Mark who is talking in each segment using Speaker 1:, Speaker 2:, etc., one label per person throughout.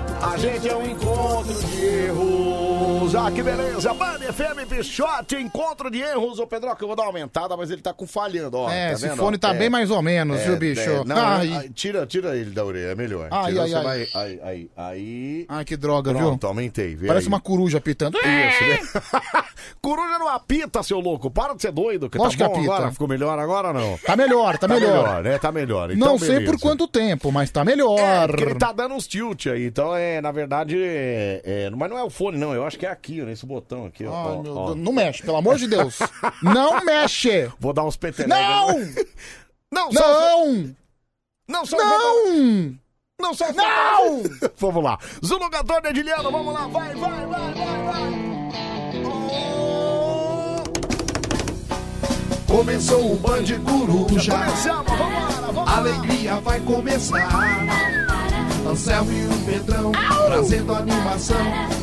Speaker 1: A gente é um encontro de erros. Ah, que beleza. Band FM Pichote, encontro de erros. Ô, Pedro, que eu vou dar uma aumentada, mas ele tá com falhando, ó.
Speaker 2: É,
Speaker 1: tá
Speaker 2: esse
Speaker 1: vendo?
Speaker 2: fone tá
Speaker 1: É,
Speaker 2: bem mais ou menos,
Speaker 1: é,
Speaker 2: viu, bicho?
Speaker 1: é, não,
Speaker 2: Ai.
Speaker 1: ah, tira, tira ele da orelha, é melhor.
Speaker 2: Ai,
Speaker 1: Tira,
Speaker 2: ai,
Speaker 1: você
Speaker 2: ai.
Speaker 1: vai- ai, ai, ai.
Speaker 2: Ai, que droga,
Speaker 1: Pronto,
Speaker 2: viu?
Speaker 1: aumentei. vê
Speaker 2: Parece
Speaker 1: aí. É,
Speaker 2: uma coruja pitando.
Speaker 1: Isso, né? Coruja não apita, seu louco. Para de ser doido, que
Speaker 2: Lógico
Speaker 1: tá
Speaker 2: que
Speaker 1: bom
Speaker 2: apita.
Speaker 1: agora. Ficou melhor agora ou não?
Speaker 2: Tá melhor, tá melhor.
Speaker 1: né? Tá melhor. Então,
Speaker 2: Não sei
Speaker 1: beleza.
Speaker 2: por quanto tempo, mas tá melhor.
Speaker 1: Porque ele tá dando uns tilt aí, então é, na verdade, é, é, mas não é o fone, não, eu acho que é aqui, nesse botão aqui, ó.
Speaker 2: Ai,
Speaker 1: ó,
Speaker 2: meu
Speaker 1: ó.
Speaker 2: Deus. Não mexe, pelo amor de Deus. Não mexe!
Speaker 1: Vou dar uns petelecos. né?
Speaker 2: Não!
Speaker 1: Não! um
Speaker 2: Não!
Speaker 1: Não! um
Speaker 2: Não!
Speaker 1: Não! Não! Não!
Speaker 2: Não!
Speaker 1: vamos lá. Zulugador de Adiliano, vamos lá, vai, vai, vai, vai, vai. Começou o Band Coruja. Oh! Começamos, vambora, vamos lá.
Speaker 3: Alegria vai começar. Anselmo e o Pedrão trazendo animação.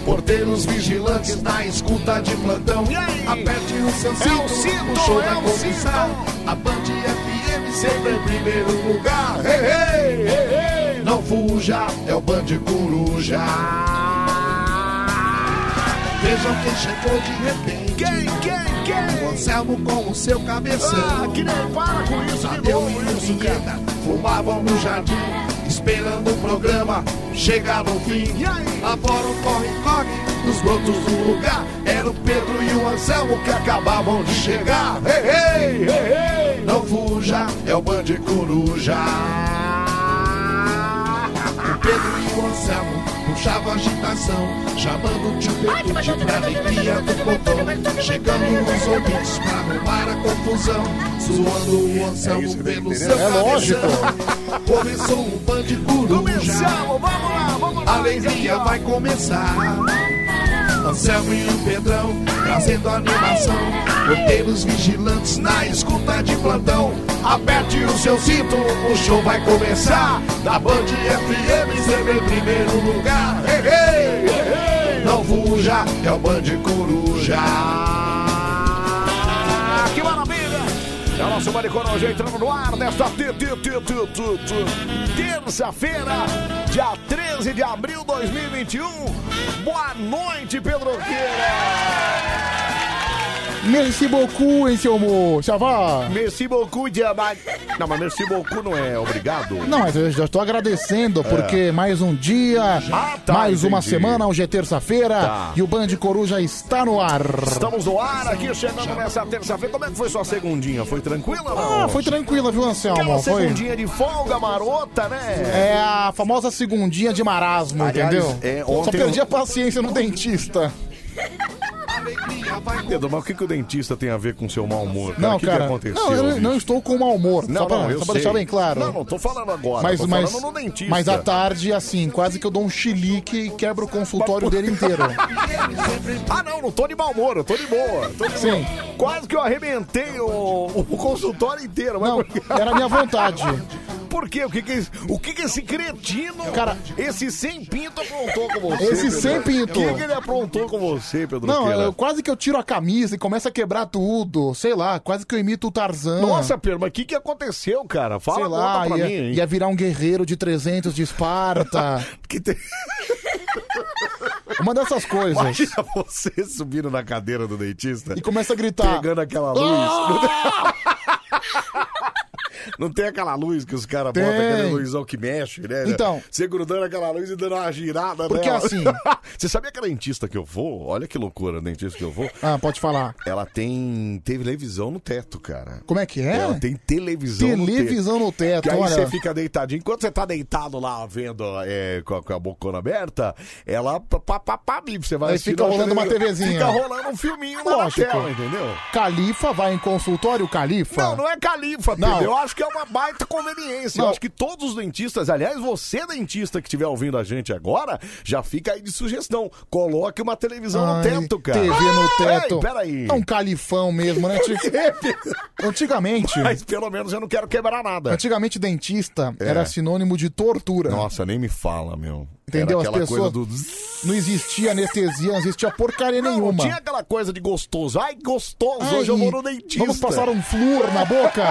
Speaker 3: Porteiros vigilantes na escuta de plantão.
Speaker 1: E aí?
Speaker 3: Aperte o seu cinto,
Speaker 1: o cinto,
Speaker 3: show
Speaker 1: é
Speaker 3: vai
Speaker 1: o
Speaker 3: começar. A Band FM sempre em primeiro lugar. Hey, hey, hey, hey. Não fuja, é o Band Coruja. Vejam quem chegou de repente.
Speaker 1: Quem, quem,
Speaker 3: O
Speaker 1: quem?
Speaker 3: Anselmo com o seu cabeção.
Speaker 1: Ah, que nem para com isso, de
Speaker 3: Eu
Speaker 1: novo,
Speaker 3: e o
Speaker 1: isso, cara.
Speaker 3: Zucreta fumavam no jardim, esperando o programa chegar no fim.
Speaker 1: E aí?
Speaker 3: Agora o corre-corre nos brotos do lugar. Era o Pedro e o Anselmo que acabavam de chegar. Ei, ei, ei, ei. Não fuja, é o Band Coruja. O Pedro e o Anselmo puxavam a agitação, chamando o tio Pedro pra alegria do povão. Chegando nos ouvintes pra arrumar a confusão, zoando o Anselmo pelo seu
Speaker 2: É lógico.
Speaker 3: cabeção. Começou um o Band Coruja.
Speaker 1: Começamos, vamos lá, vamos lá.
Speaker 3: A alegria vai começar. Anselmo e o Pedrão trazendo animação. Roteiros vigilantes na escuta de plantão. Aperte o seu cinto, o show vai começar. Da Band FM sempre em primeiro lugar. Ei, ei, ei, Não fuja, é o Band Coruja.
Speaker 1: Ah, que maravilha! É o nosso Maricorão já entrando no ar nesta te- te- te- te- te- te- terça-feira, dia 13 de abril de 2021. Boa noite, Pedroqueira!
Speaker 2: Merci beaucoup, hein, seu amor. Ça va?
Speaker 1: Merci beaucoup, diamante. Não, mas merci beaucoup não é obrigado.
Speaker 2: Não, mas eu já estou agradecendo, porque mais um dia,
Speaker 1: Ah, É. tá,
Speaker 2: mais uma
Speaker 1: entendi.
Speaker 2: semana, hoje é terça-feira,
Speaker 1: Tá.
Speaker 2: e o Band Coruja está no ar.
Speaker 1: Estamos no ar aqui, chegando nessa terça-feira. Como é que foi sua segundinha? Foi tranquila ou não?
Speaker 2: Ah, foi tranquila, viu,
Speaker 1: Aquela
Speaker 2: Anselmo? Foi.
Speaker 1: segundinha de folga marota, né?
Speaker 2: É a famosa segundinha de marasmo,
Speaker 1: Aliás,
Speaker 2: entendeu?
Speaker 1: é, ontem
Speaker 2: Só perdi
Speaker 1: eu-
Speaker 2: a paciência no dentista.
Speaker 1: Pedro, mas o que, que o dentista tem a ver com seu mau humor?
Speaker 2: Não,
Speaker 1: o que, que
Speaker 2: cara.
Speaker 1: aconteceu?
Speaker 2: não, eu
Speaker 1: bicho?
Speaker 2: não estou com mau humor.
Speaker 1: Não,
Speaker 2: só pra,
Speaker 1: não, eu
Speaker 2: só pra
Speaker 1: sei.
Speaker 2: deixar bem claro.
Speaker 1: Não, não tô falando agora.
Speaker 2: mas,
Speaker 1: tô
Speaker 2: mas,
Speaker 1: falando no dentista.
Speaker 2: mas à tarde, assim, quase que eu dou um chilique e quebro o consultório dele inteiro.
Speaker 1: Ah, não, não tô de mau humor, eu tô de boa. tô de
Speaker 2: Sim.
Speaker 1: boa. Quase que eu arrebentei o, o consultório inteiro. Mas
Speaker 2: Não,
Speaker 1: por quê?
Speaker 2: era a minha vontade.
Speaker 1: Por quê? O que que, esse- o que que esse cretino,
Speaker 2: Cara-
Speaker 1: esse sem pinto aprontou com você?
Speaker 2: Esse
Speaker 1: Pedro?
Speaker 2: sem pinto.
Speaker 1: O que, que ele aprontou com você, Pedro
Speaker 2: Não,
Speaker 1: Queira?
Speaker 2: eu, quase que eu tiro a camisa e começa a quebrar tudo. Sei lá, quase que eu imito o Tarzan.
Speaker 1: Nossa, Pedro, mas o que, que aconteceu, cara? Fala
Speaker 2: Ah. sei
Speaker 1: conta
Speaker 2: lá,
Speaker 1: pra
Speaker 2: ia,
Speaker 1: mim. hein?
Speaker 2: ia virar um guerreiro de 300 de Esparta.
Speaker 1: Que tem-
Speaker 2: Uma dessas coisas.
Speaker 1: Imagina você subindo na cadeira do dentista.
Speaker 2: E começa a gritar. Ah!
Speaker 1: pegando aquela luz. Não, tem... Não tem aquela luz que os caras botam,
Speaker 2: é- Tem.
Speaker 1: aquele luzão que mexe, né?
Speaker 2: Então.
Speaker 1: Você grudando aquela luz e dando uma girada
Speaker 2: Porque
Speaker 1: nela.
Speaker 2: assim-
Speaker 1: Você sabia que a dentista que eu vou? Olha que loucura, a dentista que eu vou.
Speaker 2: Ah, pode falar.
Speaker 1: Ela tem televisão no teto, cara.
Speaker 2: Como é que é?
Speaker 1: Ela tem televisão no teto.
Speaker 2: Televisão no teto,
Speaker 1: Que aí
Speaker 2: olha.
Speaker 1: você fica deitadinho. Enquanto você tá deitado lá vendo é, com, a, com a bocona aberta, ela. Pá, pá, pá, pá, você vai
Speaker 2: Aí
Speaker 1: assistindo
Speaker 2: fica
Speaker 1: a
Speaker 2: rolando uma TVzinha.
Speaker 1: Fica rolando um filminho lá
Speaker 2: Lógico.
Speaker 1: na tela, entendeu?
Speaker 2: Califa vai em consultório, Califa?
Speaker 1: Não, não é califa,
Speaker 2: Não.
Speaker 1: Pedro. Eu acho que é uma baita conveniência.
Speaker 2: Não.
Speaker 1: Eu acho que todos os dentistas, aliás, você dentista que estiver ouvindo a gente agora, já fica aí de sugestão. Coloque uma televisão
Speaker 2: Ai,
Speaker 1: no teto, cara.
Speaker 2: TV no teto.
Speaker 1: Ei, peraí.
Speaker 2: É um califão mesmo, né? Antig- Antigamente,
Speaker 1: Mas pelo menos eu não quero quebrar nada.
Speaker 2: antigamente dentista era sinônimo de tortura.
Speaker 1: É. Nossa, nem me fala, meu.
Speaker 2: Entendeu?
Speaker 1: Era
Speaker 2: As
Speaker 1: aquela coisa
Speaker 2: pessoas-
Speaker 1: do...
Speaker 2: Não existia anestesia, não existia porcaria
Speaker 1: Não, não
Speaker 2: nenhuma.
Speaker 1: tinha aquela coisa de gostoso. Ai, gostoso,
Speaker 2: Ai,
Speaker 1: hoje eu vou no dentista.
Speaker 2: Vamos passar um flúor na boca?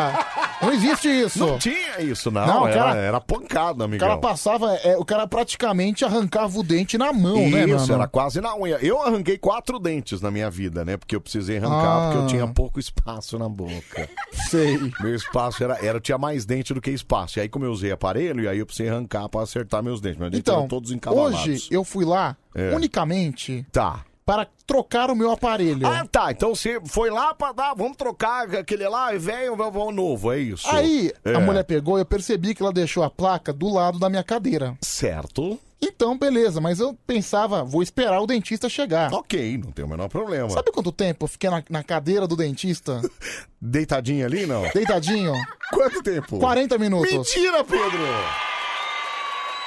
Speaker 2: Não existe isso.
Speaker 1: Não tinha isso, não.
Speaker 2: Não,
Speaker 1: era,
Speaker 2: cara-
Speaker 1: era pancada,
Speaker 2: O
Speaker 1: amigão.
Speaker 2: cara passava, é, o cara praticamente arrancava o dente na mão, né,
Speaker 1: Isso,
Speaker 2: mano?
Speaker 1: era quase na unha. Eu arranquei quatro dentes na minha vida, né? Porque eu precisei arrancar,
Speaker 2: Ah.
Speaker 1: porque eu tinha pouco espaço na boca.
Speaker 2: Sei.
Speaker 1: Meu espaço era, era. Eu tinha mais dente do que espaço. E aí, como eu usei aparelho, e aí eu precisei arrancar pra acertar meus dentes. Meus dentes
Speaker 2: Então,
Speaker 1: eram todos encavalados.
Speaker 2: hoje eu fui lá
Speaker 1: É.
Speaker 2: unicamente
Speaker 1: Tá.
Speaker 2: para trocar o meu aparelho.
Speaker 1: Ah, tá. Então você foi lá pra dar, vamos trocar aquele lá, e velho, vamos ao novo, é isso.
Speaker 2: Aí
Speaker 1: É.
Speaker 2: a mulher pegou e eu percebi que ela deixou a placa do lado da minha cadeira.
Speaker 1: Certo.
Speaker 2: Então, beleza, mas eu pensava, vou esperar o dentista chegar.
Speaker 1: Ok, não tem o menor problema.
Speaker 2: Sabe quanto tempo eu fiquei na, na cadeira do dentista?
Speaker 1: Deitadinho ali, não?
Speaker 2: Deitadinho?
Speaker 1: Quanto tempo?
Speaker 2: 40 minutos.
Speaker 1: Mentira, Pedro!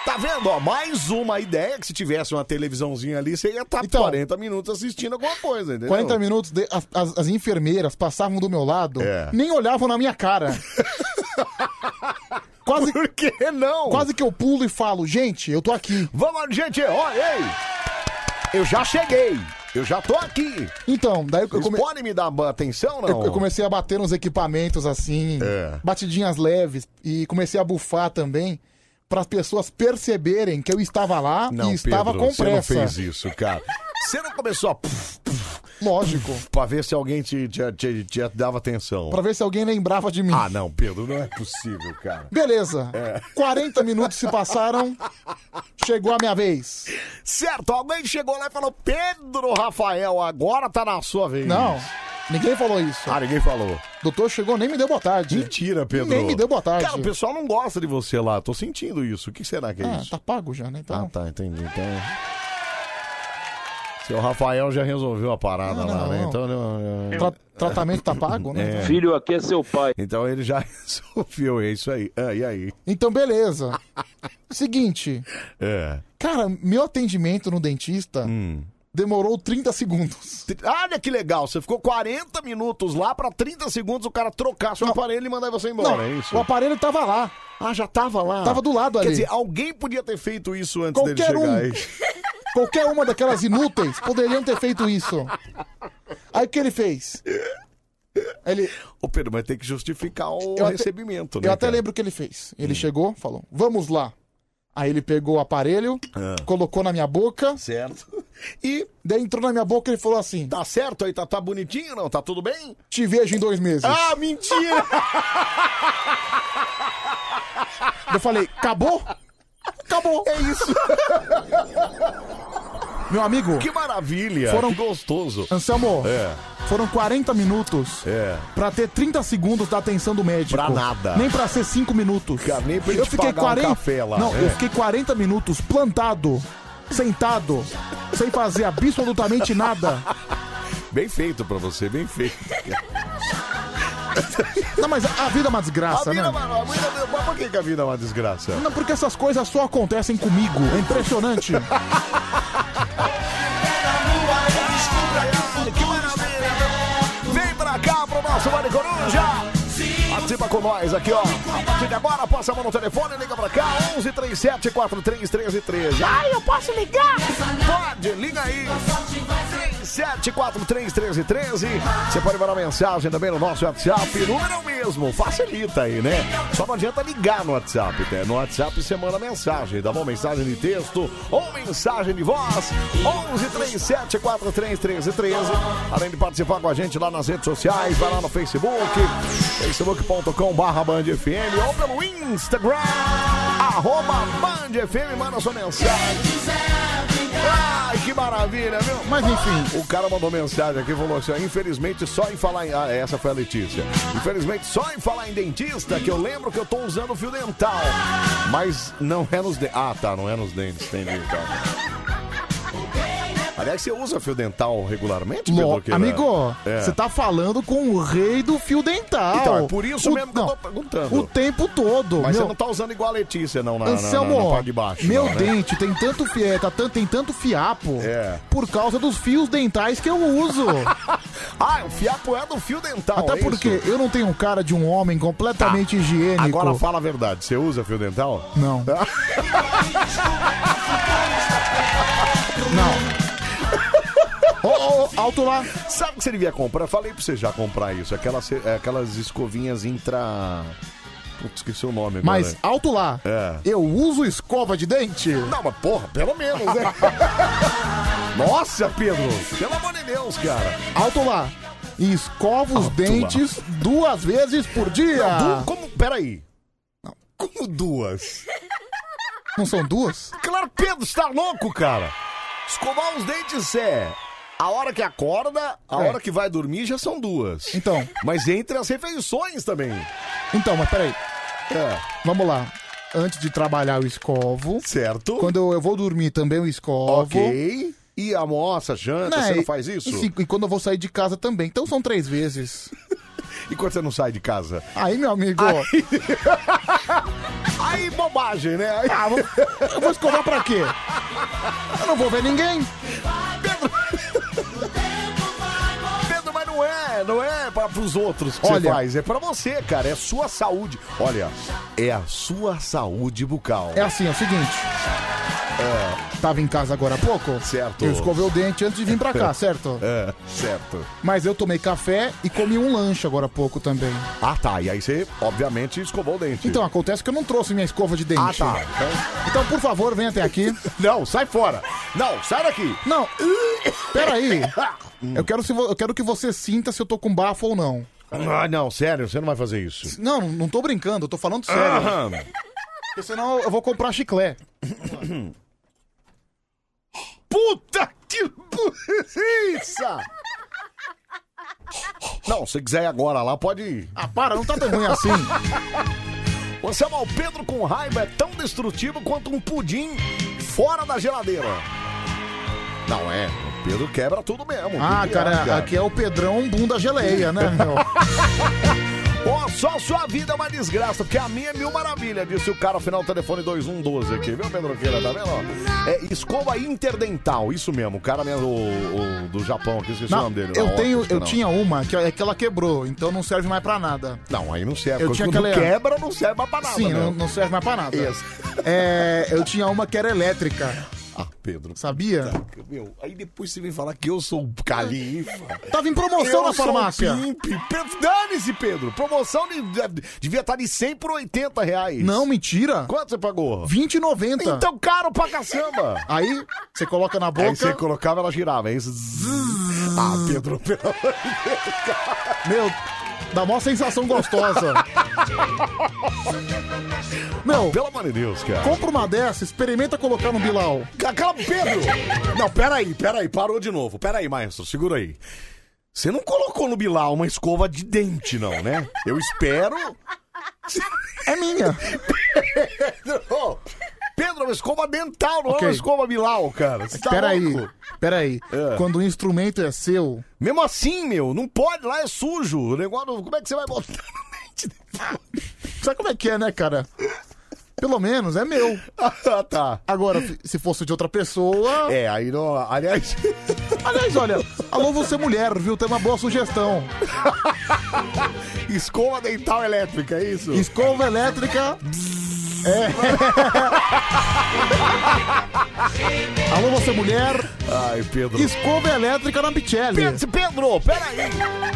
Speaker 1: Tá vendo? Ó, mais uma ideia que se tivesse uma televisãozinha ali, você ia estar
Speaker 2: Então.
Speaker 1: 40 minutos assistindo alguma coisa, entendeu?
Speaker 2: 40 minutos, de- as, as- as enfermeiras passavam do meu lado,
Speaker 1: É.
Speaker 2: nem olhavam na minha cara. quase, Por
Speaker 1: que não?
Speaker 2: Quase que eu pulo e falo, gente, eu tô aqui.
Speaker 1: Vamos, gente, ó, ei! Eu já cheguei! Eu já tô aqui!
Speaker 2: Então, daí eu,
Speaker 1: Vocês podem me dar atenção, não? É.
Speaker 2: Eu, eu comecei a bater nos equipamentos assim, batidinhas leves, e comecei a bufar também, para as pessoas perceberem que eu estava lá
Speaker 1: Não,
Speaker 2: e estava
Speaker 1: Pedro,
Speaker 2: com
Speaker 1: Você não
Speaker 2: pressa.
Speaker 1: fez isso, cara. Você não começou a... puf, puf,
Speaker 2: Lógico.
Speaker 1: Pra ver se alguém te, te, te- te dava atenção.
Speaker 2: Pra ver se alguém lembrava de mim.
Speaker 1: Ah, não, Pedro, não é possível, cara.
Speaker 2: Beleza.
Speaker 1: É.
Speaker 2: 40 minutos se passaram, chegou a minha vez.
Speaker 1: Certo, alguém chegou lá e falou: Pedro Rafael, agora tá na sua vez.
Speaker 2: Não, ninguém falou isso.
Speaker 1: Ah, ninguém falou.
Speaker 2: Doutor chegou, nem me deu boa tarde.
Speaker 1: Mentira, Pedro.
Speaker 2: Nem me deu boa tarde.
Speaker 1: Cara, o pessoal não gosta de você lá. Tô sentindo isso. O que será que é
Speaker 2: Ah,
Speaker 1: isso?
Speaker 2: tá pago já, né? Então,
Speaker 1: Ah, tá, entendi. Então. Seu Rafael já resolveu a parada
Speaker 2: Ah,
Speaker 1: lá,
Speaker 2: não.
Speaker 1: né? Então. eu- eu-
Speaker 2: Tra- tratamento tá pago, né?
Speaker 1: Filho, aqui é seu pai. Então ele já resolveu, é isso aí. Ah, e aí?
Speaker 2: Então, beleza. Seguinte,
Speaker 1: É. Hum.
Speaker 2: cara, meu atendimento no dentista demorou 30 segundos.
Speaker 1: Olha que legal, você ficou 40 minutos lá pra 30 segundos o cara trocar seu aparelho e mandar você embora,
Speaker 2: Não,
Speaker 1: é isso?
Speaker 2: o aparelho tava lá.
Speaker 1: Ah, já tava lá?
Speaker 2: Tava do lado ali.
Speaker 1: Quer dizer, alguém podia ter feito isso antes
Speaker 2: Qualquer
Speaker 1: dele chegar
Speaker 2: um.
Speaker 1: aí.
Speaker 2: Qualquer uma daquelas inúteis poderiam ter feito isso. Aí o que ele fez? Ele,
Speaker 1: Ô Pedro, mas tem que justificar o
Speaker 2: Eu até-
Speaker 1: recebimento, né?
Speaker 2: eu até
Speaker 1: cara? Hum.
Speaker 2: lembro o que ele fez. Ele chegou, falou, vamos lá. Aí ele pegou o aparelho,
Speaker 1: Ah.
Speaker 2: colocou na minha boca,
Speaker 1: Certo.
Speaker 2: e daí entrou na minha boca e ele falou assim:
Speaker 1: Tá certo aí? Tá, tá bonitinho não? Tá tudo bem?
Speaker 2: Te vejo em dois meses.
Speaker 1: Ah, mentira!
Speaker 2: Eu falei, acabou? Acabou.
Speaker 1: É isso.
Speaker 2: Meu amigo,
Speaker 1: que maravilha!
Speaker 2: Foram-
Speaker 1: Que gostoso.
Speaker 2: Anselmo,
Speaker 1: É,
Speaker 2: foram 40 minutos
Speaker 1: é.
Speaker 2: pra ter 30 segundos da atenção do médico.
Speaker 1: Pra nada.
Speaker 2: Nem pra ser 5 minutos.
Speaker 1: Cara, nem pra ele
Speaker 2: eu
Speaker 1: te
Speaker 2: fiquei
Speaker 1: pagar um café lá,
Speaker 2: Não,
Speaker 1: é.
Speaker 2: eu fiquei 40 minutos plantado, sentado, sem fazer absolutamente nada.
Speaker 1: Bem feito pra você, bem feito.
Speaker 2: Não, mas a vida é uma desgraça,
Speaker 1: a vida,
Speaker 2: né?
Speaker 1: mano, a vida, mas por que, que a vida é uma desgraça?
Speaker 2: Não, porque essas coisas só acontecem comigo. É impressionante.
Speaker 1: Vem pra cá pro nosso Vale Coruja. Participa com nós aqui, ó. A partir de agora, passa a mão no telefone, liga pra cá, 11 37 43 Ai, eu posso ligar? Pode, liga aí. 37431313. Você pode mandar mensagem também no nosso WhatsApp. Número é o mesmo, facilita aí, né? Só não adianta ligar no WhatsApp, né? No WhatsApp você manda mensagem, dá uma mensagem de texto ou mensagem de voz. 1137431313. Além de participar com a gente lá nas redes sociais, vai lá no Facebook, facebook.com.br BandFM ou pelo Instagram, arroba BandFM, manda sua mensagem. Ai, que maravilha, viu?
Speaker 2: Mas enfim.
Speaker 1: O cara mandou mensagem aqui e falou assim: ó, infelizmente só em falar em. Ah, essa foi a Letícia. Infelizmente só em falar em dentista que eu lembro que eu tô usando fio dental. Mas não é nos dentes. Ah, tá, não é nos dentes, tem dental. Aliás, você usa fio dental regularmente, Pedro?
Speaker 2: Lo-
Speaker 1: Queira?
Speaker 2: Amigo,
Speaker 1: É.
Speaker 2: você tá falando com o rei do fio dental.
Speaker 1: Então, é por isso
Speaker 2: O-
Speaker 1: mesmo que eu
Speaker 2: não,
Speaker 1: tô perguntando.
Speaker 2: O tempo todo.
Speaker 1: Mas
Speaker 2: meu,
Speaker 1: você não tá usando igual a Letícia, não, na, na- na-
Speaker 2: Anselmo,
Speaker 1: na parte de baixo.
Speaker 2: meu
Speaker 1: não, né?
Speaker 2: dente tem tanto fi- é, tá tan- tem tanto fiapo
Speaker 1: É.
Speaker 2: por causa dos fios dentais que eu uso.
Speaker 1: Ah, o fiapo é do fio dental.
Speaker 2: Até
Speaker 1: é isso? Tá,
Speaker 2: porque eu não tenho cara de um homem completamente higiênico.
Speaker 1: Agora fala a verdade, você usa fio dental?
Speaker 2: Não. não. Ô, ô, ô, alto lá.
Speaker 1: Sabe o que você devia comprar? Eu falei pra você já comprar isso. Aquelas, é, aquelas escovinhas intra. Putz, esqueci o nome agora.
Speaker 2: Mas alto lá,
Speaker 1: É.
Speaker 2: eu uso escova de dente?
Speaker 1: Não, mas porra, pelo menos, né? Nossa, Pedro! Pelo amor de Deus, cara.
Speaker 2: Alto lá, escova os dentes duas vezes por dia.
Speaker 1: Não, du- como? Peraí. Como duas?
Speaker 2: Não são duas?
Speaker 1: Claro, Pedro, você tá louco, cara. Escovar os dentes é. A hora que acorda, a
Speaker 2: É.
Speaker 1: hora que vai dormir já são duas.
Speaker 2: Então,
Speaker 1: Mas entre as refeições também.
Speaker 2: então, mas peraí.
Speaker 1: É.
Speaker 2: Vamos lá. Antes de trabalhar, eu escovo.
Speaker 1: Certo.
Speaker 2: Quando eu, eu vou dormir, também eu escovo.
Speaker 1: Ok. E almoça, janta,
Speaker 2: Né,
Speaker 1: você não
Speaker 2: e-
Speaker 1: faz isso?
Speaker 2: E, sim, e quando eu vou sair de casa também. Então são três vezes.
Speaker 1: E quando você não sai de casa?
Speaker 2: Aí, meu amigo.
Speaker 1: Aí bobagem, né? Aí-
Speaker 2: Ah, vou- eu vou escovar pra quê? Eu não vou ver ninguém.
Speaker 1: Pedro, mas não é, não é para os outros que você
Speaker 2: Olha-
Speaker 1: faz, é pra você, cara, é sua saúde. Olha, é a sua saúde bucal. É.
Speaker 2: É assim, é o seguinte. Tava em casa agora há pouco.
Speaker 1: Certo.
Speaker 2: Eu escovei o dente antes de vir pra cá, certo?
Speaker 1: É, certo.
Speaker 2: Mas eu tomei café e comi um lanche agora há pouco também.
Speaker 1: Ah, tá, e aí você, obviamente, escovou o dente.
Speaker 2: Então, acontece que eu não trouxe minha escova de dente.
Speaker 1: ah, tá. Então-
Speaker 2: Então, por favor, venha até aqui.
Speaker 1: Não, sai fora. Não, sai daqui. Hum.
Speaker 2: Não, peraí. Eu quero, se vo- eu quero que você sinta se eu tô com bafo ou não.
Speaker 1: Ah, não, sério, você não vai fazer isso.
Speaker 2: Não, não tô brincando, eu tô falando sério.
Speaker 1: Aham.
Speaker 2: Porque senão eu vou comprar chiclete.
Speaker 1: Puta que burriça! Não, se quiser ir agora lá, pode ir.
Speaker 2: Ah, para, não tá tão ruim assim.
Speaker 1: Ô, Samuel, Pedro com raiva é tão destrutivo quanto um pudim fora da geladeira. Não é, o Pedro quebra tudo mesmo.
Speaker 2: Ah,
Speaker 1: Que que é,
Speaker 2: cara, aqui é o Pedrão bunda geleia, né, meu?
Speaker 1: Ó, só sua vida é uma desgraça, porque a minha é mil maravilha, disse o cara final do telefone 2112 aqui, viu, Pedro Queira, tá vendo? ó? É escova interdental, isso mesmo, o cara mesmo, o, o do Japão aqui, esqueci o
Speaker 2: Não,
Speaker 1: nome dele.
Speaker 2: eu
Speaker 1: não,
Speaker 2: tenho,
Speaker 1: óculos,
Speaker 2: eu
Speaker 1: não.
Speaker 2: tinha uma que, é que ela quebrou, então não serve mais pra nada.
Speaker 1: Não, aí não serve,
Speaker 2: eu
Speaker 1: quando
Speaker 2: tinha
Speaker 1: É, quando
Speaker 2: aquela- é-
Speaker 1: quebra não serve mais pra nada,
Speaker 2: Sim,
Speaker 1: né?
Speaker 2: não, não serve mais pra nada.
Speaker 1: Isso.
Speaker 2: É, eu tinha uma que era elétrica,
Speaker 1: Ah, Pedro,
Speaker 2: sabia?
Speaker 1: Tá. meu, aí depois você vem falar que eu sou um califa.
Speaker 2: Tava em promoção
Speaker 1: Eu
Speaker 2: na
Speaker 1: sou
Speaker 2: farmácia.
Speaker 1: um pimp. Pe- Dane-se, Pedro. Promoção de- de- devia estar de 100 por 80 reais.
Speaker 2: Não, mentira.
Speaker 1: Quanto você pagou?
Speaker 2: 20,90.
Speaker 1: Então, caro pra caçamba.
Speaker 2: Aí você coloca na boca.
Speaker 1: Aí você colocava, ela girava. Aí... zzz. Ah, Pedro, pelo amor de Deus, cara.
Speaker 2: Meu, dá mó sensação gostosa. Meu,
Speaker 1: Pelo amor de Deus, cara.
Speaker 2: compra uma dessa, experimenta colocar no Bilal.
Speaker 1: Cacá, Pedro! Não, peraí, peraí, parou de novo. Peraí, maestro, segura aí. Você não colocou no Bilal uma escova de dente, não, né? Eu espero.
Speaker 2: É minha.
Speaker 1: Ô, Pedro, é uma escova dental, não é
Speaker 2: Ok.
Speaker 1: uma escova Bilal, cara. Você tá
Speaker 2: peraí,
Speaker 1: louco?
Speaker 2: peraí.
Speaker 1: É.
Speaker 2: Quando o instrumento é seu,
Speaker 1: Mesmo assim, meu, não pode, lá é sujo. O negócio, como é que você vai botar no dente depois?
Speaker 2: sabe como é que é, né, cara? Pelo menos é meu.
Speaker 1: Ah, tá.
Speaker 2: Agora, se fosse de outra pessoa.
Speaker 1: É, aí não. Aliás,
Speaker 2: Aliás, olha, alô, você mulher, viu? Tem uma boa sugestão.
Speaker 1: escova dental elétrica, é isso?
Speaker 2: Escova elétrica. É. alô, você mulher,
Speaker 1: Ai, Pedro.
Speaker 2: escova elétrica na Bichelli.
Speaker 1: Pedro, Pedro, peraí.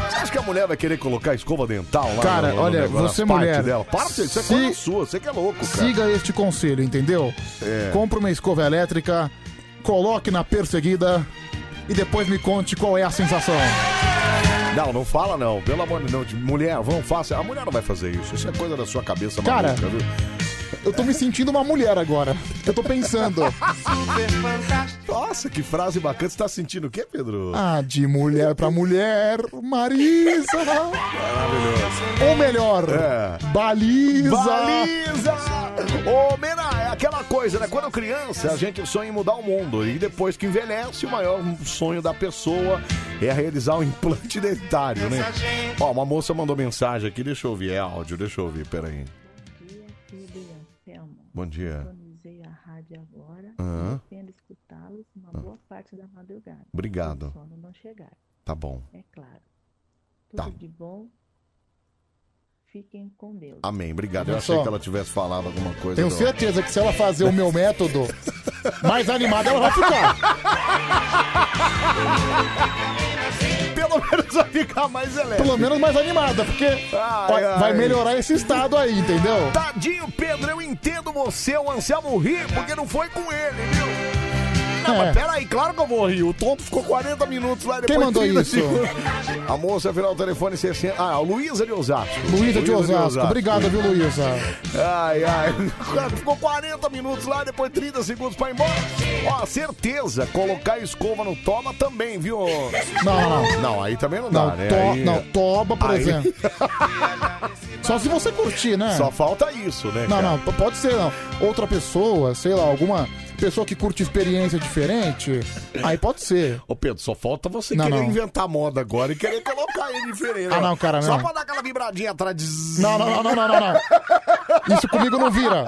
Speaker 1: Você acha que a mulher vai querer colocar escova dental lá?
Speaker 2: Cara,
Speaker 1: no- no
Speaker 2: olha,
Speaker 1: negócio, nas
Speaker 2: você,
Speaker 1: partes
Speaker 2: mulher,
Speaker 1: Dela? Para, isso é
Speaker 2: se-
Speaker 1: coisa sua, você que é louco, cara.
Speaker 2: Siga este conselho, entendeu?
Speaker 1: É.
Speaker 2: Compre uma escova elétrica, coloque na perseguida e depois me conte qual é a sensação.
Speaker 1: Não, não fala não, pelo amor de Deus. Mulher, vão, faça. A mulher não vai fazer isso, isso é coisa da sua cabeça
Speaker 2: Cara,
Speaker 1: maluca, viu?
Speaker 2: Eu tô me sentindo uma mulher agora. Eu tô pensando.
Speaker 1: Nossa, que frase bacana. Você tá sentindo o quê, Pedro?
Speaker 2: Ah, de mulher pra mulher, Marisa. Ou melhor,
Speaker 1: É.
Speaker 2: Baliza.
Speaker 1: Baliza! Ô, Mena, é aquela coisa, né? Quando criança, a gente sonha em mudar o mundo. E depois que envelhece, o maior sonho da pessoa é realizar um implante dentário, né? Ó, uma moça mandou mensagem aqui, deixa eu ouvir. É áudio, deixa eu ouvir, peraí.
Speaker 4: Pedro e Anselmo,
Speaker 1: Bom dia.
Speaker 4: sintonizei a rádio agora
Speaker 1: Aham.
Speaker 4: e pretendo escutá-los uma boa parte da madrugada.
Speaker 1: Obrigado.
Speaker 4: Se o sono não chegar,
Speaker 1: Tá bom.
Speaker 4: é claro. Tudo
Speaker 1: Tá.
Speaker 4: de bom. Fiquem com Deus.
Speaker 1: Amém, obrigado. Eu
Speaker 2: Olha
Speaker 1: achei
Speaker 2: só.
Speaker 1: que ela tivesse falado alguma coisa.
Speaker 2: Tenho
Speaker 1: do-
Speaker 2: certeza que se ela fazer o meu método, mais animada ela vai ficar.
Speaker 1: Pelo Pelo menos vai ficar mais elétrico.
Speaker 2: Pelo menos mais animada, porque vai,
Speaker 1: ai. Tá.
Speaker 2: vai melhorar esse estado aí, entendeu?
Speaker 1: Tadinho, Pedro, eu entendo você, é um o Anselmo rir, porque não foi com ele, viu? Não, mas peraí, claro que eu vou rir. O tonto ficou 40 minutos lá depois.
Speaker 2: É. Quem mandou
Speaker 1: 30
Speaker 2: isso?
Speaker 1: segundos. A moça final o telefone 60. Ah, a Luísa de Osasco. Ah.
Speaker 2: Luísa de Osasco. Obrigado, viu, Luísa?
Speaker 1: Ai, ai. Cara, Ficou 40 minutos lá, depois 30 segundos pra ir embora. Ó, certeza, colocar escova no toma também, viu?
Speaker 2: Não, não,
Speaker 1: não. aí também não,
Speaker 2: Não,
Speaker 1: dá, né?
Speaker 2: to-
Speaker 1: Aí-
Speaker 2: não, toba, por
Speaker 1: aí-
Speaker 2: exemplo. Só se você curtir, né?
Speaker 1: Só falta isso, né?
Speaker 2: Não,
Speaker 1: cara?
Speaker 2: não, p- pode ser, não. Outra pessoa, sei lá, alguma pessoa que curte experiência diferente, aí pode ser.
Speaker 1: Ô Pedro, só falta você
Speaker 2: Não,
Speaker 1: querer
Speaker 2: não.
Speaker 1: inventar moda agora e querer colocar ele diferente.
Speaker 2: Ah, não, cara,
Speaker 1: Só
Speaker 2: não.
Speaker 1: pra dar aquela vibradinha atrás de...
Speaker 2: Não, não, não, não, não, não, não. Isso comigo não vira.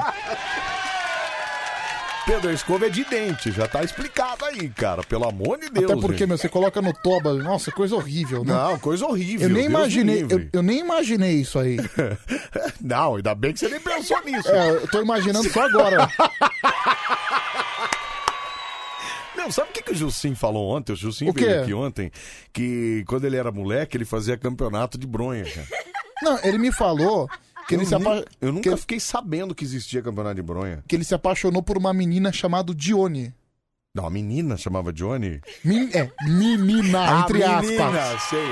Speaker 1: Pedro, a escova é de dente, já tá explicado aí, cara. Pelo amor de Deus.
Speaker 2: Até porque,
Speaker 1: gente.
Speaker 2: meu, você coloca no toba, nossa, coisa horrível, né?
Speaker 1: Não, coisa horrível,
Speaker 2: Eu nem
Speaker 1: Deus me
Speaker 2: imaginei,
Speaker 1: livre.
Speaker 2: eu, eu nem imaginei isso aí.
Speaker 1: Não, ainda bem que você nem pensou nisso.
Speaker 2: É, eu tô imaginando só agora.
Speaker 1: Não, sabe o que, que o Jussim falou ontem? O Jussim
Speaker 2: O
Speaker 1: veio
Speaker 2: quê?
Speaker 1: aqui ontem que quando ele era moleque, ele fazia campeonato de bronha, cara.
Speaker 2: Não, ele me falou que ele,
Speaker 1: eu,
Speaker 2: se
Speaker 1: nem-
Speaker 2: apa-
Speaker 1: eu nunca
Speaker 2: que-
Speaker 1: fiquei sabendo que existia campeonato de bronha.
Speaker 2: que ele se apaixonou por uma menina chamada Dione.
Speaker 1: Não, a menina chamava Johnny.
Speaker 2: Min- é, menina,
Speaker 1: A
Speaker 2: entre
Speaker 1: menina,
Speaker 2: aspas.
Speaker 1: sei.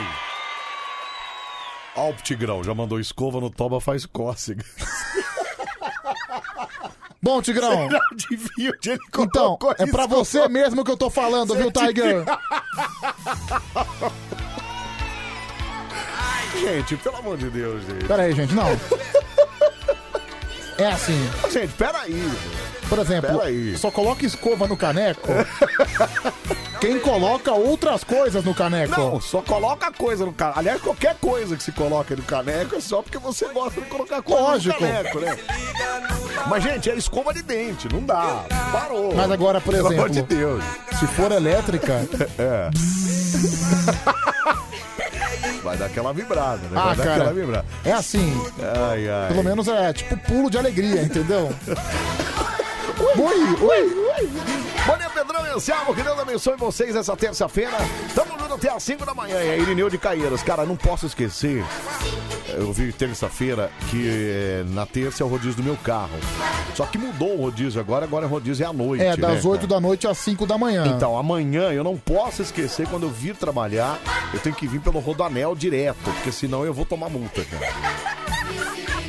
Speaker 1: Ó, o Tigrão, já mandou escova no toba, faz cócega.
Speaker 2: Bom, Tigrão.
Speaker 1: Você não adivinha onde ele
Speaker 2: Então,
Speaker 1: colocou
Speaker 2: é pra
Speaker 1: isso?
Speaker 2: você mesmo que eu tô falando, viu, Tiger?
Speaker 1: Gente, pelo amor de Deus, gente.
Speaker 2: Pera aí, gente, não. É assim,
Speaker 1: Gente, peraí.
Speaker 2: por exemplo,
Speaker 1: Pera aí.
Speaker 2: só coloca escova no caneco. Quem coloca outras coisas no caneco?
Speaker 1: Não, só coloca coisa no caneco. Aliás, qualquer coisa que se coloca no caneco é só porque você gosta de colocar coisa
Speaker 2: Lógico.
Speaker 1: no caneco, né? Mas, gente, é escova de dente, não dá. Parou.
Speaker 2: Mas agora, por
Speaker 1: Pelo amor de
Speaker 2: exemplo,
Speaker 1: Deus.
Speaker 2: se for elétrica,
Speaker 1: É. Vai dar aquela vibrada, né? Vai
Speaker 2: ah,
Speaker 1: dar
Speaker 2: cara,
Speaker 1: aquela vibrada.
Speaker 2: é assim.
Speaker 1: Ai, ai.
Speaker 2: Pelo menos é tipo pulo de alegria, entendeu? Ui, ui, ui.
Speaker 1: Bom dia, Pedrão e Anselmo, que Deus abençoe vocês essa terça-feira. Tamo junto até às 5 da manhã. É Irineu de Caieiras. Cara, não posso esquecer. Eu vi terça-feira que eh, na terça é o rodízio do meu carro. Só que mudou o rodízio agora, agora o rodízio é à noite.
Speaker 2: É, das
Speaker 1: né,
Speaker 2: 8
Speaker 1: cara?
Speaker 2: da noite às 5 da manhã.
Speaker 1: Então, amanhã eu não posso esquecer quando eu vir trabalhar, eu tenho que vir pelo Rodanel direto, porque senão eu vou tomar multa, cara.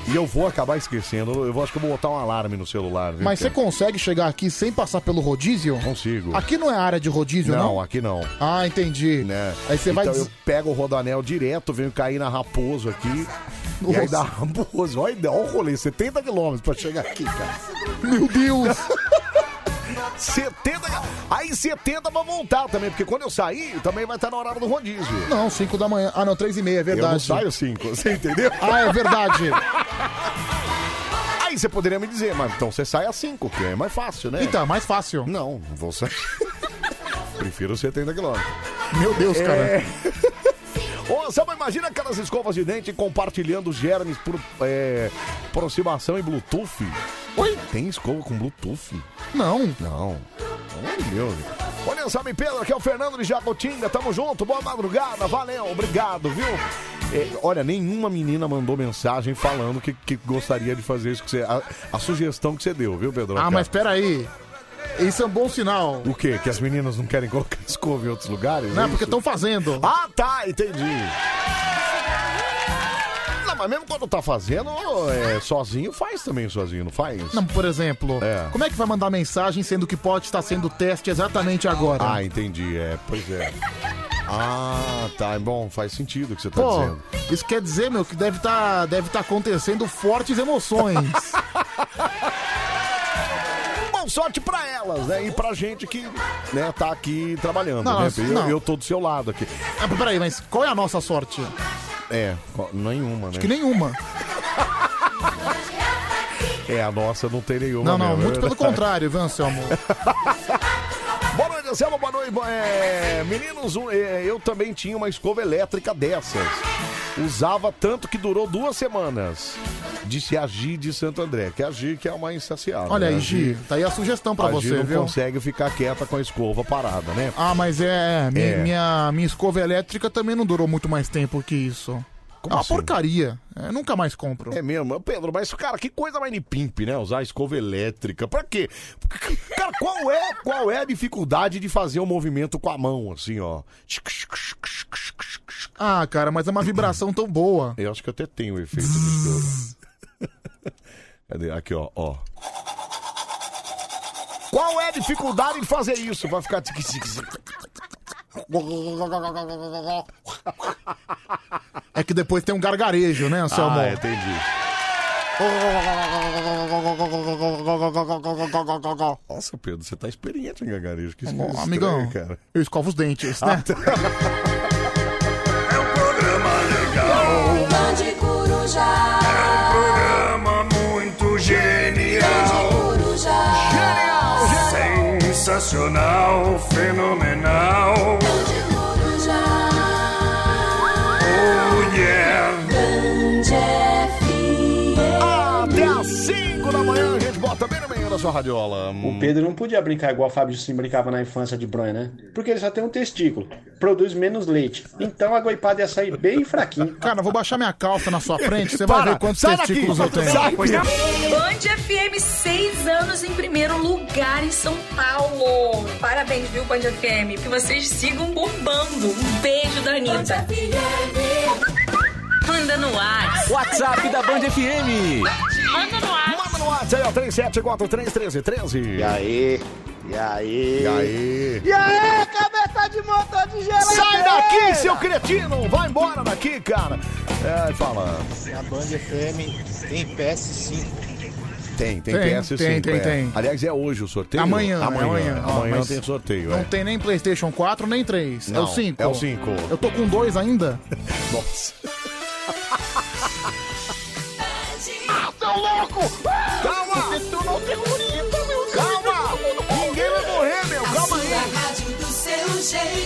Speaker 1: E eu vou acabar esquecendo. Eu vou, acho que eu vou botar um alarme no celular. Viu,
Speaker 2: Mas você
Speaker 1: cara?
Speaker 2: consegue chegar aqui sem passar pelo rodízio?
Speaker 1: Consigo.
Speaker 2: Aqui não é área de rodízio, não?
Speaker 1: Não, aqui não.
Speaker 2: Ah, entendi.
Speaker 1: né?
Speaker 2: Aí você vai
Speaker 1: Então
Speaker 2: des-
Speaker 1: eu pego o rodanel direto, venho cair na Raposo aqui. E
Speaker 2: Nossa.
Speaker 1: aí da Raposo, olha, olha o rolê, 70 quilômetros pra chegar aqui, cara.
Speaker 2: Meu Deus!
Speaker 1: 70, aí 70 pra voltar também, porque quando eu sair, também vai estar na hora do rodízio.
Speaker 2: Não, 5 da manhã. Ah, não, 3 e meia, é
Speaker 1: Eu não
Speaker 2: verdade.
Speaker 1: saio assim. 5, você entendeu?
Speaker 2: Ah, é verdade.
Speaker 1: Aí você poderia me dizer, mas então você sai às 5, que é mais fácil, né?
Speaker 2: Então, mais fácil.
Speaker 1: Não, não vou sair. Prefiro 70 quilômetros.
Speaker 2: Meu Deus, cara.
Speaker 1: é Ô, Samba, imagina aquelas escovas de dente compartilhando germes por é, aproximação e Bluetooth.
Speaker 2: Oi?
Speaker 1: Tem escova com Bluetooth?
Speaker 2: Não.
Speaker 1: Não. Pelo amor de Deus. Olha, Samba e Pedro, aqui é o Fernando de Jacotinga. Tamo junto, boa madrugada, valeu, obrigado, viu? É, olha, nenhuma menina mandou mensagem falando que, que gostaria de fazer isso que você. A, a sugestão que você deu, viu, Pedro?
Speaker 2: Ah, mas peraí. Isso é um bom sinal.
Speaker 1: O quê? Que as meninas não querem colocar escova em outros lugares?
Speaker 2: Não,
Speaker 1: é
Speaker 2: porque
Speaker 1: isso?
Speaker 2: estão fazendo.
Speaker 1: Ah, tá, entendi. Não, mas mesmo quando tá fazendo, é, sozinho faz também sozinho, não faz?
Speaker 2: Não, por exemplo,
Speaker 1: É.
Speaker 2: como é que vai mandar mensagem sendo que pode estar sendo teste exatamente agora?
Speaker 1: Ah, entendi, é, pois é. Ah, tá, bom, faz sentido o que você tá
Speaker 2: Pô,
Speaker 1: dizendo.
Speaker 2: isso quer dizer, meu, que deve estar deve tá acontecendo fortes emoções.
Speaker 1: Bom, sorte pra elas, né? E pra gente que, né, tá aqui trabalhando,
Speaker 2: Não,
Speaker 1: né?
Speaker 2: não,
Speaker 1: Eu,
Speaker 2: não.
Speaker 1: eu tô do seu lado aqui.
Speaker 2: ah, peraí, mas qual é a nossa sorte?
Speaker 1: É, co- nenhuma, né?
Speaker 2: Que nenhuma.
Speaker 1: É, a nossa não tem nenhuma
Speaker 2: Não, não,
Speaker 1: mesmo, é
Speaker 2: muito pelo
Speaker 1: verdade.
Speaker 2: contrário, viu, Anselmo?
Speaker 1: Boa noite, Anselmo, boa noite. bo- é, meninos, um, é, eu também tinha uma escova elétrica dessas. Usava tanto que durou duas semanas. Disse a Gi de Santo André, que a Gi que é uma insaciável.
Speaker 2: Olha
Speaker 1: né?
Speaker 2: aí, Gi, tá aí a sugestão pra
Speaker 1: a
Speaker 2: você,
Speaker 1: Gi não
Speaker 2: viu?
Speaker 1: consegue ficar quieta com a escova parada, né?
Speaker 2: Ah, mas é, mi-
Speaker 1: É.
Speaker 2: Minha, minha escova elétrica também não durou muito mais tempo que isso. é
Speaker 1: assim?
Speaker 2: uma porcaria. É, nunca mais compro.
Speaker 1: É mesmo, Pedro, mas cara, que coisa mais pimp, né? Usar escova elétrica. Pra quê? Cara, qual é, qual é a dificuldade de fazer um movimento com a mão, assim, ó?
Speaker 2: Ah, cara, mas é uma vibração tão boa.
Speaker 1: Eu acho que eu até tenho o efeito de escova. Cadê? Aqui, ó, ó. Qual é a dificuldade de fazer isso? Vai ficar. tic, tic, tic.
Speaker 2: É que depois tem um gargarejo, né, Anselmo?
Speaker 1: Ah, entendi. Nossa, Pedro, você tá experiente em gargarejo. Que
Speaker 2: Bom,
Speaker 1: estranho,
Speaker 2: amigão,
Speaker 1: cara. Ah, tá.
Speaker 2: eu escovo os dentes, né?
Speaker 5: de Coruja. É um programa muito genial. Genial, Sensacional, fenomenal. de Coruja. Oh yeah.
Speaker 1: Até às 5 da manhã a gente bota bem no meio da sua radiola.
Speaker 2: hum.
Speaker 6: O Pedro não podia brincar igual o Fábio Sim brincava na infância de bronha, né? Porque ele só tem um testículo, produz menos leite. Então a goipada ia sair bem fraquinha.
Speaker 2: Cara, eu vou baixar minha calça na sua frente, você
Speaker 6: Para,
Speaker 2: vai ver quantos
Speaker 6: sai daqui,
Speaker 2: testículos eu tenho.
Speaker 6: sai,
Speaker 7: Band FM, seis anos em primeiro lugar em São Paulo. Parabéns, viu, Band FM? Que vocês sigam bombando. Um beijo da Anitta. Manda no ar.
Speaker 8: WhatsApp da Band FM.
Speaker 7: Manda no ar.
Speaker 1: Manda no WhatsApp, ó, 37431313.
Speaker 9: aí?
Speaker 1: E
Speaker 9: E aí?
Speaker 1: E aí?
Speaker 9: E aí, cabeça de motor de geladeira?
Speaker 1: Sai daqui, seu cretino! Vai embora daqui, cara! É, fala.
Speaker 9: A Band FM tem PS5.
Speaker 1: Tem, tem,
Speaker 2: Tem,
Speaker 1: PS5.
Speaker 2: tem, tem,
Speaker 1: é.
Speaker 2: tem.
Speaker 1: Aliás, é hoje o sorteio?
Speaker 2: Amanhã, é
Speaker 1: amanhã.
Speaker 2: amanhã, ó,
Speaker 1: Amanhã
Speaker 2: mas-
Speaker 1: tem sorteio,
Speaker 2: Não
Speaker 1: é.
Speaker 2: tem nem PlayStation 4, nem 3. é
Speaker 1: Não,
Speaker 2: o 5.
Speaker 1: é o cinco.
Speaker 2: Eu tô com dois ainda.
Speaker 1: Nossa.
Speaker 9: Ah, seu louco! Calma! Tu não tem bonito, meu Calma! Ninguém vai morrer, meu! Calma aí!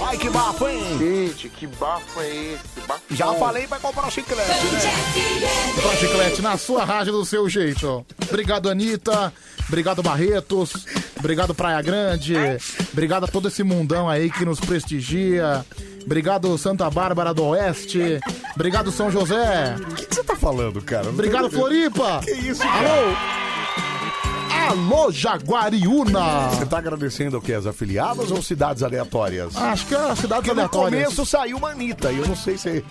Speaker 1: Ai, que bafo, hein?
Speaker 9: Gente, que bafo é esse? Bafo.
Speaker 1: Já falei pra comprar um chiclete. um
Speaker 2: Pra chiclete na sua rádio do seu jeito. ó. Obrigado, Anitta. Obrigado, Barretos. Obrigado, Praia Grande. Obrigado a todo esse mundão aí que nos prestigia. Obrigado, Santa Bárbara do Oeste. Obrigado, São José.
Speaker 1: O que que você tá falando, cara? Não
Speaker 2: Obrigado,
Speaker 1: tô entendendo.
Speaker 2: Floripa.
Speaker 1: Que isso,
Speaker 2: Alô? Então, Alô, Jaguariúna.
Speaker 1: Você tá agradecendo o quê? As afiliadas ou cidades aleatórias?
Speaker 2: Acho que é a cidade
Speaker 1: Porque no
Speaker 2: aleatória.
Speaker 1: começo saiu uma Anitta e eu não sei se.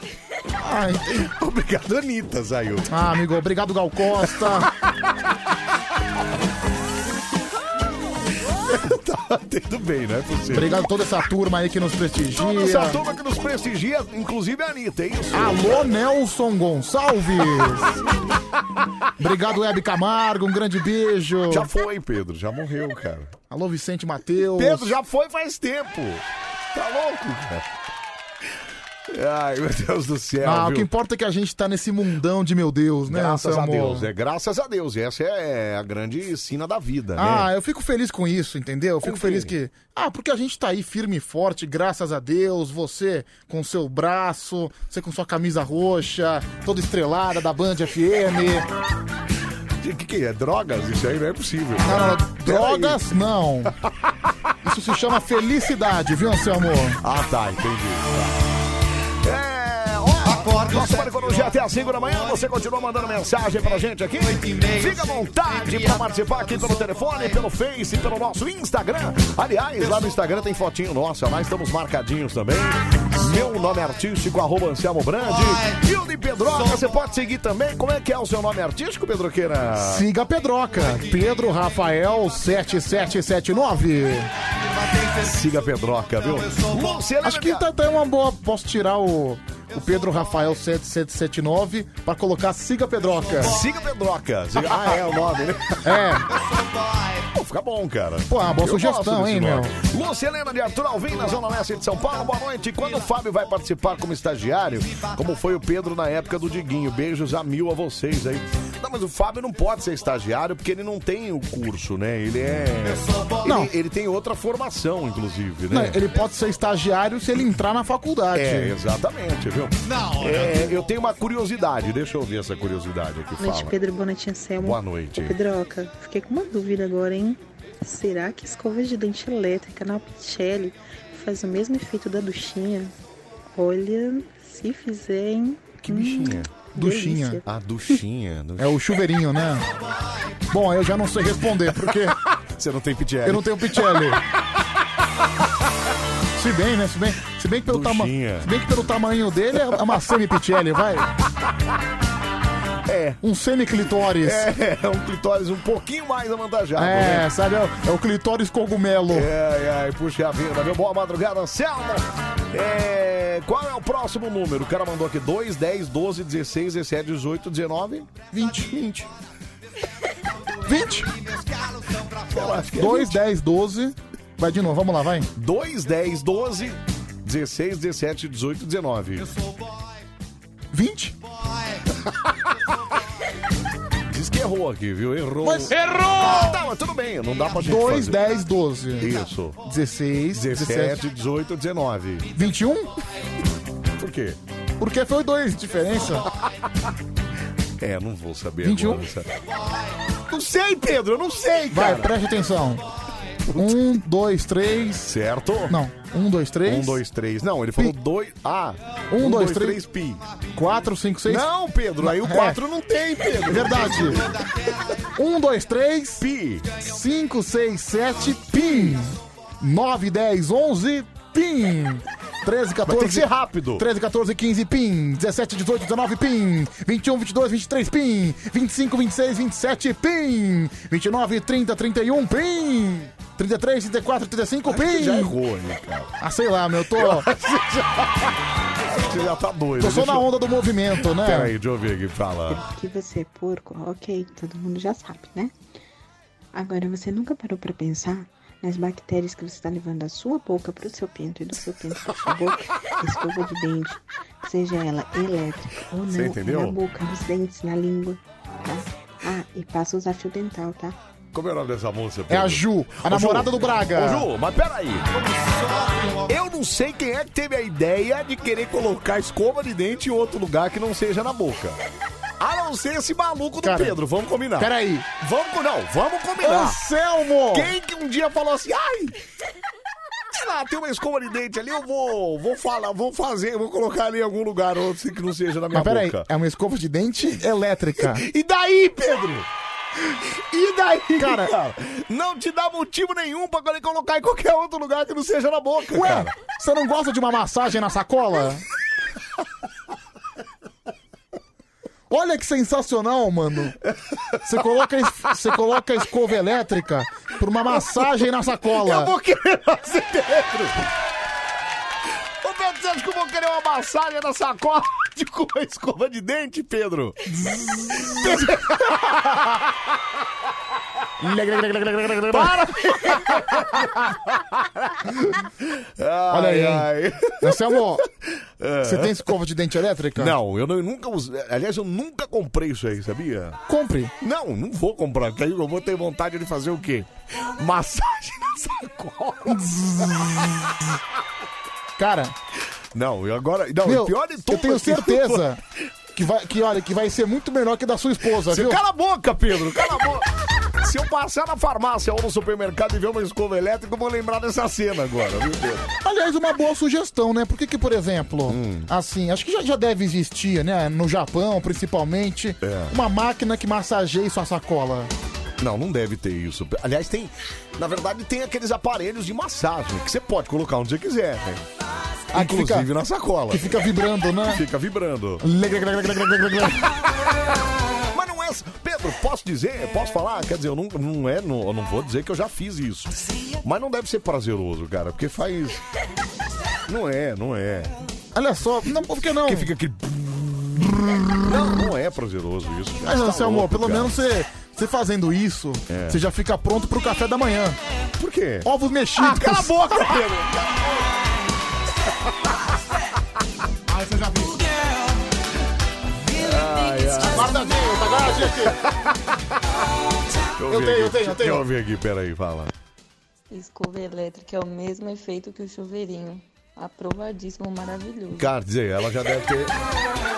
Speaker 1: Obrigado, Anitta, saiu.
Speaker 2: Ah, amigo, obrigado, Gal Costa.
Speaker 1: tá tudo bem, não é possível.
Speaker 2: Obrigado a toda essa turma aí que nos prestigia.
Speaker 1: Toda essa turma que nos prestigia, inclusive a Anitta, é isso?
Speaker 2: Alô, Nelson Gonçalves. Obrigado, Web Camargo. Um grande beijo.
Speaker 1: Já foi, Pedro, já morreu, cara.
Speaker 2: Alô, Vicente Matheus.
Speaker 1: Pedro, já foi faz tempo. Tá louco, cara? Ai, meu Deus do céu.
Speaker 2: Ah, o
Speaker 1: viu?
Speaker 2: que importa é que a gente tá nesse mundão de meu Deus, né,
Speaker 1: Graças a
Speaker 2: Anselmo?
Speaker 1: Deus, é graças a Deus. Essa é a grande sina da vida, né?
Speaker 2: Ah, eu fico feliz com isso, entendeu? Eu fico feliz que. Ah, porque a gente tá aí firme e forte, graças a Deus. Você com seu braço, você com sua camisa roxa, toda estrelada da Band FM.
Speaker 1: O que, que é? Drogas? Isso aí não é possível.
Speaker 2: Não, não, não.
Speaker 1: Pera aí.
Speaker 2: Drogas, não. Isso se chama felicidade, viu, Anselmo?
Speaker 1: Ah, tá, entendi. É, Acorda, nosso Maricoruja até às 5 da manhã. Você continua mandando mensagem pra gente aqui. Fica à vontade pra participar aqui pelo telefone, pelo Face, pelo nosso Instagram. Aliás, lá no Instagram tem fotinho nossa, lá estamos marcadinhos também. Meu nome é artístico, arroba Anselmo Brandi. E o de Pedroca, você pode seguir também. Como é que é o seu nome artístico, Pedroqueira?
Speaker 2: Siga a Pedroca, Pedro Rafael 7779.
Speaker 1: Siga a Pedroca, viu? Luciana
Speaker 2: Acho que tá até uma boa. Posso tirar o, o Pedro Rafael 7779 pra colocar Siga a Pedroca. Ah, né?
Speaker 1: Siga Pedroca. Siga- Ah, é o nome, né?
Speaker 2: É.
Speaker 1: Ô, Fica bom, cara.
Speaker 2: Pô, é uma boa
Speaker 1: Eu
Speaker 2: sugestão,
Speaker 1: gosto desse
Speaker 2: hein,
Speaker 1: nome. Lucilena de Arthur Alvim, na Zona Leste de São Paulo. Boa noite. Quando o Fábio vai participar como estagiário, como foi o Pedro na época do Diguinho. Beijos a mil a vocês aí. Não, mas o Fábio não pode ser estagiário porque ele não tem o curso, né? Ele é.
Speaker 2: Não.
Speaker 1: Ele, ele tem outra formação, inclusive, né?
Speaker 2: Não, ele pode ser estagiário se ele entrar na faculdade.
Speaker 1: É, exatamente, viu? Não, eu tenho uma curiosidade, deixa eu ver essa curiosidade aqui.
Speaker 4: Boa noite,
Speaker 1: Fala.
Speaker 4: Pedro. Boa noite, Anselmo.
Speaker 1: Boa noite.
Speaker 4: Ô, Pedroca, fiquei com uma dúvida agora, hein? Será que escova de dente elétrica na Picelli faz o mesmo efeito da duchinha? Olha, se fizer, hein?
Speaker 1: Que bichinha?
Speaker 2: Duchinha.
Speaker 1: Delícia. Ah, duchinha.
Speaker 2: É o chuveirinho, né? Bom, eu já não sei responder, porque
Speaker 1: Você não tem pitié.
Speaker 2: eu não tenho pichelli. Se bem, né? Se bem, se bem, que, pelo tama...
Speaker 1: Duchinha.
Speaker 2: se bem que pelo tamanho dele é uma semi-pichelli, vai.
Speaker 1: É.
Speaker 2: Um semi-clitóris.
Speaker 1: É, é um clitóris um pouquinho mais avantajado.
Speaker 2: É,
Speaker 1: né?
Speaker 2: sabe? É o- é o clitóris cogumelo.
Speaker 1: É, é, puxa a vida, meu. Boa madrugada, Anselmo. É, qual é o próximo número? O cara mandou aqui 2, 10, 12, 16, 17, 18, 19, 20. 20.
Speaker 2: 20?
Speaker 1: Eu acho que é
Speaker 2: 2, 10, 12. Vai de novo, vamos lá, vai.
Speaker 1: 2, 10, 12, 16, 17, 18, 19.
Speaker 2: 20?
Speaker 1: Diz que errou aqui, viu? Errou.
Speaker 2: Mas-
Speaker 1: Errou! Ah, tá, mas tudo bem, não dá pra gente
Speaker 2: 2,
Speaker 1: fazer.
Speaker 2: 10, 12.
Speaker 1: Isso.
Speaker 2: 16,
Speaker 1: 17, 18, 19.
Speaker 2: 21?
Speaker 1: Por quê?
Speaker 2: Porque foi dois de diferença.
Speaker 1: É, não vou saber
Speaker 2: 21?
Speaker 1: agora. sabe? Não sei, Pedro, eu não sei,
Speaker 2: Vai,
Speaker 1: cara.
Speaker 2: preste atenção. 1, 2, 3.
Speaker 1: Certo?
Speaker 2: Não, 1, 2, 3.
Speaker 1: 1, 2, 3. Um, Não, ele falou 2. Ah,
Speaker 2: Um,
Speaker 1: um,
Speaker 2: dois,
Speaker 1: dois,
Speaker 2: três.
Speaker 1: três, pi.
Speaker 2: 4, 5, 6.
Speaker 1: Não, Pedro, aí o
Speaker 2: É.
Speaker 1: 4 não tem, Pedro.
Speaker 2: Verdade. 1, 2, 3.
Speaker 1: Pi.
Speaker 2: 5, 6, 7. Pim. 9, 10, 11. Pim. 13, 14.
Speaker 1: Mas tem que ser rápido.
Speaker 2: 13, 14, 15, pim. 17, 18, 19, pim. 21, 22, 23, pim. 25, 26, 27, pim. 29, 30, 31, pim. 33, 34, 35, pim.
Speaker 1: Já errou, né, cara?
Speaker 2: Ah, sei lá, meu, tô,
Speaker 1: é Você já tá doido.
Speaker 2: tô só
Speaker 1: Deixa
Speaker 2: na
Speaker 1: eu-
Speaker 2: onda do movimento,
Speaker 1: Pera
Speaker 2: né?
Speaker 1: aí, deixa eu ver aqui, fala.
Speaker 4: Que você é porco, ok, todo mundo já sabe, né? Agora, você nunca parou pra pensar nas bactérias que você tá levando da sua boca pro seu pinto e do seu pinto pra sua boca? Escova de dente, seja ela elétrica ou não,
Speaker 1: Você entendeu?
Speaker 4: é na boca, nos dentes, na língua, tá? Ah, e passa a usar fio dental, tá?
Speaker 1: Como é o nome dessa moça?
Speaker 2: É
Speaker 1: Pedro?
Speaker 2: a Ju, a
Speaker 1: Ô,
Speaker 2: namorada
Speaker 1: Ju,
Speaker 2: do Braga.
Speaker 1: Ô, Ju, mas peraí. Eu não sei quem é que teve a ideia de querer colocar escova de dente em outro lugar que não seja na boca. A não ser esse maluco do
Speaker 2: Cara,
Speaker 1: Pedro, vamos combinar.
Speaker 2: Peraí.
Speaker 1: Vamos, co- não, vamos combinar.
Speaker 2: Anselmo!
Speaker 1: Quem que um dia falou assim, ai, sei lá, tem uma escova de dente ali, eu vou, vou falar, vou fazer, vou colocar ali em algum lugar outro que não seja na minha
Speaker 2: Mas peraí,
Speaker 1: boca.
Speaker 2: é uma escova de dente elétrica.
Speaker 1: E daí, Pedro? E daí,
Speaker 2: Cara,
Speaker 1: cara? Não te dá motivo nenhum pra querer colocar em qualquer outro lugar que não seja na boca,
Speaker 2: Ué,
Speaker 1: cara.
Speaker 2: você não gosta de uma massagem na sacola? Olha que sensacional, mano. Você coloca, es- você coloca a escova elétrica por uma massagem na
Speaker 1: Eu
Speaker 2: sacola.
Speaker 1: vou querer fazer, Pedro. Ô, Pedro, você acha que eu vou querer uma massagem na sacola de com uma escova de dente, Pedro? Para!
Speaker 2: Olha aí,
Speaker 1: Ai,
Speaker 2: hein?
Speaker 1: ai.
Speaker 2: Anselmo, Né, você tem escova de dente elétrica?
Speaker 1: É. Não, eu, não- eu nunca usei. Aliás, eu nunca comprei isso aí, sabia?
Speaker 2: Compre.
Speaker 1: Não, não vou comprar. porque aí Eu vou ter vontade de fazer o quê? Massagem na sacola.
Speaker 2: Cara,
Speaker 1: Não, eu agora. Não,
Speaker 2: meu,
Speaker 1: o pior de tudo.
Speaker 2: eu tenho
Speaker 1: é que eu
Speaker 2: certeza que vai, que, olha, que vai ser muito melhor que da sua esposa,
Speaker 1: Você
Speaker 2: viu?
Speaker 1: cala a boca, Pedro, cala a boca. Se eu passar na farmácia ou no supermercado e ver uma escova elétrica, eu vou lembrar dessa cena agora, viu, Pedro?
Speaker 2: Aliás, uma boa sugestão, né? Por que, que, por exemplo,
Speaker 1: Hum.
Speaker 2: assim, acho que já, já deve existir, né? No Japão, principalmente,
Speaker 1: É.
Speaker 2: uma máquina que massageie sua sacola.
Speaker 1: Não, não deve ter isso. Aliás, tem. Na verdade, tem aqueles aparelhos de massagem que você pode colocar onde você quiser, né?
Speaker 2: Ah, que
Speaker 1: Inclusive
Speaker 2: fica-
Speaker 1: na sacola.
Speaker 2: Que fica vibrando, né?
Speaker 1: Fica vibrando. Mas não é. Pedro, posso dizer? Posso falar? Quer dizer, eu não, não é. Não, eu não vou dizer que eu já fiz isso. Mas não deve ser prazeroso, cara, porque faz. Não é, não é.
Speaker 2: Olha só, não, por que não?
Speaker 1: Porque fica aquele. Não, não é prazeroso isso. cara.
Speaker 2: Mas,
Speaker 1: Você tá
Speaker 2: Anselmo,
Speaker 1: louco,
Speaker 2: pelo
Speaker 1: cara. É.
Speaker 2: menos você, você Você fazendo isso, você já fica pronto pro café da manhã.
Speaker 1: Por quê?
Speaker 2: Ovos mexidos.
Speaker 1: Ah, cala a boca, Pedro!
Speaker 2: Aí você já viu.
Speaker 1: Ai, ai. tá
Speaker 2: Guarda jeito, guarda jeito.
Speaker 1: Deixa
Speaker 2: Eu
Speaker 1: ver
Speaker 2: tenho, eu
Speaker 1: aqui,
Speaker 2: tenho, eu
Speaker 1: Deixa
Speaker 2: tenho.
Speaker 1: eu ver aqui, peraí, fala.
Speaker 10: Escova elétrica é o mesmo efeito que o chuveirinho. Aprovadíssimo, maravilhoso.
Speaker 1: Quer dizer, ela já deve ter.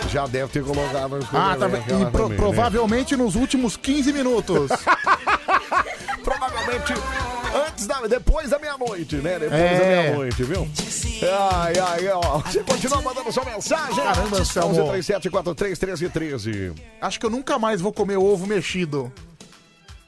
Speaker 1: Já deve ter colocado as
Speaker 2: Ah, tá,
Speaker 1: coisas, né,
Speaker 2: e
Speaker 1: ela
Speaker 2: pro-
Speaker 1: também, né?
Speaker 2: provavelmente nos últimos 15 minutos.
Speaker 1: Provavelmente antes da, depois da meia-noite, né? Depois da
Speaker 2: É.
Speaker 1: meia-noite, viu? Ai, ai, ó. Você continua mandando sua mensagem?
Speaker 2: Caramba, Anselmo.
Speaker 1: 13
Speaker 2: Acho que eu nunca mais vou comer ovo mexido.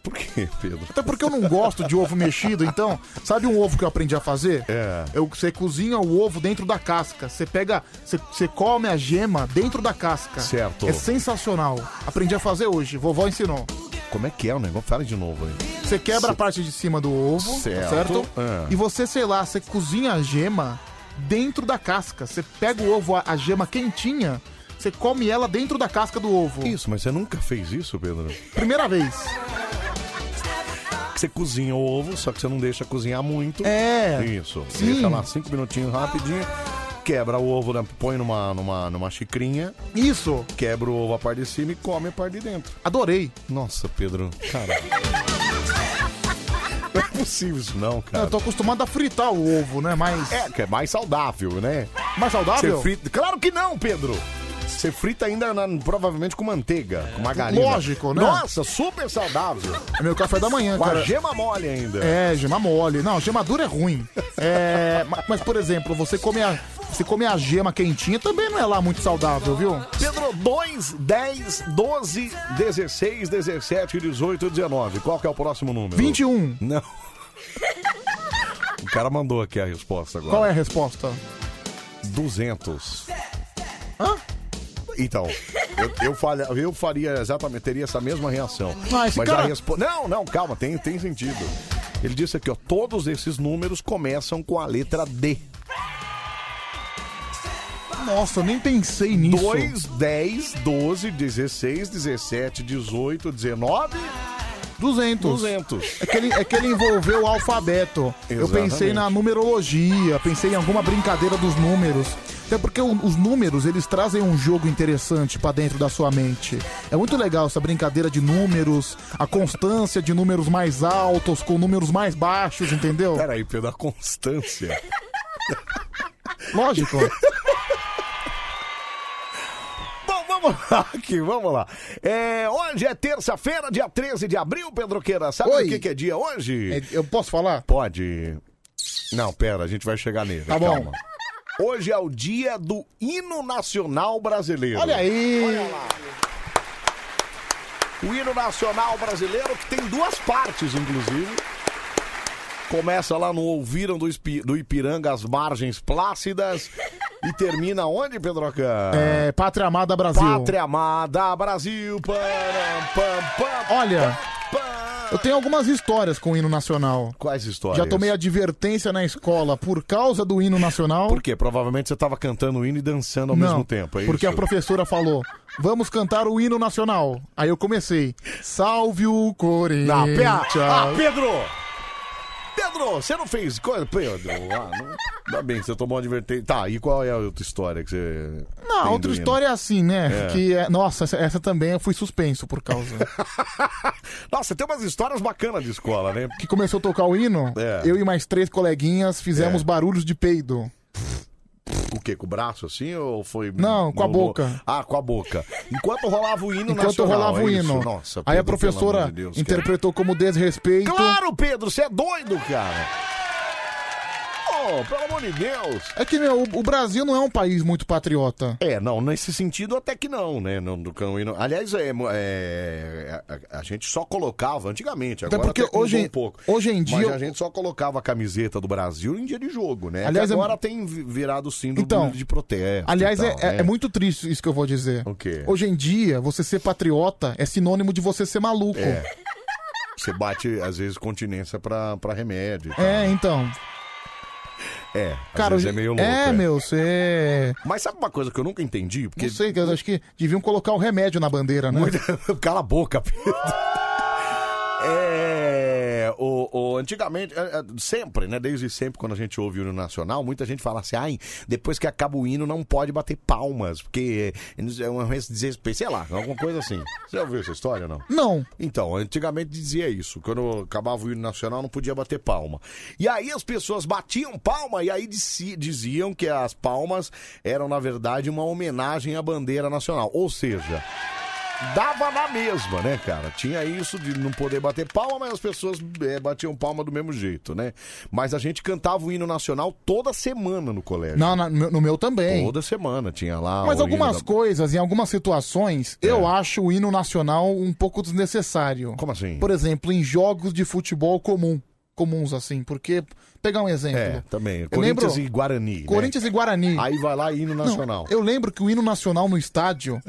Speaker 1: Por quê, Pedro?
Speaker 2: Até porque Então, eu não gosto de ovo mexido, então, sabe um ovo que eu aprendi a fazer?
Speaker 1: É.
Speaker 2: Eu, você cozinha o ovo dentro da casca. Você pega. Você, você come a gema dentro da casca.
Speaker 1: Certo.
Speaker 2: É sensacional. Aprendi a fazer hoje. Vovó ensinou.
Speaker 1: Como é que é o negócio? Fala de novo aí.
Speaker 2: Você quebra a parte de cima do ovo, tá
Speaker 1: Certo.
Speaker 2: certo?
Speaker 1: É.
Speaker 2: E você, sei lá, você cozinha a gema dentro da casca. Você pega o ovo, a, a gema quentinha, você come ela dentro da casca do ovo.
Speaker 1: Isso, mas você nunca fez isso, Pedro?
Speaker 2: Primeira vez.
Speaker 1: Você cozinha o ovo, só que você não deixa cozinhar muito.
Speaker 2: É.
Speaker 1: Isso.
Speaker 2: Sim.
Speaker 1: Deixa lá cinco minutinhos rapidinho. Quebra o ovo, né? põe numa, numa, numa xicrinha,
Speaker 2: Isso.
Speaker 1: quebra o ovo a parte de cima e come a parte de dentro.
Speaker 2: Adorei.
Speaker 1: Nossa, Pedro, cara. Não é possível isso, não,
Speaker 2: Eu
Speaker 1: cara.
Speaker 2: tô acostumado a fritar o ovo, né? Mas.
Speaker 1: É, que é mais saudável, né?
Speaker 2: Mais
Speaker 1: Você
Speaker 2: saudável?
Speaker 1: frita... Claro que não, Pedro! Você frita ainda na- provavelmente com manteiga, com margarina.
Speaker 2: Lógico, né?
Speaker 1: Nossa, super saudável.
Speaker 2: É meu café da manhã,
Speaker 1: Com a
Speaker 2: cara.
Speaker 1: gema mole ainda.
Speaker 2: É, gema mole. Não, gema dura é ruim. É, ma- mas, por exemplo, você comer a, você comer a gema quentinha também não é lá muito saudável, viu?
Speaker 1: Pedro, 2, 10, 12, 16, 17, 18, 19. Qual que é o próximo número?
Speaker 2: 21.
Speaker 1: Não. O cara mandou aqui a resposta agora.
Speaker 2: Qual é a resposta?
Speaker 1: 200.
Speaker 2: Hã?
Speaker 1: Então, eu, eu, falha, eu faria exatamente, teria essa mesma reação.
Speaker 2: Ah, esse
Speaker 1: Mas
Speaker 2: cara-
Speaker 1: a resposta. Não, não, calma, tem, tem sentido. Ele disse aqui, ó, todos esses números começam com a letra D.
Speaker 2: Nossa, eu nem pensei nisso.
Speaker 1: 2, 10, 12, 16, 17, 18, 19,
Speaker 2: 200.
Speaker 1: 200.
Speaker 2: É que, ele, é que ele envolveu o alfabeto. Eu
Speaker 1: Exatamente.
Speaker 2: pensei na numerologia, pensei em alguma brincadeira dos números. Até porque o- os números, eles trazem um jogo interessante pra dentro da sua mente. É muito legal essa brincadeira de números, a constância de números mais altos com números mais baixos, entendeu?
Speaker 1: Peraí, Pedro, a constância.
Speaker 2: Lógico.
Speaker 1: Bom, vamos lá aqui, vamos lá. É, hoje é terça-feira, dia 13 de abril, Pedro Queira. Sabe
Speaker 2: Oi.
Speaker 1: o que, que é dia hoje?
Speaker 2: É, Eu posso falar?
Speaker 1: Pode. Não, pera, a gente vai chegar nele.
Speaker 2: Tá bom.
Speaker 1: calma. Hoje é o dia do hino nacional brasileiro.
Speaker 2: Olha aí!
Speaker 1: O hino nacional brasileiro que tem duas partes, inclusive. Começa lá no Ouviram do, Ispi- do Ipiranga as margens plácidas e termina onde, Pedroca?
Speaker 2: É, Pátria Amada Brasil.
Speaker 1: Ah. Pátria amada Brasil. Param, pam, pam,
Speaker 2: Olha,
Speaker 1: pam.
Speaker 2: eu tenho algumas histórias com o hino nacional.
Speaker 1: Quais histórias?
Speaker 2: Já tomei advertência na escola por causa do hino nacional.
Speaker 1: Por quê? Provavelmente você tava cantando o hino e dançando ao mesmo tempo, é
Speaker 2: porque
Speaker 1: isso?
Speaker 2: a professora falou, vamos cantar o hino nacional. Aí eu comecei, salve o
Speaker 1: Ah,
Speaker 2: Corinthians.
Speaker 1: pe- ah, ah, Pedro! Pedro, você não fez coisa, Pedro? Ah, não... Ainda bem que você tomou advertência. Tá, e qual é a outra história que você. tem
Speaker 2: não,
Speaker 1: do
Speaker 2: outra
Speaker 1: hino?
Speaker 2: história é assim, né?
Speaker 1: É.
Speaker 2: Que é- nossa, essa, essa também eu fui suspenso por causa.
Speaker 1: Nossa, tem umas histórias bacanas de escola, né?
Speaker 2: que começou a tocar o hino,
Speaker 1: É.
Speaker 2: eu e mais três coleguinhas fizemos
Speaker 1: É.
Speaker 2: barulhos de peido.
Speaker 1: O quê? Com o braço assim ou foi.
Speaker 2: Não, com a
Speaker 1: no-
Speaker 2: boca.
Speaker 1: Ah, com a boca. Enquanto rolava o hino
Speaker 2: Enquanto
Speaker 1: nacional.
Speaker 2: rolava o
Speaker 1: é isso?
Speaker 2: hino.
Speaker 1: Nossa,
Speaker 2: Aí
Speaker 1: Pedro,
Speaker 2: a
Speaker 1: pelo
Speaker 2: professora
Speaker 1: amor de Deus, cara.
Speaker 2: interpretou como desrespeito.
Speaker 1: Claro, Pedro, você é doido, cara. Oh, pelo amor de Deus.
Speaker 2: É que, meu, o- o Brasil não é um país muito patriota.
Speaker 1: É, não, nesse sentido até que não, né? No, no, cão e no- aliás, é, mo- é, a, a gente só colocava antigamente, agora
Speaker 2: porque
Speaker 1: até que
Speaker 2: hoje-
Speaker 1: mudou um pouco.
Speaker 2: hoje em
Speaker 1: Mas
Speaker 2: dia-
Speaker 1: a gente só colocava a camiseta do Brasil em dia de jogo, né?
Speaker 2: Aliás,
Speaker 1: Aliás,
Speaker 2: é-
Speaker 1: agora tem vi- virado símbolo
Speaker 2: Então,
Speaker 1: de protesto.
Speaker 2: Aliás,
Speaker 1: e
Speaker 2: é,
Speaker 1: tal,
Speaker 2: é-
Speaker 1: né?
Speaker 2: é muito triste isso que eu vou dizer.
Speaker 1: O quê?
Speaker 2: Hoje em dia, você ser patriota é sinônimo de você ser maluco.
Speaker 1: É.
Speaker 2: É,
Speaker 1: Você bate, às vezes, continência pra, pra remédio. e tal.
Speaker 2: então.
Speaker 1: É, às
Speaker 2: Cara,
Speaker 1: vezes
Speaker 2: hoje-
Speaker 1: é meio louco.
Speaker 2: É,
Speaker 1: é.
Speaker 2: meu, você.
Speaker 1: Mas sabe uma coisa que eu nunca entendi? Porque
Speaker 2: Não sei, eu acho que deviam colocar o remédio na bandeira, né?
Speaker 1: Muita- Cala a boca, Pedro. É, o, o- antigamente, é, é, sempre, né? Desde sempre, quando a gente ouve o hino nacional, muita gente fala assim, ai, depois que acaba o hino, não pode bater palmas, porque é, é um desrespeito, sei lá, alguma coisa assim. Você já ouviu essa história, não?
Speaker 2: Não.
Speaker 1: Então, antigamente dizia isso. Quando acabava o hino nacional, não podia bater palma. E aí as pessoas batiam palma e aí dizi- diziam que as palmas eram, na verdade, uma homenagem à bandeira nacional. Ou seja, dava na mesma, né, cara? Tinha isso de não poder bater palma, mas as pessoas eh, batiam palma do mesmo jeito, né? Mas a gente cantava o hino nacional toda semana no colégio.
Speaker 2: Não, na- no no meu também.
Speaker 1: Toda semana tinha lá.
Speaker 2: Mas
Speaker 1: o hino
Speaker 2: algumas
Speaker 1: da- É.
Speaker 2: coisas, em algumas situações, eu acho o hino nacional um pouco desnecessário.
Speaker 1: Como assim?
Speaker 2: Por exemplo, em jogos de futebol comum, comuns assim, porque pegar um exemplo.
Speaker 1: É, também.
Speaker 2: Eu
Speaker 1: Corinthians
Speaker 2: lembro-
Speaker 1: e Guarani. né?
Speaker 2: Corinthians e Guarani.
Speaker 1: Aí vai lá hino nacional.
Speaker 2: eu lembro que o hino nacional no estádio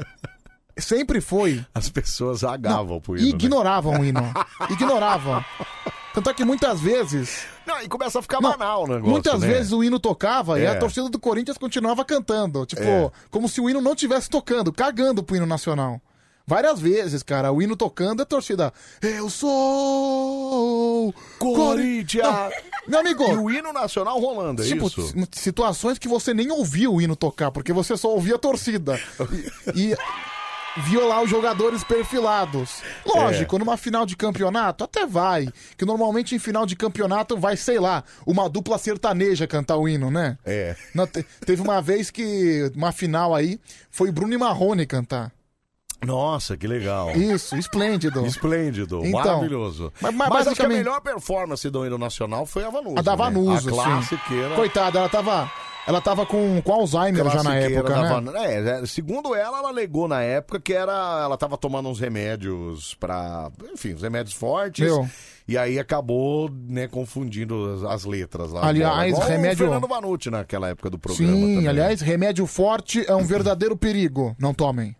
Speaker 2: sempre foi
Speaker 1: As pessoas agavam né? por
Speaker 2: e
Speaker 1: isso.
Speaker 2: ignoravam o hino. Ignoravam. Tanto é que muitas vezes.
Speaker 1: Não, e começa a ficar
Speaker 2: banal
Speaker 1: o negócio,
Speaker 2: Muitas
Speaker 1: né?
Speaker 2: vezes o hino tocava e
Speaker 1: É.
Speaker 2: a torcida do Corinthians continuava cantando. Tipo,
Speaker 1: É.
Speaker 2: como se o hino não estivesse tocando, cagando pro hino nacional. Várias vezes, cara, o hino tocando a torcida. Eu sou.
Speaker 1: Corinthians!
Speaker 2: Não, Meu amigo!
Speaker 1: E o hino nacional rolando, é
Speaker 2: tipo,
Speaker 1: isso?
Speaker 2: si- situações que você nem ouvia o hino tocar, porque você só ouvia a torcida. E, e viu lá os jogadores perfilados. Lógico,
Speaker 1: É.
Speaker 2: numa final de campeonato, até vai. Que normalmente em final de campeonato vai, sei lá, uma dupla sertaneja cantar o hino, né?
Speaker 1: É.
Speaker 2: Na- te- teve uma vez que, uma final aí, foi Bruno e Marrone cantar.
Speaker 1: Nossa, que legal.
Speaker 2: Isso, esplêndido.
Speaker 1: Esplêndido,
Speaker 2: Então,
Speaker 1: maravilhoso.
Speaker 2: mas- mas
Speaker 1: Mas, acho que a
Speaker 2: basicamente-
Speaker 1: melhor performance do hino nacional foi a Vanusa.
Speaker 2: A da Vanusa,
Speaker 1: né? A classiqueira.
Speaker 2: sim. Coitada, ela tava, ela tava com, com Alzheimer já na
Speaker 1: classiqueira
Speaker 2: época,
Speaker 1: da
Speaker 2: né?
Speaker 1: Van- é, é, segundo ela, ela alegou na época que era ela tava tomando uns remédios pra. enfim, uns remédios fortes.
Speaker 2: Meu.
Speaker 1: E aí acabou, né, confundindo as, as letras lá.
Speaker 2: Aliás,
Speaker 1: Igual o
Speaker 2: remédio-
Speaker 1: Fernando Vanucci naquela época do programa.
Speaker 2: Sim,
Speaker 1: também.
Speaker 2: aliás, remédio forte é um verdadeiro perigo. Não tomem.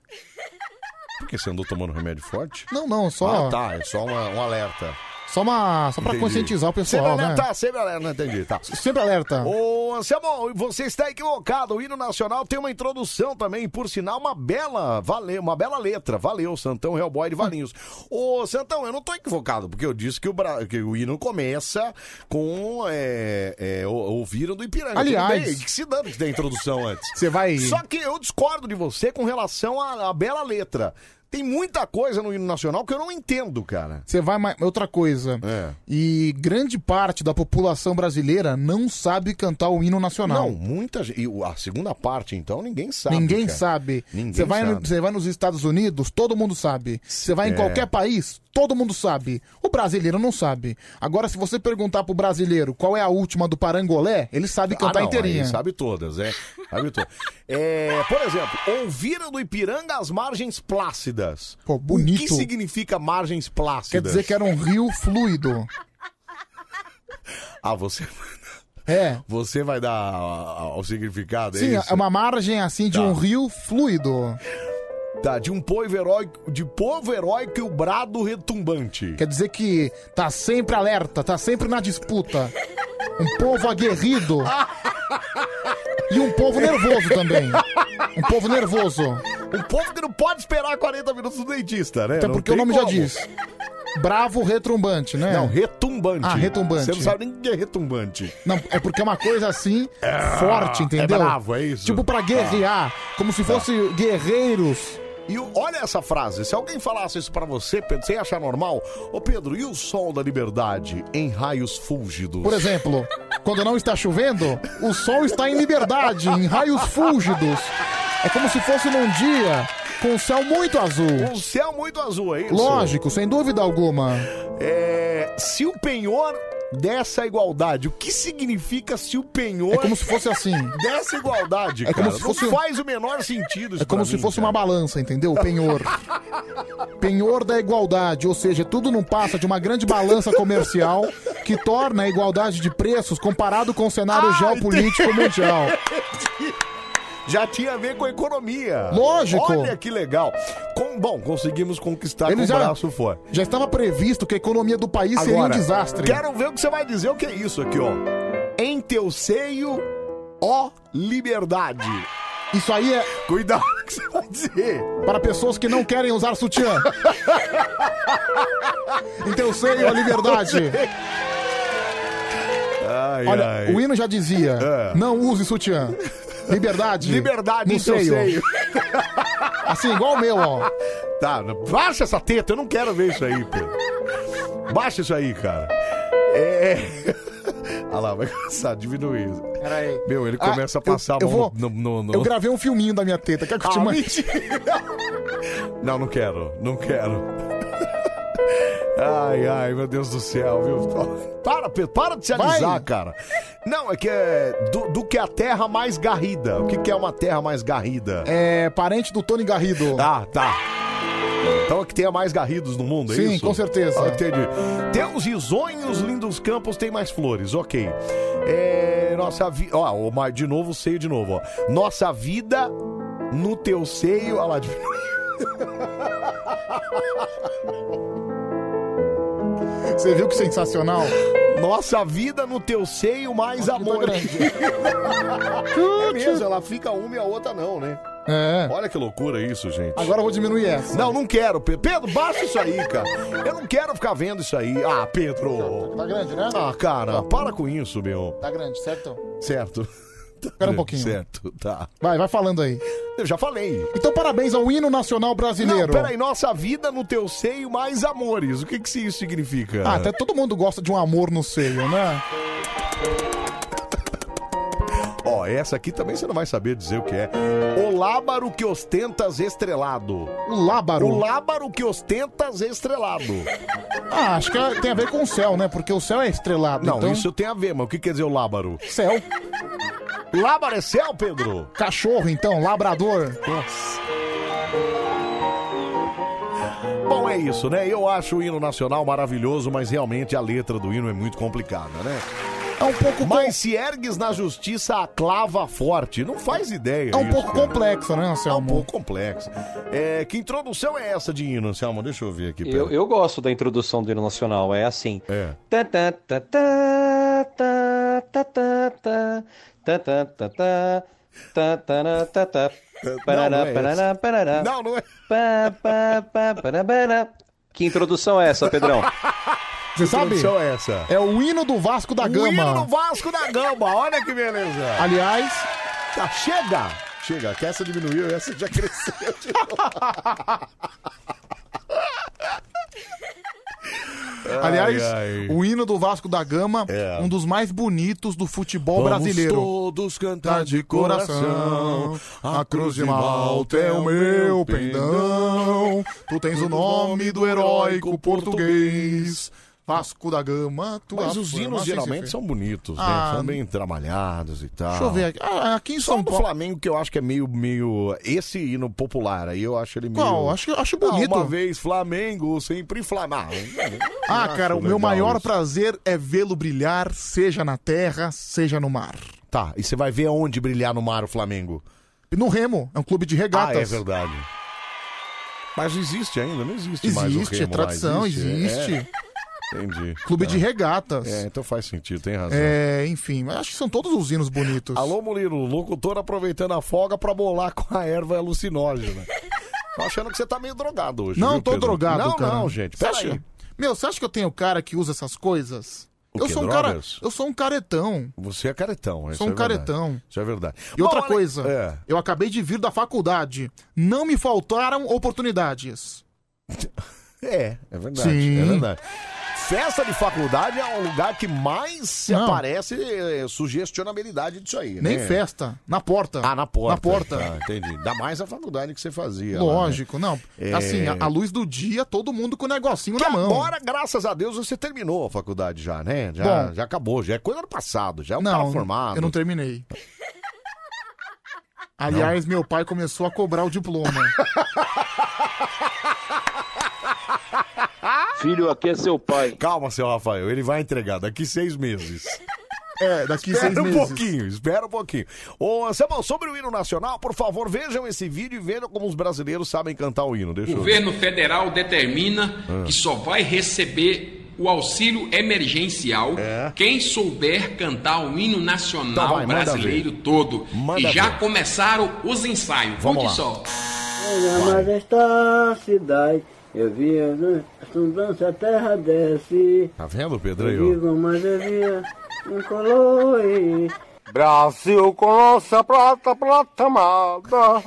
Speaker 1: Por que você andou tomando remédio forte?
Speaker 2: Não, não, só,
Speaker 1: Ah, tá, é só uma- um alerta.
Speaker 2: só, uma, só pra
Speaker 1: Entendi.
Speaker 2: conscientizar o pessoal,
Speaker 1: sempre
Speaker 2: né?
Speaker 1: alerta, sempre alerta, entendi, tá.
Speaker 2: Sempre alerta.
Speaker 1: Ô, Anselmo, você está equivocado. O hino nacional tem uma introdução também, por sinal, uma bela, valeu, uma bela letra. Valeu, Santão, Hellboy de Valinhos. Ô, Santão, eu não tô equivocado, porque eu disse que o, Bra- que o hino começa com é, é, o- ouviram do Ipiranga.
Speaker 2: Aliás-
Speaker 1: Tudo bem, que se dane que tem a introdução antes.
Speaker 2: Você vai.
Speaker 1: Só que eu discordo de você com relação à, à bela letra. Tem muita coisa no hino nacional que eu não entendo, cara.
Speaker 2: Você vai mais. Outra coisa.
Speaker 1: É.
Speaker 2: E grande parte da população brasileira não sabe cantar o hino nacional.
Speaker 1: Não, muita gente. E o- a segunda parte, então, ninguém sabe.
Speaker 2: Ninguém
Speaker 1: cara.
Speaker 2: sabe.
Speaker 1: Ninguém
Speaker 2: Você vai, no-
Speaker 1: sabe.
Speaker 2: você vai nos Estados Unidos, todo mundo sabe. Você vai
Speaker 1: É.
Speaker 2: em qualquer país, todo mundo sabe. O brasileiro não sabe. Agora, se você perguntar pro brasileiro qual é a última do Parangolé, ele sabe cantar
Speaker 1: Ah, não,
Speaker 2: inteirinha.
Speaker 1: aí Sabe todas, é. Sabe todas. É, por exemplo, ouviram do Ipiranga as margens plácidas.
Speaker 2: Pô, bonito.
Speaker 1: O que significa margens
Speaker 2: Quer
Speaker 1: plácidas?
Speaker 2: dizer que era um rio fluido.
Speaker 1: Ah, você,
Speaker 2: É.
Speaker 1: você vai dar ah, ah, o significado? é
Speaker 2: Sim,
Speaker 1: isso?
Speaker 2: é uma margem assim de um rio fluido.
Speaker 1: Tá, de um povo heróico, de povo heróico e o brado retumbante.
Speaker 2: Quer dizer que tá sempre alerta, tá sempre na disputa. Um povo aguerrido. E um povo nervoso também. Um povo nervoso.
Speaker 1: Um povo que não pode esperar 40 minutos do dentista, né?
Speaker 2: Até
Speaker 1: Não
Speaker 2: porque
Speaker 1: tem
Speaker 2: o nome já
Speaker 1: como.
Speaker 2: diz. Bravo retumbante, né?
Speaker 1: Não, É. retumbante.
Speaker 2: Ah, retumbante.
Speaker 1: Você não sabe nem o que é retumbante.
Speaker 2: Não, é porque é uma coisa assim,
Speaker 1: É,
Speaker 2: forte, entendeu?
Speaker 1: é bravo, é isso. Tá.
Speaker 2: Tipo pra guerrear, como se fosse guerreiros.
Speaker 1: E o- olha essa frase, se alguém falasse isso pra você, Pedro, você ia achar normal? Ô Pedro, e o sol da liberdade em raios fúlgidos?
Speaker 2: Por exemplo, quando não está chovendo, o sol está em liberdade, em raios fúlgidos. É como se fosse num dia com o céu muito azul.
Speaker 1: Um céu muito azul, é isso?
Speaker 2: Lógico, sem dúvida alguma.
Speaker 1: É, se o penhor dessa igualdade, o que significa se o penhor...
Speaker 2: É como se fosse assim.
Speaker 1: Dessa igualdade,
Speaker 2: É como
Speaker 1: cara,
Speaker 2: se fosse-
Speaker 1: não faz o menor sentido isso
Speaker 2: É como
Speaker 1: pra
Speaker 2: se
Speaker 1: mim,
Speaker 2: fosse
Speaker 1: cara.
Speaker 2: uma balança, entendeu? Penhor. Penhor da igualdade, ou seja, tudo não passa de uma grande balança comercial que torna a igualdade de preços comparado com o cenário geopolítico
Speaker 1: Ah, entendi.
Speaker 2: mundial.
Speaker 1: Já tinha a ver com a economia.
Speaker 2: Lógico.
Speaker 1: Olha que legal. Com, bom, conseguimos conquistar com
Speaker 2: Ele
Speaker 1: o
Speaker 2: já-
Speaker 1: braço fora.
Speaker 2: Já estava previsto que a economia do país seria um desastre.
Speaker 1: Quero ver o que você vai dizer o que é isso aqui, ó. Em teu seio, ó liberdade.
Speaker 2: Isso aí é.
Speaker 1: Cuidado com o que você vai dizer.
Speaker 2: Para pessoas que não querem usar sutiã. Então em teu seio a liberdade.
Speaker 1: Ai,
Speaker 2: Olha,
Speaker 1: ai. É.
Speaker 2: o hino já dizia: não use sutiã. Liberdade.
Speaker 1: Liberdade
Speaker 2: no
Speaker 1: em teu seio.
Speaker 2: Assim, igual o meu, ó.
Speaker 1: Tá, baixa essa teta, eu não quero ver isso aí, Pedro. Baixa isso aí, cara. É. Olha lá, vai começar a diminuir.
Speaker 2: Peraí.
Speaker 1: Meu, ele
Speaker 2: Ah,
Speaker 1: começa a passar
Speaker 2: eu
Speaker 1: a mão
Speaker 2: vou-
Speaker 1: no, no, no-
Speaker 2: Eu gravei um filminho da minha teta. Quer que é eu te
Speaker 1: Ah,
Speaker 2: mande?
Speaker 1: Não, não quero, não quero. Ai, ai, meu Deus do céu, viu? Para, Pedro, para de se
Speaker 2: Vai.
Speaker 1: alisar, cara. Não, é que é do, do que a terra mais garrida. O que, que é uma terra mais garrida?
Speaker 2: É parente do Tony Garrido.
Speaker 1: Ah, tá. Então é que tem a mais garridos no mundo, é
Speaker 2: Sim,
Speaker 1: isso?
Speaker 2: com certeza.
Speaker 1: Ah, entendi. Teus risonhos, lindos campos, tem mais flores, ok. É, nossa vida. Ó, o ma- de novo, o seio de novo, ó. Nossa vida no teu seio. Olha lá, de...
Speaker 2: Você viu que sensacional?
Speaker 1: Nossa vida no teu seio, mais amor. é mesmo, ela fica uma e a outra não, né?
Speaker 2: É.
Speaker 1: Olha que loucura isso, gente.
Speaker 2: Agora eu vou diminuir essa.
Speaker 1: Não, não quero, Pedro. Pedro, baixa isso aí, cara. Eu não quero ficar vendo isso aí. Ah, Pedro.
Speaker 2: Tá grande, né?
Speaker 1: Ah, cara, para com isso, meu.
Speaker 2: Tá grande, certo?
Speaker 1: Certo.
Speaker 2: Espera um pouquinho.
Speaker 1: Certo, tá.
Speaker 2: Vai, vai falando aí.
Speaker 1: Eu já falei.
Speaker 2: Então, parabéns ao hino nacional brasileiro.
Speaker 1: Não, peraí, nossa vida no teu seio, mais amores. O que que isso significa?
Speaker 2: Ah, até todo mundo gosta de um amor no seio, né?
Speaker 1: Ó, essa aqui também você não vai saber dizer o que é. O lábaro que ostentas estrelado.
Speaker 2: O lábaro.
Speaker 1: O lábaro que ostentas estrelado.
Speaker 2: Ah, acho que é- tem a ver com o céu, né? Porque o céu é estrelado.
Speaker 1: Não,
Speaker 2: então...
Speaker 1: isso tem a ver, mas o que quer dizer o lábaro?
Speaker 2: Céu.
Speaker 1: Lábaro é céu, Pedro?
Speaker 2: Cachorro, então, labrador.
Speaker 1: Bom, é isso, né? Eu acho o hino nacional maravilhoso, mas realmente a letra do hino é muito complicada, né?
Speaker 2: É um pouco
Speaker 1: Mas se ergues na justiça a clava forte, não faz ideia.
Speaker 2: É um
Speaker 1: isso,
Speaker 2: pouco
Speaker 1: cara.
Speaker 2: complexo, né, Anselmo?
Speaker 1: Um pouco complexo. É, que introdução é essa de hino, Anselmo? Deixa eu ver aqui. pera.
Speaker 11: Eu, eu gosto da introdução do hino nacional, é assim.
Speaker 1: É.
Speaker 11: Tá, tá, tá, tá, tá, tá, tá, tá, tá, tá, tá, tá, tá, tará, tá, tá, parará,
Speaker 1: é
Speaker 11: parará,
Speaker 1: essa.
Speaker 11: parará.
Speaker 1: Não, não é.
Speaker 11: Pá, pá, pá, pará, pará. Que introdução é essa, Pedrão?
Speaker 2: Você sabe?
Speaker 1: introdução é essa?
Speaker 2: É o hino do Vasco da
Speaker 1: O hino
Speaker 2: Gama.
Speaker 1: do Vasco da Gama, olha que beleza.
Speaker 2: Aliás,
Speaker 1: Tá, chega! Chega, que essa diminuiu, essa já cresceu de novo.
Speaker 2: aliás,
Speaker 1: ai. É.
Speaker 2: o hino do Vasco da Gama, um dos mais bonitos do futebol
Speaker 1: Vamos
Speaker 2: brasileiro.
Speaker 1: todos cantar de coração. A cruz de malta é o meu pendão.
Speaker 2: Tu tens o nome do heróico português. Vasco da Gama, tu
Speaker 1: Mas os hinos geralmente são bonitos, né?
Speaker 2: Ah,
Speaker 1: são bem trabalhados e tal.
Speaker 2: Deixa eu ver aqui. Ah, aqui em
Speaker 1: Só
Speaker 2: São
Speaker 1: no
Speaker 2: Paulo.
Speaker 1: Flamengo que eu acho que é meio, meio. Esse hino popular aí eu acho ele meio.
Speaker 2: Qual? Acho, acho
Speaker 1: Ah,
Speaker 2: bonito.
Speaker 1: uma vez Flamengo, sempre Flamengo.
Speaker 2: Ah,
Speaker 1: Acho
Speaker 2: cara, o meu
Speaker 1: legal
Speaker 2: maior
Speaker 1: isso.
Speaker 2: prazer é vê-lo brilhar, seja na terra, seja no mar.
Speaker 1: Tá, e você vai ver aonde brilhar no mar o Flamengo.
Speaker 2: E no Remo, é um clube de regatas.
Speaker 1: Ah, é verdade. Mas existe ainda, não existe, mais o
Speaker 2: Existe,
Speaker 1: Remo
Speaker 2: é
Speaker 1: lá,
Speaker 2: tradição,
Speaker 1: É,
Speaker 2: existe.
Speaker 1: é. Entendi.
Speaker 2: Clube
Speaker 1: Tá.
Speaker 2: de regatas.
Speaker 1: É, então faz sentido, tem razão.
Speaker 2: É, enfim, mas acho que são todos os hinos bonitos.
Speaker 1: Alô, Murilo, locutor aproveitando a folga pra bolar com a erva alucinógena. Tô achando que você tá meio drogado hoje.
Speaker 2: não
Speaker 1: viu,
Speaker 2: tô
Speaker 1: Pedro?
Speaker 2: drogado,
Speaker 1: não,
Speaker 2: cara.
Speaker 1: Não, gente,
Speaker 2: Você
Speaker 1: pera
Speaker 2: acha-
Speaker 1: aí.
Speaker 2: Meu, você acha que eu tenho cara que usa essas coisas?
Speaker 1: O
Speaker 2: eu
Speaker 1: quê,
Speaker 2: sou um
Speaker 1: drogas?
Speaker 2: cara, eu sou um caretão.
Speaker 1: Você é caretão, isso
Speaker 2: Sou um
Speaker 1: é verdade.
Speaker 2: caretão.
Speaker 1: Isso é verdade.
Speaker 2: E
Speaker 1: Bom,
Speaker 2: outra
Speaker 1: olha-
Speaker 2: coisa,
Speaker 1: É.
Speaker 2: eu acabei de vir da faculdade. Não me faltaram oportunidades.
Speaker 1: É, é verdade.
Speaker 2: Sim.
Speaker 1: É verdade. Festa de faculdade é o lugar que mais se
Speaker 2: Não.
Speaker 1: aparece é, sugestionabilidade disso aí,
Speaker 2: Nem
Speaker 1: né?
Speaker 2: festa, na porta.
Speaker 1: Ah, na porta.
Speaker 2: Na porta.
Speaker 1: Tá, entendi. Ainda mais a faculdade que você fazia. lá, né?
Speaker 2: Lógico, não.
Speaker 1: É.
Speaker 2: Assim, a, a luz do dia, todo mundo com o negocinho
Speaker 1: Que
Speaker 2: na mão.
Speaker 1: agora, graças a Deus, você terminou a faculdade já, né? Já,
Speaker 2: Bom.
Speaker 1: já acabou, já é coisa do passado, já é um cara
Speaker 2: não,
Speaker 1: formado.
Speaker 2: eu não terminei. Aliás, meu pai começou a cobrar o diploma.
Speaker 12: Filho, aqui é seu pai.
Speaker 1: Calma, seu Rafael, ele vai entregar daqui seis meses.
Speaker 2: É, daqui seis
Speaker 1: espera um
Speaker 2: meses.
Speaker 1: pouquinho, espera um pouquinho. Ô, Anselmo, sobre o hino nacional, por favor, vejam esse vídeo e vejam como os brasileiros sabem cantar o hino. Deixa
Speaker 13: O
Speaker 1: eu ver.
Speaker 13: governo federal determina que só vai receber
Speaker 12: o auxílio emergencial.
Speaker 1: É.
Speaker 12: Quem souber cantar o hino nacional
Speaker 1: Então vai, manda
Speaker 12: brasileiro todo.
Speaker 1: Manda
Speaker 12: e já
Speaker 1: ver.
Speaker 12: começaram os ensaios.
Speaker 1: Vamos
Speaker 12: Escute
Speaker 1: lá.
Speaker 12: só.
Speaker 13: Minha majestade, eu vi a dan- abundância, a terra desce.
Speaker 14: Tá vendo,
Speaker 13: Eu
Speaker 14: Pedro? Aí, ó.
Speaker 13: digo, mas eu vi um coloi.
Speaker 15: Brasil com nossa prata, prata amada,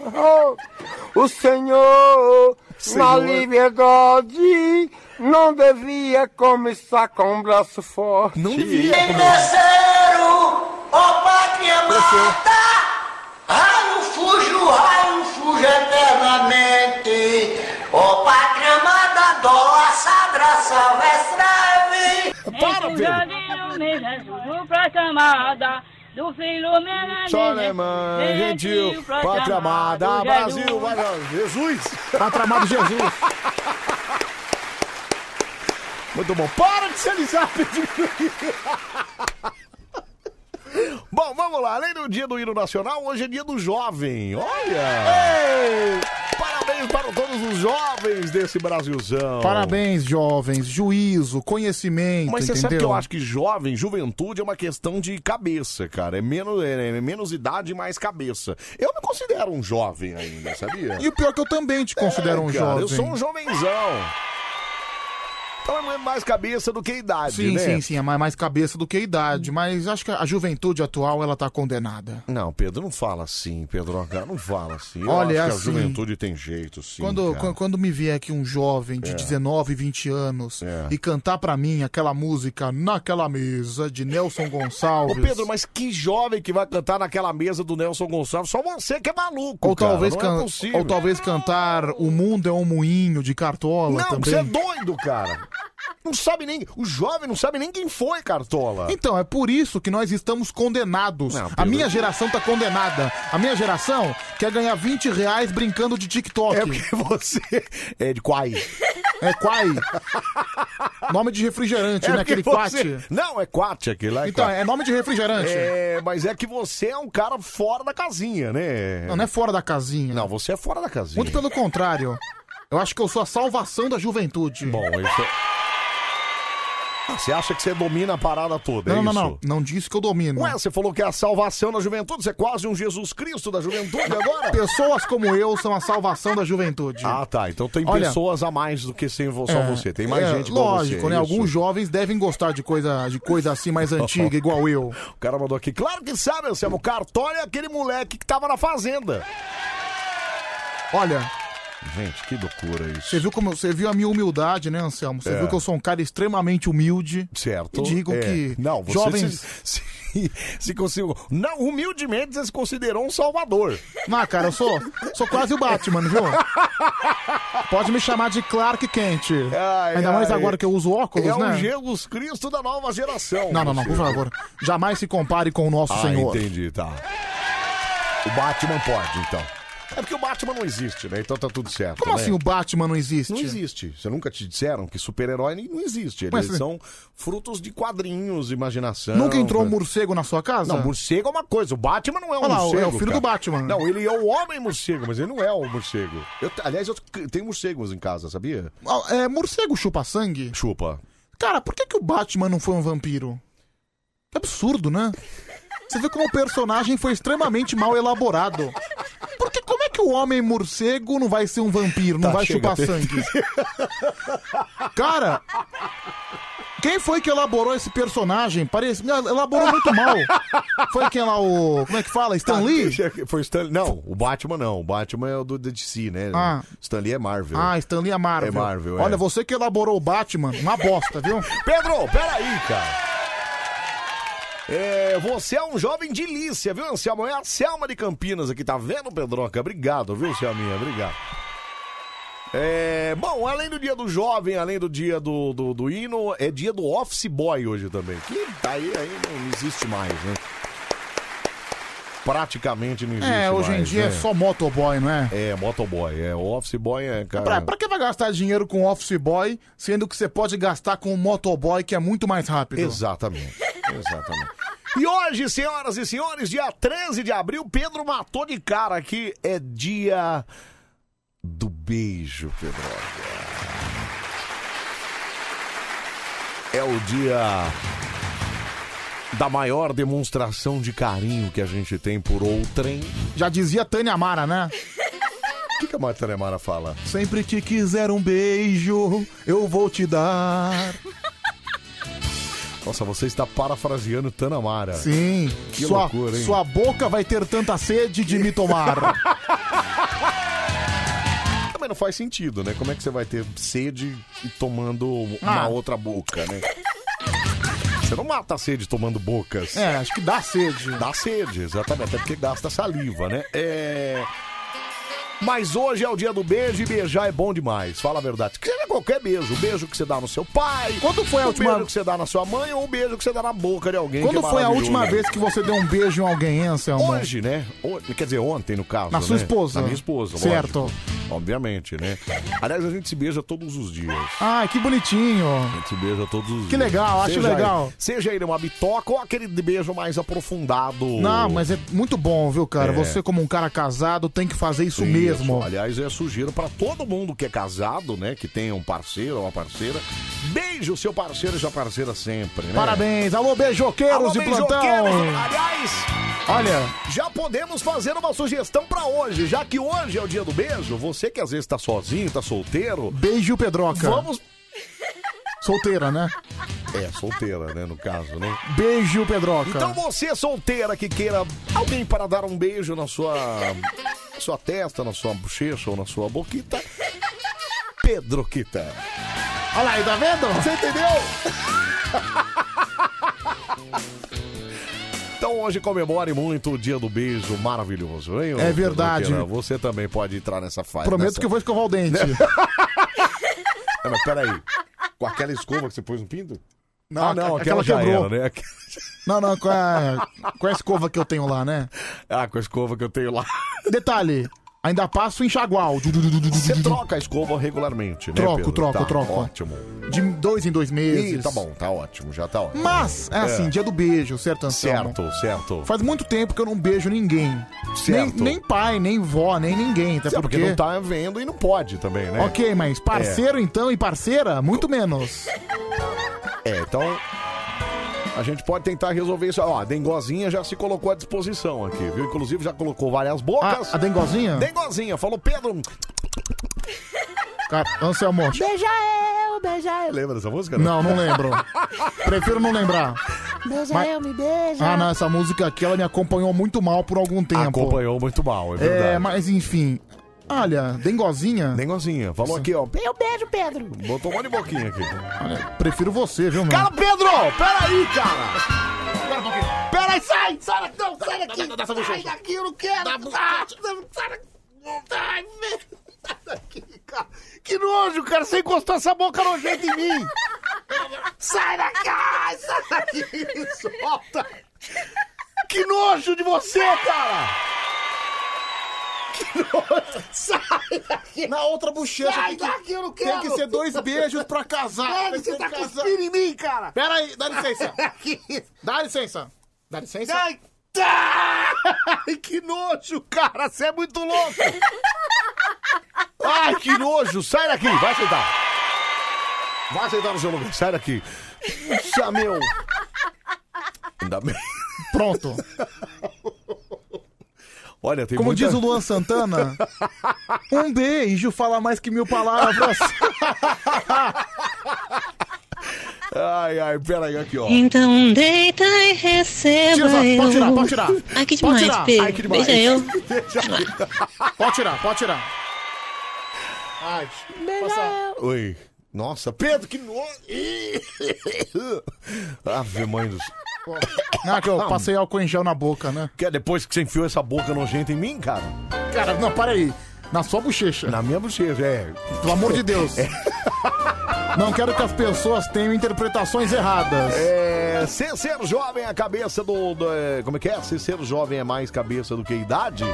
Speaker 15: o senhor, na
Speaker 13: Senhor.
Speaker 15: liberdade não devia começar com um braço forte. Não devia.
Speaker 9: Terceiro, ó pátria amada, é raio fujo, raio fujo eternamente, ó pátria amada, dólar sagra, salve,
Speaker 1: É,
Speaker 9: salve.
Speaker 16: Para, Pedro.
Speaker 9: pra camada, do filho
Speaker 1: Soleman, gentil, pátria amada, Brasil, vai, vai, Jesus!
Speaker 2: Pátria amada, Tá Jesus!
Speaker 1: Muito bom, para de se alisar, Pedrinho! Bom, vamos lá, além do dia do hino nacional, hoje é dia do jovem, olha! Parabéns para todos os jovens desse Brasilzão!
Speaker 2: Parabéns, jovens. Juízo, conhecimento,
Speaker 1: Mas você
Speaker 2: entendeu?
Speaker 1: sabe que eu acho que jovem, juventude é uma questão de cabeça, cara. É menos, é menos idade, mais cabeça. Eu me considero um jovem ainda, sabia?
Speaker 2: E o pior é que eu também te considero um
Speaker 1: cara,
Speaker 2: jovem.
Speaker 1: Eu sou um jovenzão. Então é mais cabeça do que idade,
Speaker 2: Sim,
Speaker 1: né?
Speaker 2: sim, sim, é mais mais cabeça do que idade, mas acho que a juventude atual ela tá condenada.
Speaker 1: Não, Pedro, não fala assim, Pedro. Cara, não fala assim. Eu
Speaker 2: Olha,
Speaker 1: acho
Speaker 2: assim,
Speaker 1: que a juventude tem jeito, sim.
Speaker 2: quando,
Speaker 1: cara.
Speaker 2: quan- quando me vier aqui um jovem de
Speaker 1: É.
Speaker 2: 19, 20 anos e cantar pra mim aquela música Naquela Mesa de Nelson
Speaker 1: Ô,
Speaker 2: Gonçalves.
Speaker 1: Pedro, mas que jovem que vai cantar naquela mesa do Nelson Gonçalves? Só você que é maluco,
Speaker 2: ou,
Speaker 1: cara.
Speaker 2: talvez
Speaker 1: não
Speaker 2: can-
Speaker 1: é possível.
Speaker 2: ou talvez cantar O Mundo é um Moinho de Cartola
Speaker 1: Não,
Speaker 2: também.
Speaker 1: você é doido, cara. Não sabe nem. O jovem não sabe nem quem foi, Cartola.
Speaker 2: Então, é por isso que nós estamos condenados. a minha geração tá condenada. A minha geração quer ganhar 20 reais brincando de TikTok. É porque
Speaker 1: você é de quai.
Speaker 2: É quai. nome de refrigerante, né? Aquele
Speaker 1: porque É você-
Speaker 2: quate.
Speaker 1: Não, é quate aquele lá.
Speaker 2: Então,
Speaker 1: quate.
Speaker 2: é nome de refrigerante.
Speaker 1: É, mas é que você é um cara fora da casinha, né?
Speaker 2: Não, não é fora da casinha.
Speaker 1: Não, você é fora da casinha.
Speaker 2: Muito pelo contrário. Eu acho que eu sou a salvação da juventude.
Speaker 1: Bom, isso é... Ah, Você acha que você domina a parada toda,
Speaker 2: Não,
Speaker 1: é
Speaker 2: não,
Speaker 1: isso?
Speaker 2: não. Não disse que eu domino.
Speaker 1: Ué, você falou que é a salvação da juventude, você é quase um Jesus Cristo da juventude agora?
Speaker 2: Pessoas como eu são a salvação da juventude.
Speaker 1: Ah, tá. Então tem
Speaker 2: Olha-
Speaker 1: pessoas a mais do que sem vo- só
Speaker 2: É,
Speaker 1: você. Tem mais
Speaker 2: é,
Speaker 1: gente igual
Speaker 2: Lógico,
Speaker 1: você,
Speaker 2: né?
Speaker 1: é isso?
Speaker 2: Alguns jovens devem gostar de coisa, de coisa assim mais antiga, igual eu.
Speaker 1: O cara mandou aqui. Claro que sabe, Anselmo. Cartola é aquele moleque que tava na fazenda.
Speaker 2: Olha,
Speaker 1: tá-" Gente, que loucura isso.
Speaker 2: você viu como você viu a minha humildade, né, Anselmo? Você
Speaker 1: É.
Speaker 2: viu que eu sou um cara extremamente humilde.
Speaker 1: Certo.
Speaker 2: E digo
Speaker 1: É.
Speaker 2: que
Speaker 1: Não, você
Speaker 2: jovens
Speaker 1: se, se, se consigo. Não, humildemente você se considerou um salvador.
Speaker 2: Ah, cara, eu sou, sou quase o Batman, viu? Pode me chamar de Clark Kent. Ainda mais
Speaker 1: ai.
Speaker 2: agora que eu uso óculos,
Speaker 1: é
Speaker 2: né?
Speaker 1: o Jesus Cristo da nova geração.
Speaker 2: Não, não, não,
Speaker 1: você.
Speaker 2: por favor. Jamais se compare com o nosso
Speaker 1: Ah,
Speaker 2: Senhor.
Speaker 1: entendi, tá. O Batman pode, então. É porque o Batman não existe, né? Então tá tudo certo.
Speaker 2: Como
Speaker 1: né?
Speaker 2: assim o Batman não existe?
Speaker 1: Não existe. Você nunca te disseram que super-herói nem- não existe. Eles
Speaker 2: Mas-
Speaker 1: são frutos de quadrinhos, imaginação.
Speaker 2: Nunca entrou um
Speaker 1: murcego.
Speaker 2: morcego na sua casa?
Speaker 1: Não, morcego é uma coisa. O Batman não é um
Speaker 2: Olha lá,
Speaker 1: morcego.
Speaker 2: é o filho
Speaker 1: cara.
Speaker 2: do Batman.
Speaker 1: Não, ele é o homem morcego, mas ele não é o morcego. Eu t- aliás, eu t- tenho morcegos em casa, sabia?
Speaker 2: Ah, É, morcego chupa sangue?
Speaker 1: Chupa.
Speaker 2: Cara, por que, que o Batman não foi um vampiro? Que absurdo, né? Você vê como o personagem foi extremamente mal elaborado. Porque como é que o homem morcego não vai ser um vampiro, não
Speaker 1: Tá,
Speaker 2: vai
Speaker 1: chega,
Speaker 2: chupar
Speaker 1: Pedro.
Speaker 2: sangue? Cara, quem foi que elaborou esse personagem? Parece, ah, elaborou muito mal. Foi quem lá o, como é que fala? Stan Lee?
Speaker 1: Ah, Foi Stan Não, o Batman não. O Batman é o do da DC, né?
Speaker 2: Ah.
Speaker 1: Stan Lee é Marvel.
Speaker 2: Ah, Stan Lee é Marvel.
Speaker 1: É Marvel, é.
Speaker 2: Olha, você que elaborou o Batman, uma bosta, viu?
Speaker 1: Pedro, peraí, cara. É, você é um jovem delícia, viu, Anselmo? É a Selma de Campinas aqui, tá vendo, Pedroca? Obrigado, viu, Selminha? Obrigado. É, bom, além do dia do jovem, além do dia do, do, do hino, é dia do office boy hoje também. Que aí, aí não existe mais, né? Praticamente não existe
Speaker 2: É, hoje em
Speaker 1: mais,
Speaker 2: dia é
Speaker 1: né?
Speaker 2: só motoboy, não é?
Speaker 1: É, motoboy, é. O office boy é, cara.
Speaker 2: Pra, pra que vai gastar dinheiro com office boy, sendo que você pode gastar com um motoboy que é muito mais rápido?
Speaker 1: Exatamente. Exatamente. E hoje, senhoras e senhores, dia 13 de abril, Pedro matou de cara aqui. É dia do beijo, Pedro. é o dia da maior demonstração de carinho que a gente tem por outrem.
Speaker 2: Já dizia Tânia Mara, né?
Speaker 1: O que, que a Marta Nemara fala?
Speaker 2: Sempre que quiser um beijo, eu vou te dar.
Speaker 1: Nossa, você está parafraseando Tanamara.
Speaker 2: Sim.
Speaker 1: Tá. Que
Speaker 2: sua,
Speaker 1: loucura, hein?
Speaker 2: Sua boca vai ter tanta sede de me tomar.
Speaker 1: Também não faz sentido, né? Como é que você vai ter sede e tomando uma
Speaker 2: Ah.
Speaker 1: outra boca, né? Você não mata a sede tomando bocas.
Speaker 2: É, acho que dá sede.
Speaker 1: Dá sede, exatamente. Até porque gasta saliva, né? É. Mas hoje é o dia do beijo e beijar é bom demais. Fala a verdade. Seja qualquer beijo. O beijo que você dá no seu pai. Quando foi
Speaker 2: a última-
Speaker 1: beijo que você dá na sua mãe ou o beijo que você dá na boca de alguém.
Speaker 2: Quando
Speaker 1: que é
Speaker 2: foi a
Speaker 1: maravilhoso.
Speaker 2: última vez que você deu um beijo em alguém, hein, Anselmo?
Speaker 1: Hoje, né? O- Quer dizer, ontem, no caso.
Speaker 2: Na sua
Speaker 1: né?
Speaker 2: esposa.
Speaker 1: Na minha esposa,
Speaker 2: Certo.
Speaker 1: lógico. Obviamente, né? Aliás, a gente se beija todos os dias.
Speaker 2: Ai, que bonitinho.
Speaker 1: A gente se beija todos os dias.
Speaker 2: Que legal, acho
Speaker 1: Seja
Speaker 2: legal.
Speaker 1: ele- seja ele uma bitoca ou aquele de beijo mais aprofundado.
Speaker 2: Não, mas é muito bom, viu, cara?
Speaker 1: É.
Speaker 2: Você, como um cara casado, tem que fazer isso
Speaker 1: Isso.
Speaker 2: mesmo.
Speaker 1: né? Aliás, eu sugiro pra todo mundo que é casado, né? Que tenha um parceiro ou uma parceira. Beije o seu parceiro e sua parceira sempre, né?
Speaker 2: Parabéns. Alô, beijoqueiros
Speaker 1: Alô,
Speaker 2: de plantão.
Speaker 1: beijoqueiros. Aliás,
Speaker 2: Olha,
Speaker 1: Já podemos fazer uma sugestão pra hoje, já que hoje é o dia do beijo. Você que às vezes tá sozinho, tá solteiro.
Speaker 2: beijo Pedroca.
Speaker 1: Vamos.
Speaker 2: Solteira, né?
Speaker 1: É, solteira, né? No caso, né?
Speaker 2: Beijo Pedroca.
Speaker 1: Então você solteira que queira alguém para dar um beijo na sua na sua testa, na sua bochecha ou na sua boquita. Pedroquita.
Speaker 2: Olha aí, tá vendo?
Speaker 1: Você entendeu? Então hoje comemore muito o dia do beijo maravilhoso, hein? ô
Speaker 2: É verdade.
Speaker 1: Pedroqueira? Você também pode entrar nessa fase.
Speaker 2: Prometo
Speaker 1: nessa-
Speaker 2: que eu vou escovar o dente.
Speaker 1: Né? Não, mas peraí. Com aquela escova que você pôs no pinto?
Speaker 2: Não,
Speaker 1: ah, não,
Speaker 2: aqu-
Speaker 1: aquela,
Speaker 2: aquela
Speaker 1: já
Speaker 2: quebrou.
Speaker 1: era, né?
Speaker 2: Não, não, com a, com a escova que eu tenho lá, né?
Speaker 1: Ah, com a escova que eu tenho lá.
Speaker 2: Detalhe, ainda passo enxagual.
Speaker 1: Você troca a escova regularmente, né?
Speaker 2: Troco,
Speaker 1: Pedro?
Speaker 2: troco,
Speaker 1: Tá,
Speaker 2: troco.
Speaker 1: Ótimo.
Speaker 2: De dois em dois meses.
Speaker 1: Ih, tá bom, tá ótimo, já tá ótimo.
Speaker 2: Mas, é assim, dia do beijo, certo, Anselmo?
Speaker 1: Certo, certo.
Speaker 2: Faz muito tempo que eu não beijo ninguém.
Speaker 1: Certo.
Speaker 2: Nem, nem pai, nem vó, nem ninguém. Até
Speaker 1: Certo,
Speaker 2: porque...
Speaker 1: porque não tá vendo e não pode também, né?
Speaker 2: Ok, mas parceiro então e parceira, muito menos.
Speaker 1: É, então. A gente pode tentar resolver isso. Ó, a Dengozinha já se colocou à disposição aqui, viu? Inclusive já colocou várias bocas.
Speaker 2: Ah, a Dengozinha?
Speaker 1: Dengozinha, falou Pedro.
Speaker 2: Cara, Anselmo.
Speaker 1: Beija eu, beija eu. Lembra dessa música?
Speaker 2: Não, não lembro. Prefiro não lembrar.
Speaker 1: Beija
Speaker 2: Mas-
Speaker 1: eu,
Speaker 2: me beija. Ah, não, essa música aqui ela me acompanhou muito mal por algum tempo.
Speaker 1: Acompanhou muito mal, é verdade.
Speaker 2: É, mas enfim. Olha, dengozinha.
Speaker 1: Dengozinha, falou aqui, ó.
Speaker 2: Eu beijo, Pedro.
Speaker 1: Botou um monte de boquinha aqui.
Speaker 2: Prefiro você, viu, mano?
Speaker 1: Cala, Pedro! Peraí, cara!
Speaker 2: um
Speaker 9: Peraí, sai! Sai daqui! Não, sai daqui! Sai daqui, eu não quero! Ah, não, Sai daqui! Ai, velho! Sai daqui, cara! Que nojo, cara! Você encostou essa boca nojenta em mim! Sai daqui! Ai, Sai daqui! Solta! Que nojo de você, cara! Que nojo! Sai daqui!
Speaker 2: Na outra bochecha,
Speaker 9: Sai
Speaker 2: tem que-
Speaker 9: daqui, eu não
Speaker 2: tem
Speaker 9: quero!
Speaker 2: que ser dois beijos pra casar.
Speaker 9: Velho,
Speaker 2: Tem que
Speaker 9: você
Speaker 2: ser
Speaker 9: tá
Speaker 2: casar.
Speaker 9: cuspindo em mim, cara!
Speaker 2: Pera aí, dá licença. Dá licença. Dá
Speaker 1: é
Speaker 2: licença.
Speaker 9: Ai, tá! Ai, que nojo, cara! Você é muito louco!
Speaker 1: Ai, que nojo! Sai daqui! Vai sentar! Vai sentar no seu lugar, sai daqui!
Speaker 3: Ah,
Speaker 1: Puxa, meu! Ainda bem.
Speaker 2: Pronto.
Speaker 1: Olha, tem
Speaker 2: Como
Speaker 1: muita...
Speaker 2: diz o Luan Santana, um beijo fala mais que mil palavras.
Speaker 1: Ai, ai, peraí, aqui, ó.
Speaker 14: Então deita e receba
Speaker 2: Tira,
Speaker 14: eu.
Speaker 2: pode tirar, pode tirar.
Speaker 14: Ai, que
Speaker 2: Pode
Speaker 14: demais,
Speaker 2: tirar.
Speaker 14: Pedro.
Speaker 2: Ai, que demais.
Speaker 14: Beija eu.
Speaker 2: Pode tirar, pode tirar. Ai, passa.
Speaker 1: Oi. Nossa, Pedro, que nojo! Ave mãe do céu.
Speaker 2: Ah, que eu passei álcool em gel na boca, né?
Speaker 1: Quer depois que você enfiou essa boca nojenta em mim, cara?
Speaker 2: Cara, não, para aí. Na sua bochecha.
Speaker 1: Na minha bochecha, é.
Speaker 2: Pelo amor de Deus. Não quero que as pessoas tenham interpretações erradas.
Speaker 1: É, se ser jovem é a cabeça do, do, é, Como é que é? Se ser jovem é mais cabeça do que idade?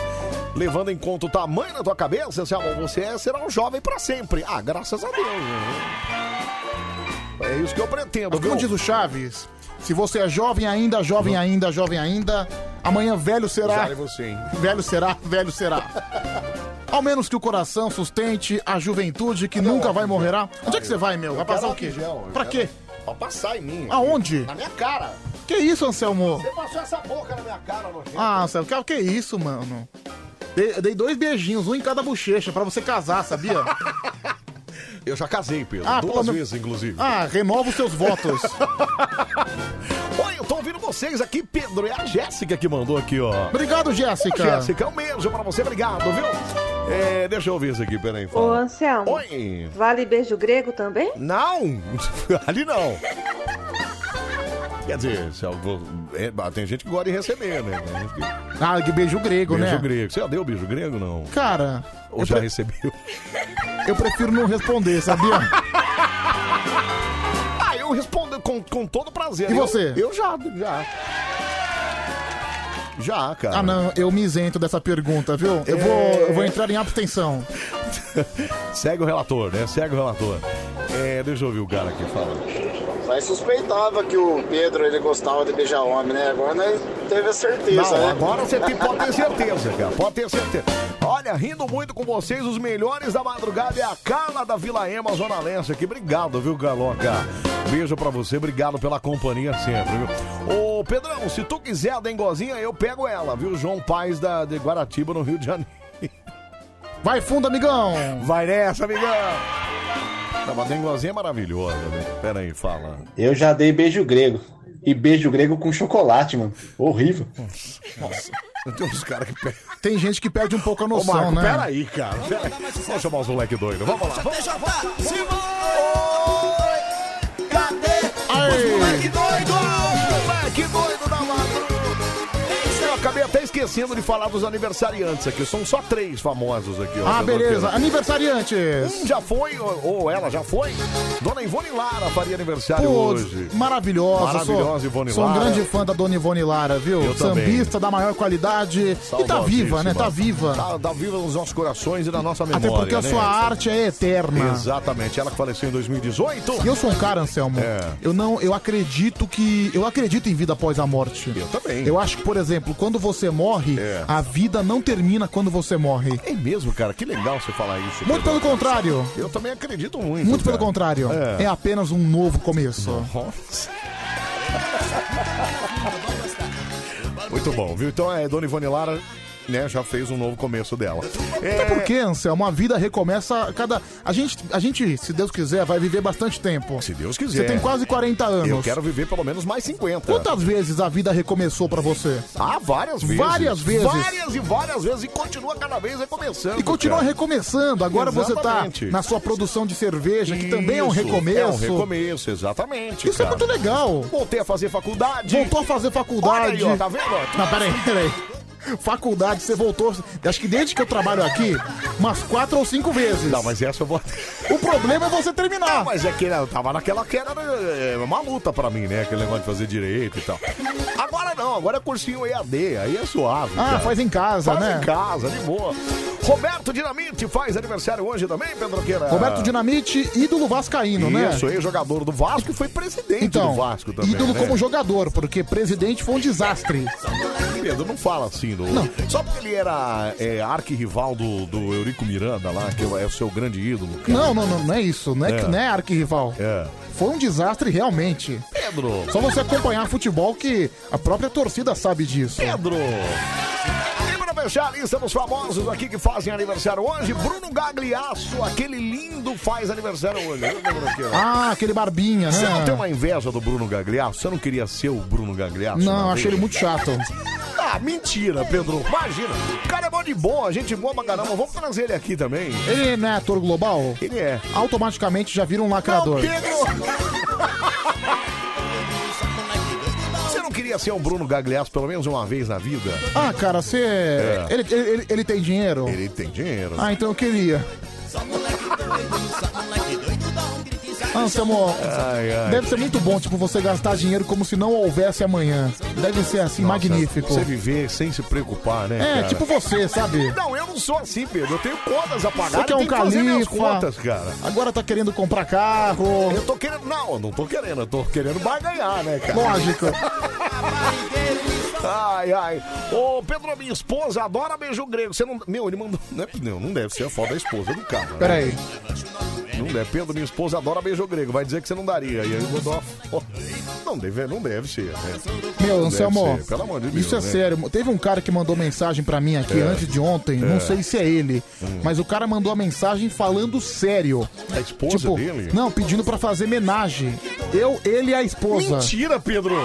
Speaker 1: Levando em conta o tamanho da tua cabeça, se amor, você é, será um jovem pra sempre. Ah, graças a Deus. né? É isso que eu pretendo.
Speaker 2: Como diz o Chaves, se você é jovem ainda, jovem ainda, jovem ainda, amanhã velho será.
Speaker 1: Usar em Uhum. você, hein?
Speaker 2: Velho será, velho será. Ao menos que o coração ah?
Speaker 1: um
Speaker 2: sustente a juventude que nunca vai morrerá. Onde é que você vai, meu? Vai passar o quê? Pra quê?
Speaker 1: Pra passar em mim. assim.
Speaker 2: Aonde?
Speaker 1: Na minha cara.
Speaker 2: Que isso, Anselmo?
Speaker 1: Você passou essa boca na minha cara, nojento.
Speaker 2: Ah, Anselmo, que, que isso, mano? Dei, dei dois beijinhos, um em cada bochecha, pra você casar, sabia?
Speaker 1: Eu já casei, Pedro.
Speaker 2: Ah,
Speaker 1: duas
Speaker 2: pelo-
Speaker 1: vezes, inclusive.
Speaker 2: Ah, renova os seus votos.
Speaker 1: Oi, eu tô ouvindo vocês aqui, Pedro. É a Jéssica que mandou aqui, ó.
Speaker 2: Obrigado, Jéssica.
Speaker 1: Ô, Jéssica, um beijo pra você. Obrigado, viu? É, deixa eu ouvir isso aqui, peraí.
Speaker 16: Ô,
Speaker 1: Fala.
Speaker 16: Anselmo.
Speaker 1: Oi.
Speaker 16: Vale beijo grego também?
Speaker 1: Não, ali não. Quer dizer, se algo- é, tem gente que gosta de receber, né? Tem gente que-
Speaker 2: Ah, que beijo grego,
Speaker 1: beijo
Speaker 2: né?
Speaker 1: grego. Você já deu beijo grego, não?
Speaker 2: Cara,
Speaker 1: Ou já recebeu?
Speaker 2: eu prefiro não responder, sabia?
Speaker 1: Ah, eu respondo com, com todo prazer.
Speaker 2: E
Speaker 1: Eu-
Speaker 2: você?
Speaker 1: Eu já, já. Já, cara.
Speaker 2: Ah, não, eu me isento dessa pergunta, viu? Eu,
Speaker 1: É.
Speaker 2: vou, eu vou entrar em abstenção.
Speaker 1: Segue o relator, né? Segue o relator. É, deixa eu ouvir o cara aqui falando.
Speaker 17: Nós suspeitava que o Pedro ele gostava de beijar homem, né? Agora nós teve a certeza,
Speaker 1: Não,
Speaker 17: né?
Speaker 1: agora você tem- pode ter certeza, cara. Pode ter certeza. Olha, rindo muito com vocês, os melhores da madrugada é a Carla da Vila Ema, Zona Leste aqui. Obrigado, viu, Galoca? Beijo pra você, obrigado pela companhia sempre, viu? Ô, Pedrão, se tu quiser a dengozinha, eu pego ela, viu? João Paz da, de Guaratiba, no Rio de Janeiro.
Speaker 2: Vai fundo, amigão!
Speaker 1: Vai nessa, amigão! Não, mas a dengozinha é maravilhosa, né? Pera aí, fala.
Speaker 6: Eu já dei beijo grego. E beijo grego com chocolate, mano. Horrível.
Speaker 1: Nossa, tem uns caras que pegam.
Speaker 2: Tem gente que perde um pouco a noção,
Speaker 1: Marco,
Speaker 2: né?
Speaker 1: peraí, cara. Peraí. um. Vamos chamar os moleque doido. Vamos lá.
Speaker 5: Deixa eu falar. Simone, cadê os moleque doido?
Speaker 1: Moleque doido da madrugada. Eu acabei até esquecendo de falar dos aniversariantes aqui. São só três famosos aqui. ó,
Speaker 2: Ah,
Speaker 1: Pedro
Speaker 2: beleza.
Speaker 1: Pedro.
Speaker 2: Aniversariantes.
Speaker 1: Um já foi, ou, ou ela já foi. Dona Ivone Lara faria aniversário
Speaker 2: Putz,
Speaker 1: hoje.
Speaker 2: maravilhosa. sou-
Speaker 1: Maravilhosa Ivone
Speaker 2: Sou um
Speaker 1: Lara.
Speaker 2: grande fã da Dona Ivone Lara, viu?
Speaker 1: Eu também.
Speaker 2: Sambista da maior qualidade. E tá viva, né? Tá viva.
Speaker 1: Tá, tá viva nos nossos corações e na nossa memória.
Speaker 2: Até porque a
Speaker 1: né?
Speaker 2: sua arte é eterna.
Speaker 1: Exatamente. Ela que faleceu em 2018.
Speaker 2: E eu sou um cara, Anselmo.
Speaker 1: É.
Speaker 2: Eu não, eu acredito que. Eu acredito em vida após a morte. Eu
Speaker 1: também.
Speaker 2: Eu acho que, por exemplo, quando você morre, a vida não termina quando você morre.
Speaker 1: É mesmo, cara. Que legal você falar isso.
Speaker 2: Muito
Speaker 1: Pedro.
Speaker 2: pelo contrário.
Speaker 1: Eu também acredito muito.
Speaker 2: Muito pelo
Speaker 1: cara.
Speaker 2: contrário. É.
Speaker 1: É.
Speaker 2: apenas um novo começo.
Speaker 1: Nossa. Muito bom, viu? Então é Dona Ivone Lara, né, já fez um novo começo dela. É.
Speaker 2: Até porque, Anselmo, a vida recomeça a cada. A gente, a gente, se Deus quiser, vai viver bastante tempo. Se
Speaker 1: Deus quiser.
Speaker 2: Você tem quase 40 anos.
Speaker 1: Eu quero viver pelo menos mais 50.
Speaker 2: Quantas vezes a vida recomeçou pra você?
Speaker 1: Ah, várias vezes.
Speaker 2: Várias vezes.
Speaker 1: Várias e várias vezes. E continua cada vez recomeçando.
Speaker 2: E continua
Speaker 1: cara.
Speaker 2: recomeçando. Agora você
Speaker 1: Exatamente.
Speaker 2: tá na sua produção de cerveja, que também é um
Speaker 1: Isso,
Speaker 2: recomeço.
Speaker 1: É um recomeço, exatamente.
Speaker 2: Isso é muito legal.
Speaker 1: Voltei a fazer faculdade.
Speaker 2: Voltou a fazer faculdade.
Speaker 1: Olha aí, ó, tá vendo?
Speaker 2: Não, peraí, peraí. Faculdade, você voltou. Acho que desde que eu trabalho aqui, umas quatro ou cinco vezes.
Speaker 1: Não, mas essa eu vou.
Speaker 2: O problema é você terminar.
Speaker 1: Não, mas é que eu tava naquela que era é, uma luta pra mim, né? Aquele negócio de fazer direito e tal. Agora não, agora é cursinho EAD, aí é suave.
Speaker 2: Ah, faz em casa,
Speaker 1: faz
Speaker 2: né?
Speaker 1: em casa, de boa. Roberto Dinamite faz aniversário hoje também, Pedroqueira.
Speaker 2: Roberto Dinamite, ídolo vascaíno, né?
Speaker 1: É. Isso, ex-jogador do Vasco e foi presidente
Speaker 2: Então,
Speaker 1: do Vasco também.
Speaker 2: ídolo
Speaker 1: né?
Speaker 2: como jogador, porque presidente foi um desastre.
Speaker 1: Pedro, não fala assim do. Só porque ele era é, arquirrival do, do Eurico Miranda lá, que é o seu grande ídolo.
Speaker 2: Não, não, não, não é isso. Não é,
Speaker 1: É.
Speaker 2: que não é arquirrival. Foi um desastre realmente.
Speaker 1: Pedro!
Speaker 2: Só você acompanhar futebol que a própria torcida sabe disso.
Speaker 1: Pedro! E para fechar a lista dos famosos aqui que fazem aniversário hoje, Bruno Gagliasso, aquele lindo faz aniversário hoje. viu, Pedro Queira?
Speaker 2: Ah, aquele barbinha,
Speaker 1: Você não tem
Speaker 2: né?
Speaker 1: uma inveja do Bruno Gagliasso? Você não queria ser o Bruno Gagliasso?
Speaker 2: Não,
Speaker 1: uma
Speaker 2: achei
Speaker 1: vez?
Speaker 2: ele muito chato.
Speaker 1: Ah, mentira, Pedro. Imagina. O cara é bom de boa, gente boa pra caramba. Vamos trazer ele aqui também.
Speaker 2: Ele não é ator global?
Speaker 1: Ele é.
Speaker 2: Automaticamente já vira um lacrador.
Speaker 1: Você não queria ser um Bruno Gagliasso pelo menos uma vez na vida?
Speaker 2: Ah, cara, você.
Speaker 1: É.
Speaker 2: Ele, ele, ele- ele tem dinheiro?
Speaker 1: Ele tem dinheiro.
Speaker 2: Ah, então eu queria.
Speaker 1: Ah,
Speaker 2: Anselmo,
Speaker 1: Ai, ai.
Speaker 2: Ah, deve ser muito bom, tipo, você gastar dinheiro como se não houvesse amanhã. Deve ser assim, magnífico.
Speaker 1: Você viver sem se preocupar, né?
Speaker 2: É,
Speaker 1: cara?
Speaker 2: tipo você, sabe?
Speaker 1: Não, eu não sou assim, Pedro. Eu tenho contas a pagar.
Speaker 2: Você quer
Speaker 1: eu
Speaker 2: um
Speaker 1: tenho que fazer minhas
Speaker 2: califa.
Speaker 1: contas, cara.
Speaker 2: Agora tá querendo comprar carro.
Speaker 1: Eu tô querendo. Não, eu não tô querendo. Eu tô querendo barganhar, né, cara?
Speaker 2: Lógico.
Speaker 1: ai, ai. Ô, Pedro, minha esposa adora beijo grego. Você não. Meu, ele mandou. Não, é- não, não deve ser a foto da esposa do cara. né?
Speaker 2: Peraí.
Speaker 1: Não deve. Pedro, minha esposa adora beijo grego. Vai dizer que você não daria. E aí mandou uma foto. Não deve, não deve ser. Né?
Speaker 2: Meu,
Speaker 1: Não
Speaker 2: Anselmo,
Speaker 1: deve ser, Pelo amor de Deus.
Speaker 2: isso é
Speaker 1: né?
Speaker 2: sério. Teve um cara que mandou mensagem pra mim aqui
Speaker 1: É.
Speaker 2: antes de ontem, não
Speaker 1: É.
Speaker 2: sei se é ele,
Speaker 1: Hum.
Speaker 2: mas o cara mandou a mensagem falando sério. Tipo,
Speaker 1: A esposa dele?
Speaker 2: Não, pedindo pra fazer homenagem. Eu, ele e a esposa.
Speaker 1: Mentira, Pedro!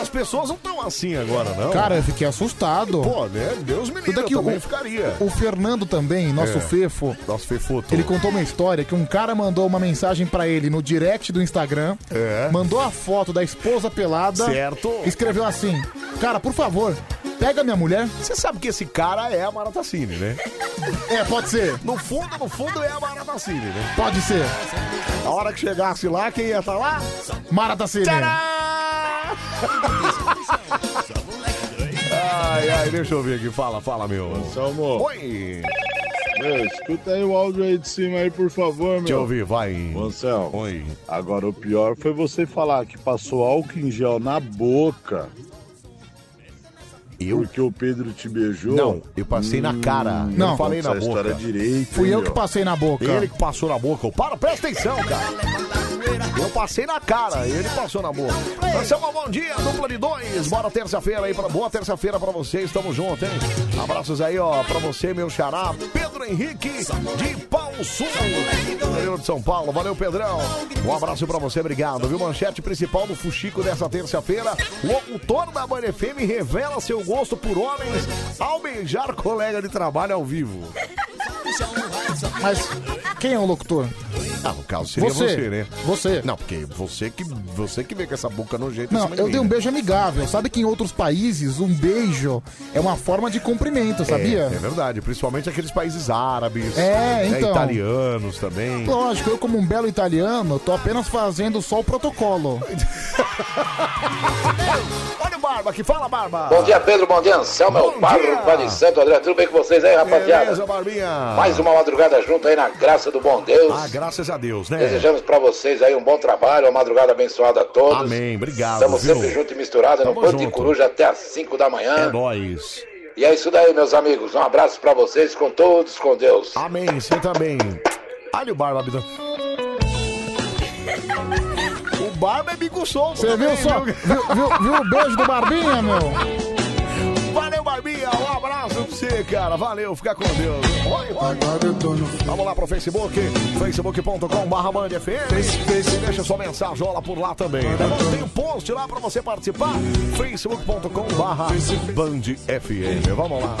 Speaker 1: As pessoas não estão assim agora, não.
Speaker 2: Cara, eu fiquei assustado.
Speaker 1: Pô, né? Deus me livre,
Speaker 2: Tudo é que
Speaker 1: eu também
Speaker 2: o-
Speaker 1: ficaria.
Speaker 2: O Fernando também, nosso
Speaker 1: É.
Speaker 2: fefo.
Speaker 1: Nosso fefuto.
Speaker 2: Ele contou uma história que um cara mandou uma mensagem pra ele no direct do Instagram. Mandou a foto da esposa pelada.
Speaker 1: É. Certo.
Speaker 2: Escreveu assim: Cara, por favor, pega minha mulher.
Speaker 1: Você sabe que esse cara é a Maratacine, né?
Speaker 2: É, pode ser.
Speaker 1: No fundo, no fundo é a Maratacine, né?
Speaker 2: Pode ser.
Speaker 1: A hora que chegasse lá, quem ia estar lá?
Speaker 2: Maratacine.
Speaker 1: Ai, ai, deixa eu ver aqui. Fala, fala, meu.
Speaker 16: Salmo.
Speaker 1: Oi.
Speaker 16: Meu, escuta aí o áudio aí de cima aí, por favor, meu.
Speaker 1: Deixa eu ouvir, vai.
Speaker 16: Anselmo. Oi. Agora o pior foi você falar que passou álcool em gel na boca.
Speaker 1: Eu?
Speaker 16: Porque o Pedro te beijou.
Speaker 1: Não, eu passei na cara. Eu não falei na
Speaker 3: é
Speaker 16: Conta essa
Speaker 1: boca.
Speaker 16: história direito,
Speaker 2: Fui
Speaker 16: hein,
Speaker 2: eu
Speaker 16: meu?
Speaker 2: que passei na boca.
Speaker 1: Ele que passou na boca. Para, presta atenção, cara. Eu passei na cara, ele passou na boca. Anselmo, bom dia, dupla de dois. Bora terça-feira aí, pra... boa terça-feira pra vocês. Tamo junto, hein? Abraços aí, ó, pra você, meu xará, Pedro Henrique de Pau Sul, interior de São Paulo. Valeu, Pedrão. Um abraço pra você, obrigado. Viu, manchete principal do Fuxico dessa terça-feira. Locutor da Band FM revela seu gosto por homens ao beijar colega de trabalho ao vivo.
Speaker 2: Mas quem é o locutor?
Speaker 1: Ah, no caso seria você,
Speaker 2: Você.
Speaker 1: né?
Speaker 2: Você.
Speaker 1: Não, porque você que, você que vem com essa boca no jeito
Speaker 2: Não, eu dei
Speaker 1: né?
Speaker 2: um beijo amigável. Sabe que em outros países, um beijo é uma forma de cumprimento, sabia?
Speaker 1: É, é verdade, principalmente aqueles países árabes,
Speaker 2: É,
Speaker 1: né,
Speaker 2: então.
Speaker 1: italianos também.
Speaker 2: Lógico, eu como um belo italiano, tô apenas fazendo só o protocolo.
Speaker 1: Olha o Barba aqui, fala Barba!
Speaker 18: Bom dia, Pedro. Bom dia, Anselmo. É o Pablo Pai de Santo André. Tudo bem com vocês aí, rapaziada?
Speaker 1: Beleza, Barbinha?
Speaker 18: Mais uma madrugada junto aí na graça do bom Deus.
Speaker 1: Ah, graças a Deus, né?
Speaker 18: Desejamos pra vocês aí um bom trabalho, uma madrugada abençoada a todos.
Speaker 1: Amém, obrigado,
Speaker 18: Estamos
Speaker 1: viu?
Speaker 18: sempre juntos e misturados no
Speaker 1: Tamo
Speaker 18: Bando de
Speaker 1: junto.
Speaker 18: Coruja até às 5 da
Speaker 1: É
Speaker 18: manhã.
Speaker 1: nóis.
Speaker 18: e é isso daí, meus amigos. Um abraço pra vocês, com todos, com Deus.
Speaker 1: Amém, você também. Olha o Barba, Abidão. O Barba é bico solto.
Speaker 2: Você viu só? Viu, viu- viu o beijo do Barbinha, meu?
Speaker 1: Valeu, Barbinha. Um abraço pra você, cara. Valeu, fica com Deus. Oi, oi. Vamos lá pro Facebook, facebook.com.br Bandfm. Deixa sua mensajola por lá também. Tá bom? Tem um post lá pra você participar. facebook.com.br Bandfm. Vamos lá.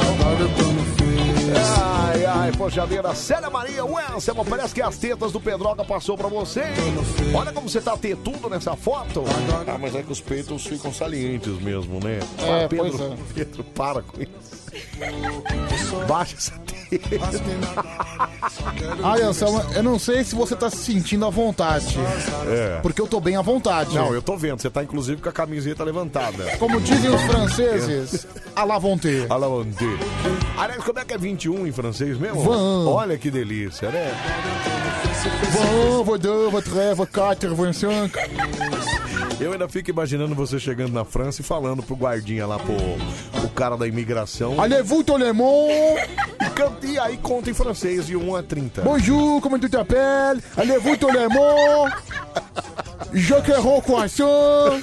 Speaker 1: Ai, ai, poxa vida. Célia Maria, ué, Anselmo, parece que as tetas do Pedroca passou pra você. hein? Olha como você tá tetudo nessa foto. Ah, mas é que os peitos ficam salientes mesmo, né?
Speaker 2: É,
Speaker 1: Ah, Pedro,
Speaker 2: pois é.
Speaker 1: Pedro, para com isso. Baixa essa teta.
Speaker 2: Ai, Anselmo, eu não sei se você tá se sentindo à vontade.
Speaker 1: É.
Speaker 2: Porque eu tô bem à vontade.
Speaker 1: Não, eu tô vendo. Você tá inclusive com a camiseta levantada.
Speaker 2: Ah, Como dizem os franceses, à la vontade.
Speaker 1: À la vontade. Aliás, como é que é 21 em francês mesmo?
Speaker 2: Van.
Speaker 1: Olha que delícia, né?
Speaker 2: Vou, vou, dois, vou, três, vou, quatro, vou, cinco.
Speaker 1: Eu ainda fico imaginando você chegando na França e falando pro guardinha lá, pro o cara da imigração.
Speaker 2: Allez, vous, tout le monde.
Speaker 1: Canta- E aí conta em francês de 1 a 30.
Speaker 2: Bonjour, comment tu t'appelles? Allez, vous, tout le monde. Je quero croissant.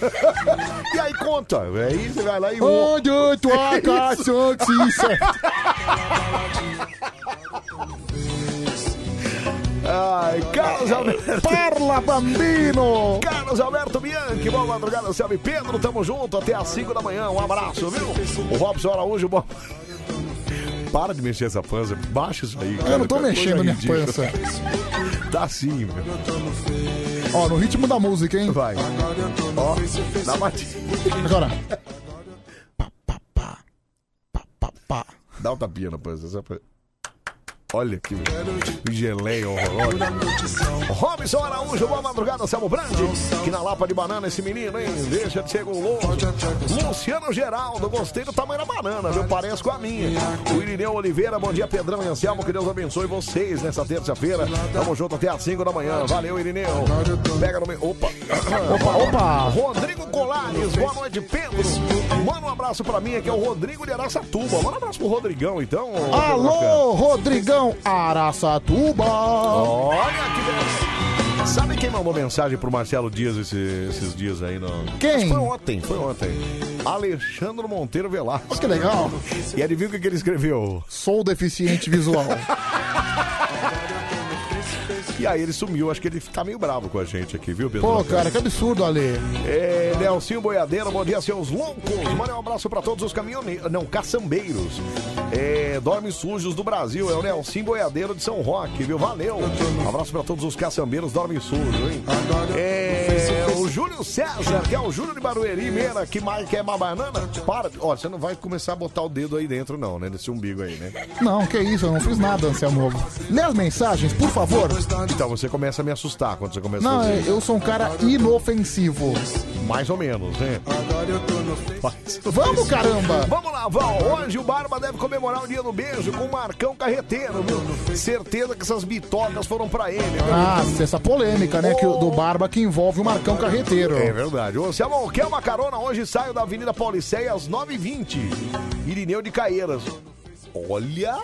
Speaker 1: E aí conta. é né? Aí você vai lá e... É
Speaker 2: Um, dois, três, quatro,
Speaker 1: Isso.
Speaker 2: cinco, seis, sete.
Speaker 1: Ai, Carlos Alberto.
Speaker 2: Parla, bambino!
Speaker 1: Carlos Alberto Bianchi, boa madrugada, Anselmo e Pedro, tamo junto até às 5 da manhã, um abraço, viu? O Robson Araújo, boa... Para de mexer essa pança, baixa isso aí, cara.
Speaker 2: Eu não tô
Speaker 1: Coisa
Speaker 2: mexendo minha
Speaker 1: ridícula.
Speaker 2: pança.
Speaker 1: Tá sim, meu.
Speaker 2: Ó, no ritmo da música, hein?
Speaker 1: Vai. Ó, dá batida.
Speaker 2: Agora. Pá.
Speaker 1: Dá um tapinha na pança. só pra- Olha que geleia horrorosa. Robson Araújo, boa madrugada, Selmo Brandi. Que na lapa de banana esse menino, hein? Deixa de ser guloso. Luciano Geraldo, gostei do tamanho da banana, viu? Parece com a minha. O Irineu Oliveira, bom dia, Pedrão e Anselmo. Que Deus abençoe vocês nessa terça-feira. Tamo junto até às 5 da manhã. Valeu, Irineu. Pega no meio. Opa, Opa, opa! Rodrigo Colares, boa noite, Pedro. Manda um abraço pra mim, aqui é o Rodrigo de Araçatuba. Manda um abraço pro Rodrigão, então. ô, Pedro
Speaker 2: Alô, Rodrigão Araçatuba!
Speaker 1: Olha que beleza. Sabe quem mandou mensagem pro Marcelo Dias esse- esses dias aí? No...
Speaker 2: Quem?
Speaker 1: Mas Foi ontem, foi ontem. Alexandre Monteiro Velasco.
Speaker 2: que legal.
Speaker 1: E adivinha o que que ele escreveu?
Speaker 2: Sou deficiente visual.
Speaker 1: E aí ele sumiu, acho que ele tá meio bravo com a gente aqui, viu, Pedro?
Speaker 2: Pô, cara, que absurdo, Ale.
Speaker 1: É, Nelsinho Boiadeiro, bom dia, seus loucos. Manda um abraço pra todos os caminhoneiros, não, caçambeiros. É, dorme sujos do Brasil, é o Nelsinho Boiadeiro de São Roque, viu? Valeu. Um Abraço pra todos os caçambeiros, dorme sujo, hein? É, o Júlio César, que é o Júlio de Barueri, Meira, que marca é uma banana. Para, ó, você não vai começar a botar o dedo aí dentro, não, né? Nesse umbigo aí, né?
Speaker 2: Não, que isso, eu não fiz nada, Anselmo. Lê as mensagens, por favor.
Speaker 1: Então você começa a me assustar quando você começa a
Speaker 2: Não,
Speaker 1: fazer
Speaker 2: é-
Speaker 1: isso.
Speaker 2: eu sou um cara inofensivo.
Speaker 1: Mais ou menos, né?
Speaker 2: Vamos, caramba!
Speaker 1: Vamos lá, Val. Hoje o Barba deve comemorar o dia do beijo com o Marcão Carreteiro, viu? Certeza que essas bitocas foram pra ele. viu?
Speaker 2: Ah, essa polêmica, né, que, o- do Barba que envolve o Marcão Carreteiro.
Speaker 1: É verdade. Ô, Selmão, quer uma carona? Hoje saio da Avenida Pauliceia às 9h20. Irineu de Caeiras. Olha!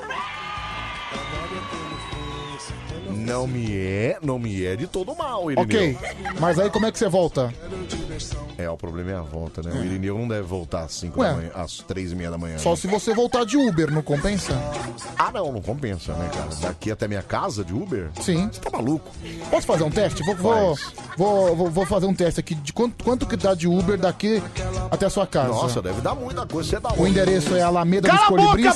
Speaker 1: Não me é, não me é de todo mal, Irineu.
Speaker 2: Ok, mas aí como é que você volta?
Speaker 1: É, o problema é a volta, né? O Irineu não deve voltar às 5
Speaker 2: Ué.
Speaker 1: da manhã, às 3 e meia da manhã.
Speaker 2: Só
Speaker 1: né?
Speaker 2: se você voltar de Uber, não compensa?
Speaker 1: Ah, não, não compensa, né, cara? Daqui até minha casa de Uber?
Speaker 2: Sim.
Speaker 1: Você tá maluco?
Speaker 2: Posso fazer um teste? Vou, vou, vou, vou- vou fazer um teste aqui de quanto, quanto que dá de Uber daqui até a sua casa.
Speaker 1: Nossa, deve dar muita coisa. Você dá
Speaker 2: O endereço é Alameda dos Colibris.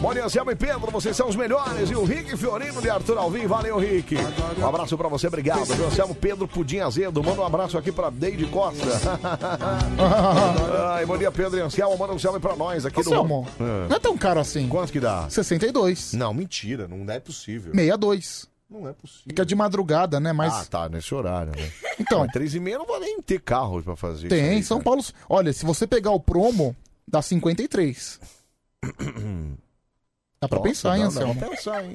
Speaker 1: Morinha Selma e Pedro, vocês são os melhores. E o Rick Fiorino de Arthur Alvim, valeu, Rick. Um abraço pra você, obrigado. Meu Selma Pedro Pudim Azedo, manda um abraço aqui pra Deide Costa. Ai, bom dia, Pedro e Anselmo, manda um salve pra nós aqui do.
Speaker 2: Anselmo, Não é tão caro assim.
Speaker 1: Quanto que dá?
Speaker 2: 62.
Speaker 1: Não, mentira, não é possível.
Speaker 2: 62.
Speaker 1: Não é possível.
Speaker 2: Fica de madrugada, né? Mas
Speaker 1: Ah, tá, nesse horário, né?
Speaker 2: Então.
Speaker 1: Mas Três e meia não vou nem ter carro pra fazer isso
Speaker 2: tem,
Speaker 1: aí, né?
Speaker 2: São
Speaker 1: cara.
Speaker 2: Paulo. Olha, se você pegar o promo, dá 53. Dá pra
Speaker 1: Nossa,
Speaker 2: pensar, hein,
Speaker 1: dá- dá pra
Speaker 2: Anselmo?
Speaker 1: pensar, hein?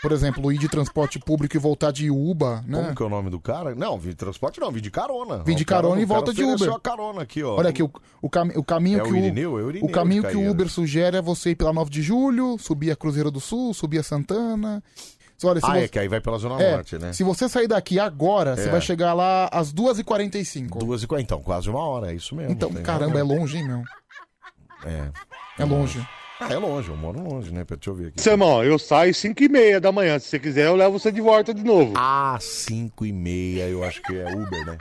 Speaker 2: Por exemplo, ir de transporte público e voltar de Uba, né?
Speaker 1: Como que é o nome do cara? Não, vim de transporte não, vim de carona.
Speaker 2: Vim de
Speaker 1: O cara-
Speaker 2: carona e
Speaker 1: o cara
Speaker 2: volta de
Speaker 1: ofereceu
Speaker 2: Uber.
Speaker 1: a carona aqui, ó.
Speaker 2: Olha aqui, o, o, cami- o caminho
Speaker 1: É
Speaker 2: que
Speaker 1: o Irineu, é o Irineu
Speaker 2: caminho
Speaker 1: de
Speaker 2: que o
Speaker 1: Caieiras.
Speaker 2: Uber sugere é você ir pela 9 de julho, subir a Cruzeiro do Sul, subir a Santana. Se- Olha, se
Speaker 1: Ah,
Speaker 2: você...
Speaker 1: é que aí vai pela Zona
Speaker 2: é,
Speaker 1: Norte, né?
Speaker 2: Se você sair daqui agora, você
Speaker 1: É.
Speaker 2: vai chegar lá às 2h45.
Speaker 1: Duas e quarenta, então, quase uma hora, é isso mesmo.
Speaker 2: Então,
Speaker 1: tem-
Speaker 2: caramba, é longe, hein, meu?
Speaker 1: É.
Speaker 2: É longe.
Speaker 1: Ah, é longe, eu moro longe, né? Pedro? Deixa eu ver aqui.
Speaker 16: Samão, eu saio 5 e meia da manhã. Se você quiser, eu levo você de volta de novo.
Speaker 1: Ah, 5 e meia, eu acho que é Uber, né?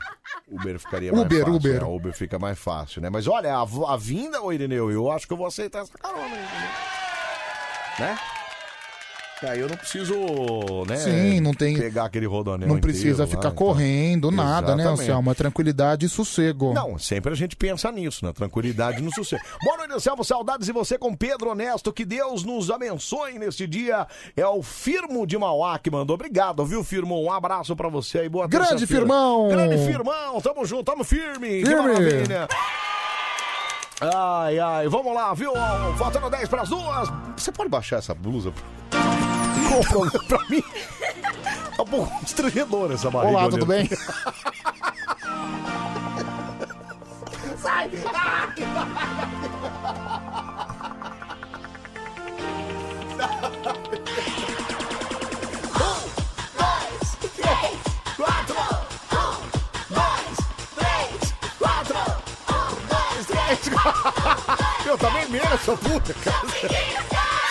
Speaker 1: Uber ficaria mais
Speaker 2: Uber,
Speaker 1: fácil.
Speaker 2: Uber.
Speaker 1: né? Uber fica mais fácil, né? Mas olha, a, vo- a vinda, ô Irineu, eu acho que eu vou aceitar essa carona, aí, né? Que Aí eu não preciso, né?
Speaker 2: Sim, não tem-
Speaker 1: Pegar aquele rodonel
Speaker 2: Não precisa
Speaker 1: inteiro lá,
Speaker 2: ficar
Speaker 1: então.
Speaker 2: correndo, nada, né,
Speaker 1: Exatamente.
Speaker 2: Anselmo? É tranquilidade e sossego.
Speaker 1: Não, sempre a gente pensa nisso, na tranquilidade e no sossego. Boa noite, Anselmo, saudades e você com Pedro Honesto, que Deus nos abençoe neste dia. É o Firmo de Mauá que mandou. Obrigado, viu, Firmo? Um abraço pra você e boa
Speaker 2: Grande
Speaker 1: terça-feira.
Speaker 2: Firmão!
Speaker 1: Grande Firmão, tamo junto, tamo firme! Que
Speaker 2: Firme!
Speaker 1: maravilha! Ai, ai, vamos lá, viu? Faltando 10 pras duas. Você pode baixar essa blusa? Comprou pra mim? Tá um pouco constrangedor essa barriga.
Speaker 2: Olá, tudo
Speaker 1: olhando.
Speaker 2: bem?
Speaker 9: Sai!
Speaker 1: Eu também medo tá essa puta, cara. Ai, ai,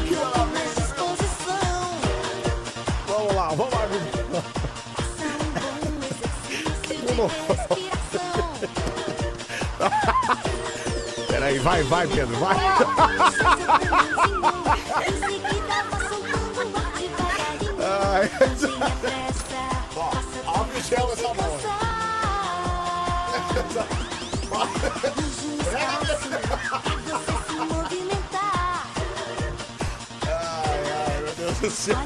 Speaker 1: que
Speaker 9: maravilha.
Speaker 1: Vamos lá, vamos lá. Peraí, vai, vai, Pedro, vai. Ai. Ó, abre o céu essa mão. Deus do céu.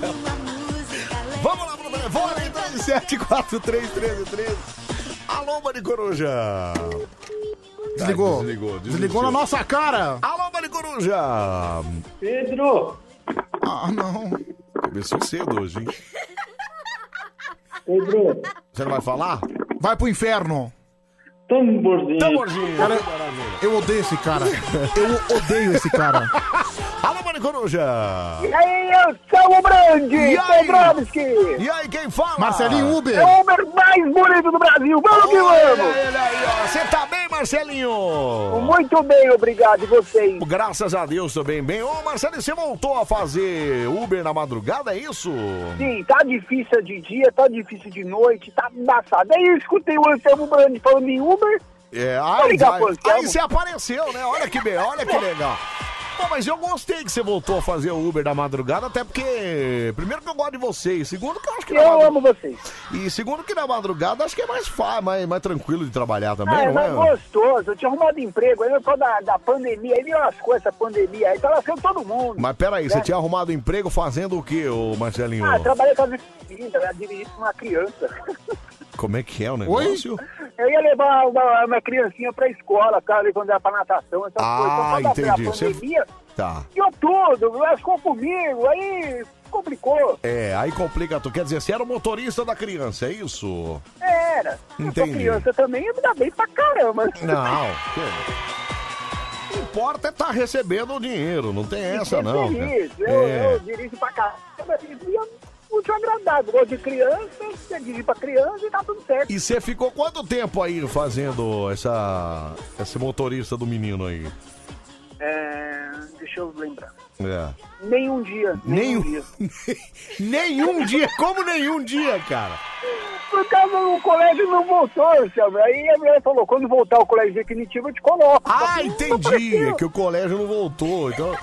Speaker 1: Vamos lá, pro telefone então, 37431313. Alô, Mani Coruja.
Speaker 2: Desligou.
Speaker 1: Ai, Ah. Tá, desligou,
Speaker 2: Desligou na nossa cara.
Speaker 1: Alô, Mani Coruja.
Speaker 2: Pedro! Ah, não.
Speaker 1: Começou cedo hoje, hein?
Speaker 2: Pedro.
Speaker 1: Você não vai falar?
Speaker 2: Vai pro inferno.
Speaker 1: Tamborzinho. Tamborzinho.
Speaker 2: Cara, eu odeio esse cara. Eu odeio esse cara.
Speaker 1: Alô, Mani Coruja.
Speaker 19: E aí, eu sou o Brandi,
Speaker 1: E aí?
Speaker 19: Pedrovski.
Speaker 1: E aí, quem fala?
Speaker 2: Marcelinho Uber.
Speaker 19: É o Uber mais bonito do Brasil, vamos que
Speaker 1: Olha
Speaker 19: vamos.
Speaker 1: ele aí, ó. Você tá bem, Marcelinho?
Speaker 19: Muito bem, obrigado, e vocês?
Speaker 1: Graças a Deus também bem. Ô, Marcelinho, você voltou a fazer Uber na madrugada, é isso?
Speaker 19: Sim, tá difícil de dia, tá difícil de noite, tá embaçado. Aí eu escutei o Anselmo Brandi falando em Uber.
Speaker 1: É,
Speaker 19: Vou
Speaker 1: ai,
Speaker 19: ligar
Speaker 1: vai.
Speaker 19: pro Anselmo.
Speaker 1: aí você apareceu, né? Olha que bem, olha que legal. Pô, mas eu gostei que você voltou a fazer o Uber da madrugada, até porque, primeiro que eu gosto de você, e segundo que eu acho que... Eu amo
Speaker 19: vocês.
Speaker 1: E segundo que na madrugada acho que é mais fácil, mais, mais tranquilo de trabalhar também,
Speaker 19: Ah, é
Speaker 1: não
Speaker 19: mais
Speaker 1: é?
Speaker 19: gostoso, eu tinha arrumado emprego, aí eu tô da, da pandemia, aí me lascou essa pandemia, aí tá lascando todo mundo.
Speaker 1: Mas peraí, você
Speaker 19: né?
Speaker 1: tinha arrumado emprego fazendo o quê, ô Marcelinho?
Speaker 19: Ah, trabalhei com as meninas, dirigindo uma criança.
Speaker 1: Como é que é o negócio?
Speaker 19: Eu ia levar uma, uma criancinha pra escola, cara, levando ela pra natação, essas
Speaker 1: Ah,
Speaker 19: coisas. Então,
Speaker 1: entendi.
Speaker 19: pra- pra
Speaker 1: Você-
Speaker 19: pandemia,
Speaker 1: Tá.
Speaker 19: Deu tudo, lascou comigo, aí complicou.
Speaker 1: É, aí complica tu. Quer dizer, você era o motorista da criança, é isso?
Speaker 19: É, Era. Eu
Speaker 1: Entendi.
Speaker 19: sou criança também, eu me dá bem pra caramba.
Speaker 1: Não. que- O que importa é estar recebendo o dinheiro, não tem essa não. cara.
Speaker 19: Feliz, eu,
Speaker 1: É.
Speaker 19: eu dirijo pra caramba, e é muito agradável. Gosto de criança, você dirige pra criança e tá tudo certo.
Speaker 1: E você ficou quanto tempo aí fazendo essa esse motorista do menino aí?
Speaker 19: É, deixa eu lembrar.
Speaker 1: É.
Speaker 19: Nenhum dia.
Speaker 1: Nenhum-
Speaker 19: Nenhum dia.
Speaker 1: nenhum dia? Como nenhum dia, cara?
Speaker 19: Por causa do colégio não voltou, Selma. Aí a mulher falou, quando voltar o colégio definitivo, eu te coloco.
Speaker 1: Ah, entendi. É que o colégio não voltou. Então.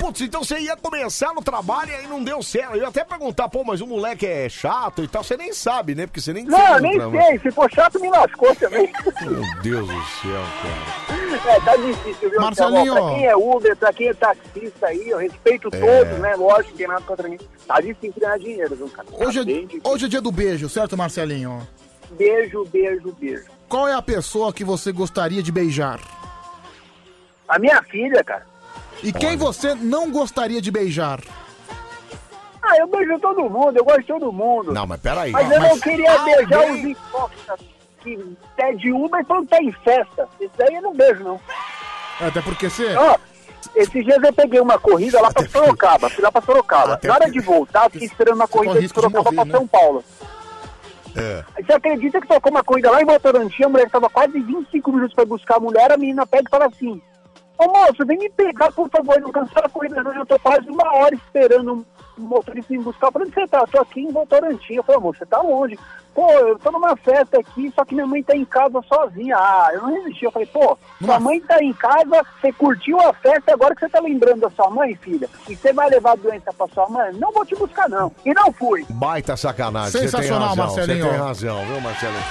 Speaker 1: Putz, então você ia começar no trabalho e aí não deu certo. Eu ia até perguntar, pô, mas o moleque é chato e tal. Você nem sabe, né? Porque você nem
Speaker 19: Não, nem
Speaker 1: encontra,
Speaker 19: sei. Se for chato, me lascou também.
Speaker 1: Meu Deus do céu, cara.
Speaker 19: É, tá difícil, viu?
Speaker 1: Marcelinho.
Speaker 19: Tá bom, Pra quem é Uber, pra quem é taxista aí, eu respeito
Speaker 2: É.
Speaker 19: todos, né? Lógico, não tem nada contra mim. Tá difícil ganhar dinheiro, viu, cara? Tá
Speaker 2: Hoje
Speaker 19: bem
Speaker 2: é, hoje é dia do beijo, certo, Marcelinho?
Speaker 19: difícil. Beijo, beijo, beijo.
Speaker 2: Qual é a pessoa que você gostaria de beijar?
Speaker 19: A minha filha, cara.
Speaker 2: E quem você não gostaria de beijar?
Speaker 19: Ah, eu beijo todo mundo, eu gosto de todo mundo.
Speaker 1: Não, mas peraí.
Speaker 19: Mas
Speaker 2: não,
Speaker 19: eu não
Speaker 2: mas
Speaker 19: queria beijar
Speaker 2: alguém-
Speaker 19: os hipócritas que é de Uber quando tá em festa. Isso daí eu não beijo, não.
Speaker 2: Até porque você.
Speaker 19: Ó, esses dias eu peguei uma corrida lá pra Sorocaba, fui lá pra Sorocaba. Na hora de voltar, eu fiquei esperando uma corrida de Sorocaba pra
Speaker 2: né?
Speaker 19: São Paulo.
Speaker 1: É.
Speaker 19: Aí Você acredita que tocou uma corrida lá em Votorantim, a mulher tava quase 25 minutos pra buscar a mulher, a menina pega e fala assim, ô moço, vem me pegar, por favor, não cancela a corrida não, eu tô quase uma hora esperando o motorista me buscar. Eu falei, onde você tá? Eu tô aqui em Votorantim. Eu falei, amor, você tá longe. Pô, eu tô numa festa aqui, só que minha mãe tá em casa sozinha. Ah, eu não resisti. Eu falei, pô, sua mãe tá em casa, você curtiu a festa, agora que você tá lembrando da sua mãe, filha, e você vai levar a doença pra sua mãe? Não vou te buscar, não. E não fui.
Speaker 1: Baita sacanagem. Você tem
Speaker 2: Sensacional,
Speaker 1: razão,
Speaker 2: Marcelinho.
Speaker 1: Você tem razão, viu, Marcelinho?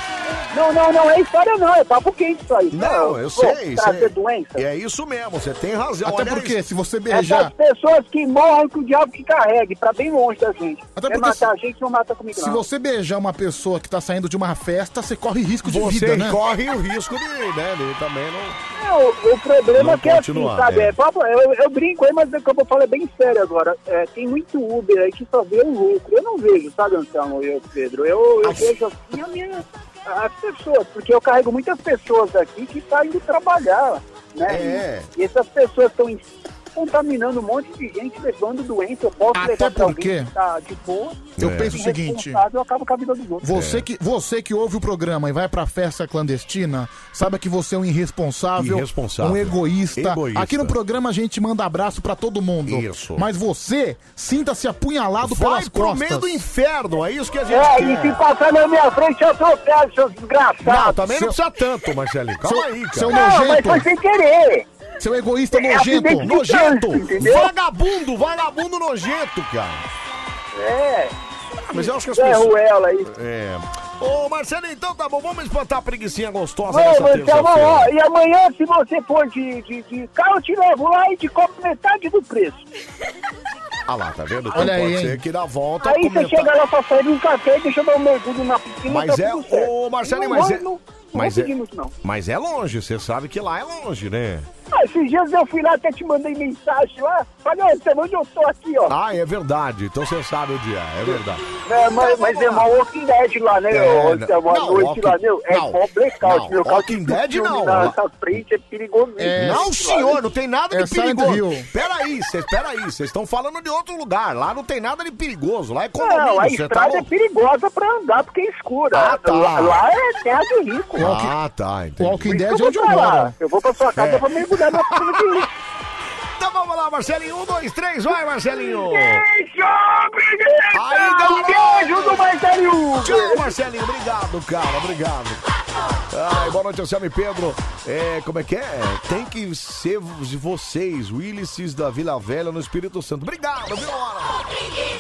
Speaker 19: Não, não, não é história não, é papo quente isso aí.
Speaker 1: Não, eu
Speaker 19: Pô,
Speaker 1: sei.
Speaker 19: trazer
Speaker 1: você-
Speaker 19: doença.
Speaker 1: É isso mesmo, você tem razão.
Speaker 2: Até
Speaker 1: Olha
Speaker 2: porque se você
Speaker 19: Essas
Speaker 2: beijar.
Speaker 19: pessoas que morrem com o diabo que carregue, pra bem longe da gente.
Speaker 2: Até
Speaker 19: Até
Speaker 2: porque
Speaker 19: matar a gente, não mata comigo
Speaker 2: Se
Speaker 19: não.
Speaker 2: você beijar uma pessoa que tá saindo de uma festa, você corre risco de
Speaker 1: Você
Speaker 2: vida, né?
Speaker 1: corre o risco de, né, de também não.
Speaker 19: É, o, o problema
Speaker 1: Não
Speaker 19: é que é assim,
Speaker 1: continuar,
Speaker 19: sabe?
Speaker 1: é.
Speaker 19: É, papo- eu, eu brinco aí, mas o que eu vou falar é bem sério agora. É, tem muito Uber aí que só vê o lucro. Eu não vejo, sabe, Anselmo e eu, Pedro? Eu, eu vejo assim a minha, as pessoas, porque eu carrego muitas pessoas aqui que estão indo trabalhar, né?
Speaker 1: É.
Speaker 19: E essas pessoas estão em- contaminando um monte de gente, levando doença. Eu posso levar pra alguém
Speaker 2: porque-
Speaker 19: que tá de boa.
Speaker 2: Eu penso o seguinte.
Speaker 19: irresponsável, Eu acabo com a vida dos outros.
Speaker 1: É.
Speaker 2: Você, que, você que ouve o programa e vai pra festa clandestina, saiba que você é um irresponsável,
Speaker 1: Irresponsável.
Speaker 2: um egoísta.
Speaker 1: Egoísta.
Speaker 2: Aqui no programa a gente manda abraço pra todo mundo.
Speaker 1: Isso.
Speaker 2: Mas você sinta-se apunhalado
Speaker 1: Vai
Speaker 2: pelas
Speaker 1: pro
Speaker 2: costas.
Speaker 1: meio do inferno, é isso que a gente
Speaker 19: É, e
Speaker 1: quer.
Speaker 19: se passar na minha frente, eu atropelo, seus desgraçados.
Speaker 1: Não, também não precisa tanto, Marcelinho. Calma
Speaker 2: Seu-
Speaker 1: aí, cara.
Speaker 2: seu
Speaker 19: Não, mas foi sem querer.
Speaker 2: Seu egoísta
Speaker 19: É
Speaker 2: nojento.
Speaker 19: acidente de
Speaker 1: Nojento!
Speaker 19: trânsito, entendeu?
Speaker 1: Vagabundo, vagabundo nojento, cara.
Speaker 19: É.
Speaker 1: Ah, Mas eu acho que as
Speaker 19: É,
Speaker 1: pessoas.
Speaker 19: Ruela aí.
Speaker 1: É. Ô, Marcelinho, então tá bom, vamos espantar a preguicinha gostosa
Speaker 19: Ô,
Speaker 1: nessa
Speaker 19: Marcelo, tá então, ó,
Speaker 1: terça-feira.
Speaker 19: e amanhã, se você for de, de, de carro, eu te levo lá e te cobro metade do preço.
Speaker 1: Ah lá, tá vendo?
Speaker 2: Olha
Speaker 1: pode
Speaker 2: aí,
Speaker 1: ser
Speaker 2: hein?
Speaker 1: que dá volta.
Speaker 19: Aí
Speaker 1: comentar-
Speaker 19: você chega tá lá pra sair de um café, deixa eu dar um mergulho na piscina.
Speaker 1: Mas
Speaker 19: tá
Speaker 1: é.
Speaker 19: tudo certo.
Speaker 1: Ô, Marcelinho,
Speaker 19: Não,
Speaker 1: mas
Speaker 19: não,
Speaker 1: é.
Speaker 19: Não, não
Speaker 1: Mas
Speaker 19: vou
Speaker 1: é,
Speaker 19: pedir muito, não.
Speaker 1: mas é longe, você sabe que lá é longe, né?
Speaker 19: Ah, esses dias eu fui lá, até te mandei mensagem lá. Falei, ô, você onde eu tô aqui, ó.
Speaker 1: Ah, é verdade. Então você sabe o dia, é verdade.
Speaker 19: É, mas, mas é uma Walking Dead lá, né?
Speaker 1: Então, É,
Speaker 19: ô,
Speaker 1: não-
Speaker 19: É uma
Speaker 1: não,
Speaker 19: noite
Speaker 1: Walking-
Speaker 19: lá, meu. É
Speaker 1: não,
Speaker 19: mó blackout,
Speaker 1: não,
Speaker 19: meu.
Speaker 1: Walking Dead não.
Speaker 19: Nessa frente é perigoso.
Speaker 1: não, senhor, não tem nada
Speaker 19: É
Speaker 1: de
Speaker 19: Silent
Speaker 1: perigoso.
Speaker 19: Hill.
Speaker 1: Peraí, vocês peraí, vocês estão falando de outro lugar. Lá não tem nada de perigoso. Lá é condomínio.
Speaker 19: Não, a
Speaker 1: cê tá
Speaker 19: estrada é
Speaker 1: louco?
Speaker 19: perigosa pra andar porque é escura.
Speaker 1: tá.
Speaker 19: lá, lá é terra de rico.
Speaker 1: Ah, tá, entendi.
Speaker 19: Por
Speaker 2: é
Speaker 19: isso que eu vou pra lá. Eu vou pra sua casa pra mergulhar na piscina de rico.
Speaker 1: Então vamos lá, Marcelinho. Um, dois, três, vai, Marcelinho.
Speaker 5: Aí,
Speaker 1: garoto!
Speaker 19: Marcelinho!
Speaker 1: Tchau, Marcelinho. Obrigado, cara. Obrigado. Ai, boa noite, Anselmo e Pedro. É, como é que é? Tem que ser de vocês, Willises da Vila Velha, no Espírito Santo. Obrigado, viu, hora?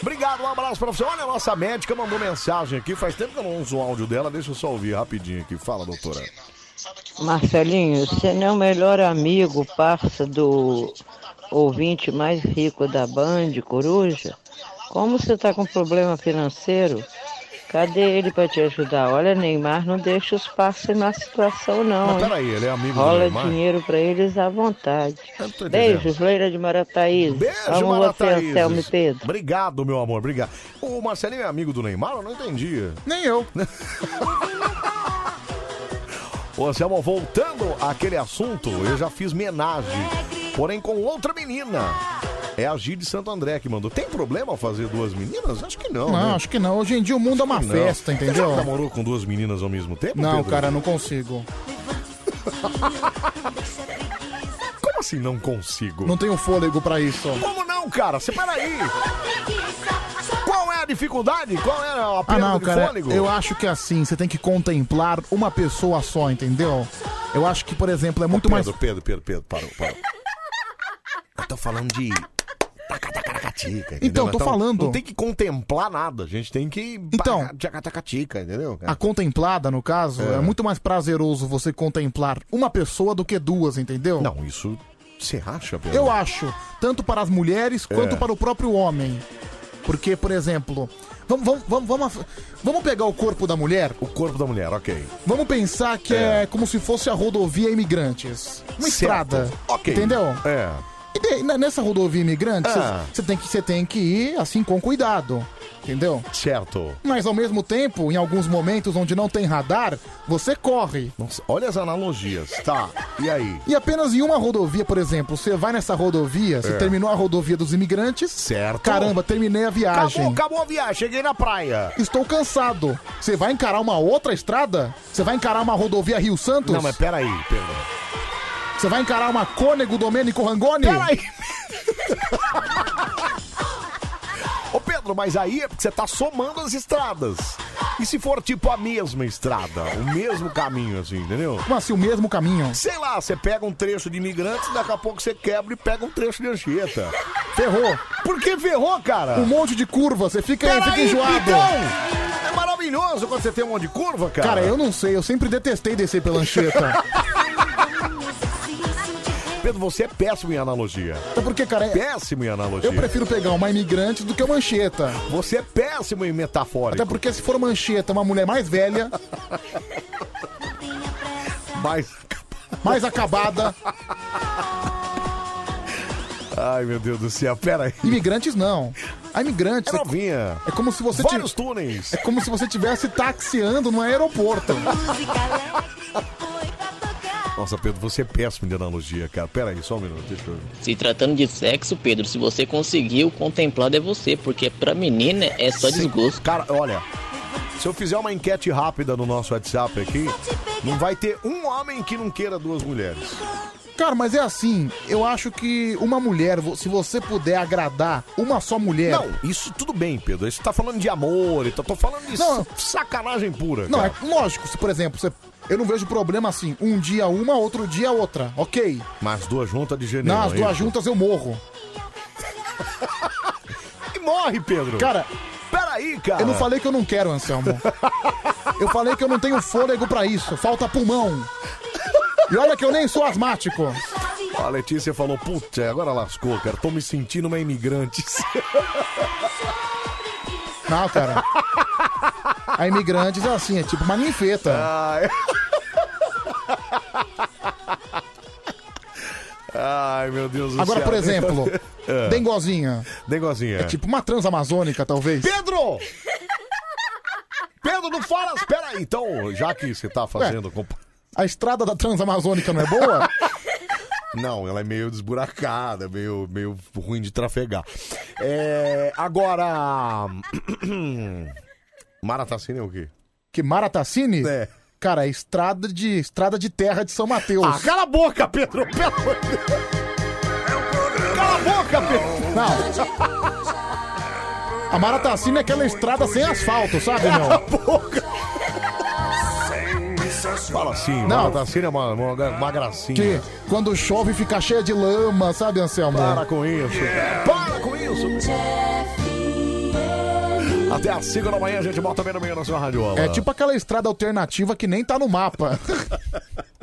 Speaker 1: Obrigado, um abraço pra você. Olha, a nossa médica mandou mensagem aqui. Faz tempo que eu não uso o áudio dela. Deixa eu só ouvir rapidinho aqui. Fala, doutora.
Speaker 20: Marcelinho, você não é o melhor amigo, parça do ouvinte mais rico da Band, Coruja? Como você está com problema financeiro? Cadê ele para te ajudar? Olha, Neymar, não deixa os parceiros na situação, não.
Speaker 1: Mas
Speaker 20: hein?
Speaker 1: peraí, ele é amigo do
Speaker 20: Rola
Speaker 1: Neymar?
Speaker 20: dinheiro para eles à vontade.
Speaker 1: tô entendendo.
Speaker 20: Beijos, Leira de Marataízes.
Speaker 1: Beijo,
Speaker 20: Amo
Speaker 1: Mara
Speaker 20: você,
Speaker 1: Thaís.
Speaker 20: Anselmo e Pedro.
Speaker 1: Obrigado, meu amor, obrigado. O Marcelinho é amigo do Neymar? Eu não entendi.
Speaker 2: Nem eu.
Speaker 1: Ô, Anselmo, voltando àquele assunto, eu já fiz homenagem, porém com outra menina. É a Gide Santo André que mandou. Tem problema fazer duas meninas? Acho que não.
Speaker 2: Não,
Speaker 1: né?
Speaker 2: acho que não. Hoje em dia o mundo é uma
Speaker 1: Não.
Speaker 2: festa, entendeu?
Speaker 1: Você já namorou com duas meninas ao mesmo tempo?
Speaker 2: Não,
Speaker 1: Pedro?
Speaker 2: cara, não consigo.
Speaker 1: Como assim não consigo?
Speaker 2: Não tenho fôlego pra isso.
Speaker 1: Como não, cara? Você para aí. Qual é a dificuldade? Qual é a
Speaker 2: Ah,
Speaker 1: perda
Speaker 2: não,
Speaker 1: de
Speaker 2: cara,
Speaker 1: fôlego?
Speaker 2: eu acho que é assim, você tem que contemplar uma pessoa só, entendeu? Eu acho que, por exemplo, é muito mais.
Speaker 1: Pedro, Pedro, Pedro, Pedro, parou, parou. Eu tô falando de. Tacatacatica, entendeu?
Speaker 2: Então, tô
Speaker 1: Então,
Speaker 2: falando.
Speaker 1: Não tem que contemplar nada, a gente tem que.
Speaker 2: Então.
Speaker 1: Tacatacatica, entendeu?
Speaker 2: A contemplada, no caso,
Speaker 1: É.
Speaker 2: é. muito mais prazeroso você contemplar uma pessoa do que duas, entendeu?
Speaker 1: Não, isso você acha, Pedro?
Speaker 2: Eu acho, tanto para as mulheres quanto
Speaker 1: É.
Speaker 2: para o próprio homem. Porque, por exemplo, vamos, vamos, vamos, vamos, af- vamos pegar o corpo da mulher?
Speaker 1: O corpo da mulher, ok.
Speaker 2: Vamos pensar que é, como se fosse a rodovia Imigrantes. Uma estrada.
Speaker 1: Ok.
Speaker 2: Entendeu?
Speaker 1: É.
Speaker 2: E de- n- nessa rodovia Imigrantes,
Speaker 1: Ah.
Speaker 2: você tem, que- cê tem que ir assim com cuidado. Entendeu?
Speaker 1: Certo.
Speaker 2: Mas ao mesmo tempo, em alguns momentos onde não tem radar, você corre.
Speaker 1: Nossa, olha as analogias, tá? E aí?
Speaker 2: E apenas em uma rodovia, por exemplo, você vai nessa rodovia, você
Speaker 1: É.
Speaker 2: terminou a rodovia dos imigrantes.
Speaker 1: Certo.
Speaker 2: Caramba, terminei a viagem.
Speaker 1: Acabou, acabou a viagem, cheguei na praia.
Speaker 2: Estou cansado. Você vai encarar uma outra estrada? Você vai encarar uma rodovia Rio Santos?
Speaker 1: Não, mas peraí, Pedro.
Speaker 2: Você vai encarar uma Cônego Domênico Rangoni?
Speaker 1: Peraí. Ô Pedro, mas aí é porque você tá somando as estradas. E se for tipo a mesma estrada, o mesmo caminho, assim, entendeu?
Speaker 2: Como assim, o mesmo caminho?
Speaker 1: Sei lá, você pega um trecho de imigrantes, daqui a pouco você quebra e pega um trecho de anchieta.
Speaker 2: Ferrou.
Speaker 1: Por que ferrou, cara?
Speaker 2: Um monte de curva, você fica,
Speaker 1: Peraí,
Speaker 2: fica enjoado.
Speaker 1: então! É maravilhoso quando você tem um monte de curva, cara.
Speaker 2: cara. eu não sei, eu sempre detestei descer pela Anchieta.
Speaker 1: Pedro, você é péssimo em analogia.
Speaker 2: Então por que, cara? é-
Speaker 1: Péssimo em analogia.
Speaker 2: Eu prefiro pegar uma imigrante do que uma Anchieta.
Speaker 1: Você é péssimo em metafórica.
Speaker 2: Até porque se for uma Anchieta, uma mulher mais velha,
Speaker 1: Mas.
Speaker 2: mais acabada,
Speaker 1: Ai, meu Deus do céu, peraí.
Speaker 2: imigrantes não. A imigrantes...
Speaker 1: É novinha.
Speaker 2: É como se você...
Speaker 1: Vários
Speaker 2: ti-
Speaker 1: túneis.
Speaker 2: É como se você estivesse taxiando no aeroporto.
Speaker 1: Nossa, Pedro, você é péssimo de analogia, cara. Pera aí, só um minuto, deixa eu...
Speaker 21: Se tratando de sexo, Pedro, se você conseguiu, contemplado é você, porque pra menina é só desgosto.
Speaker 1: Cara, olha, se eu fizer uma enquete rápida no nosso WhatsApp aqui, não vai ter um homem que não queira duas mulheres.
Speaker 2: Cara, mas é assim, eu acho que uma mulher, vo- se você puder agradar uma só mulher...
Speaker 1: Não, isso tudo bem, Pedro. Isso tá falando de amor, então tô falando de
Speaker 2: Não.
Speaker 1: sa- sacanagem pura.
Speaker 2: Não,
Speaker 1: cara.
Speaker 2: é lógico, se por exemplo, você... eu não vejo problema assim, um dia uma, outro dia outra, ok.
Speaker 1: Mas as duas juntas de janeiro.
Speaker 2: Não, as
Speaker 1: é
Speaker 2: duas
Speaker 1: isso?
Speaker 2: juntas eu morro.
Speaker 1: E morre, Pedro.
Speaker 2: Cara,
Speaker 1: peraí, cara.
Speaker 2: Eu não falei que eu não quero, Anselmo. Eu falei que eu não tenho fôlego pra isso, falta pulmão. E olha que eu nem sou asmático.
Speaker 1: Ó, A Letícia falou, putz, é, agora lascou, cara. Tô me sentindo uma imigrante.
Speaker 2: Não, cara. A imigrantes é assim, é tipo uma ninfeta.
Speaker 1: Ah, Ai, meu Deus do
Speaker 2: Agora,
Speaker 1: céu.
Speaker 2: por exemplo,
Speaker 1: É.
Speaker 2: dengozinha.
Speaker 1: Dengozinha.
Speaker 2: É tipo uma transamazônica, talvez.
Speaker 16: Pedro! Pedro, não fala. Espera aí, então.
Speaker 1: Já que você tá fazendo. compa-
Speaker 2: A estrada da transamazônica não é boa?
Speaker 1: Não, ela é meio desburacada, meio, meio ruim de trafegar. É, agora. Maratacina é o quê?
Speaker 2: Que Maratacine? É. Cara, é estrada de, estrada de terra de São Mateus.
Speaker 1: Ah, cala a boca, Pedro! Pelo amor de Deus.
Speaker 16: Cala a boca, Pedro!
Speaker 2: Não. A Maratacine é aquela estrada sem asfalto, sabe, não?
Speaker 1: Fala assim,
Speaker 2: Não.
Speaker 1: Maratacina é uma, uma, uma gracinha.
Speaker 2: Que quando chove fica cheia de lama, sabe, Anselmo?
Speaker 1: Para com isso, cara. Para com isso! Até às 5 da manhã a gente bota bem no meio da sua radiola.
Speaker 2: É tipo aquela estrada alternativa que nem tá no mapa.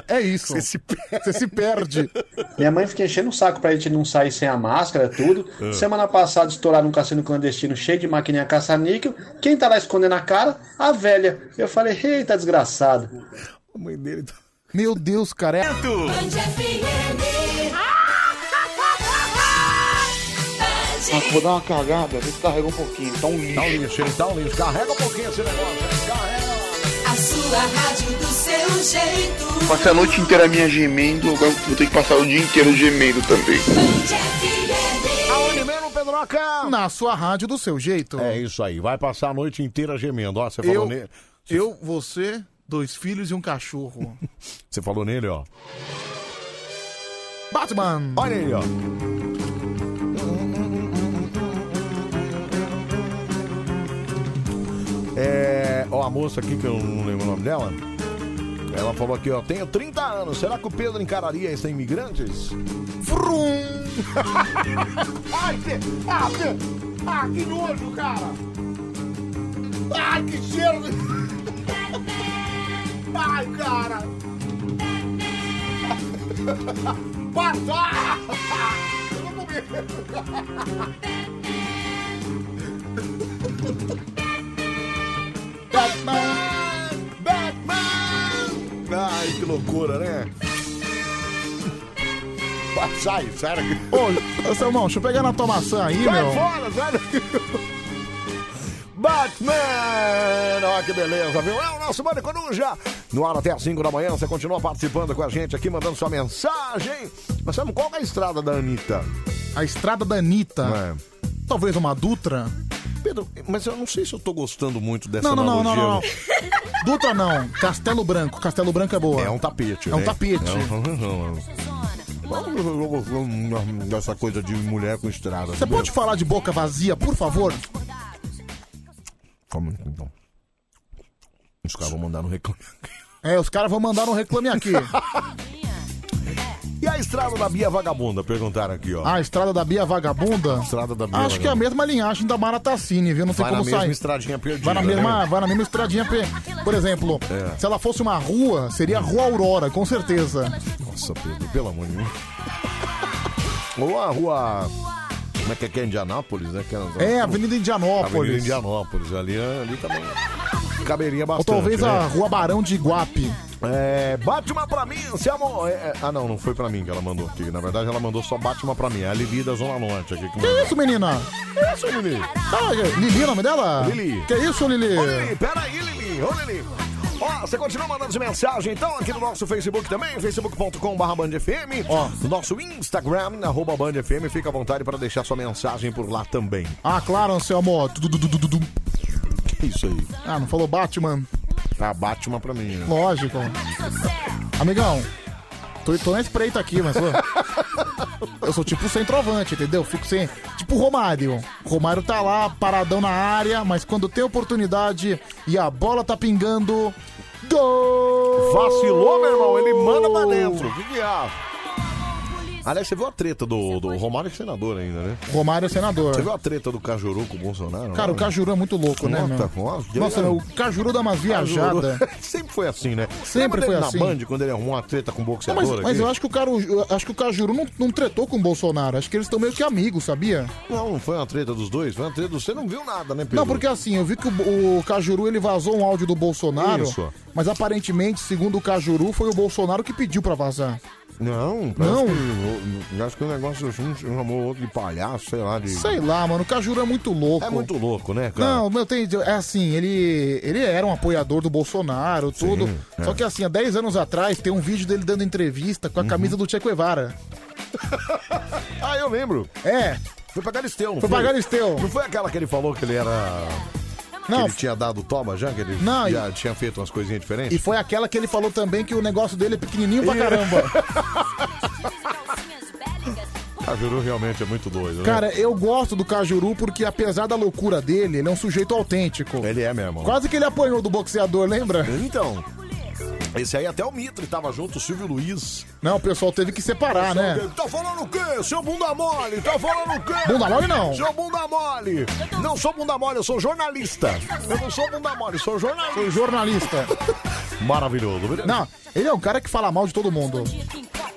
Speaker 2: É isso. Você se perde.
Speaker 19: Minha mãe fica enchendo o saco pra gente não sair sem a máscara, tudo.
Speaker 2: É.
Speaker 19: Semana passada estouraram um cassino clandestino cheio de maquininha caça-níquel. Quem tá lá escondendo a cara? A velha. Eu falei, eita, desgraçado.
Speaker 1: A mãe dele tá...
Speaker 2: Meu Deus, cara. É...
Speaker 16: Mas vou dar uma cargada, vê se carregou um pouquinho. Tá um lixo.
Speaker 1: Dá um lixo, ele dá um lixo. Carrega um pouquinho esse negócio.
Speaker 22: A sua rádio do seu jeito.
Speaker 23: Passei a noite inteira é minha gemendo, agora vou ter que passar o dia inteiro gemendo também.
Speaker 16: Aonde mesmo, Pedroca?
Speaker 2: Na sua rádio do seu jeito.
Speaker 1: É isso aí, vai passar a noite inteira gemendo. Ó, você falou
Speaker 2: Eu,
Speaker 1: nele.
Speaker 2: eu, você, dois filhos e um cachorro.
Speaker 1: Você falou nele, ó.
Speaker 2: Batman!
Speaker 1: Olha ele, ó. É. Ó, a moça aqui que eu não lembro o nome dela. Ela falou aqui, ó, tenho 30 anos. Será que o Pedro encararia esses imigrantes?
Speaker 2: Frum!
Speaker 3: Ai, que... Ah, que... ah, que nojo, cara! Ai, que cheiro! de- Ai, cara! Passa! ah, Eu vou comer.
Speaker 1: Batman! Batman! Ai, que loucura, né? Vai, sai, sai daqui.
Speaker 2: Ô, ô, Salmão, deixa eu pegar na tua maçã aí,
Speaker 1: sai
Speaker 2: meu.
Speaker 1: fora, sai daqui. Batman! Olha que beleza, viu? É o nosso Mano Coruja. No ar até as 5 da manhã, você continua participando com a gente aqui, mandando sua mensagem. Mas sabe qual que é a estrada da Anitta?
Speaker 2: A estrada da Anitta. Talvez uma Dutra.
Speaker 1: Pedro, mas eu não sei se eu tô gostando muito dessa
Speaker 2: não, não, não, não,
Speaker 1: analogia.
Speaker 2: não. Dutra não. Castelo Branco. Castelo Branco é boa.
Speaker 1: É um tapete,
Speaker 2: É um
Speaker 1: né?
Speaker 2: tapete.
Speaker 1: É um- Eu tô gostando dessa coisa de mulher com estrada.
Speaker 2: Você pode falar de boca vazia, por favor?
Speaker 1: Calma aí, então. Os caras vão mandar no reclame.
Speaker 2: É, os caras vão mandar um reclame aqui.
Speaker 1: E a estrada da Bia Vagabunda? Perguntaram aqui, ó.
Speaker 2: Ah, a Estrada da Bia Vagabunda?
Speaker 1: Estrada da Bia
Speaker 2: Acho que é a mesma linhagem da Maratacine, viu? Não sei
Speaker 1: Vai na
Speaker 2: como
Speaker 1: mesma
Speaker 2: sair.
Speaker 1: estradinha perdida,
Speaker 2: Vai na mesma,
Speaker 1: né?
Speaker 2: vai na mesma estradinha. pe- Por exemplo,
Speaker 1: É.
Speaker 2: se ela fosse uma rua, seria a Rua Aurora, com certeza.
Speaker 1: Nossa, Pedro, pelo amor de Deus. Ou a rua... Como é que é que é? Indianápolis, né? Que
Speaker 2: É, Avenida Indianópolis.
Speaker 1: Avenida Indianópolis. Ali, ali também caberia
Speaker 2: Ou
Speaker 1: bastante,
Speaker 2: talvez
Speaker 1: né?
Speaker 2: a Rua Barão de Iguape.
Speaker 1: É, Batman pra mim, se amor. É, é, ah, não, não foi pra mim que ela mandou aqui. Na verdade, ela mandou só Batman pra mim. É a Lili da Zona Norte aqui. Que
Speaker 2: Que
Speaker 1: mandou.
Speaker 2: isso, menina?
Speaker 1: Que isso, Lili?
Speaker 2: Ah, Lili, o nome dela?
Speaker 1: Lili.
Speaker 2: Que isso, Lili?
Speaker 1: Ô, Lili, peraí, Lili. Ô, Lili. Ó, você continua mandando mensagem, então, aqui no nosso Facebook também, facebook.com.br bandfm. Ó, no nosso Instagram, arroba bandfm. Fica à vontade para deixar sua mensagem por lá também.
Speaker 2: Ah, claro, Anselmo. Du- du- du- du- du- du-
Speaker 1: Que é isso aí?
Speaker 2: Ah, não falou Batman.
Speaker 1: Ah, Batman pra mim, né?
Speaker 2: Lógico. Amigão, tô, tô na espreita aqui, mas. ô, Eu sou tipo centroavante, entendeu? Fico sem. Tipo Romário. Romário tá lá, paradão na área, mas quando tem oportunidade e a bola tá pingando. Gol!
Speaker 1: Vacilou, meu irmão. Ele manda pra dentro. O que, que é? Aliás, você viu a treta do, do Romário é senador ainda, né?
Speaker 2: Romário é senador.
Speaker 1: Você viu a treta do Cajuru com o Bolsonaro?
Speaker 2: Cara, o Cajuru é muito louco, né,
Speaker 1: Nossa,
Speaker 2: meu?
Speaker 1: nossa,
Speaker 2: Nossa,
Speaker 1: ele-
Speaker 2: meu, o Cajuru dá umas viajadas.
Speaker 1: Cajuru. Sempre foi assim, né?
Speaker 2: Sempre
Speaker 1: Lembra
Speaker 2: foi
Speaker 1: dele
Speaker 2: assim.
Speaker 1: Na Band, quando ele arrumou uma treta com o
Speaker 2: Não,
Speaker 1: boxeador
Speaker 2: mas, mas
Speaker 1: aqui?
Speaker 2: eu acho que o cara, eu acho que o Cajuru não, não tretou com o Bolsonaro. Acho que eles estão meio que amigos, sabia?
Speaker 1: Não, não foi uma treta dos dois, foi uma treta dos... Você não viu nada, né, Pedro?
Speaker 2: Não, porque assim, eu vi que o, o Cajuru ele vazou um áudio do Bolsonaro,
Speaker 1: Isso.
Speaker 2: mas aparentemente, segundo o Cajuru, foi o Bolsonaro que pediu pra vazar.
Speaker 1: Não, parece
Speaker 2: Não?
Speaker 1: Que, eu acho que o negócio um chamou o outro de palhaço, sei lá. De...
Speaker 2: Sei lá, mano, o Cajuru é muito louco.
Speaker 1: É muito louco, né, cara?
Speaker 2: Não, meu, tem, é assim, ele, ele era um apoiador do Bolsonaro, tudo.
Speaker 1: é.
Speaker 2: Só que assim, há 10 anos atrás tem um vídeo dele dando entrevista
Speaker 1: Uhum.
Speaker 2: com a camisa do Che Guevara.
Speaker 1: Ah, eu lembro.
Speaker 2: É.
Speaker 1: Foi pra Galisteu, não
Speaker 2: Foi pra Galisteu.
Speaker 1: Não foi aquela que ele falou que ele era.
Speaker 2: Não.
Speaker 1: Que ele tinha dado toma já? Que ele
Speaker 2: Não,
Speaker 1: já tinha feito umas coisinhas diferentes?
Speaker 2: E foi aquela que ele falou também que o negócio dele é pequenininho pra caramba.
Speaker 1: Cajuru realmente é muito doido, né?
Speaker 2: Cara, eu gosto do Cajuru porque apesar da loucura dele, ele é um sujeito autêntico.
Speaker 1: Ele é mesmo.
Speaker 2: Quase que ele apanhou do boxeador, lembra?
Speaker 1: Então. Esse aí até o Mitre tava junto, o Silvio Luiz.
Speaker 2: Não, o pessoal teve que separar, né?
Speaker 1: Tá falando o quê? Seu bunda mole! Tá falando o quê?
Speaker 2: Bunda mole não.
Speaker 1: Seu bunda mole! Não sou bunda mole, eu sou jornalista. Eu não sou bunda mole, sou jornalista.
Speaker 2: Sou jornalista.
Speaker 1: Maravilhoso. beleza?
Speaker 2: Não, ele é um cara que fala mal de todo mundo.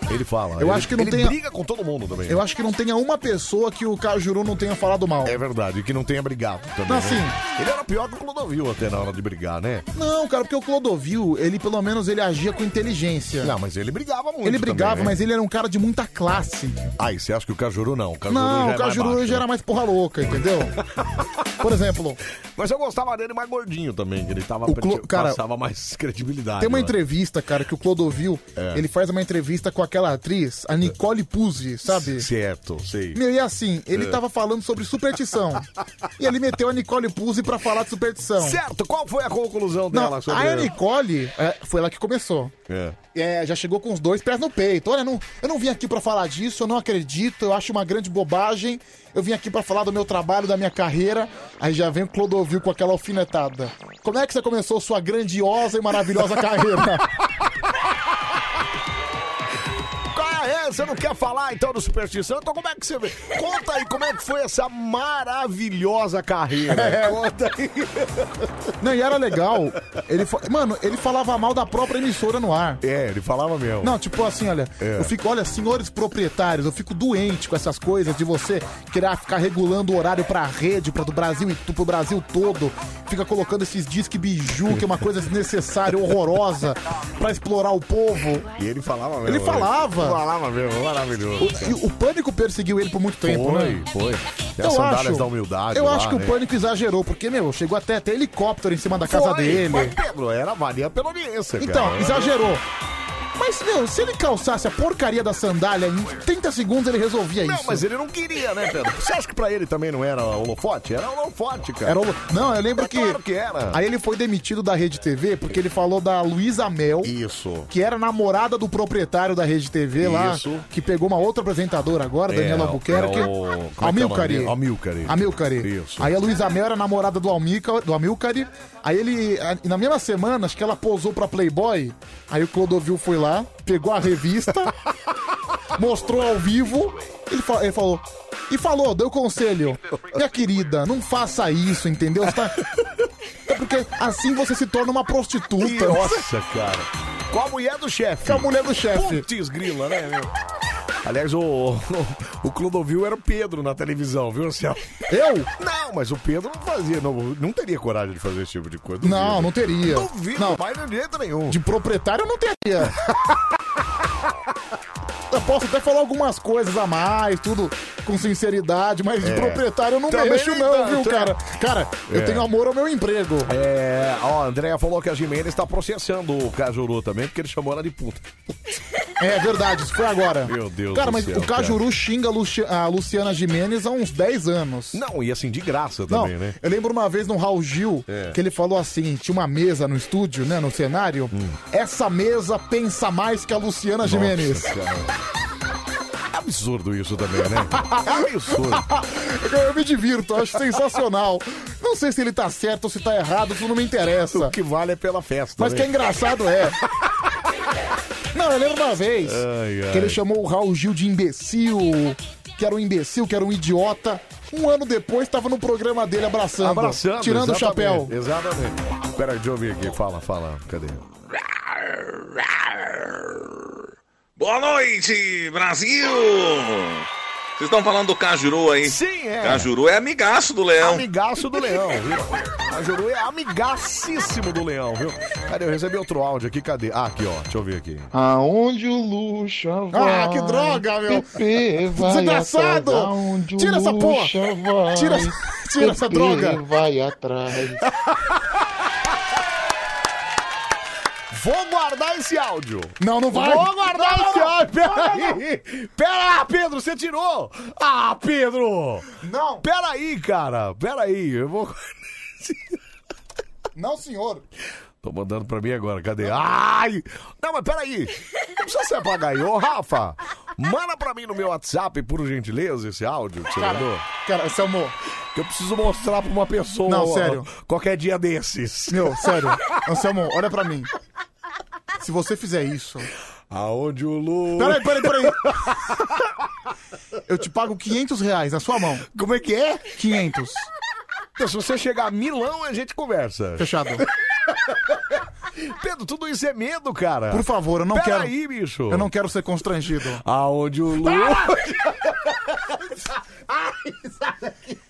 Speaker 1: Ele fala.
Speaker 2: Eu
Speaker 1: ele,
Speaker 2: acho que não
Speaker 1: ele
Speaker 2: tem a-
Speaker 1: briga com todo mundo né? também.
Speaker 2: Eu acho que não tenha uma pessoa que o Cajuru não tenha falado mal.
Speaker 1: É verdade, que não tenha brigado também.
Speaker 2: Não,
Speaker 1: né?
Speaker 2: sim.
Speaker 1: Ele era pior que o Clodovil até na hora de brigar, né?
Speaker 2: Não, cara, porque o Clodovil, ele pelo menos ele agia com inteligência.
Speaker 1: Não, mas ele brigava muito.
Speaker 2: Ele brigava,
Speaker 1: também, né?
Speaker 2: mas ele era um cara de muita classe.
Speaker 1: Ah, e você acha que o Cajuru não? O Cajuru
Speaker 2: não,
Speaker 1: já
Speaker 2: o Cajuru
Speaker 1: é
Speaker 2: hoje era mais porra louca, entendeu? Por exemplo,
Speaker 1: Mas eu gostava dele mais gordinho também, que ele tava
Speaker 2: O Clo- cara,
Speaker 1: passava mais credibilidade.
Speaker 2: tem uma
Speaker 1: né?
Speaker 2: entrevista, cara, que o Clodovil,
Speaker 1: É.
Speaker 2: ele faz uma entrevista com aquela atriz, a Nicole Puzzi, sabe?
Speaker 1: Certo, sei.
Speaker 2: Meu, e assim, ele
Speaker 1: É.
Speaker 2: tava falando sobre superstição. e ele meteu a Nicole Puzzi pra falar de superstição.
Speaker 1: Certo, qual foi a conclusão
Speaker 2: Não,
Speaker 1: dela sobre
Speaker 2: a Nicole, é, foi ela que começou.
Speaker 1: É.
Speaker 2: É, já chegou com os dois pés no peito. Olha, não, eu não vim aqui pra falar disso, eu não acredito, eu acho uma grande bobagem. Eu vim aqui pra falar do meu trabalho, da minha carreira. Aí já vem o Clodovil com aquela alfinetada. Como é que você começou sua grandiosa e maravilhosa carreira?
Speaker 1: Qual é? Você não quer falar então do superstição? Então como é que você vê? Conta aí como é que foi essa maravilhosa carreira.
Speaker 2: É.
Speaker 1: Conta aí.
Speaker 2: não, e era legal. Ele fa- Mano, ele falava mal da própria emissora no ar.
Speaker 1: É, ele falava mesmo.
Speaker 2: Não, tipo assim, olha,
Speaker 1: É.
Speaker 2: eu fico, olha, senhores proprietários, eu fico doente com essas coisas de você querer ficar regulando o horário pra rede, pra, do Brasil e tu- pro Brasil todo. Fica colocando esses disque biju, que é uma coisa desnecessária, horrorosa, pra explorar o povo.
Speaker 1: E ele falava mesmo.
Speaker 2: Ele
Speaker 1: né?
Speaker 2: falava.
Speaker 1: Falava mesmo, maravilhoso.
Speaker 2: O, e o pânico perseguiu ele por muito tempo,
Speaker 1: foi,
Speaker 2: né?
Speaker 1: foi. Tem
Speaker 2: Eu
Speaker 1: as sandálias
Speaker 2: acho,
Speaker 1: da humildade.
Speaker 2: eu
Speaker 1: lá,
Speaker 2: acho que
Speaker 1: né?
Speaker 2: o pânico exagerou, porque, meu, chegou até, até helicóptero em cima da casa
Speaker 1: Foi,
Speaker 2: dele.
Speaker 1: Mas, Pedro, era valia pela audiência,
Speaker 2: Então,
Speaker 1: cara.
Speaker 2: exagerou. Mas, meu, se ele calçasse a porcaria da sandália, em 30 segundos ele resolvia
Speaker 1: Não,
Speaker 2: isso.
Speaker 1: mas ele não queria, né, Pedro? Você acha que pra ele também não era holofote? Era holofote, cara.
Speaker 2: Era o... Não, eu lembro que...
Speaker 1: é claro que era.
Speaker 2: Aí ele foi demitido da Rede TV porque ele falou da Luísa Mel.
Speaker 1: Isso.
Speaker 2: Que era namorada do proprietário da Rede TV lá.
Speaker 1: Isso.
Speaker 2: Que pegou uma outra apresentadora agora, Daniela Albuquerque.
Speaker 1: é o- como é que é o nome
Speaker 2: Amilcari.
Speaker 1: dele? Amilcari.
Speaker 2: Amilcari.
Speaker 1: Isso.
Speaker 2: Aí a Luísa Mel era namorada do, Almica, do Amilcari. Aí ele, a- na mesma semana, acho que ela posou pra Playboy. Aí o Clodovil foi lá, pegou a revista, mostrou ao vivo. Ele, fa- ele falou. E falou, deu conselho. Minha querida, não faça isso, entendeu? Você tá- É porque assim você se torna uma prostituta.
Speaker 1: Nossa, cara. Com a mulher do chefe.
Speaker 2: Com a é mulher do chefe.
Speaker 1: Putz, grila, né, meu? Aliás, o, o Clodovil era o Pedro na televisão, viu, Anselmo?
Speaker 2: Eu?
Speaker 1: Não, mas o Pedro não fazia, não, não teria coragem de fazer esse tipo de coisa.
Speaker 2: Não,
Speaker 1: duvido.
Speaker 2: não teria.
Speaker 1: Duvido,
Speaker 2: Não.
Speaker 1: mas de jeito nenhum.
Speaker 2: De proprietário eu não teria. Eu posso até falar algumas coisas a mais, tudo com sinceridade, mas de
Speaker 1: É.
Speaker 2: proprietário eu não
Speaker 1: Também
Speaker 2: mexo
Speaker 1: nem
Speaker 2: não, viu,
Speaker 1: tanto, é.
Speaker 2: cara? Cara,
Speaker 1: É.
Speaker 2: eu tenho amor ao meu emprego.
Speaker 1: É, ó, a Andrea falou que a Jimenez está processando o Cajuru também, porque ele chamou ela de puta.
Speaker 2: É verdade, isso foi agora.
Speaker 1: Meu Deus
Speaker 2: Cara,
Speaker 1: do
Speaker 2: mas
Speaker 1: céu,
Speaker 2: o Cajuru xinga a, Luci- a Luciana Jimenez há uns 10 anos.
Speaker 1: Não, e assim, de graça
Speaker 2: Não,
Speaker 1: também, né?
Speaker 2: eu lembro uma vez no Raul Gil
Speaker 1: É.
Speaker 2: que ele falou assim: tinha uma mesa no estúdio, né? No cenário.
Speaker 1: Hum.
Speaker 2: Essa mesa pensa mais que a Luciana Jimenez.
Speaker 1: cara. Absurdo isso também, né? É absurdo.
Speaker 2: Eu me divirto, eu acho sensacional. Não sei se ele tá certo ou se tá errado, isso não me interessa.
Speaker 1: O que vale é pela festa.
Speaker 2: Mas
Speaker 1: né?
Speaker 2: que é engraçado é. Não, eu lembro uma vez
Speaker 1: Ai, ai.
Speaker 2: que ele chamou o Raul Gil de imbecil, que era um imbecil, que era um idiota. Um ano depois tava no programa dele abraçando,
Speaker 1: Abraçando.
Speaker 2: tirando o
Speaker 1: exatamente,
Speaker 2: chapéu.
Speaker 1: Exatamente. Peraí, deixa eu ouvir aqui. Fala, fala. Cadê?
Speaker 19: Boa noite, Brasil!
Speaker 7: Vocês estão falando do Cajuru aí?
Speaker 1: Sim, é.
Speaker 7: Cajuru é amigaço do leão.
Speaker 1: Amigaço do leão, viu? Cajuru é amigacíssimo do leão, viu? Cara, eu recebi outro áudio aqui, cadê? Ah, aqui, ó. Deixa eu ver aqui.
Speaker 11: Aonde o luxo
Speaker 2: Ah, que droga, meu!
Speaker 11: Pepe vai
Speaker 2: Desgraçado!
Speaker 11: atrás, aonde
Speaker 2: Tira
Speaker 11: o
Speaker 2: essa porra!
Speaker 11: luxo vai,
Speaker 2: Tira essa- tira essa
Speaker 11: Pepe
Speaker 2: droga!
Speaker 11: vai atrás.
Speaker 1: Vou guardar esse áudio.
Speaker 2: Não, não vai.
Speaker 1: Vou guardar
Speaker 2: Não,
Speaker 1: esse
Speaker 2: não,
Speaker 1: áudio.
Speaker 2: não, não,
Speaker 1: Peraí. Pera, Ah, Pedro, você tirou. Ah, Pedro.
Speaker 2: Não.
Speaker 1: Peraí, cara. Peraí. Eu vou...
Speaker 2: Não, senhor.
Speaker 1: Tô mandando pra mim agora, cadê? Ai! Não, mas peraí! Não precisa se apagar aí. Ô, Rafa, manda pra mim no meu WhatsApp, por gentileza, esse áudio que você
Speaker 2: Cara,
Speaker 1: mandou.
Speaker 2: Cara, Selmo.
Speaker 1: Eu preciso mostrar pra uma pessoa.
Speaker 2: Não, sério.
Speaker 1: Qualquer dia desses.
Speaker 2: Meu, sério. Anselmo, olha pra mim. Se você fizer isso.
Speaker 1: Aonde o Lu.
Speaker 2: Peraí, peraí, peraí. Eu te pago 500 reais na sua mão.
Speaker 1: Como é que é?
Speaker 2: 500.
Speaker 1: Então, se você chegar a Milão, a gente conversa.
Speaker 2: Fechado.
Speaker 1: Pedro, tudo isso é medo, cara.
Speaker 2: Por favor, eu não
Speaker 1: Pera
Speaker 2: quero.
Speaker 1: aí, bicho.
Speaker 2: Eu não quero ser constrangido.
Speaker 1: Aonde o Lu.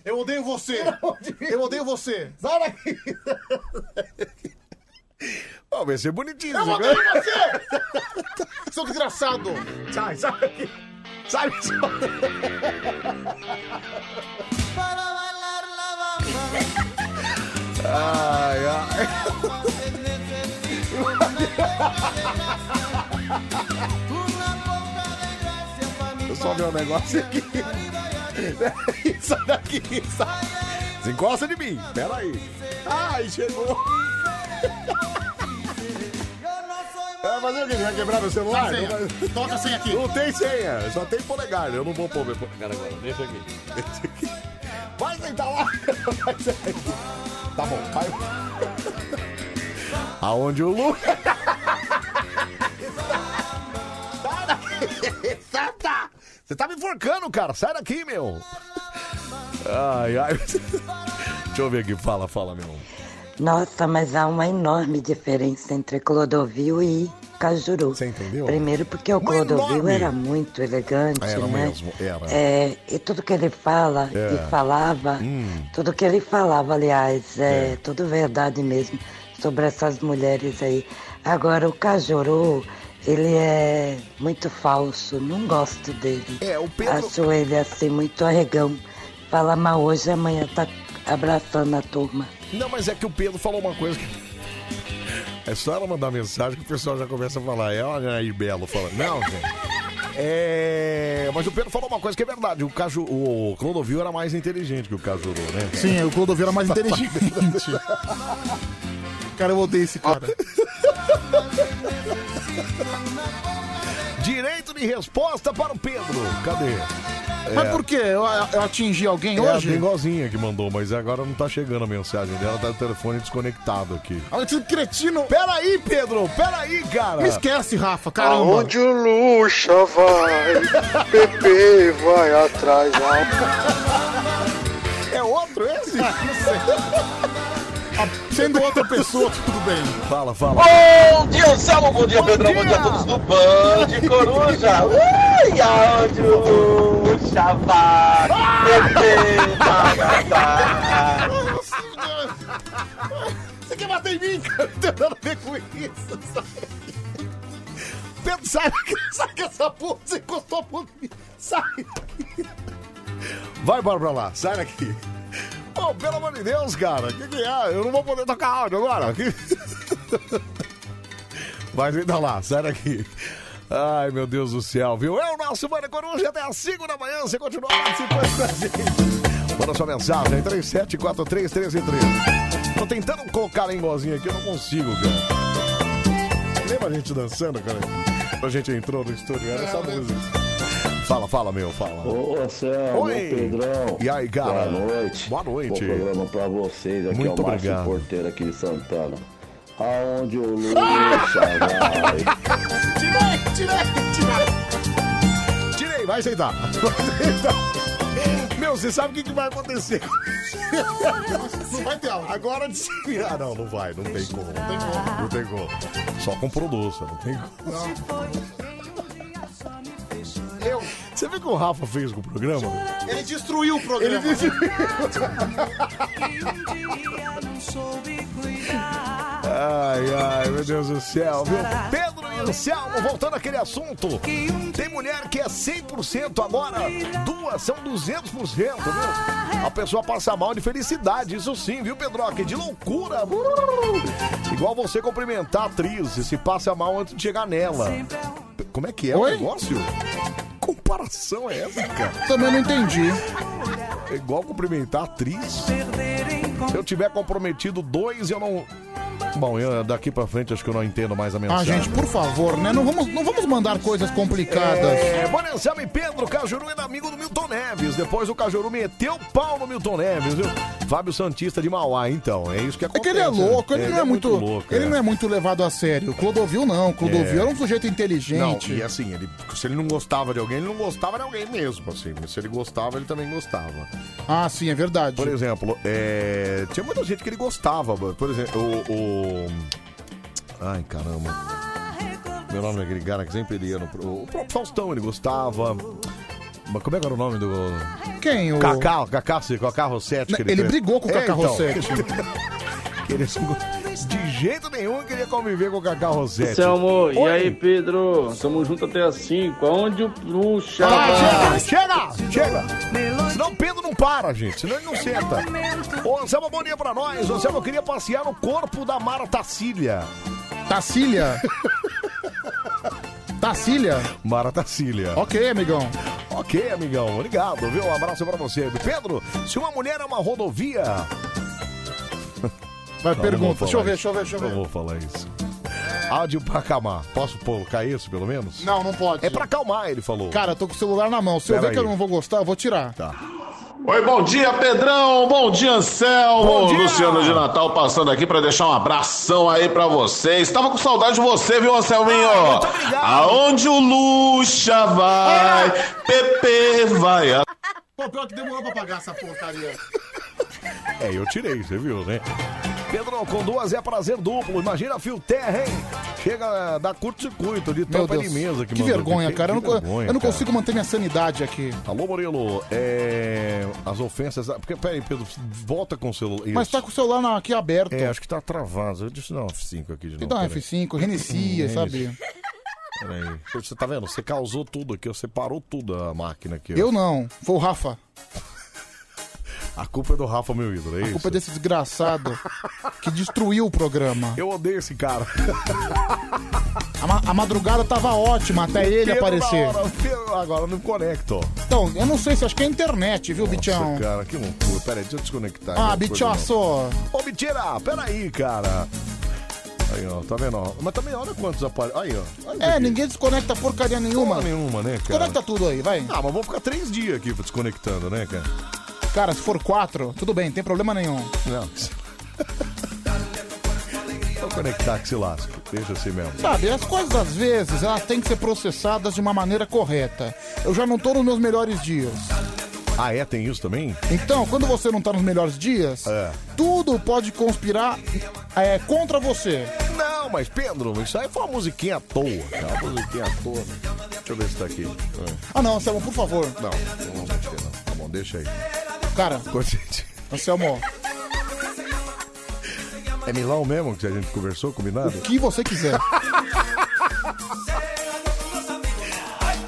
Speaker 2: Eu odeio você. Eu odeio você. Sai daqui.
Speaker 1: Ó, vai ser bonitinho.
Speaker 2: Eu
Speaker 1: isso,
Speaker 2: odeio
Speaker 1: né?
Speaker 2: você. Seu desgraçado.
Speaker 1: Sai, sai daqui. Sai, sai. Ai, ai. Eu só ver um negócio aqui. Peraí, sai daqui. Sai. Se encosta de mim. Peraí. Ai, chegou. Vai fazer o quê? Vai quebrar meu celular?
Speaker 2: Sem senha.
Speaker 1: Não vai-
Speaker 2: Toca a senha aqui.
Speaker 1: Não tem senha, só tem polegar. Eu não vou pôr meu polegar agora. Deixa aqui. Deixa aqui. Vai sentar lá. Vai sentar aqui. Tá bom, vai. Aonde o Lucas. Sai daqui. Você tá me enforcando, cara. Sai daqui, meu. Ai, ai. Deixa eu ver aqui. Fala, fala, meu.
Speaker 8: Nossa, mas há uma enorme diferença entre Clodovil e Cajuru.
Speaker 1: Você entendeu?
Speaker 8: Primeiro porque o
Speaker 1: Uma
Speaker 8: Clodovil
Speaker 1: enorme. Ah,
Speaker 8: era muito elegante,
Speaker 1: Era
Speaker 8: né?
Speaker 1: mesmo, era.
Speaker 8: É, e tudo que ele fala
Speaker 1: É.
Speaker 8: e falava,
Speaker 1: Hum.
Speaker 8: tudo que ele falava, aliás, é, tudo verdade mesmo sobre essas mulheres aí. Agora o Cajuru, ele é muito falso, não gosto dele.
Speaker 1: É, o
Speaker 8: Acho ele assim muito arregão. Fala mal hoje, amanhã tá abraçando a turma.
Speaker 1: Não, mas é que o Pedro falou uma coisa que. É só ela mandar mensagem que o pessoal já começa a falar. É, olha aí, Belo. Fala, não, gente. É. Mas o Pedro falou uma coisa que é verdade. O, Caju... o Clodovil era mais inteligente que o Cajuru, né?
Speaker 2: Sim, o Clodovil era mais inteligente. Cara, eu odeio esse
Speaker 1: É.
Speaker 2: cara.
Speaker 1: Direito de resposta para o Pedro. Cadê?
Speaker 2: Mas por quê? Eu, eu atingi alguém
Speaker 1: É a
Speaker 2: hoje?
Speaker 1: Bingozinha que mandou, mas agora não tá chegando a mensagem dela, tá o telefone desconectado aqui.
Speaker 2: Olha que cretino.
Speaker 1: Peraí, Pedro. Peraí, cara.
Speaker 2: Me esquece, Rafa. Caramba.
Speaker 1: Aonde
Speaker 2: o luxo vai, bebê vai atrás.
Speaker 1: É outro esse?
Speaker 2: Ah, Sendo outra pessoa, tudo bem.
Speaker 1: Fala, fala.
Speaker 18: Bom dia, Anselmo. Bom dia, Pedrão. Bom dia a todos do Band Coruja. Ui, aonde o chavá
Speaker 2: Você quer bater em mim? cara? Não tem nada a ver com isso.
Speaker 1: Pedro, sai,
Speaker 2: sai com essa porra. Você encostou a porra em mim. Sai.
Speaker 1: Vai embora pra lá, sai daqui. Pô, pelo amor de Deus, cara, que que é? Eu não vou poder tocar áudio agora. Que- Vai ainda então lá, sai daqui. Ai, meu Deus do céu, viu? É o nosso Mano Coruja até às 5 da manhã. Você continua participando da gente. Manda sua mensagem, 37431313. Tô tentando colocar a lingozinha aqui, eu não consigo, cara. Lembra a gente dançando, cara? Quando a gente entrou no estúdio, era essa música. Fala, fala, meu, fala.
Speaker 24: Ô, Anselmo,
Speaker 1: Oi.
Speaker 24: ô, Pedrão.
Speaker 1: E aí, cara?
Speaker 24: Boa noite.
Speaker 1: Boa noite.
Speaker 24: Bom programa pra vocês. Aqui
Speaker 1: Muito
Speaker 24: é o Márcio
Speaker 1: obrigado.
Speaker 24: Porteiro aqui de Santana. Aonde o Luxa vai?
Speaker 2: Tirei, tirei, tirei.
Speaker 1: Tirei, vai sentar. Meu, você sabe o que, que vai acontecer?
Speaker 2: Não vai ter aula.
Speaker 1: Agora de Ah, não, não vai, não tem como. Não tem como. Não tem como. Só com produção, não tem como.
Speaker 2: Eu.
Speaker 1: Você vê o que o Rafa fez com o programa?
Speaker 25: Ele destruiu o programa.
Speaker 1: Ele destruiu. Ai, ai, meu Deus do céu, viu? Pedro e Anselmo, voltando àquele assunto. Tem mulher que é 100% agora, duas são 200%, viu? A pessoa passa mal de felicidade, isso sim, viu, Pedroca? De loucura. Igual você cumprimentar a atriz, se passa mal antes de chegar nela. Como é que é
Speaker 2: Oi?
Speaker 1: o negócio? Que comparação é essa, cara?
Speaker 2: Também não entendi.
Speaker 1: É igual cumprimentar a atriz. Se eu tiver comprometido dois, eu não. Bom, eu, daqui pra frente acho que eu não entendo mais a
Speaker 2: Ah,
Speaker 1: mensagem.
Speaker 2: gente, por favor, né? Não vamos, não vamos mandar coisas complicadas.
Speaker 1: É, Bonanzama e Pedro, Cajuru era amigo do Milton Neves. Depois o Cajuru meteu o pau no Milton Neves, viu? Fábio Santista de Mauá, então. É isso que
Speaker 2: É que
Speaker 1: acontece.
Speaker 2: ele é louco, ele
Speaker 1: né?
Speaker 2: não é muito,
Speaker 1: louco,
Speaker 2: ele não é muito levado a sério. Clodovil não, Clodovil
Speaker 1: É.
Speaker 2: era um sujeito inteligente.
Speaker 1: Não, e assim, ele, se ele não gostava de alguém, ele não gostava de alguém mesmo, assim. Mas se ele gostava, ele também gostava.
Speaker 2: Ah, sim, é verdade.
Speaker 1: Por exemplo, é, tinha muita gente que ele gostava. Por exemplo, o... o- Ai, caramba. Meu nome daquele cara que sempre ele ia no... pro- O próprio Faustão, ele gostava. Mas como é que era o nome do...
Speaker 2: Quem? O... Né,
Speaker 1: Cacá, o Cacá, sim, com a Carrossetti. que
Speaker 2: Ele,
Speaker 1: fez.
Speaker 2: brigou com o
Speaker 1: É,
Speaker 2: Cacá
Speaker 1: então.
Speaker 2: Rossetti.
Speaker 1: Que ele- é assim, De jeito nenhum queria conviver com o Cacá Rossetti.
Speaker 26: Anselmo, e
Speaker 1: Oi?
Speaker 26: aí, Pedro? Tamo junto até as 5. Aonde o puxa?
Speaker 1: Ah, chega, chega, chega. Senão o Pedro não para, gente. Senão ele não senta. Ô, Anselmo, bom dia pra nós. Ô, Anselmo, eu queria passear no corpo da Mara Tacília.
Speaker 2: Tacília? Tacília?
Speaker 1: Mara Tacília.
Speaker 2: Ok, amigão.
Speaker 1: Ok, amigão. Obrigado, viu? Um abraço pra você. Pedro, se uma mulher é uma rodovia...
Speaker 2: Vai,
Speaker 1: Não,
Speaker 2: pergunta. Deixa
Speaker 1: não vou
Speaker 2: eu
Speaker 1: falar
Speaker 2: ver, deixa
Speaker 1: isso.
Speaker 2: eu ver, deixa eu ver.
Speaker 1: Não vou falar isso. Áudio pra acalmar. Posso colocar isso, pelo menos?
Speaker 2: Não, não pode. É
Speaker 1: pra acalmar, ele falou.
Speaker 2: Cara, eu tô com o celular na mão. Se eu
Speaker 1: Pera
Speaker 2: ver que eu
Speaker 1: aí.
Speaker 2: não vou gostar, eu vou tirar.
Speaker 1: Tá.
Speaker 3: Oi, bom dia, Pedrão. Bom dia, Anselmo.
Speaker 2: Bom dia.
Speaker 3: Luciano de Natal passando aqui pra deixar um abração aí pra vocês. Tava com saudade de você, viu, Anselminho?
Speaker 1: Ah,
Speaker 3: Aonde o Luxa vai, Pepe vai. a-
Speaker 2: Pô, pior que demorou pra pagar essa porcaria.
Speaker 1: É, eu tirei, você viu, né? Pedro, com duas é prazer duplo. Imagina a fio terra, hein? Chega a dar curto-circuito de
Speaker 2: Meu
Speaker 1: tampa
Speaker 2: Deus.
Speaker 1: de mesa.
Speaker 2: Que,
Speaker 1: Que, mandou aqui.
Speaker 2: vergonha,
Speaker 1: Que-
Speaker 2: cara. eu
Speaker 1: que
Speaker 2: não,
Speaker 1: vergonha,
Speaker 2: eu não
Speaker 1: cara.
Speaker 2: consigo manter minha sanidade aqui.
Speaker 1: Alô, Murilo, é... as ofensas... Porque, peraí, Pedro, volta com o celular.
Speaker 2: Mas tá com o celular na- aqui aberto.
Speaker 1: É, acho que tá travado. Eu disse dar um F5 aqui de novo.
Speaker 2: Tem que dar um
Speaker 1: peraí.
Speaker 2: F5, reinicia,
Speaker 1: Hum,
Speaker 2: sabe?
Speaker 1: reinicia. Peraí. Você tá vendo? Você causou tudo aqui. Você parou tudo a máquina aqui. ó.
Speaker 2: Eu não, foi o Rafa.
Speaker 1: A culpa é do Rafa, meu ídolo, é
Speaker 2: A
Speaker 1: isso?
Speaker 2: culpa é desse desgraçado que destruiu o programa.
Speaker 1: Eu odeio esse cara.
Speaker 2: A, ma- a madrugada tava ótima é até ele
Speaker 1: Pedro na
Speaker 2: aparecer.
Speaker 1: hora, Pedro- Agora não conecta, ó.
Speaker 2: Então, eu não sei se acho que é a internet, viu, Bichão?
Speaker 1: Nossa, cara, que loucura. Peraí, deixa eu desconectar.
Speaker 2: Ah,
Speaker 1: aqui, coisa
Speaker 2: Bichaço!
Speaker 1: não. Ô, mentira, peraí, cara. Aí, ó, tá vendo, ó. Mas também olha quantos aparelhos. Aí, ó. Olha
Speaker 2: É,
Speaker 1: aqui.
Speaker 2: ninguém desconecta porcaria nenhuma.
Speaker 1: Porra nenhuma, né, cara?
Speaker 2: Desconecta tudo aí, vai.
Speaker 1: Ah, mas vou ficar três dias aqui desconectando, né, cara?
Speaker 2: Cara, se for quatro, tudo bem, não tem problema nenhum.
Speaker 1: Não. Vou conectar que se lasca. Deixa assim mesmo.
Speaker 2: Sabe, as coisas às vezes elas têm que ser processadas de uma maneira correta. Eu já não tô nos meus melhores dias.
Speaker 1: Ah, é? Tem isso também?
Speaker 2: Então, quando você não tá nos melhores dias,
Speaker 1: É.
Speaker 2: tudo pode conspirar é, contra você.
Speaker 1: Não, mas Pedro, isso aí foi uma musiquinha à toa, cara. Uma musiquinha à toa. Deixa eu ver se tá aqui. É.
Speaker 2: Ah não, Anselmo, por favor.
Speaker 1: Não, não vou mexer, não. Tá bom, deixa aí.
Speaker 2: Cara,
Speaker 1: Continue.
Speaker 2: Anselmo,
Speaker 1: É Milão mesmo que a gente conversou, combinado?
Speaker 2: o que você quiser.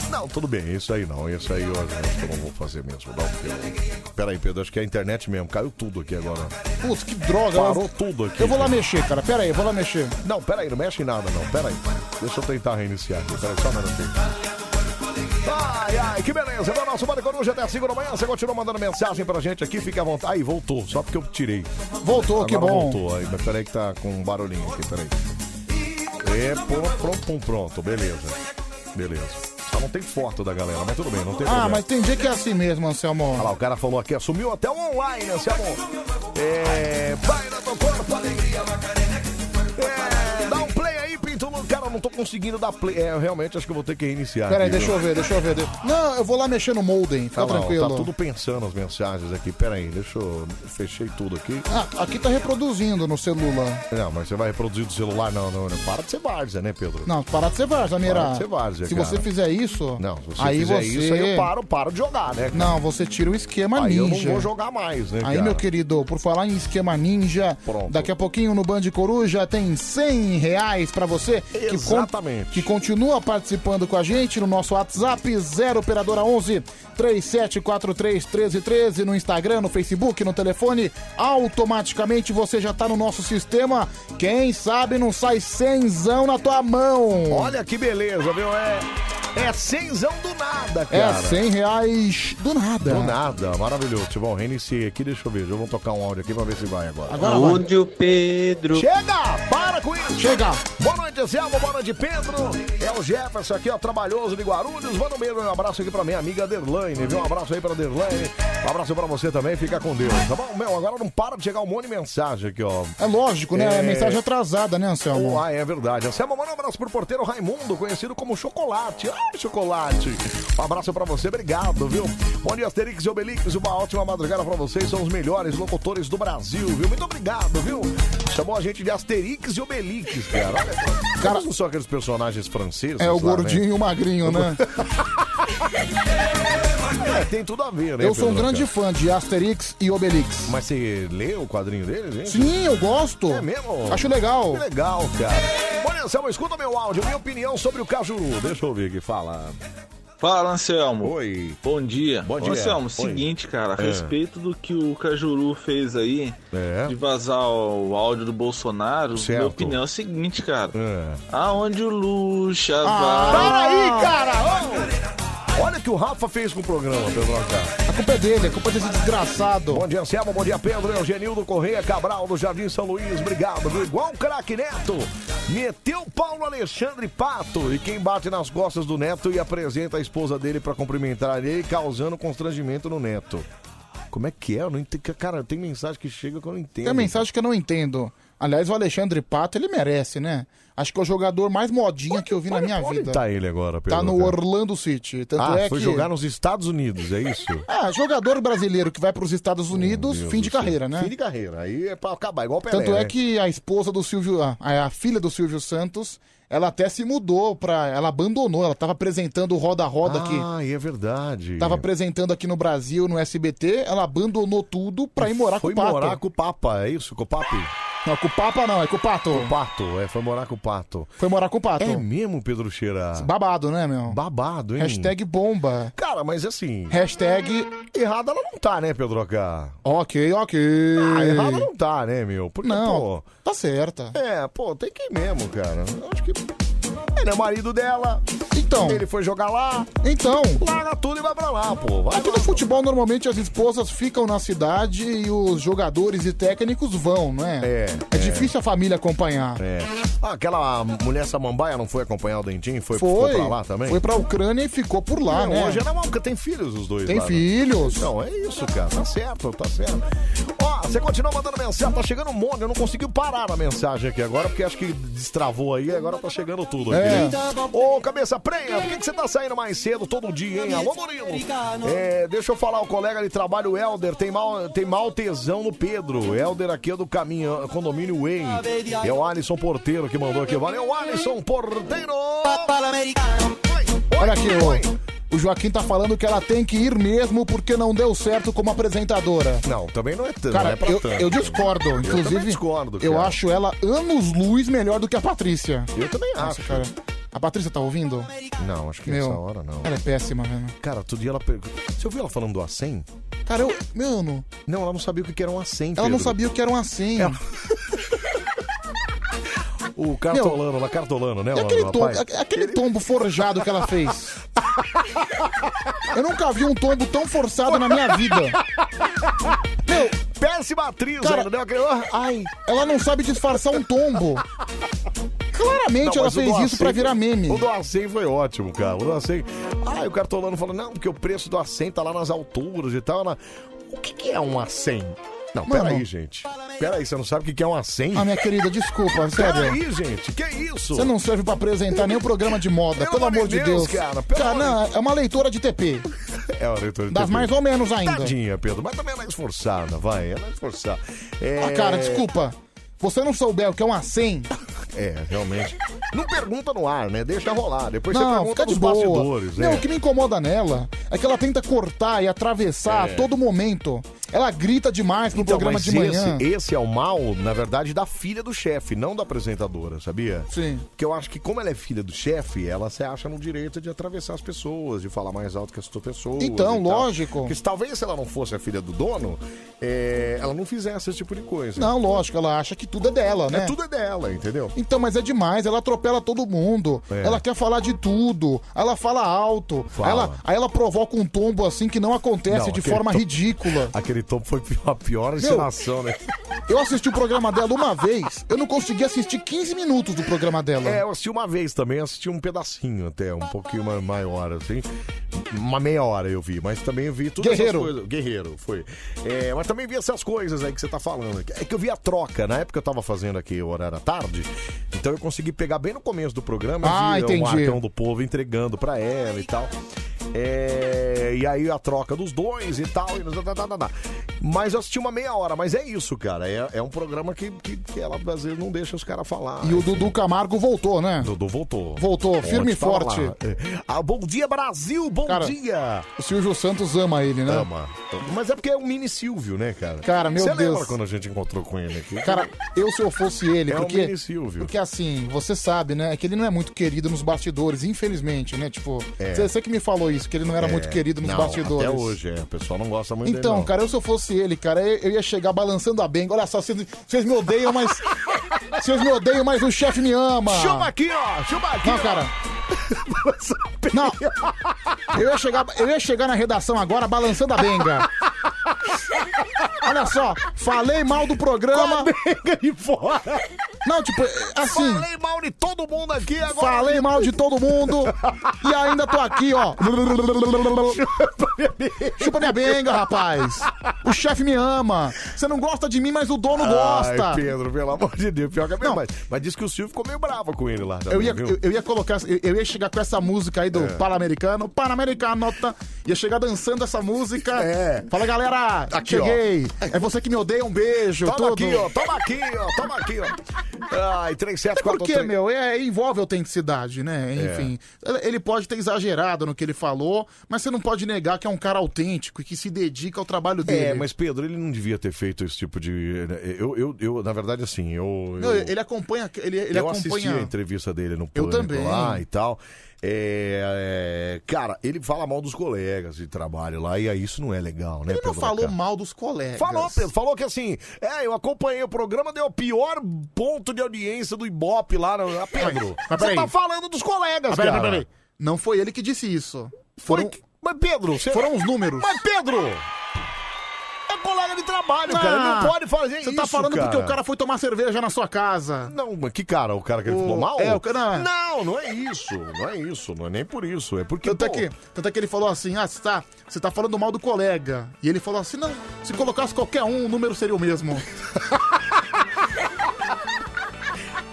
Speaker 1: Não, tudo bem, isso aí não. Isso aí eu, acho que eu não vou fazer mesmo. Dá um tempo. Pera aí, Pedro, acho que é a internet mesmo. Caiu tudo aqui agora.
Speaker 2: Putz, que droga.
Speaker 1: Parou
Speaker 2: eu-
Speaker 1: tudo aqui.
Speaker 2: Eu vou lá
Speaker 1: cara.
Speaker 2: mexer, cara. Pera aí, eu vou lá mexer.
Speaker 1: Não, pera aí, não mexe em nada não. Pera aí. Deixa eu tentar reiniciar aqui. Pera aí, só um minutinho. Ai, ai, que beleza. É o nosso Mário Coruja até 5 da manhã. Você continua mandando mensagem pra gente aqui. Fica à vontade. Aí, voltou. Só porque eu tirei.
Speaker 2: Voltou, que
Speaker 1: Agora
Speaker 2: bom.
Speaker 1: voltou. Aí, mas pera aí que tá com um barulhinho aqui. Pera aí. É, pronto, pronto, pronto, pronto. Beleza. Beleza. Só não tem foto da galera, mas tudo bem, não tem
Speaker 2: Ah,
Speaker 1: problema.
Speaker 2: mas tem dia que é assim mesmo, Anselmo.
Speaker 1: Olha lá, o cara falou aqui, assumiu até o online, Anselmo. É. Vai na tua corpo, alegria, Macarena. É. Dá um play aí, Pinto. Cara, eu não tô conseguindo dar play. É, eu realmente acho que eu vou ter que reiniciar.
Speaker 2: Peraí,
Speaker 1: aqui,
Speaker 2: deixa
Speaker 1: viu?
Speaker 2: eu ver, deixa eu ver. de- Não, eu vou lá mexer no molden, fica
Speaker 1: Tá lá, ó,
Speaker 2: tranquilo.
Speaker 1: Tá tudo pensando as mensagens aqui. Peraí, deixa eu. Fechei tudo aqui. É,
Speaker 2: Ah, aqui tá reproduzindo no celular.
Speaker 1: Não, mas você vai reproduzir do celular? Não, não, não. Para de ser várzea, né, Pedro?
Speaker 2: Não, para de ser várzea, Mira.
Speaker 1: Para de ser várzea,
Speaker 2: Se
Speaker 1: cara.
Speaker 2: você fizer isso,
Speaker 1: Não, se você
Speaker 2: aí
Speaker 1: fizer
Speaker 2: você...
Speaker 1: isso, aí eu paro, paro de jogar, né? cara?
Speaker 2: Não, você tira o esquema
Speaker 1: Aí eu
Speaker 2: ninja.
Speaker 1: não vou jogar mais, né,
Speaker 2: Aí,
Speaker 1: cara?
Speaker 2: meu querido, por falar em esquema ninja, daqui a pouquinho no Band Coruja tem 100 reais pra você. que con-
Speaker 1: Exatamente.
Speaker 2: Que, continua participando com a gente no nosso WhatsApp 0 operadora 11 3743 1313 no Instagram, no Facebook, no telefone. Automaticamente você já tá no nosso sistema. Quem sabe não sai 100zão na tua mão.
Speaker 1: Olha que beleza, viu? É. É cenzão do nada,
Speaker 2: É
Speaker 1: cara.
Speaker 2: 100 reais do nada.
Speaker 1: Do nada, maravilhoso. Tibão, reiniciei aqui, deixa eu ver. Eu vou tocar um áudio aqui pra ver se vai agora.
Speaker 19: Onde o Pedro.
Speaker 1: Chega! Para com isso!
Speaker 2: Chega!
Speaker 1: Boa noite, Selma, boa noite, Pedro. É o Jefferson aqui, ó, trabalhoso de Guarulhos. Manda um beijo, um abraço aqui pra minha amiga Derlaine, viu? Um abraço aí pra Derlaine. Um abraço pra você também, fica com Deus, tá bom? Meu, agora não para de chegar um monte de mensagem aqui, ó.
Speaker 2: É lógico, né?
Speaker 1: É.
Speaker 2: Mensagem atrasada, né, Anselmo?
Speaker 1: Ah, é verdade. Anselmo, manda um abraço pro porteiro Raimundo, conhecido como Chocolate. Ai, Chocolate. Um abraço pra você, obrigado, viu? Bom dia, Asterix e Obelix. Uma ótima madrugada pra vocês. São os melhores locutores do Brasil, viu? Muito obrigado, viu? Chamou a gente de Asterix e Obelix, cara. Olha, cara, não são aqueles personagens franceses.
Speaker 2: É o
Speaker 1: lá, né?
Speaker 2: gordinho e o magrinho, né?
Speaker 1: É, tem tudo a ver, né?
Speaker 2: Eu sou um
Speaker 1: Pedro,
Speaker 2: grande
Speaker 1: cara?
Speaker 2: fã de Asterix e Obelix.
Speaker 1: Mas você lê o quadrinho dele, gente?
Speaker 2: Sim, eu gosto.
Speaker 1: É mesmo?
Speaker 2: Acho legal.
Speaker 1: Que legal, cara. Olha, Anselmo, escuta meu áudio, minha opinião sobre o Cajuru. Deixa eu ver aqui, fala.
Speaker 19: Fala, Anselmo.
Speaker 1: Oi.
Speaker 19: Bom dia.
Speaker 1: Bom dia.
Speaker 19: Anselmo,
Speaker 1: Oi.
Speaker 19: seguinte, cara, a
Speaker 1: É.
Speaker 19: respeito do que o Cajuru fez aí, de vazar o áudio do Bolsonaro,
Speaker 1: Certo. É.
Speaker 19: minha opinião é a seguinte, cara. Aonde o Lucha
Speaker 26: Ah.
Speaker 1: Para
Speaker 19: vai...
Speaker 1: aí, cara! ô! Olha o que o Rafa fez com o programa, Pedro
Speaker 2: A culpa é dele, a culpa é desse desgraçado.
Speaker 1: Bom dia, Anselmo. Bom dia, Pedro. Eugenildo Correia Cabral, do Jardim São Luís. Obrigado, viu? Igual o craque Neto. Meteu Paulo Alexandre Pato. E quem bate nas costas do Neto e apresenta a esposa dele pra cumprimentar ele, causando constrangimento no Neto. Como é que é? Eu não entendo. Cara, tem mensagem que chega que eu não entendo.
Speaker 2: Tem mensagem que eu não entendo. Aliás, o Alexandre Pato, ele merece, né? Acho que é o jogador mais modinha que eu vi na minha vida.
Speaker 1: Tá ele agora, Pedro.
Speaker 2: Tá no
Speaker 1: cara?
Speaker 2: Orlando City. Tanto
Speaker 1: Ah,
Speaker 2: é
Speaker 1: foi
Speaker 2: que...
Speaker 1: jogar nos Estados Unidos, é isso?
Speaker 2: É, jogador brasileiro que vai pros Estados Unidos,
Speaker 1: Deus
Speaker 2: fim de
Speaker 1: do céu.
Speaker 2: carreira, né?
Speaker 1: Fim de carreira. Aí é pra acabar, igual o Pelé.
Speaker 2: Tanto é
Speaker 1: né?
Speaker 2: que a esposa do Silvio, a, a filha do Silvio Santos, ela até se mudou pra. Ela abandonou, ela tava apresentando o Roda a Roda aqui.
Speaker 1: Ah, e é verdade.
Speaker 2: Tava apresentando aqui no Brasil, no SBT, ela abandonou tudo pra ir morar
Speaker 1: Foi
Speaker 2: com o Pato.
Speaker 1: morar com o Papa, é isso? Com o Papi?
Speaker 2: Não, com o Papa não, é com o Pato.
Speaker 1: Com o Pato, é, foi morar com o Pato.
Speaker 2: Foi morar com o Pato.
Speaker 1: É mesmo, Pedro Cheira?
Speaker 2: Babado, né, meu?
Speaker 1: Babado, hein?
Speaker 2: Hashtag bomba.
Speaker 1: Cara, mas
Speaker 2: é
Speaker 1: assim...
Speaker 2: Hashtag.
Speaker 1: Errada ela não tá, né, Pedro H?
Speaker 2: Ok, ok.
Speaker 1: Ah, errada não tá, né, meu? Porque,
Speaker 2: Não,
Speaker 1: pô...
Speaker 2: tá certa.
Speaker 1: É, pô, tem que ir mesmo, cara. Eu acho que... Ele é marido dela.
Speaker 2: Então.
Speaker 1: Ele foi jogar lá.
Speaker 2: Então.
Speaker 1: Larga tudo e vai pra lá, pô. Vai
Speaker 2: Aqui no futebol, normalmente, as esposas ficam na cidade e os jogadores e técnicos vão, né?
Speaker 1: É, é.
Speaker 2: difícil a família acompanhar.
Speaker 1: É. Ah, aquela mulher samambaia não foi acompanhar o Dentinho? Foi, foi
Speaker 2: Foi,
Speaker 1: pra lá também?
Speaker 2: Foi pra Ucrânia e ficou por lá,
Speaker 1: Não,
Speaker 2: né?
Speaker 1: Hoje era maluca, tem filhos os dois.
Speaker 2: Tem
Speaker 1: lá, né?
Speaker 2: filhos.
Speaker 1: Não, é isso, cara. Tá certo, tá certo. Ó, você continua mandando mensagem, tá chegando um monte. Eu não consegui parar a mensagem aqui agora, porque acho que destravou aí, agora tá chegando tudo aqui.
Speaker 2: É.
Speaker 1: né? Ô, cabeça prenha, por que, que você tá saindo mais cedo todo dia, hein? Alô, Murilo. É, deixa eu falar, o colega de trabalho, o Helder, tem mal, tem mal tesão no Pedro. Helder aqui é do caminho, condomínio Way. É o Alisson Porteiro que mandou aqui. Valeu, É Alisson Porteiro!
Speaker 2: Olha aqui, ó. O Joaquim tá falando que ela tem que ir mesmo porque não deu certo como apresentadora.
Speaker 1: Não, também não é tanto.
Speaker 2: Cara,
Speaker 1: não é pra
Speaker 2: eu,
Speaker 1: tanto.
Speaker 2: eu discordo.
Speaker 1: Eu
Speaker 2: Inclusive,
Speaker 1: também discordo.
Speaker 2: eu
Speaker 1: cara.
Speaker 2: acho ela anos-luz melhor do que a Patrícia.
Speaker 1: Eu também
Speaker 2: Nossa,
Speaker 1: acho.
Speaker 2: cara. A Patrícia tá ouvindo?
Speaker 1: Não, acho que
Speaker 2: Meu,
Speaker 1: nessa hora não.
Speaker 2: Ela é péssima, velho.
Speaker 1: Cara, outro dia ela perguntou. Você ouviu ela falando assim? do acém?
Speaker 2: Cara, eu. Mano.
Speaker 1: Não, ela não sabia o que que era um acém.
Speaker 2: Ela não
Speaker 1: Pedro.
Speaker 2: sabia o que era um assim.
Speaker 1: O cartolano, lá, cartolano, né?
Speaker 2: E
Speaker 1: o
Speaker 2: aquele, tom-
Speaker 1: rapaz?
Speaker 2: a- aquele tombo forjado que ela fez. Eu nunca vi um tombo tão forçado na minha vida. Meu,
Speaker 1: péssima atriz,
Speaker 2: cara,
Speaker 1: ainda, né? Aquele-
Speaker 2: Ai, ela não sabe disfarçar um tombo. Claramente ela
Speaker 1: Não, mas o
Speaker 2: fez
Speaker 1: do
Speaker 2: isso
Speaker 1: acém-
Speaker 2: pra virar meme.
Speaker 1: O do acém foi ótimo, cara. O do acém. Ai, o cartolano falou, não, porque o preço do acém tá lá nas alturas e tal. Ela... O que, que é um acém? Não,
Speaker 2: Mano,
Speaker 1: peraí, gente. Peraí, você não sabe o que que é uma senha?
Speaker 2: Ah, minha querida, desculpa, sério.
Speaker 1: Peraí, gente, que isso?
Speaker 2: Você não serve pra apresentar nenhum programa de moda, pelo amor de Deus.
Speaker 1: cara,
Speaker 2: Cara, não, é uma leitora de TP.
Speaker 1: É a leitura de
Speaker 2: Das
Speaker 1: TV.
Speaker 2: mais ou menos ainda.
Speaker 1: Tadinha, Pedro, mas também ela é esforçada, vai, ela é esforçada. É...
Speaker 2: Ah, cara, desculpa. Você não souber o que é uma 100?
Speaker 1: É, realmente. Não pergunta no ar, né? Deixa rolar. Depois você
Speaker 2: não,
Speaker 1: pergunta
Speaker 2: fica
Speaker 1: nos
Speaker 2: de boa.
Speaker 1: bastidores,
Speaker 2: Não,
Speaker 1: né?
Speaker 2: o que me incomoda nela é que ela tenta cortar e atravessar
Speaker 1: É.
Speaker 2: a todo momento. Ela grita demais no
Speaker 1: Então,
Speaker 2: programa
Speaker 1: mas
Speaker 2: de manhã.
Speaker 1: Esse, esse é o mal, na verdade, da filha do chefe, não da apresentadora, sabia?
Speaker 2: Sim.
Speaker 1: Porque eu acho que como ela é filha do chefe, ela se acha no direito de atravessar as pessoas, de falar mais alto que as outras pessoas.
Speaker 2: Então,
Speaker 1: e tal.
Speaker 2: lógico.
Speaker 1: Porque se talvez se ela não fosse a filha do dono, é, ela não fizesse esse tipo de coisa.
Speaker 2: Não, lógico, ela acha que tudo é dela, né?
Speaker 1: É, tudo é dela, entendeu?
Speaker 2: Então, mas é demais, ela atropela todo mundo.
Speaker 1: É.
Speaker 2: Ela quer falar de tudo. Ela fala alto.
Speaker 1: Fala.
Speaker 2: Aí Ela, aí ela provoca um tombo assim que não acontece
Speaker 1: Não,
Speaker 2: de
Speaker 1: aquele
Speaker 2: forma
Speaker 1: to-
Speaker 2: ridícula.
Speaker 1: Aquele topo foi a pior encenação, né?
Speaker 2: Eu assisti o programa dela uma vez, eu não consegui assistir 15 minutos do programa dela.
Speaker 1: É, eu assisti uma vez também, assisti um pedacinho até, um pouquinho ma- maior, assim. Uma meia hora eu vi, mas também eu vi tudo
Speaker 2: Guerreiro.
Speaker 1: essas coisas. Guerreiro, foi. É, mas também vi essas coisas aí que você tá falando. É que eu vi a troca, na época eu tava fazendo aqui o horário à tarde, então eu consegui pegar bem no começo do programa
Speaker 2: Ah,
Speaker 1: eu vi né, o
Speaker 2: entendi.
Speaker 1: Marcão do Povo entregando pra ela e tal. É, e aí a troca dos dois e tal. E tá, tá, tá, tá, tá. Mas eu assisti uma meia hora, mas é isso, cara. É, é um programa que, que, que ela às vezes não deixa os caras falar.
Speaker 2: E o Dudu Camargo voltou, né?
Speaker 1: Dudu voltou.
Speaker 2: Voltou,
Speaker 1: Ontem
Speaker 2: firme e
Speaker 1: tava
Speaker 2: forte.
Speaker 1: lá. É. Ah, bom dia, Brasil, bom
Speaker 2: Cara,
Speaker 1: dia.
Speaker 2: O Silvio Santos ama ele, né?
Speaker 1: Ama. Mas é porque é um mini Silvio, né, cara?
Speaker 2: Cara, meu
Speaker 1: Você lembra
Speaker 2: Deus.
Speaker 1: quando a gente encontrou com ele aqui?
Speaker 2: Cara, eu se eu fosse ele,
Speaker 1: É o
Speaker 2: porque.
Speaker 1: mini Silvio.
Speaker 2: Porque assim, você sabe, né? Que ele não é muito querido nos bastidores, infelizmente, né? Tipo,
Speaker 1: É.
Speaker 2: você você que me falou isso, que ele não era
Speaker 1: É,
Speaker 2: muito querido nos
Speaker 1: não,
Speaker 2: bastidores.
Speaker 1: Até hoje, é. O pessoal não gosta muito
Speaker 2: Então,
Speaker 1: dele.
Speaker 2: cara, eu se eu fosse ele, cara, eu, eu ia chegar balançando a benga. Olha só, vocês vocês me odeiam, mas. Vocês me odeiam, mas o chefe me ama.
Speaker 1: Não. Chupa aqui, ó. Chupa aqui.
Speaker 2: Não,
Speaker 1: ó.
Speaker 2: cara. Não. Eu ia, chegar, eu ia chegar na redação agora balançando a benga. Olha só, falei mal do programa. benga
Speaker 1: e fora.
Speaker 2: Não, tipo, assim.
Speaker 1: Falei mal de todo mundo aqui agora.
Speaker 2: Falei mal de todo mundo e ainda tô aqui, ó. Chupa minha benga, rapaz. O chefe me ama. Você não gosta de mim, mas o dono gosta.
Speaker 1: Ai, Pedro, pelo amor de Deus. Pior que é mesmo. Mas, mas disse que o Silvio ficou meio bravo com ele lá. também,
Speaker 2: Eu ia,
Speaker 1: viu?
Speaker 2: eu, eu ia colocar, eu, eu ia chegar com essa música aí do
Speaker 1: É.
Speaker 2: Pan-Americano, Pan-Americano, nota. Ia chegar dançando essa música.
Speaker 1: É.
Speaker 2: Fala, galera,
Speaker 1: Aqui,
Speaker 2: cheguei. É você que me odeia, um beijo.
Speaker 1: Toma
Speaker 2: tudo.
Speaker 1: aqui, ó. Toma aqui, ó. Toma aqui, ó. Ai, 3743.
Speaker 2: Por quê, meu? É, envolve autenticidade, né?
Speaker 1: É.
Speaker 2: Enfim, ele pode ter exagerado no que ele falou, mas você não pode negar que é um cara autêntico e que se dedica ao trabalho dele.
Speaker 1: É, mas Pedro, ele não devia ter feito esse tipo de. Eu, eu, eu na verdade, assim, eu.
Speaker 2: Não,
Speaker 1: eu...
Speaker 2: ele acompanha, ele, ele
Speaker 1: eu assisti a
Speaker 2: acompanha.
Speaker 1: entrevista dele no
Speaker 2: Eu
Speaker 1: Pânico
Speaker 2: também.
Speaker 1: lá e tal. É, é, cara, ele fala mal dos colegas de trabalho lá e aí isso não é legal, né?
Speaker 2: Ele não
Speaker 1: Pedro
Speaker 2: falou
Speaker 1: Lacan?
Speaker 2: mal dos colegas.
Speaker 1: Falou, Pedro, falou que assim, é, eu acompanhei o programa, deu o pior ponto de audiência do Ibope lá. No... Ah, Pedro,
Speaker 2: Mas
Speaker 1: você
Speaker 2: peraí.
Speaker 1: tá falando dos colegas,
Speaker 2: Mas peraí,
Speaker 1: cara.
Speaker 2: peraí, peraí. Não foi ele que disse isso. Foram,
Speaker 1: Mas Pedro, você...
Speaker 2: foram os números.
Speaker 1: Mas Pedro! É colega de trabalho,
Speaker 2: Ah,
Speaker 1: cara, ele não pode fazer isso.
Speaker 2: Você tá falando porque o cara
Speaker 1: cara
Speaker 2: foi tomar cerveja na sua casa.
Speaker 1: Não, mas que cara? O cara que ele falou mal?
Speaker 2: É, o cara-
Speaker 1: Não, não é isso. Não é isso. Não é nem por isso. É porque.
Speaker 2: Tanto é,
Speaker 1: pô,
Speaker 2: que, tanto é que ele falou assim: ah, você tá, você tá falando mal do colega. E ele falou assim: não, se colocasse qualquer um, o número seria o mesmo.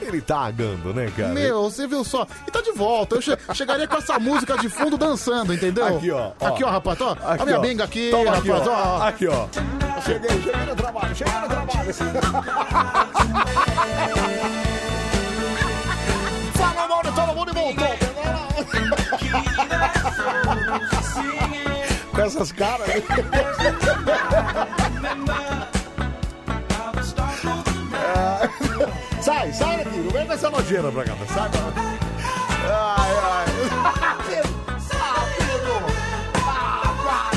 Speaker 1: Ele tá agando, né, cara?
Speaker 2: Meu, você viu só? E tá de volta. Eu che- chegaria com essa música de fundo dançando, entendeu?
Speaker 1: Aqui, ó, ó.
Speaker 2: Aqui, ó, rapaz. Ó,
Speaker 1: Aqui,
Speaker 2: a minha
Speaker 1: ó.
Speaker 2: benga aqui,
Speaker 1: Toma
Speaker 2: rapaz.
Speaker 1: aqui,
Speaker 2: Ó.
Speaker 1: ó. Aqui, ó. Cheguei, cheguei no trabalho, cheguei no trabalho. Falou mal de todo mundo e voltou. Com essas caras. né? Ah, sai, sai daqui. Não vem com essa nojeira pra cá. tá? Sai pra Ai, ai. Pedro, sai, Pedro. Ah,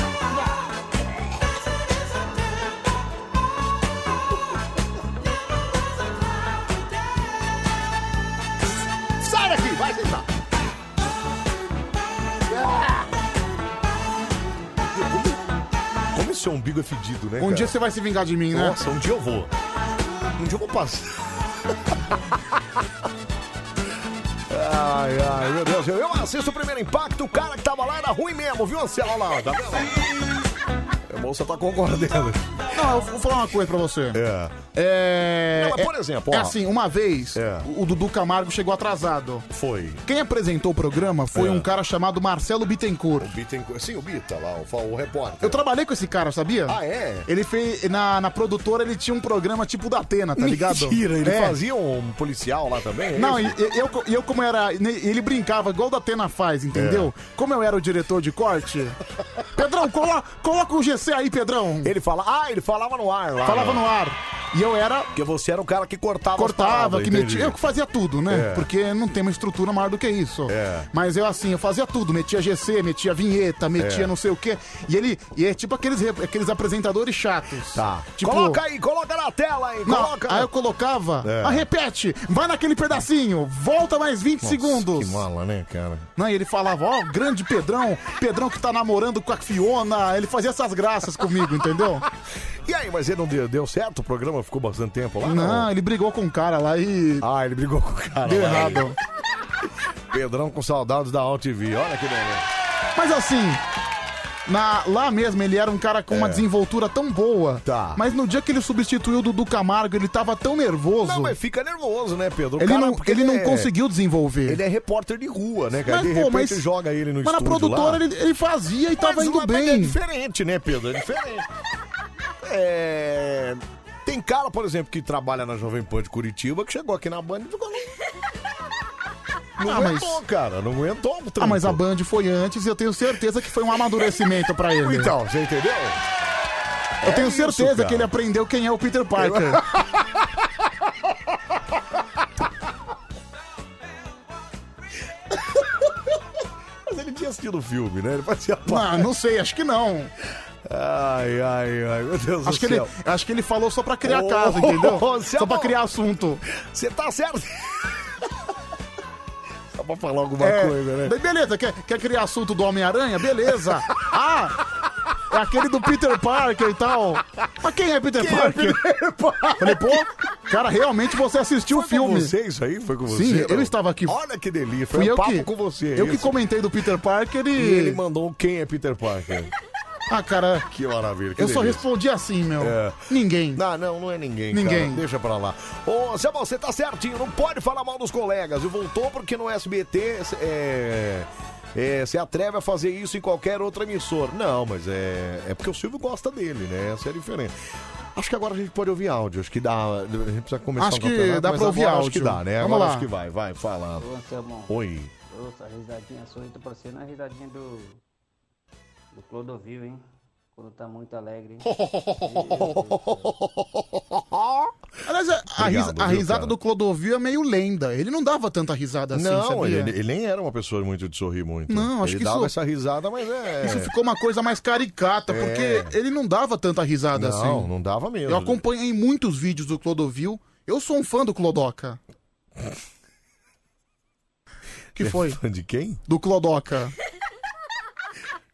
Speaker 1: vai. Sai daqui, vai sentar. Ah. Como- Como esse umbigo é fedido, né?
Speaker 2: Um
Speaker 1: cara?
Speaker 2: dia você vai se vingar de mim, né?
Speaker 1: Nossa, um dia eu vou. Um dia eu vou passar. Ai, ai, meu Deus. Eu, eu assisto o primeiro impacto, o cara que tava lá era ruim mesmo, viu, Anselmo? Olha lá, ó, tá vendo? moça tá concordando.
Speaker 2: Não, eu vou falar uma coisa pra você.
Speaker 1: É.
Speaker 2: É.
Speaker 1: Não, mas por
Speaker 2: é-
Speaker 1: exemplo, ó. É.
Speaker 2: É assim, uma vez, o Dudu Camargo chegou atrasado.
Speaker 1: Foi.
Speaker 2: Quem apresentou o programa foi
Speaker 1: É.
Speaker 2: um cara chamado Marcelo Bittencourt.
Speaker 1: Bittencourt. Sim, o Bita lá, o, fa- o repórter.
Speaker 2: Eu trabalhei com esse cara, sabia?
Speaker 1: É. Ah, é?
Speaker 2: Ele fez. Na, na produtora ele tinha um programa tipo da Atena, tá ligado?
Speaker 1: Mentira, ele
Speaker 2: É.
Speaker 1: fazia um policial lá também? é
Speaker 2: Não, e
Speaker 1: isso?
Speaker 2: e- eu, co- e eu como era. ne- Ele brincava, igual o da Tena faz, entendeu?
Speaker 1: É.
Speaker 2: Como eu era o diretor de corte. Pedrão, colo- coloca o GC aí, Pedrão.
Speaker 1: Ele fala. Ah, ele falava no ar lá.
Speaker 2: Falava no ar. E eu era.
Speaker 1: Porque você era o cara que cortava as
Speaker 2: Cortava,
Speaker 1: paradas,
Speaker 2: que
Speaker 1: entendi.
Speaker 2: metia. Eu que fazia tudo, né?
Speaker 1: É.
Speaker 2: Porque não tem uma estrutura maior do que isso. Mas eu, assim, eu fazia tudo. Metia GC, metia vinheta, metia
Speaker 1: É.
Speaker 2: não sei o quê. E ele. E é tipo aqueles, rep- aqueles apresentadores chatos. Tá. Tipo,
Speaker 1: Coloca aí, coloca na tela aí,
Speaker 2: Não,
Speaker 1: coloca.
Speaker 2: aí eu colocava.
Speaker 1: É.
Speaker 2: Ah, repete, vai naquele pedacinho, volta mais 20
Speaker 1: Nossa,
Speaker 2: segundos.
Speaker 1: Que mala, né, cara?
Speaker 2: Não, e ele falava, ó, grande Pedrão, Pedrão que tá namorando com a Fiona, ele fazia essas graças comigo, entendeu?
Speaker 1: E aí, mas ele não deu, deu certo? O programa ficou bastante tempo lá?
Speaker 2: Não, ele brigou com o cara lá e.
Speaker 1: Ah, ele brigou com o cara.
Speaker 2: Deu
Speaker 1: lá.
Speaker 2: errado.
Speaker 1: Pedrão com saudades da AltV. Olha que beleza.
Speaker 2: Mas assim, na, lá mesmo ele era um cara com uma
Speaker 1: É.
Speaker 2: desenvoltura tão boa. Tá. Mas no dia que ele substituiu o Dudu Camargo, ele tava tão nervoso.
Speaker 1: Não, mas fica nervoso, né, Pedro? O
Speaker 2: Ele,
Speaker 1: cara-
Speaker 2: não,
Speaker 1: porque
Speaker 2: ele não
Speaker 1: é-
Speaker 2: conseguiu desenvolver.
Speaker 1: Ele é repórter de rua, né, cara? de repente joga ele no
Speaker 2: mas na
Speaker 1: estúdio
Speaker 2: produtora
Speaker 1: lá.
Speaker 2: Ele, ele fazia e tava
Speaker 1: Mas
Speaker 2: indo
Speaker 1: lá É
Speaker 2: bem.
Speaker 1: diferente, né, Pedro? É diferente. É... Tem cara, por exemplo, que trabalha na Jovem Pan de Curitiba, que chegou aqui na Band e ficou... Não
Speaker 2: Ah, mas-
Speaker 1: aguentou, cara. Não aguentou. o
Speaker 2: Ah,
Speaker 1: trampo.
Speaker 2: mas a Band foi antes e eu tenho certeza que foi um amadurecimento pra ele.
Speaker 1: Então, você entendeu?
Speaker 2: Eu
Speaker 1: É
Speaker 2: tenho
Speaker 1: isso,
Speaker 2: certeza
Speaker 1: cara.
Speaker 2: que ele aprendeu quem é o Peter Parker.
Speaker 1: Mas ele tinha assistido o filme, né? Ele fazia
Speaker 2: não, Ah, não sei, acho que não.
Speaker 1: Ai, ai, ai, meu Deus
Speaker 2: Acho que,
Speaker 1: do
Speaker 2: ele,
Speaker 1: céu.
Speaker 2: acho que ele falou só pra criar
Speaker 1: Ô, é
Speaker 2: casa, entendeu?
Speaker 1: Anselmo.
Speaker 2: Só pra criar assunto.
Speaker 1: Você tá certo. Só pra falar alguma
Speaker 2: É,
Speaker 1: coisa, né?
Speaker 2: Beleza, quer, quer criar assunto do Homem-Aranha? Beleza. Ah, é aquele do Peter Parker e tal. Mas quem é Peter Parker? Falei, pô, cara, realmente você assistiu o
Speaker 1: Foi
Speaker 2: filme.
Speaker 1: com você isso aí? Foi com você?
Speaker 2: Sim,
Speaker 1: não?
Speaker 2: eu estava aqui.
Speaker 1: Olha que delícia. Foi
Speaker 2: Fui
Speaker 1: um
Speaker 2: eu
Speaker 1: papo
Speaker 2: que,
Speaker 1: com você.
Speaker 2: Eu que
Speaker 1: isso.
Speaker 2: comentei do Peter Parker e...
Speaker 1: E ele mandou quem é Peter Parker.
Speaker 2: Ah, cara,
Speaker 1: Que maravilha. que
Speaker 2: eu só
Speaker 1: delícia.
Speaker 2: respondi assim, meu.
Speaker 1: É.
Speaker 2: Ninguém.
Speaker 1: Não, não, não é ninguém.
Speaker 2: Ninguém.
Speaker 1: cara. Deixa pra lá. Ô, Zé, você tá certinho, não pode falar mal dos colegas. E voltou porque no SBT é. é, se atreve a fazer isso em qualquer outra emissora. Não, mas é, é porque o Silvio gosta dele, né? Essa é a diferença. Acho que agora a gente pode ouvir áudio. Acho que dá. A gente precisa começar
Speaker 2: Acho
Speaker 1: o
Speaker 2: que
Speaker 1: campeonato,
Speaker 2: dá
Speaker 1: mas
Speaker 2: pra ouvir
Speaker 1: agora Acho
Speaker 2: áudio.
Speaker 1: que dá, né?
Speaker 2: Vamos
Speaker 1: agora
Speaker 2: lá.
Speaker 1: acho que vai, vai, fala.
Speaker 26: Ô, Anselmo.
Speaker 1: Oi.
Speaker 26: Ô, Essa risadinha sua aí tá parecendo a risadinha do. do Clodovil, hein? Quando tá muito alegre, hein?
Speaker 2: Aliás, é- a, a
Speaker 1: Obrigado,
Speaker 2: risa- a
Speaker 1: viu,
Speaker 2: risada
Speaker 1: cara?
Speaker 2: do Clodovil é meio lenda. Ele não dava tanta risada assim,
Speaker 1: não,
Speaker 2: sabia?
Speaker 1: ele, ele nem era uma pessoa muito de sorrir muito.
Speaker 2: Não, acho
Speaker 1: Então, ele
Speaker 2: que
Speaker 1: dava
Speaker 2: isso-
Speaker 1: essa risada, mas é.
Speaker 2: Isso ficou uma coisa mais caricata,
Speaker 1: É.
Speaker 2: porque ele não dava tanta risada assim.
Speaker 1: Não, não dava mesmo.
Speaker 2: Eu acompanhei muitos vídeos do Clodovil. Eu sou um fã do Clodoca. que foi?
Speaker 1: De quem?
Speaker 2: Do Clodoca.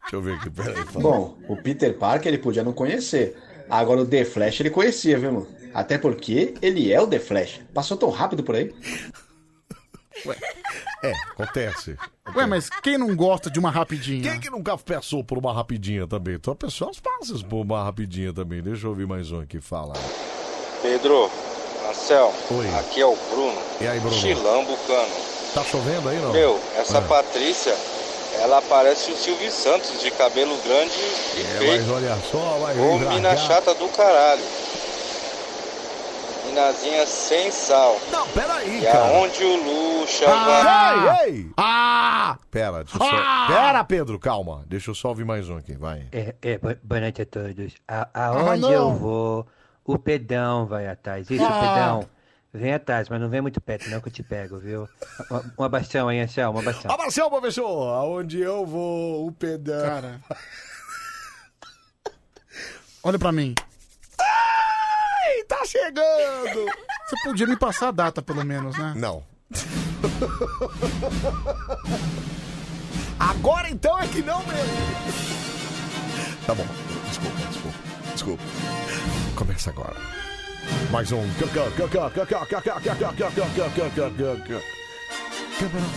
Speaker 1: Deixa eu ver aqui, peraí. fala.
Speaker 19: Bom, o Peter Parker ele podia não conhecer. Agora o The Flash ele conhecia, viu, mano? Até porque ele é o The Flash. Passou tão rápido por aí.
Speaker 1: É, acontece.
Speaker 2: Ué, mas quem não gosta de uma rapidinha?
Speaker 1: Quem que nunca passou por uma rapidinha também? Então, pessoas passam por uma rapidinha também. Deixa eu ouvir mais um aqui fala.
Speaker 27: Pedro, Anselmo,
Speaker 1: Oi.
Speaker 27: aqui é o Bruno.
Speaker 1: E aí, Bruno?
Speaker 27: Chilambucano.
Speaker 1: Tá chovendo aí, não?
Speaker 27: Meu, essa
Speaker 1: Ah.
Speaker 27: Patrícia, ela parece o Silvio Santos, de cabelo grande e
Speaker 1: É,
Speaker 27: feio.
Speaker 1: mas olha só, vai
Speaker 27: Ô,
Speaker 1: vir
Speaker 27: mina
Speaker 1: pra cá.
Speaker 27: chata do caralho. Minazinha sem sal.
Speaker 1: Não, peraí,
Speaker 27: e
Speaker 1: cara.
Speaker 27: aonde o Lucha
Speaker 1: Ah!
Speaker 27: vai...
Speaker 1: Ei, ei! Ah! Pera, deixa eu só...
Speaker 2: Ah!
Speaker 1: Pera, Pedro, calma. Deixa eu só ouvir mais um aqui, vai.
Speaker 26: É, é, bo- boa noite a todos. A- aonde
Speaker 1: Ah, não.
Speaker 26: eu vou, o pedão vai atrás. Isso, Ah. pedão. Vem atrás, mas não vem muito perto, não que eu te pego, viu? Um- Um abração aí, Anselmo, um abração.
Speaker 1: Ah, Marcel, professor, aonde eu vou, o pedão.
Speaker 2: Cara. Olha pra mim.
Speaker 1: Ai, tá chegando!
Speaker 2: Você podia me passar a data, pelo menos, né?
Speaker 1: Não. Agora então é que não mesmo. Tá bom. Desculpa, desculpa. Desculpa. Começa agora. Mais um. Campeonato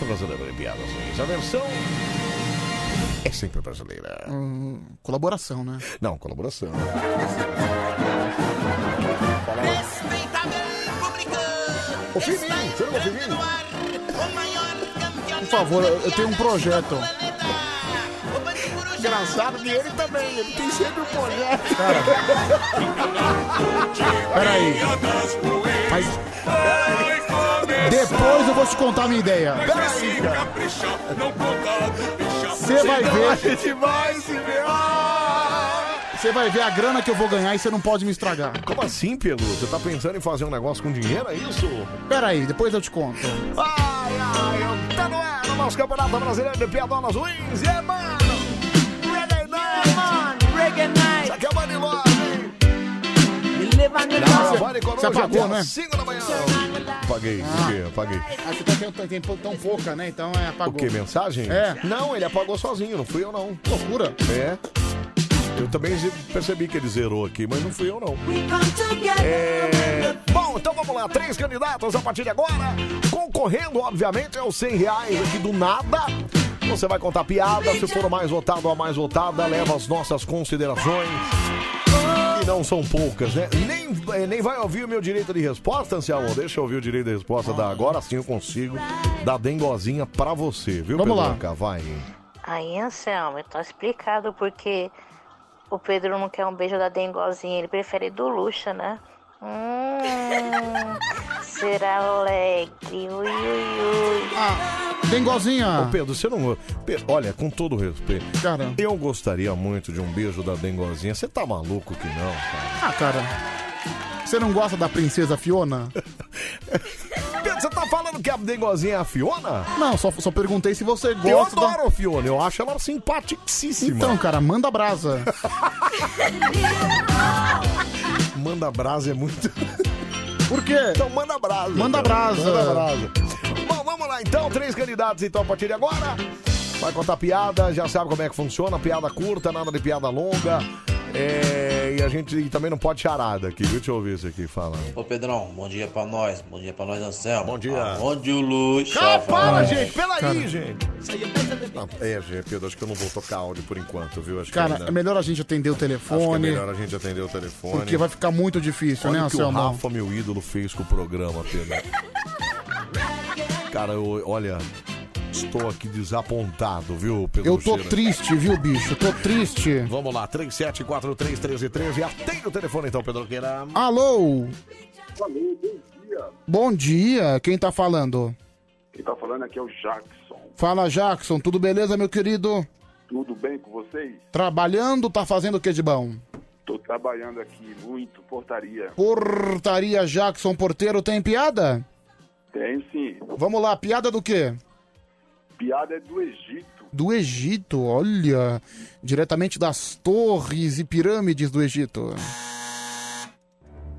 Speaker 1: Brasileiro de Piadas. A versão É sempre brasileira.
Speaker 2: Hum, colaboração, né?
Speaker 1: Não, colaboração. Ô, Firmino, você não é o Firmino?
Speaker 2: Por favor, eu tenho um projeto.
Speaker 3: Engraçado que ele também, ele tem sempre um projeto.
Speaker 2: Peraí. Mas depois eu vou te contar a minha ideia.
Speaker 3: Peraí, cara.
Speaker 2: Você vai
Speaker 3: Senão a
Speaker 2: ver.
Speaker 3: gente vai se ver.
Speaker 2: Você vai ver a grana que eu vou ganhar e você não pode me estragar.
Speaker 1: Como assim, Pedro? Você tá pensando em fazer um negócio com dinheiro, é isso? Ah,
Speaker 2: Peraí, depois eu te conto.
Speaker 1: Tá no ar o nosso Campeonato Brasileiro de Piadonas Wins. E é, mano! Reggae Night! Reggae Night! Isso aqui é Money Love, hein?
Speaker 2: Não, você-
Speaker 1: Vale Coruja
Speaker 2: você apagou,
Speaker 3: é
Speaker 1: até
Speaker 2: né?
Speaker 1: às
Speaker 3: assim.
Speaker 1: cinco da manhã. Apaguei, o quê? Apaguei.
Speaker 2: Ah, você tá tendo- tem, tem tão pouca, né? Então é
Speaker 1: O
Speaker 2: apagou.
Speaker 1: quê? Mensagem?
Speaker 2: É.
Speaker 1: Não, ele apagou sozinho, não fui eu não.
Speaker 2: Loucura.
Speaker 1: É. Eu também ze- percebi que ele zerou aqui, mas não fui eu não.
Speaker 3: É...
Speaker 1: Bom, então vamos lá, três candidatos a partir de agora. Concorrendo, obviamente, aos 100 reais aqui do nada. Você vai contar piada, se for o mais votado ou a mais votada, leva as nossas considerações. E não são poucas, né? Nem, eh, nem vai ouvir o meu direito de resposta, Anselmo. Deixa eu ouvir o direito de resposta da agora, sim eu consigo dar dengozinha pra você, viu,
Speaker 2: Vamos
Speaker 1: Pedroca? Vai.
Speaker 20: Aí, Anselmo, então explicado porque o Pedro não quer um beijo da Dengozinha, ele prefere do Luxa, né? Hum, será alegre, ui, ui, ui.
Speaker 2: Ah, Dengozinha.
Speaker 1: Ô Pedro, você não. Pe- Olha, com todo respeito. Eu gostaria muito de um beijo da Dengozinha. Você tá maluco que não, cara?
Speaker 2: Ah, cara. Você não gosta da princesa Fiona?
Speaker 1: Pedro, você tá falando que a Dengozinha é a Fiona?
Speaker 2: Não, só, só perguntei se você gosta.
Speaker 1: Eu adoro a Fiona, eu acho ela simpaticíssima.
Speaker 2: Então, cara, manda brasa.
Speaker 1: Manda brasa é muito.
Speaker 2: Por quê?
Speaker 1: Então manda brasa.
Speaker 2: Manda
Speaker 1: cara.
Speaker 2: brasa.
Speaker 1: Manda brasa. Bom, vamos lá então. Três candidatos então a partir de agora. Vai contar piada, já sabe como é que funciona. Piada curta, nada de piada longa. É, E a gente e também não pode charada aqui. viu? Deixa eu ouvir isso aqui falando.
Speaker 26: Ô Pedrão, bom dia pra nós, bom dia pra nós, Anselmo. Bom
Speaker 1: dia.
Speaker 26: Onde o Luxa.
Speaker 1: Ah, para,
Speaker 26: vai?
Speaker 1: gente, pelaí,
Speaker 26: Cara.
Speaker 1: gente. Ah, é, gente, Pedro, acho que eu não vou tocar áudio por enquanto, viu? Acho que
Speaker 2: Cara,
Speaker 1: ainda-
Speaker 2: é melhor a gente atender o
Speaker 1: acho que é
Speaker 2: telefone.
Speaker 1: melhor a gente atender o telefone.
Speaker 2: Porque vai ficar muito difícil,
Speaker 1: Olha
Speaker 2: né,
Speaker 1: o que o
Speaker 2: Anselmo?
Speaker 1: Rafa, meu ídolo, fez com o programa, Pedro. Cara, eu, olha, estou aqui desapontado, viu, Pedro?
Speaker 2: Eu tô
Speaker 1: Cheira?
Speaker 2: triste, viu, bicho? Tô triste.
Speaker 1: Vamos lá, 37431313. Atende o telefone então, Pedro Queira.
Speaker 2: Ah, Alô?
Speaker 27: Alô, bom dia.
Speaker 2: Bom dia, quem tá falando?
Speaker 27: Quem tá falando aqui é o Jackson.
Speaker 2: Fala, Jackson, tudo beleza, meu querido?
Speaker 27: Tudo bem com vocês?
Speaker 2: Trabalhando, tá fazendo o que de bom?
Speaker 27: Tô trabalhando aqui muito, portaria.
Speaker 2: Portaria Jackson Porteiro tem piada?
Speaker 27: Tem sim.
Speaker 2: Vamos lá, piada do quê?
Speaker 27: Piada é do Egito.
Speaker 2: Do Egito, olha. Diretamente das torres e pirâmides do Egito.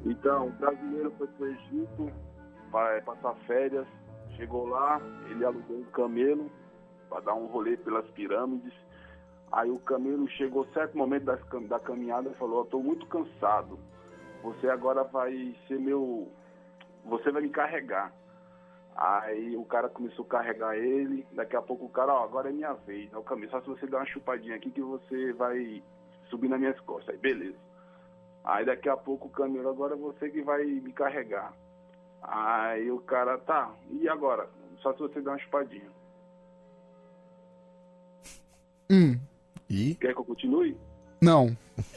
Speaker 27: Então, um brasileiro foi pro Egito para passar férias. Chegou lá, ele alugou um camelo para dar um rolê pelas pirâmides. Aí o camelo chegou certo momento das cam- da caminhada e falou: "Estou muito cansado. Você agora vai ser meu, você vai me carregar." Aí o cara começou a carregar ele. Daqui a pouco o cara, ó, agora é minha vez. Aí o camelo, só se você der uma chupadinha aqui que você vai subir nas minhas costas. Aí beleza. Aí daqui a pouco o caminheiro, agora é você que vai me carregar. Aí o cara, tá, e agora? Só se você der uma chupadinha.
Speaker 2: Hum,
Speaker 27: E? Quer que eu continue?
Speaker 2: não.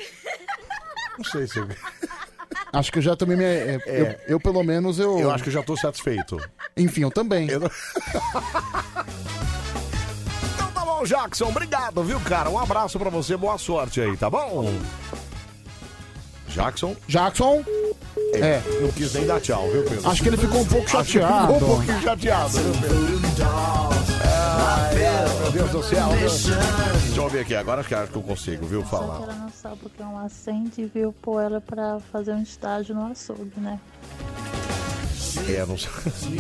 Speaker 1: Não sei se eu...
Speaker 2: Acho que eu já tomei minha. é, Eu, eu, pelo menos, eu.
Speaker 1: Eu acho que eu já tô satisfeito.
Speaker 2: Enfim, eu também.
Speaker 1: Então tá bom, Jackson, obrigado, viu, cara? Um abraço pra você, boa sorte aí, tá bom? Jackson?
Speaker 2: Jackson? É.
Speaker 1: Não quis nem dar tchau, viu, Pedro?
Speaker 2: Acho que ele ficou um pouco
Speaker 1: Acho que
Speaker 2: chateado.
Speaker 1: Ficou um pouquinho chateado, viu, Pedro? É, Ai, meu Deus do céu. viu? Deixa eu ver aqui, agora que eu acho que eu consigo, viu,
Speaker 19: Só que
Speaker 1: falar.
Speaker 19: ela não sabe o que é um acende e veio pôr ela pra fazer um estágio no açougue, né?
Speaker 1: É, não sei.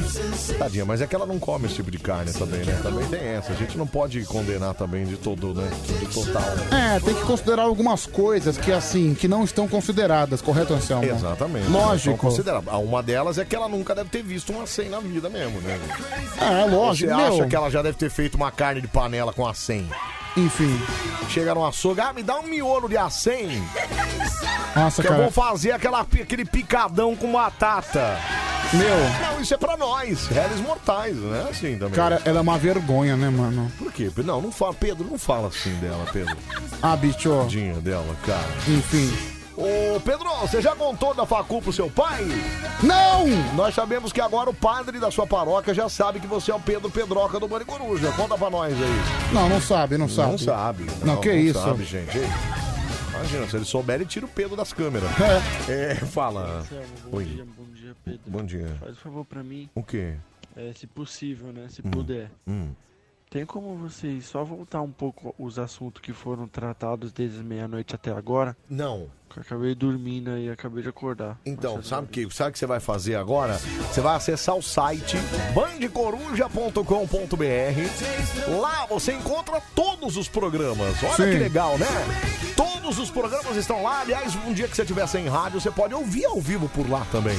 Speaker 1: Tadinha, mas é que ela não come esse tipo de carne também, né? Também tem essa. A gente não pode condenar também de todo, né? De total. né?
Speaker 2: É, tem que considerar algumas coisas que, assim, que não estão consideradas, correto, Anselmo?
Speaker 1: Exatamente. Então,
Speaker 2: né? Lógico.
Speaker 1: considera- ah, Uma delas é que ela nunca deve ter visto uma 100 na vida mesmo, né?
Speaker 2: É, lógico,
Speaker 1: Você
Speaker 2: meu.
Speaker 1: acha que ela já deve ter feito uma carne de panela com a 100?
Speaker 2: Enfim.
Speaker 1: Chega no açougue, ah, me dá um miolo de acém.
Speaker 2: Nossa,
Speaker 1: que
Speaker 2: cara.
Speaker 1: eu vou fazer aquela, aquele picadão com batata.
Speaker 2: Meu.
Speaker 1: Não, isso é pra nós, réis mortais, né? Assim também.
Speaker 2: Cara, ela é uma vergonha, né, mano?
Speaker 1: Por quê? Não, não fala, Pedro, não fala assim dela, Pedro.
Speaker 2: Ah, bicho.
Speaker 1: Tadinha dela, cara.
Speaker 2: Enfim.
Speaker 1: Ô, Pedro, você já contou da facu pro seu pai?
Speaker 2: Não!
Speaker 1: Nós sabemos que agora o padre da sua paróquia já sabe que você é o Pedro Pedroca do Bande Coruja. Conta pra nós aí.
Speaker 2: Não, não sabe, não sabe.
Speaker 1: Não sabe.
Speaker 2: Não, que isso.
Speaker 1: sabe, gente. Ei, Imagina, se ele souber, ele tira o Pedro das câmeras. É, fala.
Speaker 26: Bom
Speaker 1: Oi.
Speaker 26: dia, bom dia, Pedro.
Speaker 1: Bom dia.
Speaker 26: Faz um favor pra mim,
Speaker 1: O quê?
Speaker 26: é, se possível, né? Se
Speaker 1: Hum.
Speaker 26: puder.
Speaker 1: Hum.
Speaker 26: Tem como vocês só voltar um pouco os assuntos que foram tratados desde meia-noite até agora?
Speaker 1: Não.
Speaker 26: Que eu acabei dormindo aí, acabei de acordar.
Speaker 1: Então, sabe o que, sabe o que você vai fazer agora? Você vai acessar o site bandecoruja.com.br. Lá você encontra todos os programas. Olha
Speaker 28: Sim.
Speaker 1: que legal, né? Todos os programas estão lá. Aliás, um dia que você estiver sem rádio, você pode ouvir ao vivo por lá também.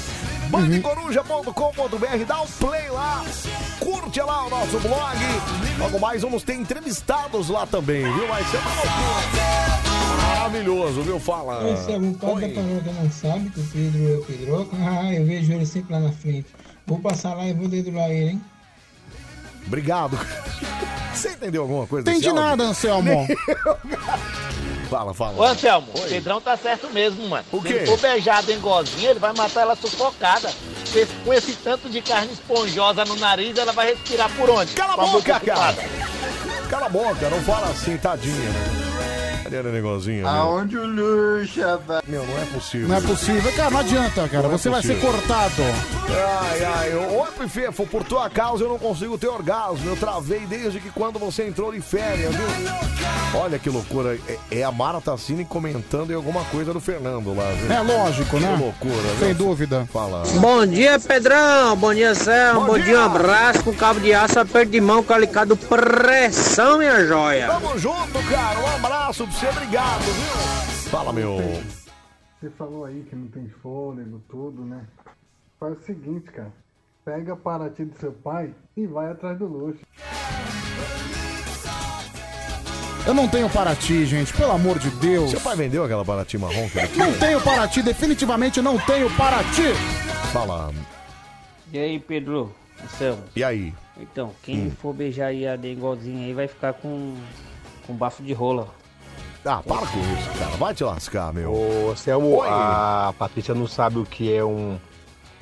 Speaker 1: bandecoruja.com.br, dá o play lá, curte lá o nosso blog. Logo mais vamos ter entrevistados lá também, viu? Vai ser uma loucura. Maravilhoso, viu? Fala.
Speaker 29: Oi, Thiago, o cara da paróquia não sabe que o Pedro é o Pedroca. Ah, eu vejo ele sempre lá na frente. Vou passar lá e vou dedurar ele, hein?
Speaker 1: Obrigado. Você entendeu alguma coisa?
Speaker 29: Entendi
Speaker 1: desse áudio?
Speaker 29: nada, Anselmo.
Speaker 1: fala, fala.
Speaker 19: Ô Anselmo,
Speaker 1: Oi.
Speaker 19: o Pedrão tá certo mesmo, mano.
Speaker 1: O
Speaker 19: Se
Speaker 1: quê?
Speaker 19: ele for beijado em gozinha, ele vai matar ela sufocada. Com esse- Com esse tanto de carne esponjosa no nariz, ela vai respirar por onde?
Speaker 1: Cala a
Speaker 19: Com
Speaker 1: boca, cara.
Speaker 19: ocupada.
Speaker 1: Cala a boca, não fala assim, tadinha. né? Cadê o negocinho?
Speaker 29: Aonde
Speaker 1: o luxa vai? Meu, não é possível.
Speaker 2: Não é possível. Cara, não adianta, cara.
Speaker 1: Não é
Speaker 2: Você vai ser
Speaker 1: possível.
Speaker 2: cortado.
Speaker 1: Ai, ai, ô ô, Fefo, por tua causa eu não consigo ter orgasmo. Eu travei desde que quando você entrou de férias, viu? Olha que loucura. É, é a Mara Tassini comentando em alguma coisa do Fernando lá, viu?
Speaker 2: É lógico, né?
Speaker 1: Que loucura,
Speaker 2: Sem
Speaker 1: viu?
Speaker 2: dúvida.
Speaker 1: Fala.
Speaker 30: Bom dia, Pedrão. Bom dia, Selma. Bom, dia, um abraço com cabo de aço, aperto de mão, calicado, pressão, minha
Speaker 3: É.
Speaker 30: joia.
Speaker 1: Tamo junto, cara. Um abraço pra você, obrigado, viu? Fala, meu.
Speaker 31: Você falou aí que não tem fôlego, tudo, né? Faz o seguinte, cara. Pega a Paraty do seu pai e vai atrás do luxo.
Speaker 2: Eu não tenho Paraty, gente. Pelo amor de Deus.
Speaker 1: Seu pai vendeu aquela Paraty marrom? que ele tinha?
Speaker 2: Não tenho Paraty. Definitivamente não tenho Paraty.
Speaker 1: Fala.
Speaker 32: E aí, Pedro? Anselmo?
Speaker 1: E aí?
Speaker 32: Então, quem
Speaker 1: Hum.
Speaker 32: for beijar aí a dengozinha aí vai ficar com, com um bafo de rola.
Speaker 1: Ah, para com isso, cara. Vai te lascar, meu.
Speaker 3: Ô, Selmo,
Speaker 1: Oi.
Speaker 3: a Patrícia não sabe o que é um,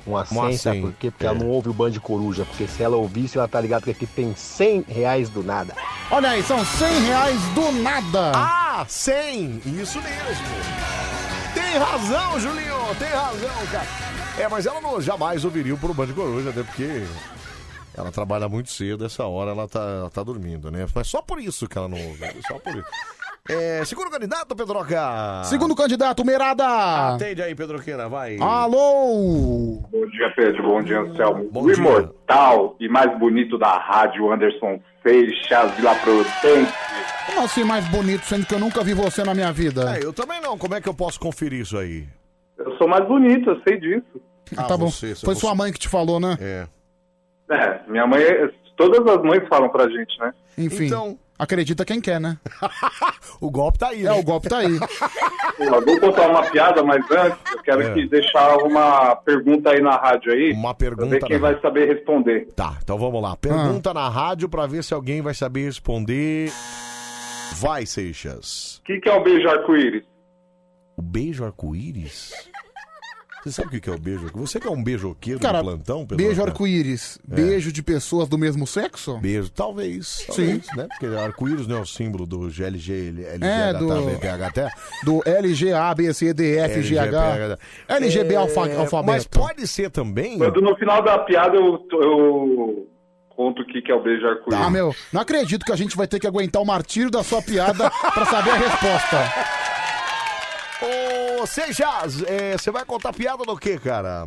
Speaker 3: um
Speaker 1: Um
Speaker 3: acém,
Speaker 1: acém,
Speaker 3: sabe por quê? Porque
Speaker 1: é.
Speaker 3: ela não ouve o Band de Coruja. Porque se ela ouvisse, ela tá ligada que aqui tem 100 reais do nada.
Speaker 2: Olha aí, são 100 reais do nada.
Speaker 1: Ah, 100. Isso mesmo. Tem razão, Julinho. Tem razão, cara. É, mas ela não jamais ouviria o Pro Band Coruja, até porque ela trabalha muito cedo. Essa hora ela tá, ela tá dormindo, né? Mas só por isso que ela não ouve. né? Só por isso. É, segundo candidato, Pedroca. Ah.
Speaker 2: Segundo candidato, Merada.
Speaker 1: Atende aí, Pedroqueira, vai.
Speaker 2: Alô.
Speaker 27: Bom dia, Pedro. Bom dia, Anselmo. o imortal e mais bonito da rádio, Anderson Seixas, Vila Prudente.
Speaker 2: Como assim mais bonito, sendo que eu nunca vi você na minha vida?
Speaker 1: É, eu também não. Como é que eu posso conferir isso aí? Ah,
Speaker 27: Eu sou mais bonito, eu sei disso.
Speaker 2: tá bom. Foi sua mãe que te falou, né?
Speaker 1: É.
Speaker 27: É, minha mãe, todas as mães falam pra gente, né?
Speaker 2: Enfim. Acredita quem quer, né?
Speaker 1: Então- o golpe tá aí.
Speaker 2: É, o golpe tá aí.
Speaker 27: Eu vou contar uma piada, mas antes eu quero
Speaker 2: É.
Speaker 27: que deixar uma pergunta aí na rádio aí. Uma
Speaker 1: pergunta
Speaker 27: Pra ver quem
Speaker 1: na
Speaker 27: vai saber responder.
Speaker 1: Tá, então vamos lá.
Speaker 2: Ah.
Speaker 1: Pergunta na rádio pra ver se alguém vai saber responder. Vai, Seixas.
Speaker 27: O que, que é o beijo arco-íris?
Speaker 1: O beijo arco-íris? Você sabe o que que é o beijo arco-íris? Você que é um beijoqueiro
Speaker 2: Cara,
Speaker 1: do plantão? Pedro?
Speaker 2: beijo arco-íris.
Speaker 1: É.
Speaker 2: Beijo de pessoas do mesmo sexo?
Speaker 1: Beijo, talvez. talvez né? Porque arco-íris não é o símbolo do GLG,
Speaker 2: É, do-
Speaker 1: LGHT.
Speaker 2: Do LGABCDFGH. LGB alfa,
Speaker 27: É,
Speaker 2: alfabeto.
Speaker 27: mas
Speaker 1: pode ser também.
Speaker 27: Quando no final da piada eu, eu conto o que, que é o beijo arco-íris.
Speaker 2: Ah, meu, não acredito que a gente vai ter que aguentar o martírio da sua piada pra saber a resposta.
Speaker 1: Ô, Seixas, é, você vai contar piada do quê, cara?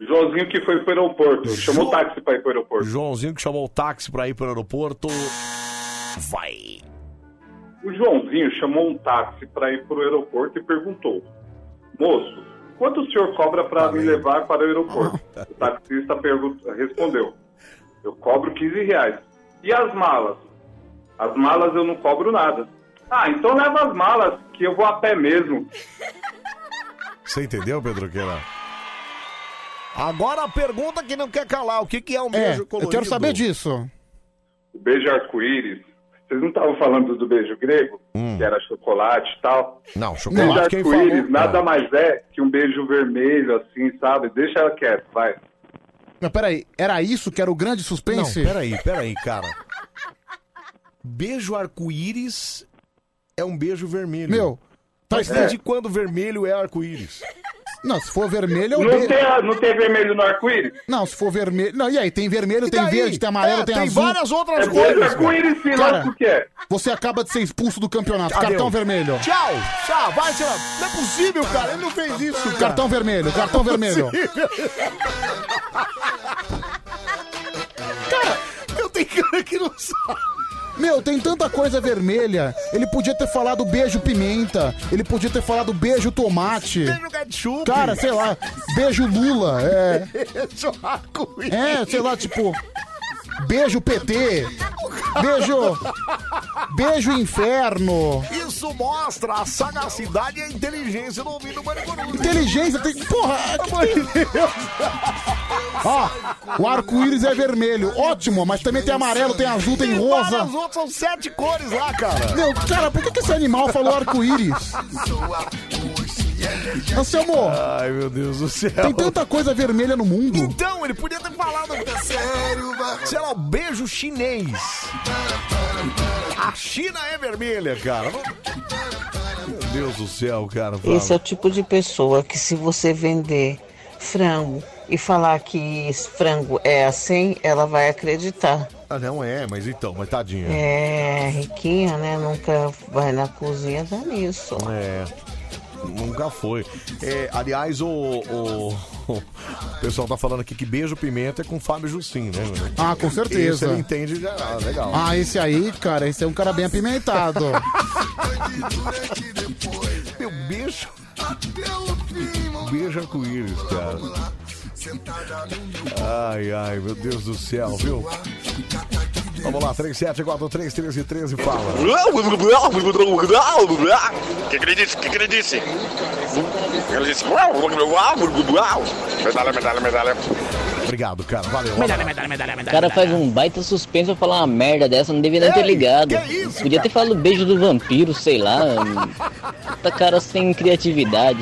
Speaker 27: Joãozinho que foi pro aeroporto. Chamou o táxi pra ir pro aeroporto.
Speaker 1: Joãozinho que chamou o táxi pra ir pro aeroporto. Vai.
Speaker 27: O Joãozinho chamou um táxi para ir para o aeroporto e perguntou: Moço, quanto o senhor cobra para me levar para o aeroporto?
Speaker 1: Ah, tá.
Speaker 27: O taxista pergun- respondeu: Eu cobro 15 reais. E as malas? As malas eu não cobro nada. Ah, então leva as malas, que eu vou a pé mesmo.
Speaker 33: Você entendeu, Pedro Queira?
Speaker 1: Agora a pergunta que não quer calar: o que, que é o beijo
Speaker 2: eu
Speaker 1: colorido?
Speaker 2: quero saber disso.
Speaker 27: O beijo arco-íris. Vocês não estavam falando do beijo grego? Que era chocolate e tal?
Speaker 1: Não,
Speaker 27: Beijo
Speaker 1: Hum. chocolate quem falou. Ah.
Speaker 27: arco-íris nada mais é que um beijo vermelho, assim, sabe? Deixa ela quieta, vai.
Speaker 2: Mas peraí, era isso que era o grande suspense?
Speaker 1: Não, peraí, peraí, cara. Beijo arco-íris é um beijo vermelho. Meu,
Speaker 2: tá
Speaker 1: mas
Speaker 2: escrito-
Speaker 1: desde quando vermelho é arco-íris?
Speaker 2: Não, se for vermelho, eu
Speaker 1: Não tem-
Speaker 27: não tem vermelho no arco-íris?
Speaker 2: Não, se for vermelho. Não, e aí? Tem vermelho, tem
Speaker 1: daí?
Speaker 2: verde, tem amarelo,
Speaker 1: É,
Speaker 2: tem,
Speaker 1: tem
Speaker 2: azul.
Speaker 1: várias outras É coisas, coisa, cara. arco-íris, sei lá o que é.
Speaker 2: Você acaba de ser expulso do campeonato.
Speaker 1: Cadê
Speaker 2: Cartão
Speaker 1: o-
Speaker 2: vermelho.
Speaker 1: Tchau, tchau, vai, tchau. Não é possível, cara. Ele não fez isso, cara. é
Speaker 2: Cartão vermelho, cartão vermelho.
Speaker 1: Eu tenho cara que não sabe.
Speaker 2: Meu, tem tanta coisa vermelha. Ele podia ter falado beijo pimenta. Ele podia ter falado beijo tomate.
Speaker 1: Beijo ketchup.
Speaker 2: Cara, sei lá. Beijo Lula. É.
Speaker 1: Beijo arco-íris.
Speaker 2: É, sei lá, tipo. Beijo PT. Beijo. Beijo inferno.
Speaker 1: Isso mostra a sagacidade e a inteligência do ouvido Maricorudo.
Speaker 2: Inteligência tem. Porra! Ó, o arco-íris é vermelho. Ótimo, mas também tem amarelo, tem azul, tem rosa.
Speaker 1: As outras são sete cores lá, cara.
Speaker 2: Meu, cara, por que, que esse animal falou arco-íris? Anselmo,
Speaker 1: Ai, meu Deus do céu.
Speaker 2: tem tanta coisa vermelha no mundo.
Speaker 1: Então, ele podia ter falado. Sei lá, o beijo chinês. A China é vermelha, cara. Meu Deus do céu, cara. fala.
Speaker 20: Esse é o tipo de pessoa que se você vender frango e falar que esse frango é assim, ela vai acreditar.
Speaker 1: Ah, não é, mas então, mas tadinha.
Speaker 20: É, riquinha, né? Nunca vai na cozinha, dá nisso.
Speaker 1: É. Nunca foi. É, aliás, o, o, o pessoal tá falando aqui que beijo pimenta é com Fábio Jussim, né? meu?
Speaker 2: Ah, com certeza.
Speaker 1: Esse ele entende já. Ah, legal.
Speaker 2: Ah, esse aí, cara, esse é um cara bem apimentado.
Speaker 1: Meu beijo. Beijo arco-íris, cara. Ai, ai, meu Deus do céu, viu? Vamos lá, 37431313 fala.
Speaker 3: Que que ele disse? Que que ele disse? Que ele disse? Medalha, medalha, medalha.
Speaker 1: Obrigado, cara. Valeu.
Speaker 3: Medalha, medalha, medalha,
Speaker 19: O cara faz um baita suspense pra falar uma merda dessa, não devia nem ter ligado. Podia ter falado beijo do vampiro, sei lá. Puta cara sem criatividade.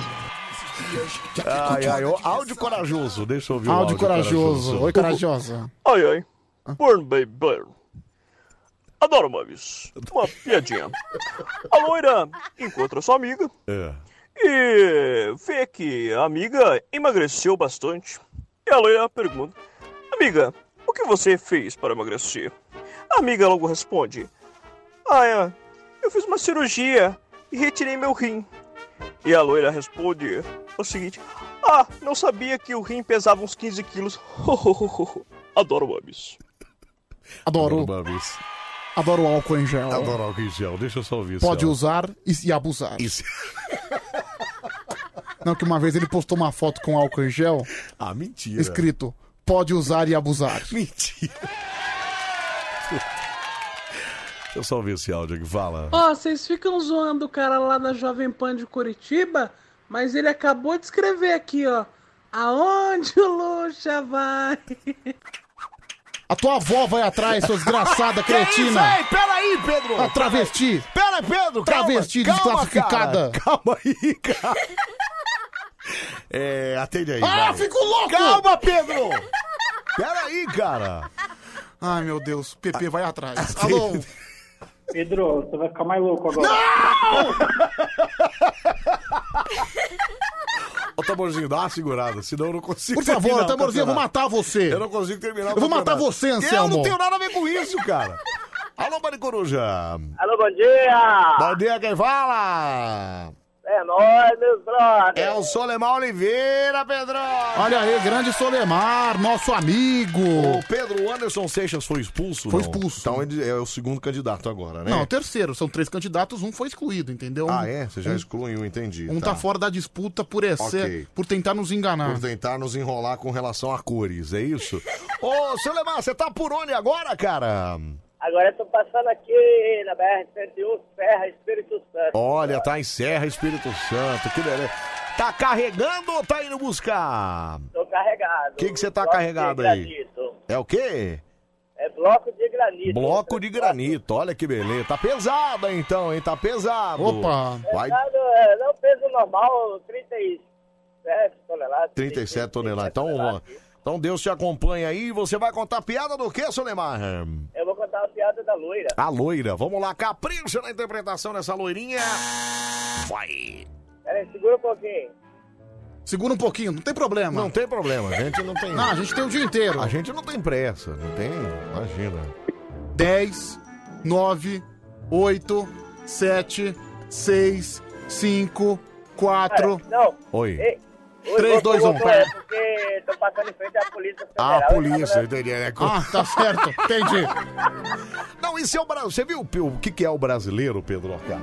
Speaker 1: Ai, ai, ó, áudio corajoso. Deixa eu ouvir o
Speaker 2: Áudio
Speaker 1: áudio
Speaker 2: corajoso. Oi, corajosa.
Speaker 11: Ai, ai. Burn, baby, burn. Adoro Mavis. Uma piadinha. A loira encontra sua amiga
Speaker 1: É.
Speaker 11: e vê que a amiga emagreceu bastante. E a loira pergunta: Amiga, o que você fez para emagrecer? A amiga logo responde: Ah, é, eu fiz uma cirurgia e retirei meu rim. E a loira responde o seguinte: Ah, não sabia que o rim pesava uns 15 quilos. Adoro Mavis.
Speaker 2: Adoro. Adoro álcool em gel.
Speaker 1: Adoro álcool em gel. Deixa eu só ouvir
Speaker 2: Pode
Speaker 1: ó.
Speaker 2: usar e se abusar. Não, que uma vez ele postou uma foto com álcool em gel.
Speaker 1: Ah, mentira.
Speaker 2: Escrito, pode usar e abusar.
Speaker 1: Mentira. Deixa eu só ouvir esse áudio aqui. Fala.
Speaker 16: Ó, vocês ficam zoando o cara lá da Jovem Pan de Curitiba, mas ele acabou de escrever aqui, ó. Aonde o Luxa vai?
Speaker 2: A tua avó vai atrás, sua desgraçada
Speaker 1: Que isso,
Speaker 2: cretina.
Speaker 1: hein? Peraí, Pedro.
Speaker 2: A travesti.
Speaker 1: Pera, Pedro, calma,
Speaker 2: Travesti
Speaker 1: calma,
Speaker 2: desclassificada.
Speaker 1: cara. Calma aí, cara. É, atende aí.
Speaker 2: Ah,
Speaker 1: vai.
Speaker 2: fico louco!
Speaker 1: Calma, Pedro! Pera aí, cara. Ah, né?
Speaker 2: Ai, meu Deus, PP vai atrás. Alô?
Speaker 16: Pedro, você vai ficar mais louco agora.
Speaker 1: Ô, Tamborzinho, dá uma segurada, senão eu não consigo
Speaker 2: Por favor,
Speaker 1: terminar o
Speaker 2: Tamborzinho, eu vou
Speaker 1: campeonato.
Speaker 2: matar você.
Speaker 1: Eu não consigo terminar o
Speaker 2: Eu vou matar
Speaker 1: campeonato.
Speaker 2: você,
Speaker 1: Eu não
Speaker 2: Anselmo.
Speaker 1: tenho nada a ver com isso, cara. Alô, Maricoruja.
Speaker 34: Alô, bom dia!
Speaker 1: Bom dia, quem fala?
Speaker 34: É nóis, meus brothers!
Speaker 1: É o Solemar Oliveira, Pedrão!
Speaker 2: Olha aí, grande Solemar, nosso amigo.
Speaker 1: O Pedro Anderson Seixas foi expulso?
Speaker 2: Foi
Speaker 1: não?
Speaker 2: expulso.
Speaker 1: Então ele é o segundo candidato agora, né?
Speaker 2: Não, o terceiro. São três candidatos, um foi excluído, entendeu? Um-
Speaker 1: Ah, é? Você já
Speaker 2: um,
Speaker 1: excluiu, entendi.
Speaker 2: Um tá. fora da disputa por excesso,
Speaker 1: Ok.
Speaker 2: por tentar nos enganar.
Speaker 1: Por tentar nos enrolar com relação a cores, é isso? Ô, Solemar, você tá por onde agora, cara?
Speaker 19: Agora eu tô passando aqui na BR-101, Serra, Espírito Santo.
Speaker 1: Olha, tá em Serra, Espírito Santo. Que beleza. Tá carregando ou tá indo buscar?
Speaker 19: Tô carregado.
Speaker 1: O que que você tá
Speaker 19: Bloco de
Speaker 1: carregado aí?
Speaker 19: granito.
Speaker 1: É o quê?
Speaker 19: É bloco de granito.
Speaker 1: Bloco de granito, olha que beleza. Tá pesada então, hein? Tá pesado.
Speaker 2: Opa.
Speaker 1: Vai
Speaker 19: Pesado, é, não peso normal, 37 toneladas.
Speaker 1: 37 toneladas. Então, ó, então Deus te acompanha aí. Você vai contar piada do que, seu Neymar?
Speaker 19: Eu vou contar uma piada da loira.
Speaker 1: A loira. Vamos lá, capricha na interpretação dessa loirinha. Vai.
Speaker 19: Pera aí, segura um pouquinho.
Speaker 2: Segura um pouquinho, não tem problema. Não
Speaker 1: tem problema, a gente não tem.
Speaker 2: Não, a gente tem o dia inteiro.
Speaker 1: A gente não tem pressa, não tem. Imagina.
Speaker 2: 10, 9, 8, 7, 6, 5, 4.
Speaker 19: Cara, não.
Speaker 1: Oi.
Speaker 19: Ei, oi,
Speaker 2: Três,
Speaker 19: motor,
Speaker 2: dois, um,
Speaker 19: motor,
Speaker 2: para.
Speaker 19: É porque tô passando em frente à polícia federal.
Speaker 1: Ah,
Speaker 19: e
Speaker 1: polícia,
Speaker 19: tava-
Speaker 1: entendi. né?
Speaker 2: Ah, tá certo, entendi.
Speaker 1: Não, isso é o Brasil. Você viu Pio, o que que é o brasileiro, Pedro Orca?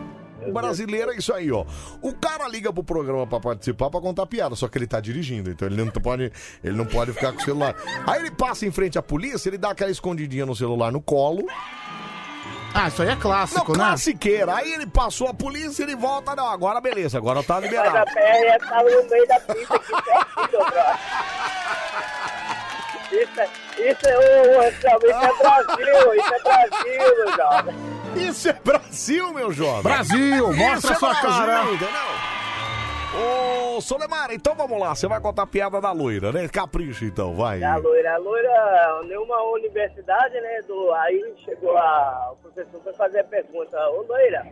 Speaker 1: O brasileiro é isso aí, ó. O cara liga pro programa pra participar pra contar piada, só que ele tá dirigindo, então ele não pode, ele não pode ficar com o celular. Aí ele passa em frente à polícia, ele dá aquela escondidinha no celular no colo.
Speaker 2: Ah, isso aí é clássico,
Speaker 1: não, né? Classiqueira. Aí ele passou a polícia, ele volta, não. Agora beleza, agora tá
Speaker 19: Mas a
Speaker 1: liberado.
Speaker 19: PR tava tá no meio da pista aqui, pertinho, bro. Isso, é- isso é, ô, ô, Anselmo, isso é Brasil, isso é Brasil, meu jovem.
Speaker 1: Isso é Brasil, meu jovem.
Speaker 2: Brasil, mostra
Speaker 1: Isso
Speaker 2: sua
Speaker 1: é
Speaker 2: cara. né?
Speaker 1: entendeu? Ô, Solemar, então vamos lá. Você vai contar a piada da loira, né? Capricha, então, vai.
Speaker 19: É A loira, a loira, nenhuma universidade, né? Do, aí chegou a, o professor foi fazer a pergunta, ô loira,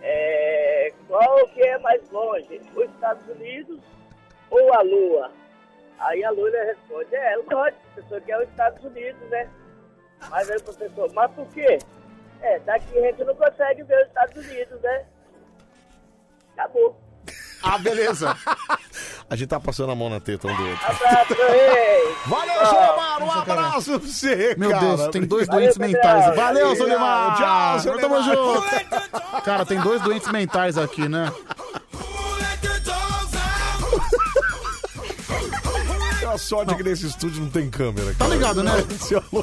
Speaker 19: é, qual que é mais longe, os Estados Unidos ou a Lua? Aí a loira responde, é, lógico, professor, que é os Estados Unidos, né? Mas aí o professor, mas por quê? É, daqui a gente não consegue ver os Estados Unidos, né? Acabou.
Speaker 1: Ah, beleza. a gente tá passando a mão na teta um do outro.
Speaker 19: Abraço, ei! Ah,
Speaker 1: Valeu,
Speaker 19: Tchau.
Speaker 1: Solimar, um abraço pra você,
Speaker 2: Meu
Speaker 1: cara.
Speaker 2: Deus, tem dois
Speaker 1: Valeu,
Speaker 2: doentes
Speaker 1: Pedrão.
Speaker 2: mentais. Valeu, Solimar!
Speaker 1: Tchau,
Speaker 2: Tchau,
Speaker 1: Solimar.
Speaker 2: tamo junto! Cara, tem dois doentes mentais aqui, né?
Speaker 1: É a sorte que nesse estúdio não tem câmera. Tá
Speaker 2: ligado, né?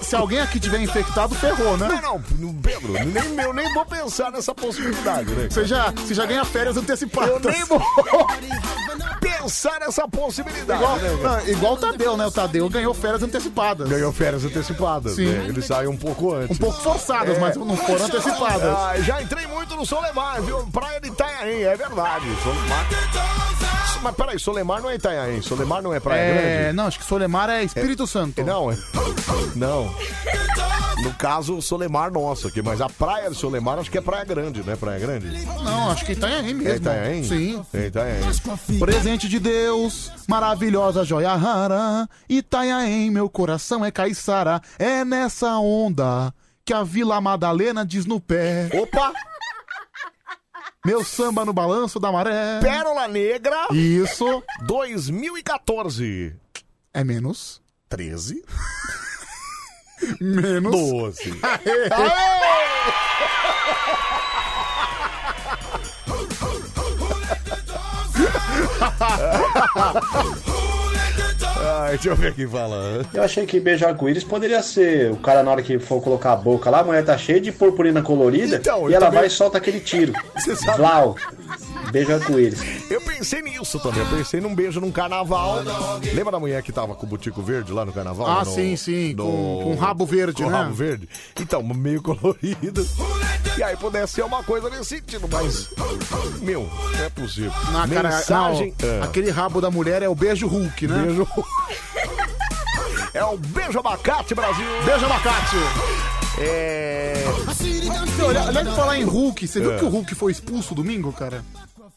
Speaker 2: Se alguém aqui tiver infectado, ferrou, né?
Speaker 1: Não, não, Pedro, nem meu, nem vou pensar nessa possibilidade, né?
Speaker 2: Você já, você já ganha férias antecipadas.
Speaker 1: Eu nem vou pensar nessa possibilidade.
Speaker 2: Igual,
Speaker 1: né, velho?
Speaker 2: não, igual o Tadeu, né? O Tadeu ganhou férias antecipadas.
Speaker 1: Ganhou férias antecipadas,
Speaker 2: Sim.
Speaker 1: né? Ele saiu um pouco antes.
Speaker 2: Um pouco forçadas, mas não foram antecipadas.
Speaker 1: Ah, já entrei muito no Solemar, viu? Praia de Itanhaém, é verdade. Solemar. Mas peraí, Solemar não é Itanhaém, Solemar não é Praia
Speaker 2: é,
Speaker 1: Grande?
Speaker 2: não, acho que Solemar é Espírito Santo.
Speaker 1: Não, é. Não. No caso, o Solemar nosso aqui, mas a praia do Solemar acho que é Praia Grande, né? Praia Grande?
Speaker 2: Não, acho que Itanhaém mesmo.
Speaker 1: É Itanhaém?
Speaker 2: Sim.
Speaker 1: É Itanhaém.
Speaker 2: Presente de Deus, maravilhosa joia rara, Itanhaém, meu coração é caiçara, é nessa onda que a Vila Madalena diz no pé.
Speaker 1: Opa!
Speaker 2: Meu samba no balanço da maré.
Speaker 1: Pérola né? Negra.
Speaker 2: Isso.
Speaker 1: 2014.
Speaker 2: É menos.
Speaker 1: 13.
Speaker 2: Menos.
Speaker 1: 12. Ai, Ah, deixa eu ver quem fala.
Speaker 35: Eu achei que beijar com íris poderia ser o cara na hora que for colocar a boca lá, a mulher tá cheia de purpurina colorida
Speaker 1: Então,
Speaker 35: e
Speaker 1: eu
Speaker 35: ela
Speaker 1: também-
Speaker 35: vai e solta aquele tiro.
Speaker 1: Você sabe-
Speaker 35: Blau. Beijar com íris.
Speaker 1: Eu pensei nisso também. Eu pensei num beijo num carnaval. Lembra da mulher que tava com o Butico Verde lá no carnaval?
Speaker 2: Ah,
Speaker 1: No-
Speaker 2: sim, sim,
Speaker 1: no-
Speaker 2: com- com rabo verde,
Speaker 1: com
Speaker 2: né?
Speaker 1: rabo verde. Então, meio colorido. E aí pudesse ser uma coisa nesse sentido, mas. Meu, não é possível.
Speaker 2: Na cara,
Speaker 1: Mensagem.
Speaker 2: não,
Speaker 1: Ah.
Speaker 2: Aquele rabo da mulher é o beijo Hulk, né?
Speaker 1: Beijo É o Beijo Abacate, Brasil!
Speaker 2: Beijo Abacate!
Speaker 1: É.
Speaker 2: Meu, olha- Aliás, de falar em Hulk, você viu
Speaker 1: É.
Speaker 2: que o Hulk foi expulso domingo, cara?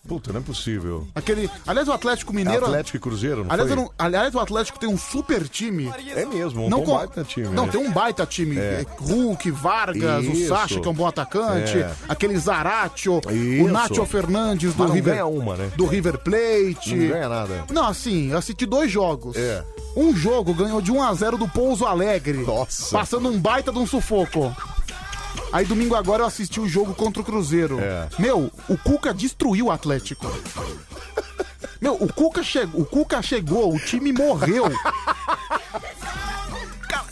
Speaker 1: Puta, não é possível.
Speaker 2: Aquele. Aliás, o Atlético Mineiro.
Speaker 1: É Atlético e Cruzeiro, não
Speaker 2: aliás,
Speaker 1: foi?
Speaker 2: eu não- aliás, o Atlético tem um super time.
Speaker 1: É mesmo, tem um
Speaker 2: con-
Speaker 1: baita time,
Speaker 2: Não,
Speaker 1: né?
Speaker 2: tem um baita time.
Speaker 1: É.
Speaker 2: Hulk, Vargas,
Speaker 1: Isso.
Speaker 2: o Sacha, que é um bom atacante,
Speaker 1: É.
Speaker 2: aquele Zaratio,
Speaker 1: Isso.
Speaker 2: o Nacho Fernandes do
Speaker 1: Mas não
Speaker 2: River.
Speaker 1: ganha uma, né?
Speaker 2: Do River Plate.
Speaker 1: Não ganha nada.
Speaker 2: Não, assim, eu assisti dois jogos.
Speaker 1: É.
Speaker 2: Um jogo ganhou de 1 a 0 do Pouso Alegre.
Speaker 1: Nossa.
Speaker 2: Passando um baita de um sufoco. Aí domingo agora eu assisti o jogo contra o Cruzeiro.
Speaker 1: É.
Speaker 2: Meu, o Cuca destruiu o Atlético. Meu, o Cuca, che... o Cuca chegou, o time morreu.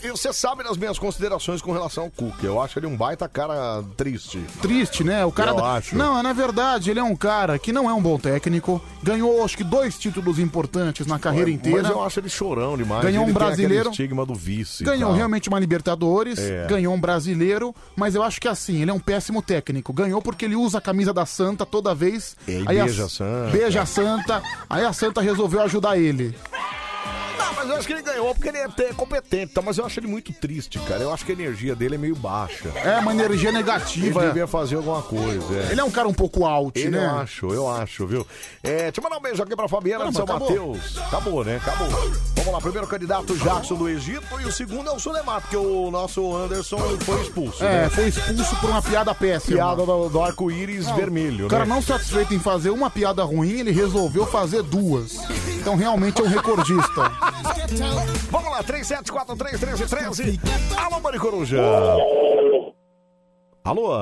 Speaker 1: E você sabe das minhas considerações com relação ao Cuca. Eu acho ele um baita cara triste.
Speaker 2: Triste, né? O cara.
Speaker 1: Eu acho.
Speaker 2: Não, na verdade, ele é um cara que não é um bom técnico. Ganhou, acho que, dois títulos importantes na carreira inteira.
Speaker 1: Mas eu acho ele chorão demais.
Speaker 2: Ganhou um
Speaker 1: Ele tem aquele
Speaker 2: brasileiro.
Speaker 1: estigma do vice. e
Speaker 2: Ganhou
Speaker 1: tal.
Speaker 2: realmente uma Libertadores,
Speaker 1: É.
Speaker 2: ganhou um brasileiro, mas eu acho que assim, ele é um péssimo técnico. Ganhou porque ele usa a camisa da Santa toda vez.
Speaker 1: É, E aí beija a Santa.
Speaker 2: Beija a Santa. Aí a Santa resolveu ajudar ele.
Speaker 1: Não, mas eu acho que ele ganhou porque ele é até competente, tá? mas eu acho ele muito triste, cara. Eu acho que a energia dele é meio baixa.
Speaker 2: É uma energia negativa.
Speaker 1: Ele devia fazer alguma coisa. É.
Speaker 2: Ele é um cara um pouco out,
Speaker 1: Eu
Speaker 2: né?
Speaker 1: acho, eu acho, viu? É, deixa eu mandar um beijo aqui pra Fabiana
Speaker 2: Caramba,
Speaker 1: de São
Speaker 2: acabou.
Speaker 1: Mateus. Acabou, né? Acabou. Vamos lá, primeiro candidato Jackson do Egito e o segundo é o Sulemar, porque o nosso Anderson foi expulso.
Speaker 2: É,
Speaker 1: né?
Speaker 2: foi expulso por uma piada péssima.
Speaker 1: Piada do, do arco-íris
Speaker 2: Não,
Speaker 1: vermelho,
Speaker 2: O cara
Speaker 1: né?
Speaker 2: não satisfeito em fazer uma piada ruim, ele resolveu fazer duas. Então realmente é um recordista.
Speaker 1: Vamos lá, 37431313. Alô, Maricoruja. Alô?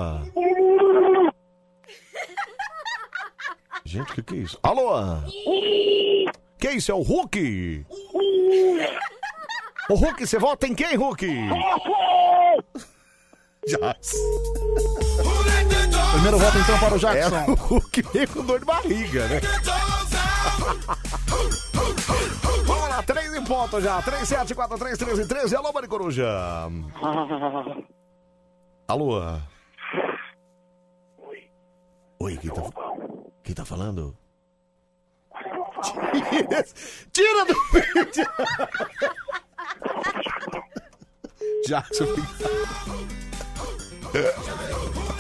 Speaker 1: Gente, o que, que é isso? Alô? Que isso? É o Hulk? Ô, Hulk, você vota em quem, Hulk? Jax.
Speaker 2: Primeiro voto então para o Jackson.
Speaker 1: É, o Hulk veio com dor de barriga, né? Vamos lá, 3 em ponto já. 37431313. Alô, Maricoruja. Alô? Oi, quem tá, quem tá falando? Tira do vídeo! Jackson.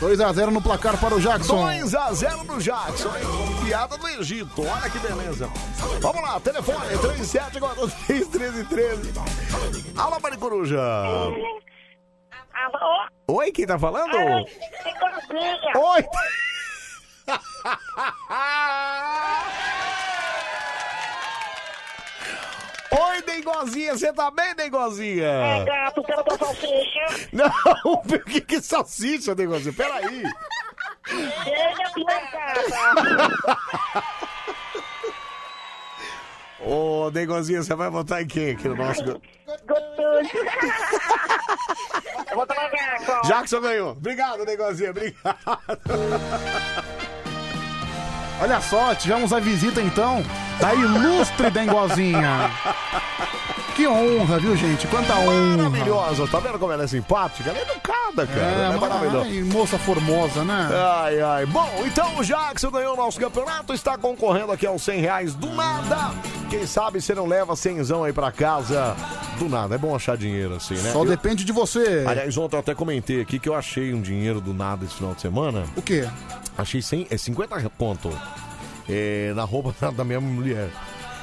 Speaker 2: 2x0 no placar para o Jackson.
Speaker 1: 2 a 0 no Jackson. hein? Piada do Egito. Olha que beleza. Vamos lá, telefone 37431313. Alô, Maricoruja.
Speaker 9: Ah. Alô?
Speaker 1: Oi, quem tá falando? Oi. Oi, Dengozinha, você tá bem, Dengozinha?
Speaker 9: É gato, quero dar salsicha.
Speaker 1: Não, por que que salsicha, Dengozinha? Peraí.
Speaker 9: Chega pimentada.
Speaker 1: Ô, Dengozinha, você vai votar em quem aqui no nosso...
Speaker 9: Gostoso. Eu vou tomar gato.
Speaker 1: Jackson ganhou. Obrigado, Negozinho. Obrigado.
Speaker 2: Olha só, tivemos a visita então da ilustre Dengozinha. Que honra, viu, gente? Quanta honra.
Speaker 1: Maravilhosa. Tá vendo como ela é simpática? Ela é educada, cara.
Speaker 2: É,
Speaker 1: Ela É,
Speaker 2: mas-
Speaker 1: maravilhosa.
Speaker 2: ai, moça formosa, né?
Speaker 1: Ai, ai. Bom, então o Jackson ganhou o nosso campeonato, está concorrendo aqui aos 100 reais do nada. Quem sabe você não leva 100zão aí pra casa do nada. É bom achar dinheiro assim, né?
Speaker 2: Só
Speaker 1: Eu-
Speaker 2: depende de você.
Speaker 1: Aliás, ontem eu até comentei aqui que eu achei um dinheiro do nada esse final de semana.
Speaker 2: O quê?
Speaker 1: Achei 100, é 50 conto é, na roupa da- da minha mulher.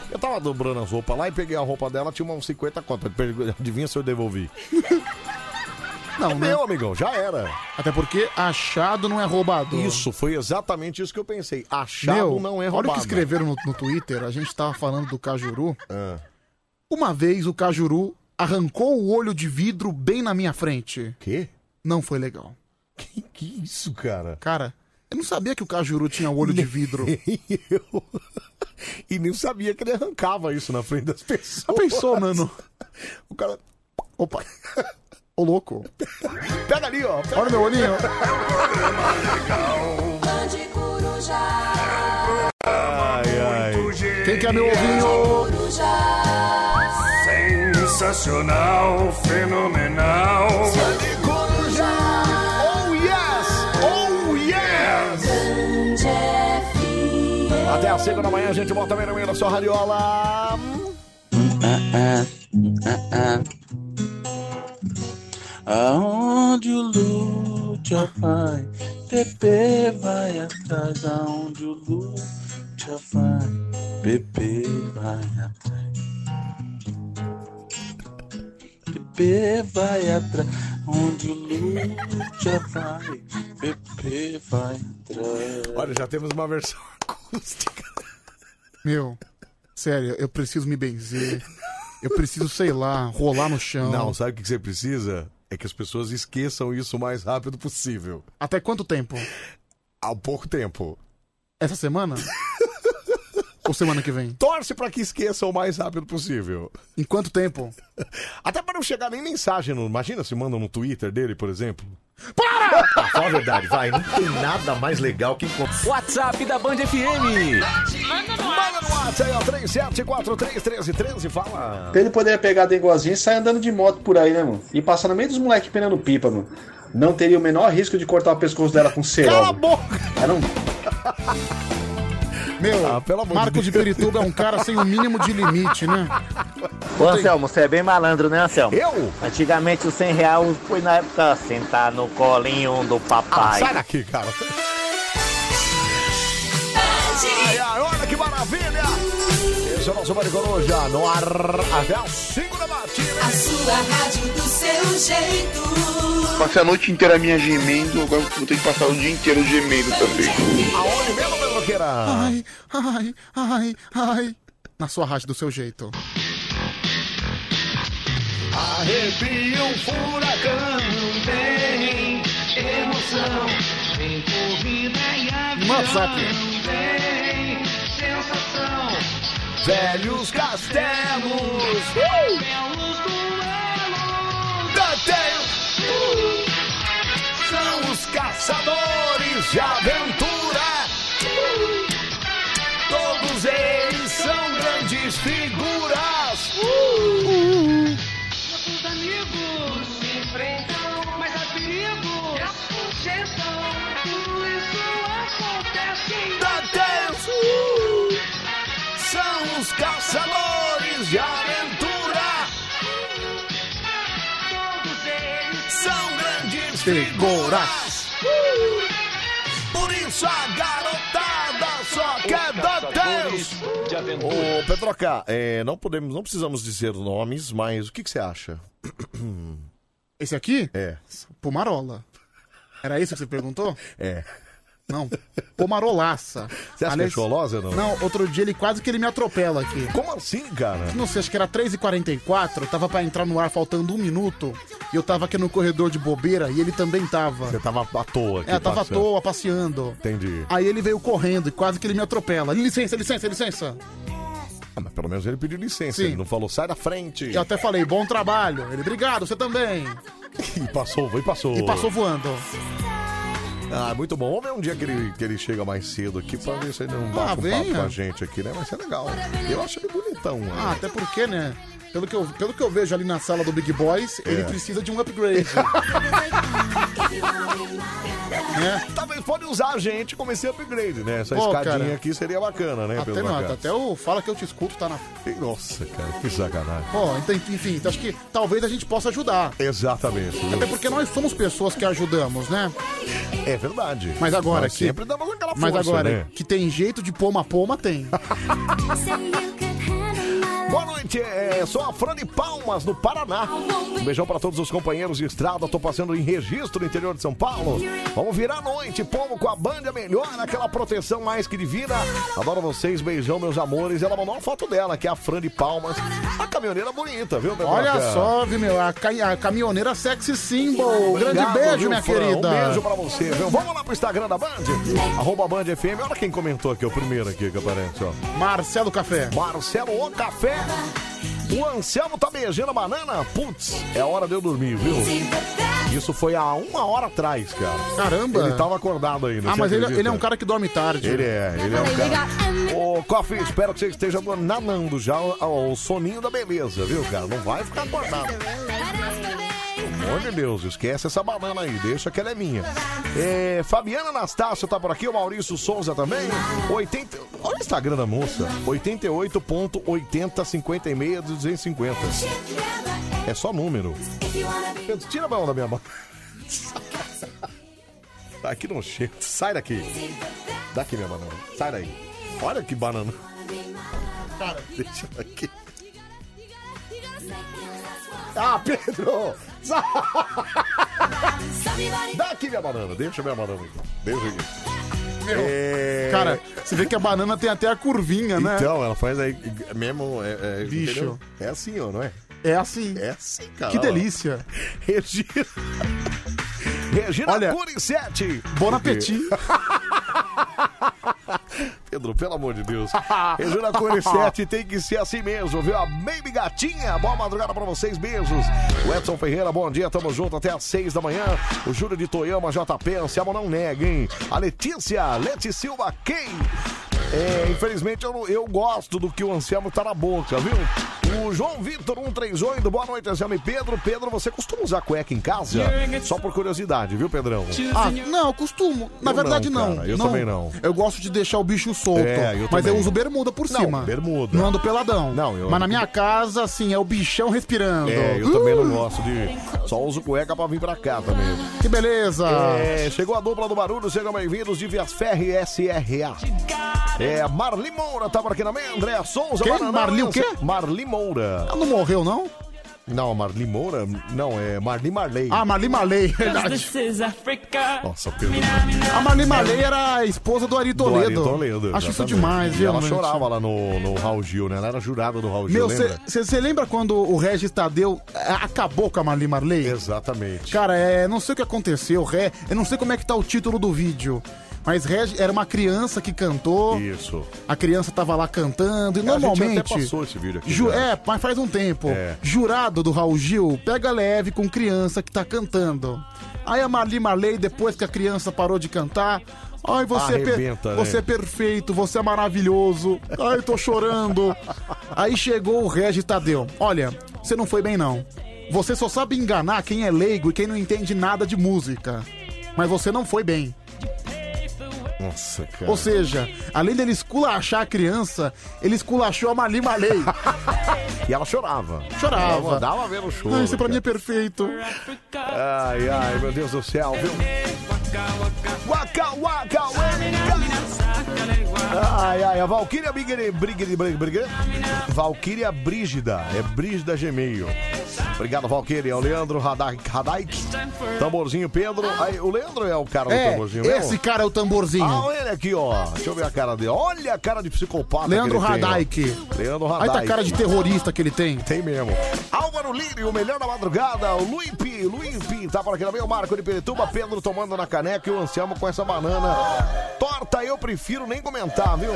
Speaker 1: Eu tava dobrando as roupas lá e peguei a roupa dela, tinha uns 50 conto. Per- Adivinha se eu devolvi.
Speaker 2: Não, né?
Speaker 1: é meu, amigão, já era.
Speaker 2: Até porque achado não é roubado.
Speaker 1: Isso, foi exatamente isso que eu pensei. Achado
Speaker 2: Meu,
Speaker 1: não é
Speaker 2: Olha
Speaker 1: roubado.
Speaker 2: o que escreveram no, no Twitter, a gente tava falando do Cajuru.
Speaker 1: Ah.
Speaker 2: Uma vez o Cajuru arrancou o olho de vidro bem na minha frente.
Speaker 1: Quê?
Speaker 2: Não foi legal.
Speaker 1: Que, que isso, cara?
Speaker 2: Cara, eu não sabia que o Cajuru tinha olho de vidro.
Speaker 1: E nem sabia que ele arrancava isso na frente das pessoas.
Speaker 2: Já pensou, mano?
Speaker 1: O cara.
Speaker 2: Opa! Ô louco!
Speaker 1: Pega ali, ó.
Speaker 2: Olha meu olhinho!
Speaker 1: Ai, ai.
Speaker 2: Quem quer meu ovinho?
Speaker 9: Sensacional, fenomenal.
Speaker 1: Oh yes! Oh yes! Até às 5 da manhã a gente volta também no meio da sua radiola.
Speaker 9: Ah, Aonde o Lúcia vai, Pepe vai atrás. Aonde o Lúcia vai, Pepe vai atrás. Pepe vai atrás. Onde o Lúcia vai, Pepe vai atrás.
Speaker 1: Olha, já temos uma versão acústica.
Speaker 2: Meu, sério, eu preciso me benzer. Eu preciso, sei lá, rolar no chão.
Speaker 1: Não, sabe o que você precisa? É que as pessoas esqueçam isso o mais rápido possível.
Speaker 2: Até quanto tempo?
Speaker 1: Há pouco tempo.
Speaker 2: Essa semana? Ou semana que vem?
Speaker 1: Torce pra que esqueça o mais rápido possível.
Speaker 2: Em quanto tempo?
Speaker 1: Até pra não chegar nem mensagem. No... Imagina se manda no Twitter dele, por exemplo.
Speaker 3: Ah, fala a verdade, vai. Não tem nada mais legal que encontrar.
Speaker 6: WhatsApp da Band FM.
Speaker 1: Manda no WhatsApp aí, ó. 37431313. Fala.
Speaker 4: Então ele poderia pegar a dengozinha e sair andando de moto por aí, né, mano? E passar no meio dos moleques penando pipa, mano. Não teria o menor risco de cortar o pescoço dela com cerol.
Speaker 1: Cala a
Speaker 4: mano.
Speaker 1: boca!
Speaker 4: Era um
Speaker 2: Meu,
Speaker 1: Ah, pelo amor
Speaker 2: Marco
Speaker 1: de
Speaker 2: de
Speaker 1: Deus.
Speaker 2: Pirituba é um cara sem o mínimo de limite, né?
Speaker 20: Ô Anselmo, você é bem malandro, né, Anselmo?
Speaker 1: Eu?
Speaker 20: Antigamente o 100 real foi na época sentar no colinho do
Speaker 1: Ah,
Speaker 20: papai.
Speaker 1: sai daqui, cara. Ai, ai, olha que maravilha! Esse é o nosso Bande Coruja no ar até as 5 da matina.
Speaker 9: A sua rádio do seu jeito.
Speaker 10: Passei a noite inteira minha gemendo, agora vou ter que passar o dia inteiro gemendo também.
Speaker 1: Aonde mesmo, Pedroqueira?
Speaker 2: Ai, ai, ai, ai. Na sua rádio do seu jeito.
Speaker 9: Arrepio um furacão, tem emoção, tem corrida e avião,
Speaker 2: WhatsApp.
Speaker 9: tem sensação,
Speaker 1: Velhos castelos,
Speaker 9: belos duelos,
Speaker 1: Danteio. são os caçadores de aventura. Todos eles são grandes figuras.
Speaker 9: Nossos amigos se enfrentam, mas há perigo, a sugestão, tudo isso acontece em
Speaker 1: Dantes são os caçadores de aventura.
Speaker 9: Todos eles
Speaker 1: São grandes
Speaker 2: figuras.
Speaker 1: Por isso a garotada só quer Dantes. Ô, Petroca, é, não podemos, não precisamos dizer nomes, mas o que, que você acha?
Speaker 2: Esse aqui?
Speaker 1: É.
Speaker 2: Pomarola. Era isso que você perguntou?
Speaker 1: É.
Speaker 2: Não. Pomarolaça.
Speaker 1: Você acha
Speaker 2: Aliás-
Speaker 1: que é cholosa ou não?
Speaker 2: Não, outro dia ele quase que ele me atropela aqui.
Speaker 1: Como assim, cara?
Speaker 2: Não sei, acho que era 3h44, tava pra entrar no ar faltando um minuto, e eu tava aqui no corredor de bobeira, e ele também tava.
Speaker 1: Você tava à toa aqui.
Speaker 2: É, tava à
Speaker 1: passeando.
Speaker 2: toa, passeando.
Speaker 1: Entendi.
Speaker 2: Aí ele veio correndo e quase que ele me atropela. Licença, licença, licença.
Speaker 1: Ah, mas pelo menos ele pediu licença,
Speaker 2: Sim.
Speaker 1: ele não falou, sai da frente.
Speaker 2: Eu até falei, bom trabalho. Ele, obrigado, você também.
Speaker 1: E passou, e passou.
Speaker 2: E passou voando.
Speaker 1: Ah, muito bom. Vamos ver um dia que ele, que ele chega mais cedo aqui pra ver se ele não bate um papo
Speaker 2: Ah, venha.
Speaker 1: com a gente aqui, né? Vai ser legal. Eu acho ele bonitão. né?
Speaker 2: Ah, até porque, né? Pelo que, eu, pelo que eu vejo ali na sala do Big Boys, ele
Speaker 1: É.
Speaker 2: precisa de um upgrade. Né?
Speaker 1: Talvez pode usar a gente como esse upgrade, né? Essa
Speaker 2: Pô,
Speaker 1: escadinha
Speaker 2: cara.
Speaker 1: aqui seria bacana, né?
Speaker 2: até,
Speaker 1: Pedro
Speaker 2: não,
Speaker 1: Lacan?
Speaker 2: até o Fala Que Eu Te Escuto tá na...
Speaker 1: Ih, Nossa, cara, que sacanagem.
Speaker 2: Pô, então, enfim, acho que talvez a gente possa ajudar.
Speaker 1: Exatamente. viu?
Speaker 2: Até porque nós somos pessoas que ajudamos, né?
Speaker 1: É verdade.
Speaker 2: Mas agora
Speaker 1: Nós
Speaker 2: que...
Speaker 1: Sempre damos aquela força,
Speaker 2: Mas agora,
Speaker 1: né?
Speaker 2: que tem jeito de pôr uma poma, tem.
Speaker 1: Boa noite, é, sou a Fran de Palmas, no Paraná. Um beijão pra todos os companheiros de estrada. Tô passando em registro no interior de São Paulo. Vamos virar a noite, povo com a banda melhor, aquela proteção mais que divina. Adoro vocês, beijão, meus amores. Ela mandou uma foto dela, que é a Fran de Palmas. A caminhoneira bonita, viu, Pedroca?
Speaker 2: Olha só, viu, meu? A, cai- a caminhoneira sexy symbol.
Speaker 1: Obrigado,
Speaker 2: Grande beijo,
Speaker 1: viu,
Speaker 2: minha
Speaker 1: Fran?
Speaker 2: querida.
Speaker 1: Um beijo pra você, viu? Vamos lá pro Instagram da Band? Arroba Band FM. Olha quem comentou aqui, é o primeiro aqui que aparece, ó.
Speaker 2: Marcelo Café.
Speaker 1: Marcelo O Café. O Anselmo tá beijando a banana? Putz, é hora de eu dormir, viu? Isso foi há uma hora atrás, cara.
Speaker 2: Caramba.
Speaker 1: Ele tava acordado ainda.
Speaker 2: Ah,
Speaker 1: você
Speaker 2: mas ele,
Speaker 1: acredita?
Speaker 2: ele é um cara que dorme tarde.
Speaker 1: Ele é, ele é um cara. Ô, Coffee, espero que você esteja nanando já o, o soninho da beleza, viu, cara? Não vai ficar acordado. Pelo amor de Deus, esquece essa banana aí, deixa que ela é minha. É, Fabiana Anastácio tá por aqui, o Maurício Souza também. 80, olha o Instagram da moça: 88.8056 250. É só número. Pedro, tira a mão da minha mão. Aqui não chega, sai daqui. Daqui, minha banana, sai daí. Olha que banana. Cara, deixa aqui. Ah, Pedro! Sai! Dá aqui minha banana, deixa minha banana aqui. Deixa aqui. É...
Speaker 2: Cara, você vê que a banana tem até a curvinha, né?
Speaker 1: Então, ela faz aí mesmo. É, é,
Speaker 2: Bicho.
Speaker 1: entendeu? É assim, ó, não é?
Speaker 2: É assim.
Speaker 1: É assim, cara.
Speaker 2: Que delícia.
Speaker 1: Regina. Regina
Speaker 2: Olha,
Speaker 1: Cury 7.
Speaker 2: Bon appetit.
Speaker 1: Pedro, pelo amor de Deus. Regina Cone 7 tem que ser assim mesmo, viu? A Baby Gatinha, boa madrugada pra vocês, beijos. O Edson Ferreira, bom dia, tamo junto até às 6 da manhã. O Júlio de Toyama, JP, Anselmo não nega, hein? A Letícia, Leti Silva, quem? É, infelizmente eu, não- eu gosto do que o Anselmo tá na boca, viu? O João Vitor 138, boa noite, Anselmo e Pedro. Pedro, você costuma usar cueca em casa? Só por curiosidade, viu, Pedrão?
Speaker 2: Ah, não, eu costumo. Na
Speaker 1: Eu não,
Speaker 2: verdade, não.
Speaker 1: cara, eu também não.
Speaker 2: Eu gosto de deixar o bicho solto.
Speaker 1: É, eu
Speaker 2: mas eu
Speaker 1: também.
Speaker 2: uso bermuda por
Speaker 1: Não,
Speaker 2: cima.
Speaker 1: bermuda.
Speaker 2: Não ando peladão.
Speaker 1: Não, eu-
Speaker 2: Mas na minha casa, assim, é o bichão respirando. Uh!
Speaker 1: É, eu também não gosto de. Só uso cueca pra vir pra cá também.
Speaker 2: Que beleza!
Speaker 1: É, chegou a dupla do barulho, sejam bem-vindos de Vias Ferre SRA. É, Marli Moura tá por aqui na meia, Andréa Souza,
Speaker 2: Quem?
Speaker 1: Bananão,
Speaker 2: Marli o quê?
Speaker 1: Marli Moura.
Speaker 2: Ela não morreu, não?
Speaker 1: Não, Marli Moura? Não, é Marli Marley.
Speaker 2: Ah, Marli Marley, verdade.
Speaker 1: Nossa, Pedro.
Speaker 2: A Marli Marley era a esposa do Ari Toledo.
Speaker 1: Do Ari Toledo,
Speaker 2: Acho isso
Speaker 1: exatamente.
Speaker 2: demais,
Speaker 1: E
Speaker 2: viu?
Speaker 1: Ela
Speaker 2: gente?
Speaker 1: chorava lá no, no Raul Gil, né? Ela era jurada do Raul
Speaker 2: Meu,
Speaker 1: Gil, lembra?
Speaker 2: você lembra quando o Regis Tadeu eh, acabou com a Marli Marley?
Speaker 1: Exatamente.
Speaker 2: Cara, é, não sei o que aconteceu, Ré, eu não sei como é que tá o título do vídeo. Mas Regis era uma criança que cantou.
Speaker 1: Isso.
Speaker 2: A criança tava lá cantando e
Speaker 1: É, a gente até
Speaker 2: normalmente.
Speaker 1: passou esse vídeo aqui, né?
Speaker 2: Ju-
Speaker 1: já.
Speaker 2: é, mas faz um tempo.
Speaker 1: É.
Speaker 2: Jurado do Raul Gil, pega leve com criança que tá cantando. Aí a Marli Marley, depois que a criança parou de cantar. Ai, você, é per-
Speaker 1: Arrebenta, né?
Speaker 2: você é perfeito, você é maravilhoso. Ai, tô chorando. Aí chegou o Regis Tadeu. Olha, você não foi bem, não. Você só sabe enganar quem é leigo e quem não entende nada de música. Mas você não foi bem.
Speaker 1: Nossa, cara.
Speaker 2: Ou seja, além dele esculachar a criança, ele esculachou a Marli Marley.
Speaker 1: E ela chorava.
Speaker 2: é Chorava.
Speaker 1: Ela dava ver o show.
Speaker 2: Ah, isso pra mim é perfeito.
Speaker 1: Ai, ai, meu Deus do céu, viu? Waka, waka, waka. Ai, ai, a Valkyria Brigri, Brigri, Brigri, Brigri. Valkyria Brígida, é Brígida Gemeio. Obrigado, Valkyria. O Leandro Radai- Radaik, Tamborzinho Pedro. Aí, o Leandro é o cara do
Speaker 2: É,
Speaker 1: Tamborzinho mesmo?
Speaker 2: esse cara é o tamborzinho.
Speaker 1: Ah, olha ele aqui, ó. Deixa eu ver a cara dele. Olha a cara de psicopata.
Speaker 2: Leandro
Speaker 1: que ele tem, ó.
Speaker 2: Radaik.
Speaker 1: Leandro
Speaker 2: Aí
Speaker 1: Radaik.
Speaker 2: tá a cara de terrorista que ele tem.
Speaker 1: Tem mesmo. Álvaro Lírio, o melhor da madrugada. O Luipi, Luipi, tá por aqui também. O Marco de Pirituba, Pedro tomando na caneca e o Anselmo com essa banana torta. Eu prefiro nem comentar, viu?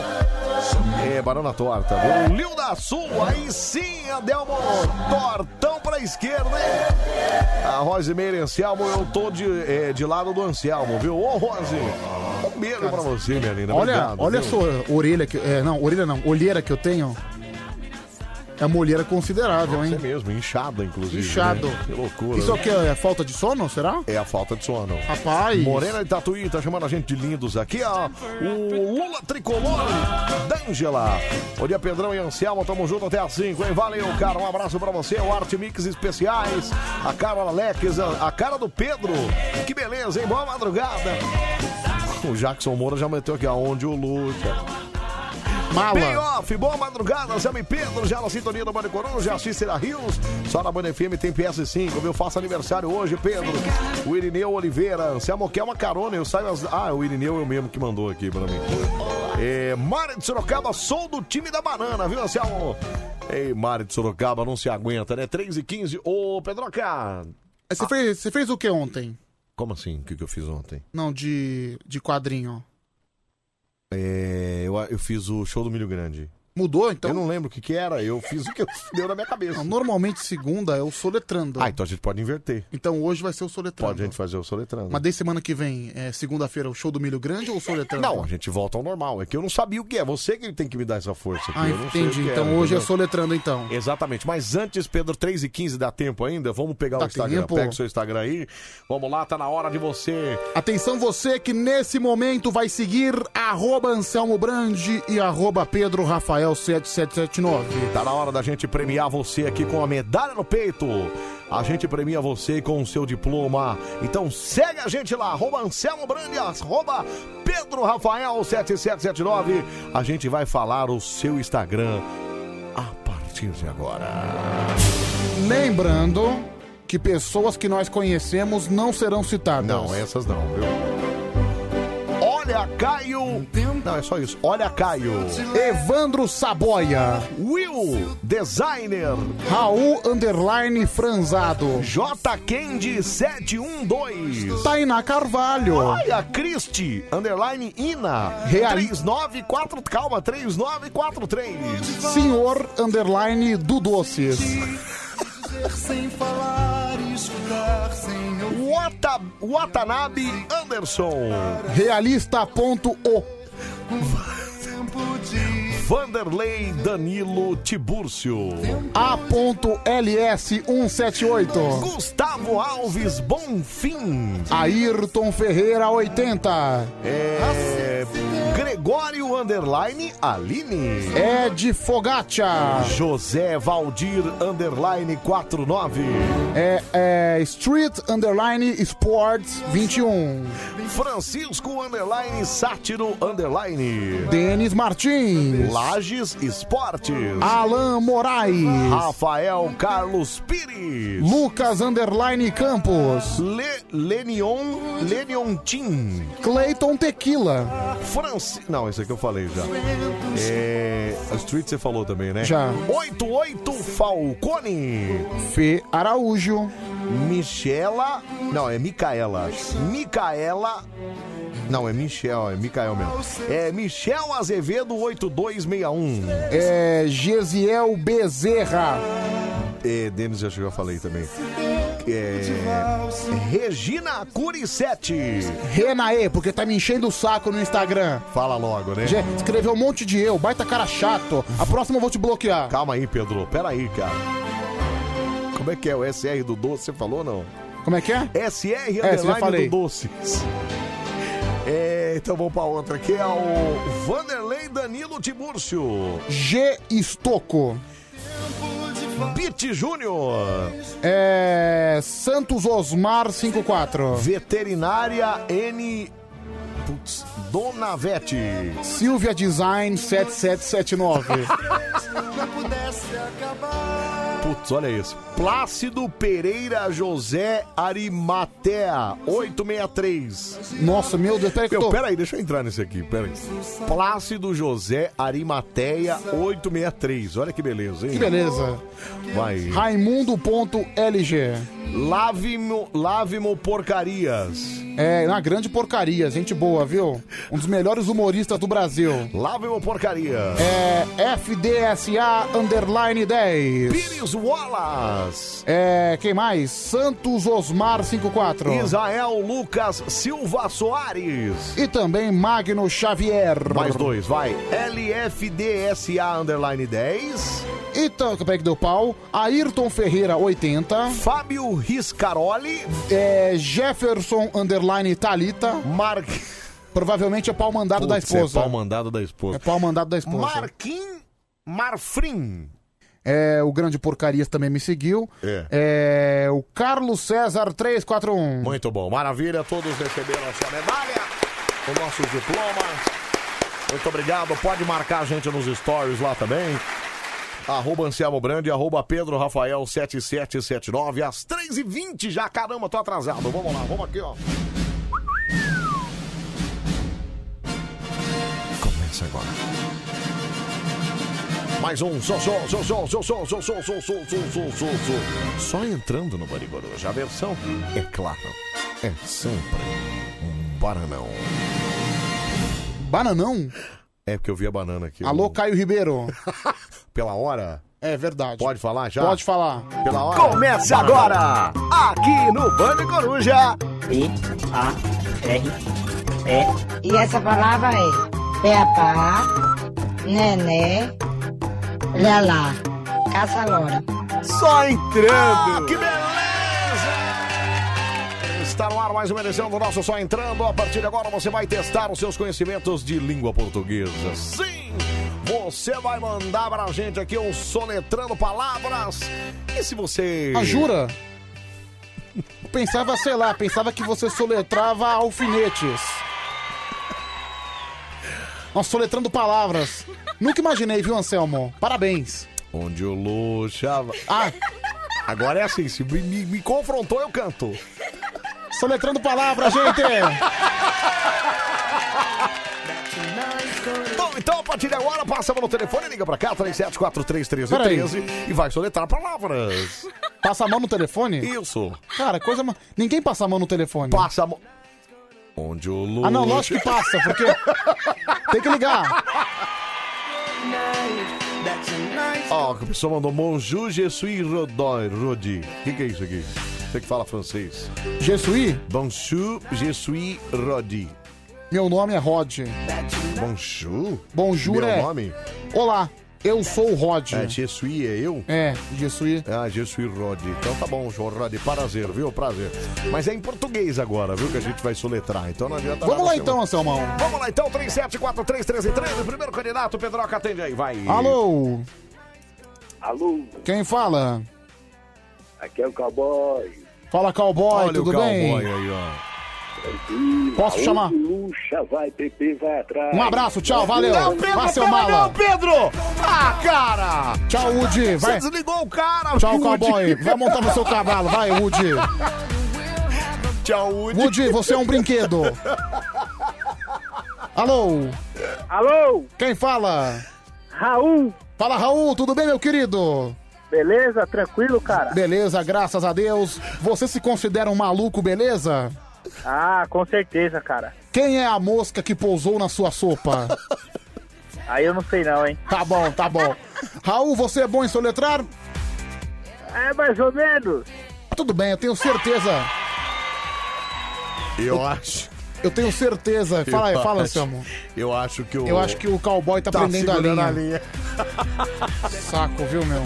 Speaker 1: É, banana torta, viu? O Lil da Sul, aí sim, Adelmo, tortão pra esquerda, hein? A Rose Meire Anselmo, eu tô de, é, de lado do Anselmo, viu? Ô, Rose, um beijo pra você, minha linda.
Speaker 2: Olha,
Speaker 1: Obrigado,
Speaker 2: olha
Speaker 1: viu?
Speaker 2: só a orelha que. É, não, orelha não, olheira que eu tenho. É uma olheira considerável, hein?
Speaker 1: Você mesmo, inchada, inclusive.
Speaker 2: Inchado.
Speaker 1: né? Que loucura.
Speaker 2: Isso
Speaker 1: é né?
Speaker 2: aqui é falta de sono, será?
Speaker 1: É a falta de sono.
Speaker 2: Rapaz.
Speaker 1: Morena de Tatuí tá chamando a gente de lindos aqui, ó. O Lula Tricolor, D'Angela. Bom dia, Pedrão e Anselmo. Tamo junto até às 5, hein? Valeu, cara. Um abraço pra você. O Arte Mix Especiais. A cara Alex, É, a, a cara do Pedro. Que beleza, hein? Boa madrugada. O Jackson Moura já meteu aqui aonde o Lucha.
Speaker 2: Mala.
Speaker 1: Bem off, boa madrugada, Sam e Pedro, já na sintonia do Bande Coruja, Cícera Rios, só na Bande FM tem PS5, meu, faço aniversário hoje, Pedro. O Irineu Oliveira, Anselmo quer uma carona, eu saio às... Ah, o Irineu é o mesmo que mandou aqui pra mim. É, Mari de Sorocaba, sou do time da banana, viu, Anselmo? Ei, Mari de Sorocaba, não se aguenta, né? 3 e 15, ô, Pedroca.
Speaker 2: Você fez, você fez o que ontem?
Speaker 1: Como assim? O que, que eu fiz ontem?
Speaker 2: Não, de, de quadrinho.
Speaker 1: É, eu, eu fiz o show do Milho Grande.
Speaker 2: Mudou, então?
Speaker 1: Eu não lembro o que que era, eu fiz o que eu- deu na minha cabeça.
Speaker 2: Não, normalmente segunda é o soletrando.
Speaker 1: Ah, então a gente pode inverter.
Speaker 2: Então hoje vai ser o soletrando.
Speaker 1: Pode a gente fazer o soletrando.
Speaker 2: Mas desde semana que vem, é segunda-feira, o show do Milho Grande ou o soletrando?
Speaker 1: Não, a gente volta ao normal. É que eu não sabia o que é. Você que tem que me dar essa força. aqui.
Speaker 2: Ah,
Speaker 1: Eu não sei o
Speaker 2: entendi.
Speaker 1: que
Speaker 2: Então
Speaker 1: era,
Speaker 2: hoje é
Speaker 1: entendeu?
Speaker 2: soletrando, então.
Speaker 1: Exatamente. Mas antes, Pedro, 3 e 15 dá tempo ainda? Vamos pegar
Speaker 2: Dá
Speaker 1: o Instagram.
Speaker 2: Tá tempo.
Speaker 1: Pega o seu Instagram aí. Vamos lá, tá na hora de você.
Speaker 2: Atenção você que nesse momento vai seguir arroba Anselmo Brandi e arroba Pedro Rafael 7779.
Speaker 1: Tá na hora da gente premiar você aqui com a medalha no peito. A gente premia você com o seu diploma. Então segue a gente lá, arroba Anselmo Brandi, arroba Pedro Rafael 7779. A gente vai falar o seu Instagram a partir de agora.
Speaker 2: Lembrando que pessoas que nós conhecemos não serão citadas.
Speaker 1: Não, essas não, viu? Olha, Olha, Caio. Não, é só isso. Olha, Caio.
Speaker 2: Evandro Saboia.
Speaker 1: Will, designer.
Speaker 2: Raul Underline Franzado.
Speaker 1: J. um Kendi 712.
Speaker 2: Tainá Carvalho.
Speaker 1: Olha, Cristi, underline Ina.
Speaker 2: Real-
Speaker 1: 394, calma, 3943.
Speaker 2: Senhor Underline do Doces.
Speaker 9: Sem falar e escutar, sem ouvir.
Speaker 1: Wata, Watanabe Anderson.
Speaker 2: Realista ponto o.
Speaker 1: Vanderlei Danilo Tibúrcio.
Speaker 2: A.LS178.
Speaker 1: Gustavo Alves Bonfim.
Speaker 2: Ayrton Ferreira 80.
Speaker 1: É, Gregório Underline Aline.
Speaker 2: Ed Fogaccia.
Speaker 1: José Valdir Underline 49.
Speaker 2: É, é, Street Underline Sports 21.
Speaker 1: Francisco Underline Sátiro Underline.
Speaker 2: Denis Martins.
Speaker 1: Lages Esportes.
Speaker 2: Alan Moraes.
Speaker 1: Rafael Carlos Pires.
Speaker 2: Lucas Underline Campos.
Speaker 1: Le, Lenion, Lenion Tim.
Speaker 2: Clayton Tequila.
Speaker 1: Franci... Não, esse aqui eu falei já. É... Street você falou também, né?
Speaker 2: Já.
Speaker 1: 88 Falcone.
Speaker 2: Fê Araújo.
Speaker 1: Michela. Não, é Micaela. Micaela. Não, é Michel, é Micael mesmo. É Michel Azevedo 8261.
Speaker 2: É Gesiel Bezerra.
Speaker 1: É, Denis, acho que eu já falei também. É... Regina Curissete.
Speaker 2: Renaê, porque tá me enchendo o saco no Instagram.
Speaker 1: Fala logo, né?
Speaker 2: Já escreveu um monte de eu, baita cara chato. A próxima eu vou te bloquear.
Speaker 1: Calma aí, Pedro. Pera aí, cara. Como é que é? O SR do Doce, você falou ou não?
Speaker 2: Como é que é?
Speaker 1: SR
Speaker 2: É, você já
Speaker 1: underline
Speaker 2: falei.
Speaker 1: do Doce. É, então vamos pra outra aqui. É o Vanderlei Danilo Tibúrcio.
Speaker 2: G Estoco.
Speaker 1: Pete Júnior.
Speaker 2: É. Santos Osmar 54.
Speaker 1: Veterinária N. Putz, Donavete.
Speaker 2: Silvia Design 7779.
Speaker 1: Putz, olha isso. Plácido Pereira José Arimatea, 863.
Speaker 2: Nossa, meu Deus, peraí que eu
Speaker 1: Meu,
Speaker 2: tô.
Speaker 1: peraí, deixa eu entrar nesse aqui, peraí. Plácido José Arimatea, 863. Olha que beleza, hein?
Speaker 2: Que beleza.
Speaker 1: Vai.
Speaker 2: Raimundo.lg.
Speaker 1: Lave-mo lave-mo porcarias.
Speaker 2: É, uma grande porcaria, gente boa, viu? Um dos melhores humoristas do Brasil.
Speaker 1: Lave-mo porcaria.
Speaker 2: É FDSA Underline 10.
Speaker 1: Pires Wallace.
Speaker 2: É, quem mais? Santos Osmar 54.
Speaker 1: Israel Lucas Silva Soares.
Speaker 2: E também Magno Xavier.
Speaker 1: Mais dois, vai. LFDSA Underline 10.
Speaker 2: Então, peraí que deu pau. Ayrton Ferreira 80.
Speaker 1: Fábio Riscaroli.
Speaker 2: É, Jefferson Underline Talita.
Speaker 1: Mark...
Speaker 2: Provavelmente é pau mandado da
Speaker 1: Putz, É
Speaker 2: esposa.
Speaker 1: pau mandado da esposa.
Speaker 2: É pau mandado da esposa.
Speaker 1: Marquinhos Marfrim.
Speaker 2: É, o Grande Porcarias também me seguiu. É, o Carlos César 341.
Speaker 1: Muito bom, maravilha. Todos receberam a sua medalha, os nossos diplomas. Muito obrigado. Pode marcar a gente nos stories lá também. Arroba Anselmo Brandi, arroba Pedro Rafael 7779, às 3h20 já. Caramba, tô atrasado. Vamos lá, vamos aqui, ó. Começa agora. Mais um, só, só, só, só, só, só, só, só, só, só, só, só, só, só. Só entrando no Bariboruja. A versão, é claro, é sempre um bananão.
Speaker 2: Bananão?
Speaker 1: É porque eu vi a banana aqui.
Speaker 2: Alô, Caio Ribeiro.
Speaker 1: Pela hora?
Speaker 2: É verdade.
Speaker 1: Pode falar já?
Speaker 2: Pode falar.
Speaker 1: Pela hora?
Speaker 3: Comece agora, aqui no Bande Coruja.
Speaker 12: E essa palavra é Beabá, Nené, Lelá. Caça agora.
Speaker 3: Só entrando.
Speaker 1: Ah, que Está no ar mais uma edição do nosso Só Entrando. A partir de agora você vai testar os seus conhecimentos de língua portuguesa. Sim! Você vai mandar pra gente aqui um soletrando palavras. E se você.
Speaker 2: Ah, jura? Eu pensava, sei lá, pensava que você soletrava alfinetes. Nossa, soletrando palavras. Nunca imaginei, viu, Anselmo? Parabéns.
Speaker 1: Onde o Luxa. Ah! Agora é assim, se me, me- me confrontou, eu canto.
Speaker 2: Soletrando palavras, gente!
Speaker 1: Bom, então a partir de agora, passamos no telefone, liga pra cá, 37431313 e vai soletrar palavras.
Speaker 2: Passa a mão no telefone?
Speaker 1: Isso.
Speaker 2: Cara, coisa. ma- Ninguém passa a mão no telefone.
Speaker 1: Passa a mão. Onde o Lu...
Speaker 2: Ah, não, lógico que passa, porque. Tem que ligar.
Speaker 1: Ó, que a pessoa mandou Bonjour, je suis Rodoi, Rodi. O que, que é isso aqui? Você que fala francês.
Speaker 2: Je suis?
Speaker 1: Bonjour, je suis Rodi.
Speaker 2: Meu nome é Rod.
Speaker 1: Bonjour?
Speaker 2: Bonjour
Speaker 1: Meu
Speaker 2: é.
Speaker 1: nome?
Speaker 2: Olá, eu sou o Rod.
Speaker 1: É, je suis é eu?
Speaker 2: É, je suis.
Speaker 1: Ah, je suis Rod. Então tá bom, João Rod. Prazer, viu? Prazer. Mas é em português agora, viu? Que a gente vai soletrar. Então não adianta
Speaker 2: Vamos
Speaker 1: nada,
Speaker 2: lá
Speaker 1: seu-
Speaker 2: então, Anselmão.
Speaker 1: Vamos lá então, 37431313. O primeiro candidato, Pedroca, atende aí, vai.
Speaker 2: Alô,
Speaker 13: Alô,
Speaker 2: quem fala?
Speaker 13: aqui é o cowboy.
Speaker 2: Fala, cowboy,
Speaker 13: Olha o
Speaker 2: tudo
Speaker 13: cowboy
Speaker 2: bem?
Speaker 1: aí, ó.
Speaker 13: Tranquilo.
Speaker 2: Posso
Speaker 13: Aonde
Speaker 2: chamar?
Speaker 13: Luxa, vai, PP, vai atrás.
Speaker 2: Um abraço, tchau, valeu.
Speaker 13: Não,
Speaker 1: Pedro,
Speaker 2: Vai, seu
Speaker 1: pera,
Speaker 2: mala.
Speaker 1: não, Pedro! Ah, cara!
Speaker 2: Tchau, Woody. Vai.
Speaker 1: Você desligou o cara,
Speaker 2: Tchau,
Speaker 1: Woody.
Speaker 2: cowboy. Vai montar no seu cavalo. Vai, Woody.
Speaker 1: Tchau, Woody.
Speaker 2: Woody, você é um brinquedo. Alô? Alô? Quem fala? Raul. Fala, Raul. Tudo bem, meu querido? Beleza, tranquilo, cara. Beleza, graças a Deus. Você se considera um maluco, beleza?
Speaker 14: Ah, com certeza, cara.
Speaker 2: Quem é a mosca que pousou na sua sopa?
Speaker 14: Aí eu não sei não, hein?
Speaker 2: Tá bom, tá bom. Raul, você é bom em soletrar?
Speaker 14: É mais ou menos.
Speaker 2: Tudo bem, eu tenho certeza.
Speaker 1: Eu acho.
Speaker 2: Eu tenho certeza. Fala aí,
Speaker 1: Eu
Speaker 2: fala,
Speaker 1: acho-
Speaker 2: Anselmo.
Speaker 1: Eu acho que o.
Speaker 2: Eu acho que o cowboy tá,
Speaker 1: Tá
Speaker 2: prendendo a
Speaker 1: segurando
Speaker 2: linha.
Speaker 1: a
Speaker 2: Saco, viu, meu?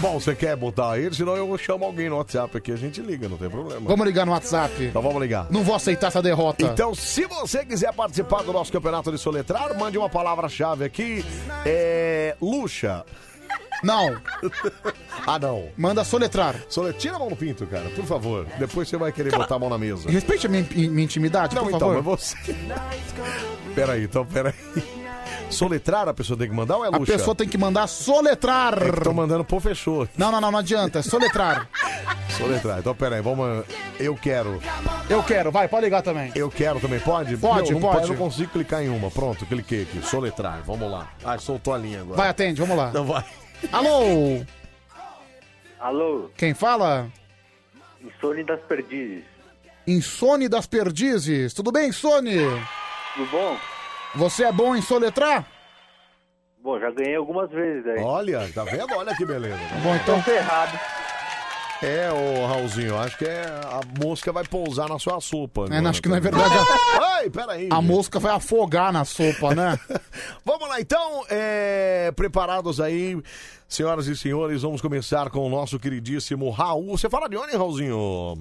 Speaker 1: Bom, você quer botar ele? Senão eu chamo alguém no WhatsApp aqui, a gente liga, não tem problema.
Speaker 2: Vamos Tá. ligar no WhatsApp.
Speaker 1: Então vamos ligar.
Speaker 2: Não vou aceitar essa derrota.
Speaker 1: Então, se você quiser participar do nosso campeonato de soletrar, mande uma palavra-chave aqui. É. Luxa.
Speaker 2: Não.
Speaker 1: ah, não.
Speaker 2: Manda soletrar.
Speaker 1: Soletrar. Tira a mão do pinto, cara, por favor. Depois você vai querer botar a mão na mesa.
Speaker 2: Respeite a minha, minha intimidade,
Speaker 1: Não,
Speaker 2: por
Speaker 1: então,
Speaker 2: favor.
Speaker 1: mas você. é Peraí, então, peraí. Soletrar a pessoa tem que mandar ou é
Speaker 2: A
Speaker 1: Luxa?
Speaker 2: pessoa tem que mandar soletrar.
Speaker 1: Tô É mandando pô, fechou.
Speaker 2: Não, não, não, não adianta. É soletrar.
Speaker 1: Soletrar. Então, peraí, vamos. Eu quero.
Speaker 2: Eu quero, vai, pode ligar também.
Speaker 1: Eu quero também, pode?
Speaker 2: Pode,
Speaker 1: não, não
Speaker 2: pode.
Speaker 1: Eu não consigo clicar em uma. Pronto, cliquei aqui. Soletrar, vamos lá. Ah, soltou a linha agora.
Speaker 2: Vai, atende, vamos lá.
Speaker 1: Não Então vai.
Speaker 2: Alô?
Speaker 14: Alô,
Speaker 2: Quem fala?
Speaker 14: Insônia das Perdizes.
Speaker 2: Insone das Perdizes. Tudo bem, Insone?
Speaker 14: Tudo bom?
Speaker 2: Você é bom em soletrar?
Speaker 14: Bom, já ganhei algumas vezes aí.
Speaker 1: Olha, tá vendo? Olha que beleza.
Speaker 2: Bom, então.
Speaker 14: Ferrado.
Speaker 1: É, ô Raulzinho, acho que é, a mosca vai pousar na sua sopa. né?
Speaker 2: É, não,
Speaker 1: agora.
Speaker 2: acho que não é verdade.
Speaker 1: Ei, peraí.
Speaker 2: A mosca vai afogar na sopa, né?
Speaker 1: Vamos lá, então. é, Preparados aí, senhoras e senhores, vamos começar com o nosso queridíssimo Raul. Você fala de onde, Raulzinho?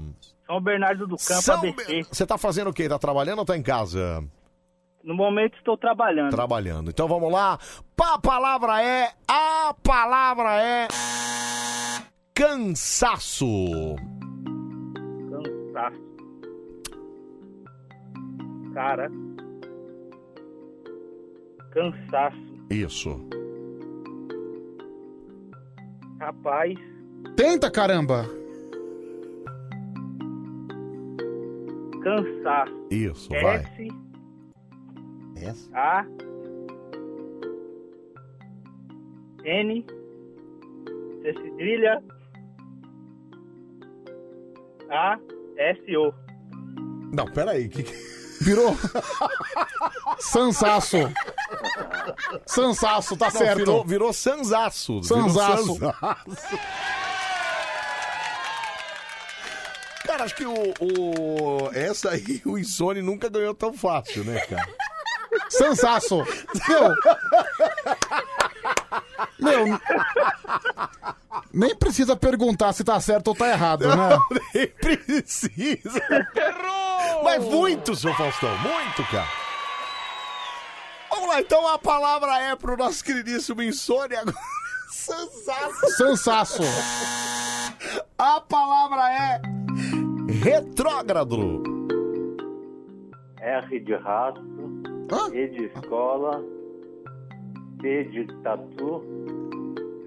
Speaker 14: São Bernardo do Campo,
Speaker 1: São
Speaker 14: ABC.
Speaker 1: Be- Você tá fazendo o quê? Tá trabalhando ou tá em casa?
Speaker 14: No momento estou trabalhando.
Speaker 1: Trabalhando. Então vamos lá. A palavra é. A palavra é. Cansaço.
Speaker 14: Cansaço. Cara. Cansaço.
Speaker 1: Isso.
Speaker 14: Rapaz.
Speaker 2: Tenta, caramba.
Speaker 14: Cansaço.
Speaker 1: Isso, vai.
Speaker 14: S. A. N. C cedrilha. A. S. O.
Speaker 1: Não, peraí. Que...
Speaker 2: Virou. Sansaço. Sansaço, tá
Speaker 1: Não,
Speaker 2: certo.
Speaker 1: Virou, virou sansaço. Virou
Speaker 2: Sansaço.
Speaker 1: sansaço. Cara, acho que o, o- Essa aí, o Insone nunca ganhou tão fácil, né, cara?
Speaker 2: Sansaço. Meu. Meu. n- Nem precisa perguntar se tá certo ou tá errado, né?
Speaker 1: Nem precisa. Mas muito, seu Faustão, muito, cara. Vamos lá, então a palavra é pro nosso queridíssimo Insone agora. Sansaço.
Speaker 2: Sansaço.
Speaker 1: A palavra é. Retrógrado.
Speaker 14: R de rato. E de escola. T de tatu.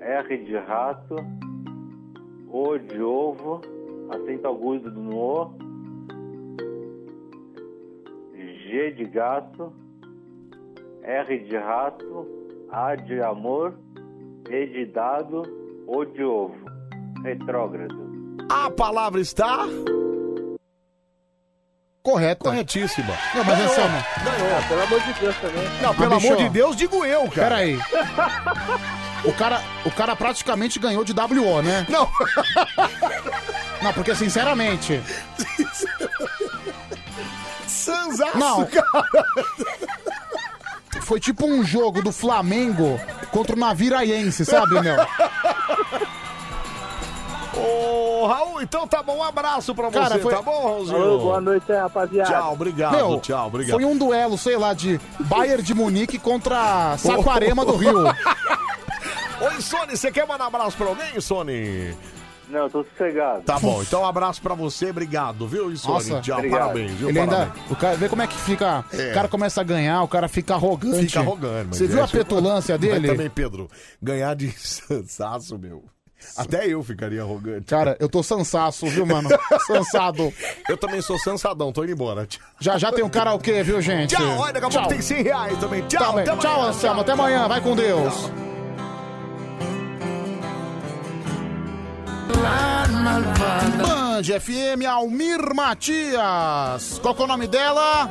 Speaker 14: R de rato. O de ovo. assim. Acento agudo no O. G G de gato, R de rato, A de amor, E de dado, O de ovo. Retrógrado.
Speaker 1: A palavra está.
Speaker 2: Correta.
Speaker 1: Corretíssima.
Speaker 2: Não, mas é
Speaker 1: Ganhou.
Speaker 2: Anselmo.
Speaker 1: Ganhou.
Speaker 26: Pelo amor de Deus também.
Speaker 1: Não, pelo
Speaker 2: Ah, bicho,
Speaker 1: amor de
Speaker 2: ó.
Speaker 1: Deus, digo eu, cara.
Speaker 2: Peraí. O cara, o cara praticamente ganhou de WO, né?
Speaker 1: Não.
Speaker 2: Não, porque sinceramente.
Speaker 1: Sanzaço,
Speaker 2: Não.
Speaker 1: cara.
Speaker 2: Foi tipo um jogo do Flamengo contra o Naviraiense, sabe, meu?
Speaker 1: Ô, Raul, então tá bom. Um abraço pra
Speaker 2: Cara,
Speaker 1: você,
Speaker 2: foi-
Speaker 1: tá bom, Raulzinho?
Speaker 2: Alô, boa
Speaker 26: noite, rapaziada.
Speaker 1: Tchau, obrigado,
Speaker 2: Meu,
Speaker 1: tchau, obrigado.
Speaker 2: Foi um duelo, sei lá, de Bayern de Munique contra Saquarema do Rio.
Speaker 1: Oi, Sony, você quer mandar um abraço pra alguém, Sony?
Speaker 14: Não, tô sossegado.
Speaker 1: Tá bom, então um abraço pra você, obrigado, viu, Sony?
Speaker 2: Nossa,
Speaker 1: Tchau, parabéns, viu?
Speaker 2: Ele ainda,
Speaker 1: parabéns.
Speaker 2: o cara, vê como é que fica.
Speaker 1: É.
Speaker 2: O cara começa a ganhar, o cara fica arrogante.
Speaker 1: Fica arrogante, mas
Speaker 2: Você viu
Speaker 1: é,
Speaker 2: a petulância
Speaker 1: mas
Speaker 2: dele?
Speaker 1: também, Pedro, ganhar de sansaço, meu. Até eu ficaria arrogante.
Speaker 2: Cara, eu tô sansaço, viu, mano? Sansado.
Speaker 1: Eu também sou sansadão, tô indo embora. Tchau.
Speaker 2: Já já tem um karaokê, viu, gente?
Speaker 1: Tchau, olha, daqui a pouco tem 100 reais também. Tchau,
Speaker 2: Tá bem.
Speaker 1: até amanhã.
Speaker 2: Tchau, Anselmo. Até amanhã. Vai com Deus. Band FM Almir Matias. Qual que é o nome dela?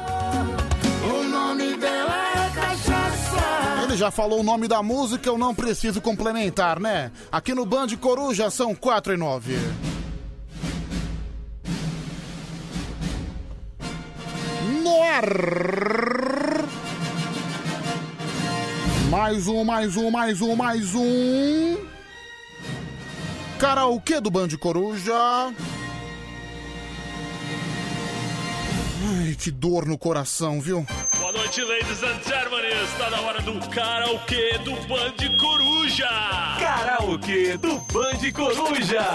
Speaker 9: O nome dela é Cachaça.
Speaker 2: Ele já falou o nome da música, eu não preciso complementar, né? Aqui no Band Coruja são 4 e 9. No ar. Mais um, mais um, mais um, mais um. Karaokê do Band Coruja. Ai, que dor no coração, viu?
Speaker 15: Boa noite, ladies and gentlemen. Está na hora do karaokê do Band Coruja.
Speaker 6: Karaokê do Band Coruja.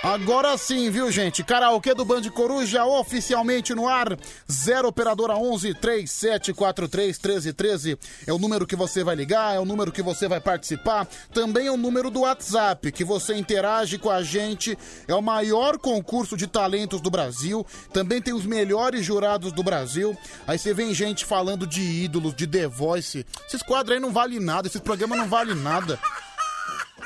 Speaker 2: Agora sim, viu, gente? Karaokê do Band Coruja oficialmente no ar. 0 operadora 11 3743 1313. É o número que você vai ligar, é o número que você vai participar. Também é o número do WhatsApp que você interage com a gente. É o maior concurso de talentos do Brasil. Também tem os melhores jurados do Brasil. Aí você vem gente falando de ídolos, de The Voice. Esses quadros aí não valem nada, esses programas não valem nada.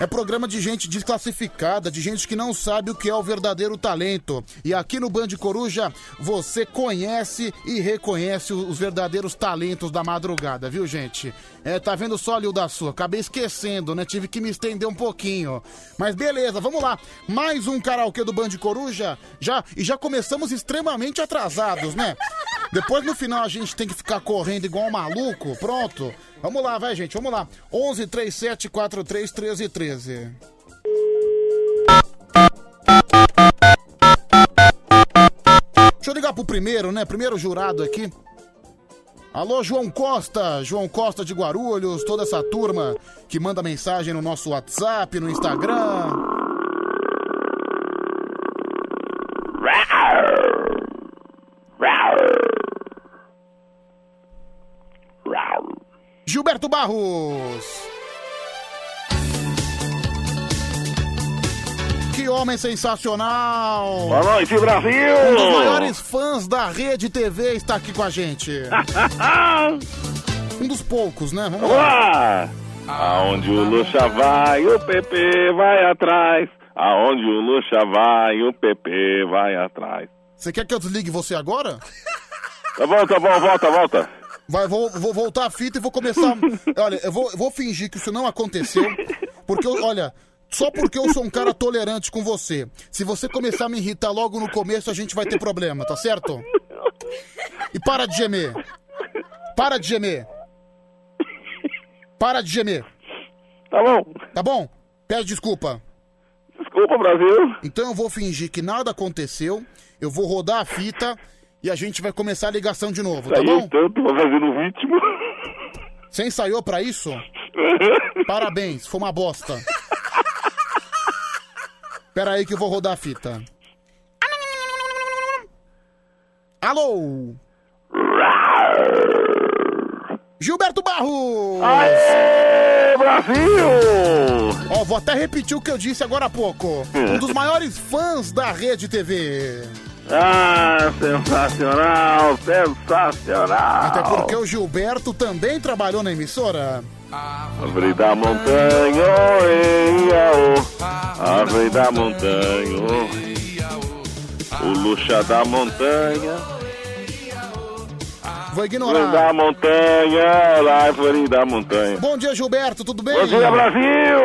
Speaker 2: É programa de gente desclassificada, de gente que não sabe o que é o verdadeiro talento. E aqui no Band Coruja, você conhece e reconhece os verdadeiros talentos da madrugada, viu, gente? É, tá vendo só ali o da sua? Acabei esquecendo, né? Tive que me estender um pouquinho. Mas beleza, vamos lá. Mais um karaokê do Band Coruja. Já, e já começamos extremamente atrasados, né? Depois no final a gente tem que ficar correndo igual um maluco. Pronto. Vamos lá, vai, gente. Vamos lá. 11 37 43 13 13. Deixa eu ligar pro primeiro, né? Primeiro jurado aqui. Alô, João Costa, João Costa de Guarulhos, toda essa turma que manda mensagem no nosso WhatsApp, no Instagram. Gilberto Barros. Que homem sensacional!
Speaker 9: Boa noite, Brasil!
Speaker 2: Um dos maiores fãs da Rede TV está aqui com a gente. um dos poucos, né? Vamos lá.
Speaker 15: Olá! Aonde o Luxa vai, o PP vai atrás. Aonde o Luxa vai, o PP vai atrás.
Speaker 2: Você quer que eu desligue você agora?
Speaker 15: Tá bom, tá bom, volta, volta.
Speaker 2: Vai, vou, vou voltar a fita e vou começar. olha, eu vou, eu vou fingir que isso não aconteceu. Porque, eu- olha, só porque eu sou um cara tolerante com você. Se você começar a me irritar logo no começo, a gente vai ter problema, tá certo? E para de gemer. Para de gemer. Para de gemer.
Speaker 15: Tá bom.
Speaker 2: Tá bom? Pede desculpa.
Speaker 15: Desculpa, Brasil.
Speaker 2: Então eu vou fingir que nada aconteceu. Eu vou rodar a fita e a gente vai começar a ligação de novo, tá
Speaker 15: Ensaiei
Speaker 2: bom?
Speaker 15: tanto, vou fazer no ritmo.
Speaker 2: Você ensaiou pra isso? Parabéns, foi uma bosta. Pera aí que eu vou rodar a fita. Alô? Gilberto Barros!
Speaker 15: Aê, Brasil!
Speaker 2: Ó, vou até repetir o que eu disse agora há pouco. Um dos maiores fãs da Rede TV.
Speaker 15: Ah, sensacional, sensacional.
Speaker 2: Até porque o Gilberto também trabalhou na emissora.
Speaker 15: Árvore da montanha, oh, oi, iaô. Árvore oh. da montanha, ô. O luxa da montanha.
Speaker 2: Vou
Speaker 15: Árvore da
Speaker 2: ignorar.
Speaker 15: montanha, árvore da montanha.
Speaker 2: Bom dia, Gilberto, tudo bem?
Speaker 15: Bom dia, Brasil!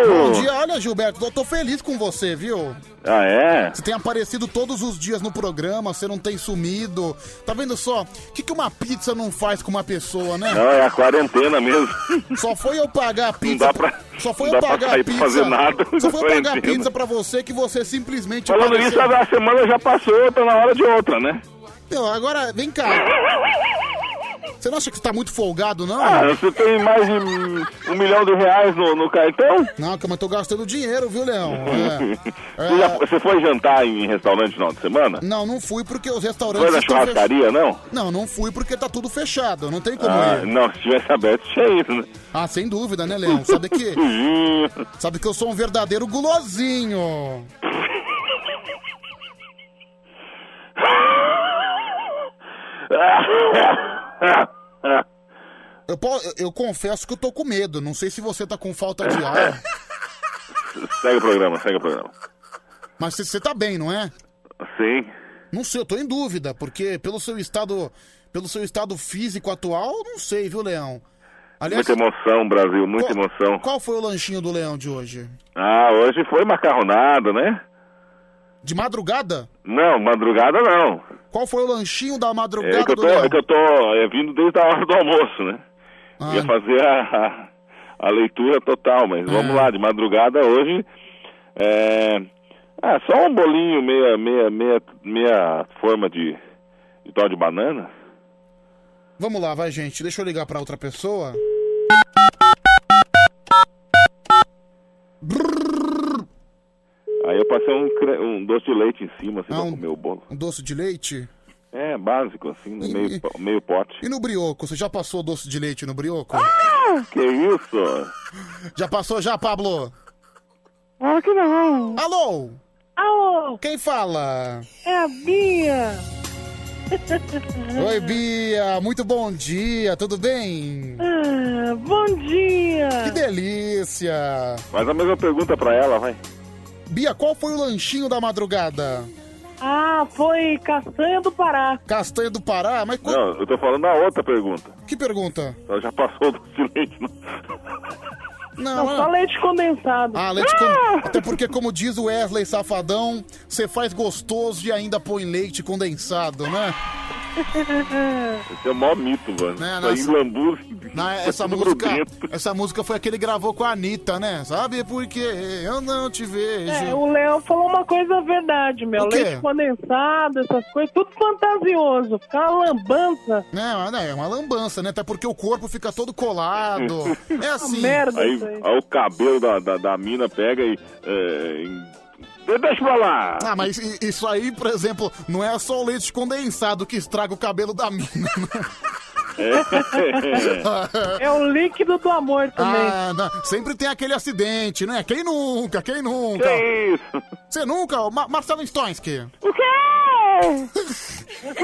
Speaker 2: Bom dia, olha, Gilberto, eu tô feliz com você, viu?
Speaker 15: Ah, é?
Speaker 2: Você tem aparecido todos os dias no programa, você não tem sumido. Tá vendo só? O que, que uma pizza não faz com uma pessoa, né?
Speaker 15: Não, é a quarentena mesmo.
Speaker 2: Só foi eu pagar a pizza.
Speaker 15: Não dá pra,
Speaker 2: Só foi
Speaker 15: não
Speaker 2: eu
Speaker 15: dá pra
Speaker 2: pagar
Speaker 15: sair
Speaker 2: a pizza.
Speaker 15: pra fazer nada.
Speaker 2: Só foi eu pagar a
Speaker 15: Quarentena.
Speaker 2: pizza pra você que você simplesmente.
Speaker 15: Falando nisso,
Speaker 2: apareceu.
Speaker 15: a semana já passou, tá na hora de outra, né?
Speaker 2: Meu, agora, vem cá. Você não acha que você tá muito folgado, não?
Speaker 15: Ah, você tem mais de um milhão de reais no, no cartão?
Speaker 2: Não, calma, eu tô gastando dinheiro, viu, Leão? É.
Speaker 15: Você, já- você foi jantar em restaurante no final de semana?
Speaker 2: Não, não fui porque os
Speaker 15: Foi
Speaker 2: restaurantes.
Speaker 15: na
Speaker 2: estão
Speaker 15: churrascaria, não?
Speaker 2: fech- Não, não fui porque tá tudo fechado, não tem como
Speaker 15: Ah,
Speaker 2: ir.
Speaker 15: não, se tivesse aberto, tinha isso, né?
Speaker 2: Ah, sem dúvida, né, Leão? Sabe que. Sabe que eu sou um verdadeiro gulosinho. Eu, po- eu- eu confesso que eu tô com medo. Não sei se você tá com falta de ar,
Speaker 15: Segue o programa, segue o programa.
Speaker 2: mas você- você tá bem, não é?
Speaker 15: Sim.
Speaker 2: Não sei, eu tô em dúvida, porque pelo seu estado, pelo seu estado físico atual, não sei, viu, Leão?
Speaker 15: Muita emoção, Brasil, muita emoção.
Speaker 2: Qual foi o lanchinho do Leão de hoje?
Speaker 15: Ah, hoje foi macarronada, né?
Speaker 2: De madrugada?
Speaker 15: Não, madrugada não.
Speaker 2: Qual foi o lanchinho da madrugada
Speaker 15: É que eu
Speaker 2: do
Speaker 15: tô,
Speaker 2: Leão?
Speaker 15: é que eu tô é, vindo desde a hora do almoço, né?
Speaker 2: Ah.
Speaker 15: Ia fazer a, a, a leitura total,
Speaker 2: É.
Speaker 15: mas vamos lá, de madrugada hoje. É, ah, só um bolinho, meia, meia, meia, meia forma de, de tal de banana.
Speaker 2: Vamos lá, vai, gente. Deixa eu ligar pra outra pessoa.
Speaker 15: Aí eu passei um, cre- um doce de leite em cima, assim, pra comer o bolo.
Speaker 2: Um doce de leite?
Speaker 15: É, básico, assim, no meio, po- meio pote.
Speaker 2: E no brioco? Você já passou doce de leite no brioco?
Speaker 16: Ah!
Speaker 15: Que isso?
Speaker 2: Já passou já, Pablo?
Speaker 16: Claro que não.
Speaker 2: Alô?
Speaker 3: Ah.
Speaker 16: Alô?
Speaker 2: Quem fala?
Speaker 16: É a Bia.
Speaker 2: Oi, Bia. Muito bom dia. Tudo bem?
Speaker 16: Ah, bom dia.
Speaker 2: Que delícia.
Speaker 15: Faz a mesma pergunta pra ela, vai.
Speaker 2: Bia, qual foi o lanchinho da madrugada?
Speaker 16: Ah, foi castanha do Pará.
Speaker 2: Castanha do Pará? Mas qual...
Speaker 15: Não, eu tô falando a outra pergunta.
Speaker 2: que pergunta?
Speaker 15: Ela já passou o doce de leite. Não.
Speaker 2: Não,
Speaker 16: só leite condensado.
Speaker 2: Ah, leite condensado. Até porque, como diz o Wesley Safadão, você faz gostoso e ainda põe leite condensado, né?
Speaker 15: Esse é o maior mito, mano.
Speaker 2: Né,
Speaker 15: Isso
Speaker 2: nossa.
Speaker 15: aí lambuza.
Speaker 2: Na- essa
Speaker 15: tudo
Speaker 2: música,
Speaker 15: grudento.
Speaker 2: essa música foi a que ele gravou com a Anitta, né? Sabe por que eu não te vejo?
Speaker 16: É, o Léo falou uma coisa verdade, meu.
Speaker 2: O quê?
Speaker 16: Leite condensado, essas coisas, tudo fantasioso. Fica uma lambança.
Speaker 2: Não, não, é uma lambança, né? Até porque o corpo fica todo colado. É assim.
Speaker 15: Aí, aí o cabelo da, da, da mina pega e. é, e- Deixa pra lá!
Speaker 2: Ah, mas i- isso aí, por exemplo, não é só o leite condensado que estraga o cabelo da mina. né? Ah,
Speaker 16: É o líquido do amor
Speaker 2: também. Ah, não. Sempre tem aquele acidente, né? Quem nunca? Quem nunca?
Speaker 15: Que isso?
Speaker 2: Você nunca? Ma Marcelo Stoinski.
Speaker 16: O quê?
Speaker 2: Não.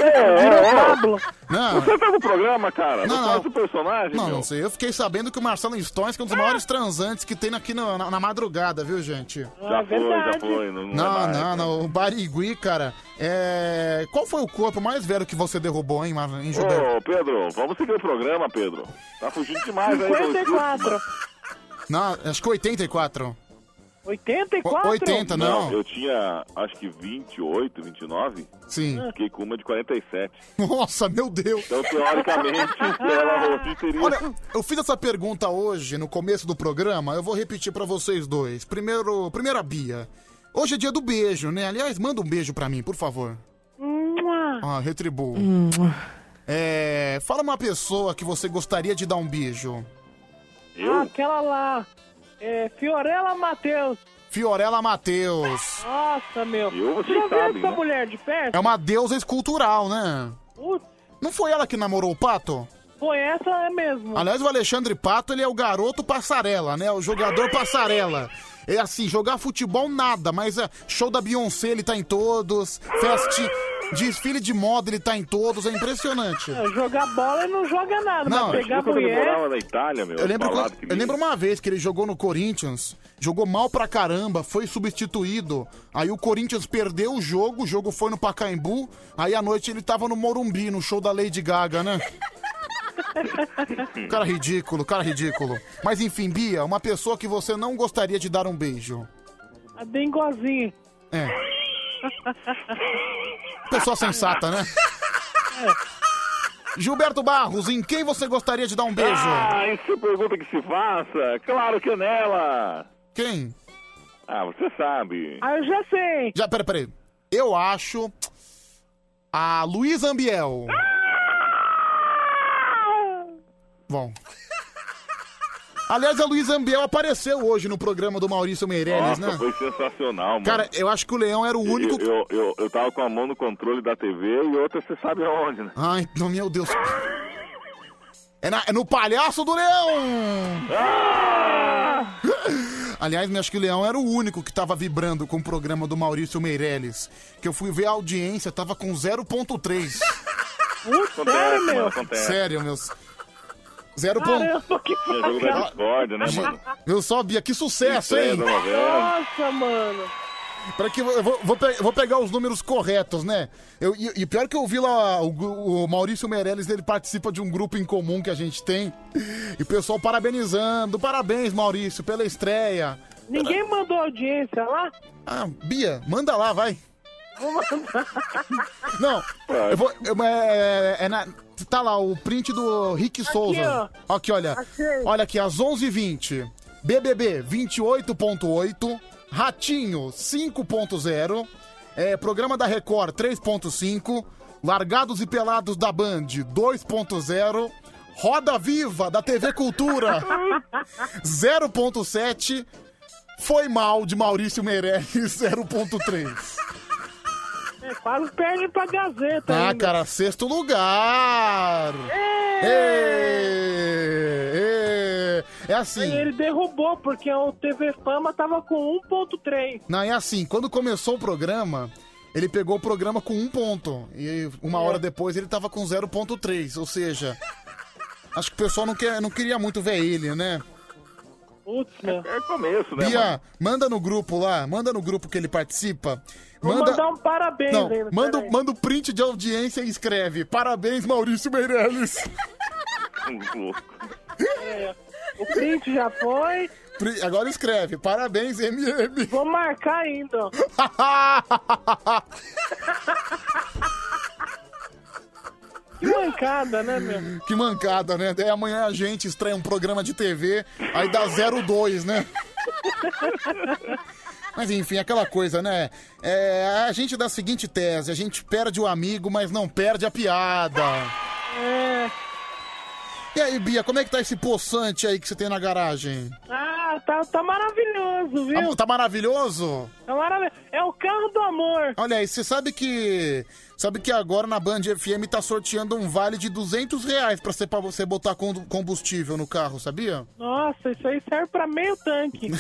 Speaker 15: Você É. tá no programa, cara?
Speaker 2: Não,
Speaker 15: Não,
Speaker 2: não.
Speaker 15: faz o personagem,
Speaker 2: Não,
Speaker 15: meu. Ah.
Speaker 2: não sei. Eu fiquei sabendo que o Marcelo Stoinski é um dos maiores transantes que tem aqui na, na- na madrugada, viu, gente?
Speaker 15: Já foi, já foi. Não, não, é
Speaker 2: Não,
Speaker 15: mais.
Speaker 2: não, não. O Barigui, cara, é... Qual foi o corpo mais velho que você derrubou, hein, Mar... hein Gilberto?
Speaker 15: Ô, Pedro, vamos seguir o programa, Pedro. Tá fugindo demais aí. do discurso,
Speaker 16: 54.
Speaker 15: mano.
Speaker 2: Não, acho que 84.
Speaker 16: 84?
Speaker 2: não.
Speaker 15: Eu tinha, acho que 28, 29.
Speaker 2: Sim.
Speaker 15: Fiquei com uma de 47.
Speaker 2: Nossa, meu Deus.
Speaker 15: Então, teoricamente, ela é hoje teria...
Speaker 2: Olha, eu fiz essa pergunta hoje no começo do programa, eu vou repetir pra vocês dois. Primeiro, primeira Bia. Hoje é dia do beijo, né? Aliás, manda um beijo pra mim, por favor. Ah, retribuo. É, fala uma pessoa que você gostaria de dar um beijo.
Speaker 16: Ah, aquela lá. É, Fiorella Matheus.
Speaker 2: Fiorella Matheus.
Speaker 16: Nossa, meu.
Speaker 2: Eu, vocês
Speaker 16: já viu
Speaker 2: sabem,
Speaker 16: essa
Speaker 2: né?
Speaker 16: mulher de perto?
Speaker 2: É uma deusa escultural, né?
Speaker 16: Putz,
Speaker 2: Não foi ela que namorou o Pato?
Speaker 16: foi essa é mesmo.
Speaker 2: Uhum. Aliás, o Alexandre Pato, ele é o garoto passarela, né? O jogador passarela. É assim, jogar futebol nada, mas é show da Beyoncé, ele tá em todos. Festi... Desfile de moda, ele tá em todos, é impressionante.
Speaker 16: Jogar bola ele não joga nada,
Speaker 2: Não,
Speaker 16: mas pegar
Speaker 2: eu nunca vi
Speaker 16: mulher.
Speaker 2: bola.
Speaker 15: Morava na Itália, meu.
Speaker 2: Eu lembro,
Speaker 15: balado
Speaker 2: quando-
Speaker 15: que
Speaker 2: eu
Speaker 15: me-
Speaker 2: lembro uma vez que ele jogou no Corinthians, jogou mal pra caramba, foi substituído. Aí o Corinthians perdeu o jogo, o jogo foi no Pacaembu. Aí à noite ele tava no Morumbi, no show da Lady Gaga, né? Cara ridículo, cara ridículo. Mas enfim, Bia, uma pessoa que você não gostaria de dar um beijo.
Speaker 16: A dengozinha.
Speaker 2: É. Pessoa sensata, né?
Speaker 15: É.
Speaker 2: Gilberto Barros, em quem você gostaria de dar um beijo?
Speaker 15: Ah, isso é pergunta que se faça. Claro que é nela.
Speaker 2: Quem?
Speaker 15: Ah, você sabe.
Speaker 2: Ah, eu já sei. Já, pera, peraí. Eu acho a Luísa Ambiel. Bom. Aliás, a Luísa Ambiel apareceu hoje no programa do Maurício Meirelles,
Speaker 15: Nossa,
Speaker 2: né?
Speaker 15: foi sensacional, mano.
Speaker 2: Cara, eu acho que o Leão era o único...
Speaker 15: Eu, eu, eu, eu tava com a mão no controle da TV e outra você sabe aonde, né?
Speaker 2: Ai, não, meu Deus. É, na- é no Palhaço do Leão! Aliás, eu acho que o Leão era o único que tava vibrando com o programa do Maurício Meirelles. Que eu fui ver a audiência, tava com 0.3.
Speaker 15: Acontece, mano, acontece.
Speaker 2: Sério, meus. Zero
Speaker 15: Caramba,
Speaker 2: ponto.
Speaker 15: que É jogo da bacana. Discord, né, mano?
Speaker 2: Eu só, Bia, que sucesso,
Speaker 15: Isso é
Speaker 2: hein?
Speaker 15: da novela.
Speaker 2: Nossa, mano. Pra que eu vou, vou, pe- eu vou pegar os números corretos, né? Eu, e, e pior que eu vi lá, o, gru- o Maurício Meirelles, ele participa de um grupo em comum que a gente tem. E o pessoal parabenizando. Parabéns, Maurício, pela estreia. Ninguém mandou audiência lá? Ah, Bia, manda lá, vai. Vou mandar. Não, eu vou. eu- é, é na- tá lá o print do Rick Souza. Aqui, olha.
Speaker 9: Achei.
Speaker 2: Olha aqui, às 11h20. BBB 28.8. Ratinho 5.0. é, programa da Record 3.5. Largados e Pelados da Band 2.0. Roda Viva da TV Cultura 0.7. Foi mal de Maurício Meirelles 0.3.
Speaker 16: É, quase perde pra Gazeta.
Speaker 2: Ah,
Speaker 16: ainda.
Speaker 2: cara, sexto lugar! Ê, ê. É assim.
Speaker 16: Ele derrubou, porque o TV Fama tava com 1.3.
Speaker 2: Não, é assim, quando começou o programa, ele pegou o programa com um ponto. E
Speaker 16: É.
Speaker 2: uma hora depois ele tava com 0.3, ou seja. Acho que o pessoal não, quer, não queria muito ver ele, né?
Speaker 16: Putz, meu.
Speaker 15: É começo,
Speaker 2: Bia, manda no grupo lá, manda no grupo que ele participa.
Speaker 16: Vou mandar um parabéns
Speaker 2: Não,
Speaker 16: ainda,
Speaker 2: manda,
Speaker 16: peraí.
Speaker 2: manda o print de audiência e escreve. Parabéns, Maurício Meirelles.
Speaker 15: Um
Speaker 16: É. O print já foi.
Speaker 2: Pri- Agora escreve, parabéns, MM.
Speaker 16: Vou marcar ainda.
Speaker 2: que mancada, né, meu? Que mancada, né? Daí amanhã a gente estreia um programa de TV, aí dá 02, né? Mas enfim, aquela coisa, né? É, a gente dá a seguinte tese: a gente perde o amigo, mas não perde a piada. É. E aí, Bia, como é que tá esse poçante aí que você tem na garagem?
Speaker 16: Ah, tá, tá maravilhoso, viu?
Speaker 2: Tá, tá maravilhoso?
Speaker 16: É, maravilhoso. é o carro do amor.
Speaker 2: Olha aí, você sabe que. Sabe que agora na Band FM tá sorteando um vale de 200 reais pra você, pra você botar con- combustível no carro, sabia?
Speaker 16: Nossa, isso aí serve pra meio tanque.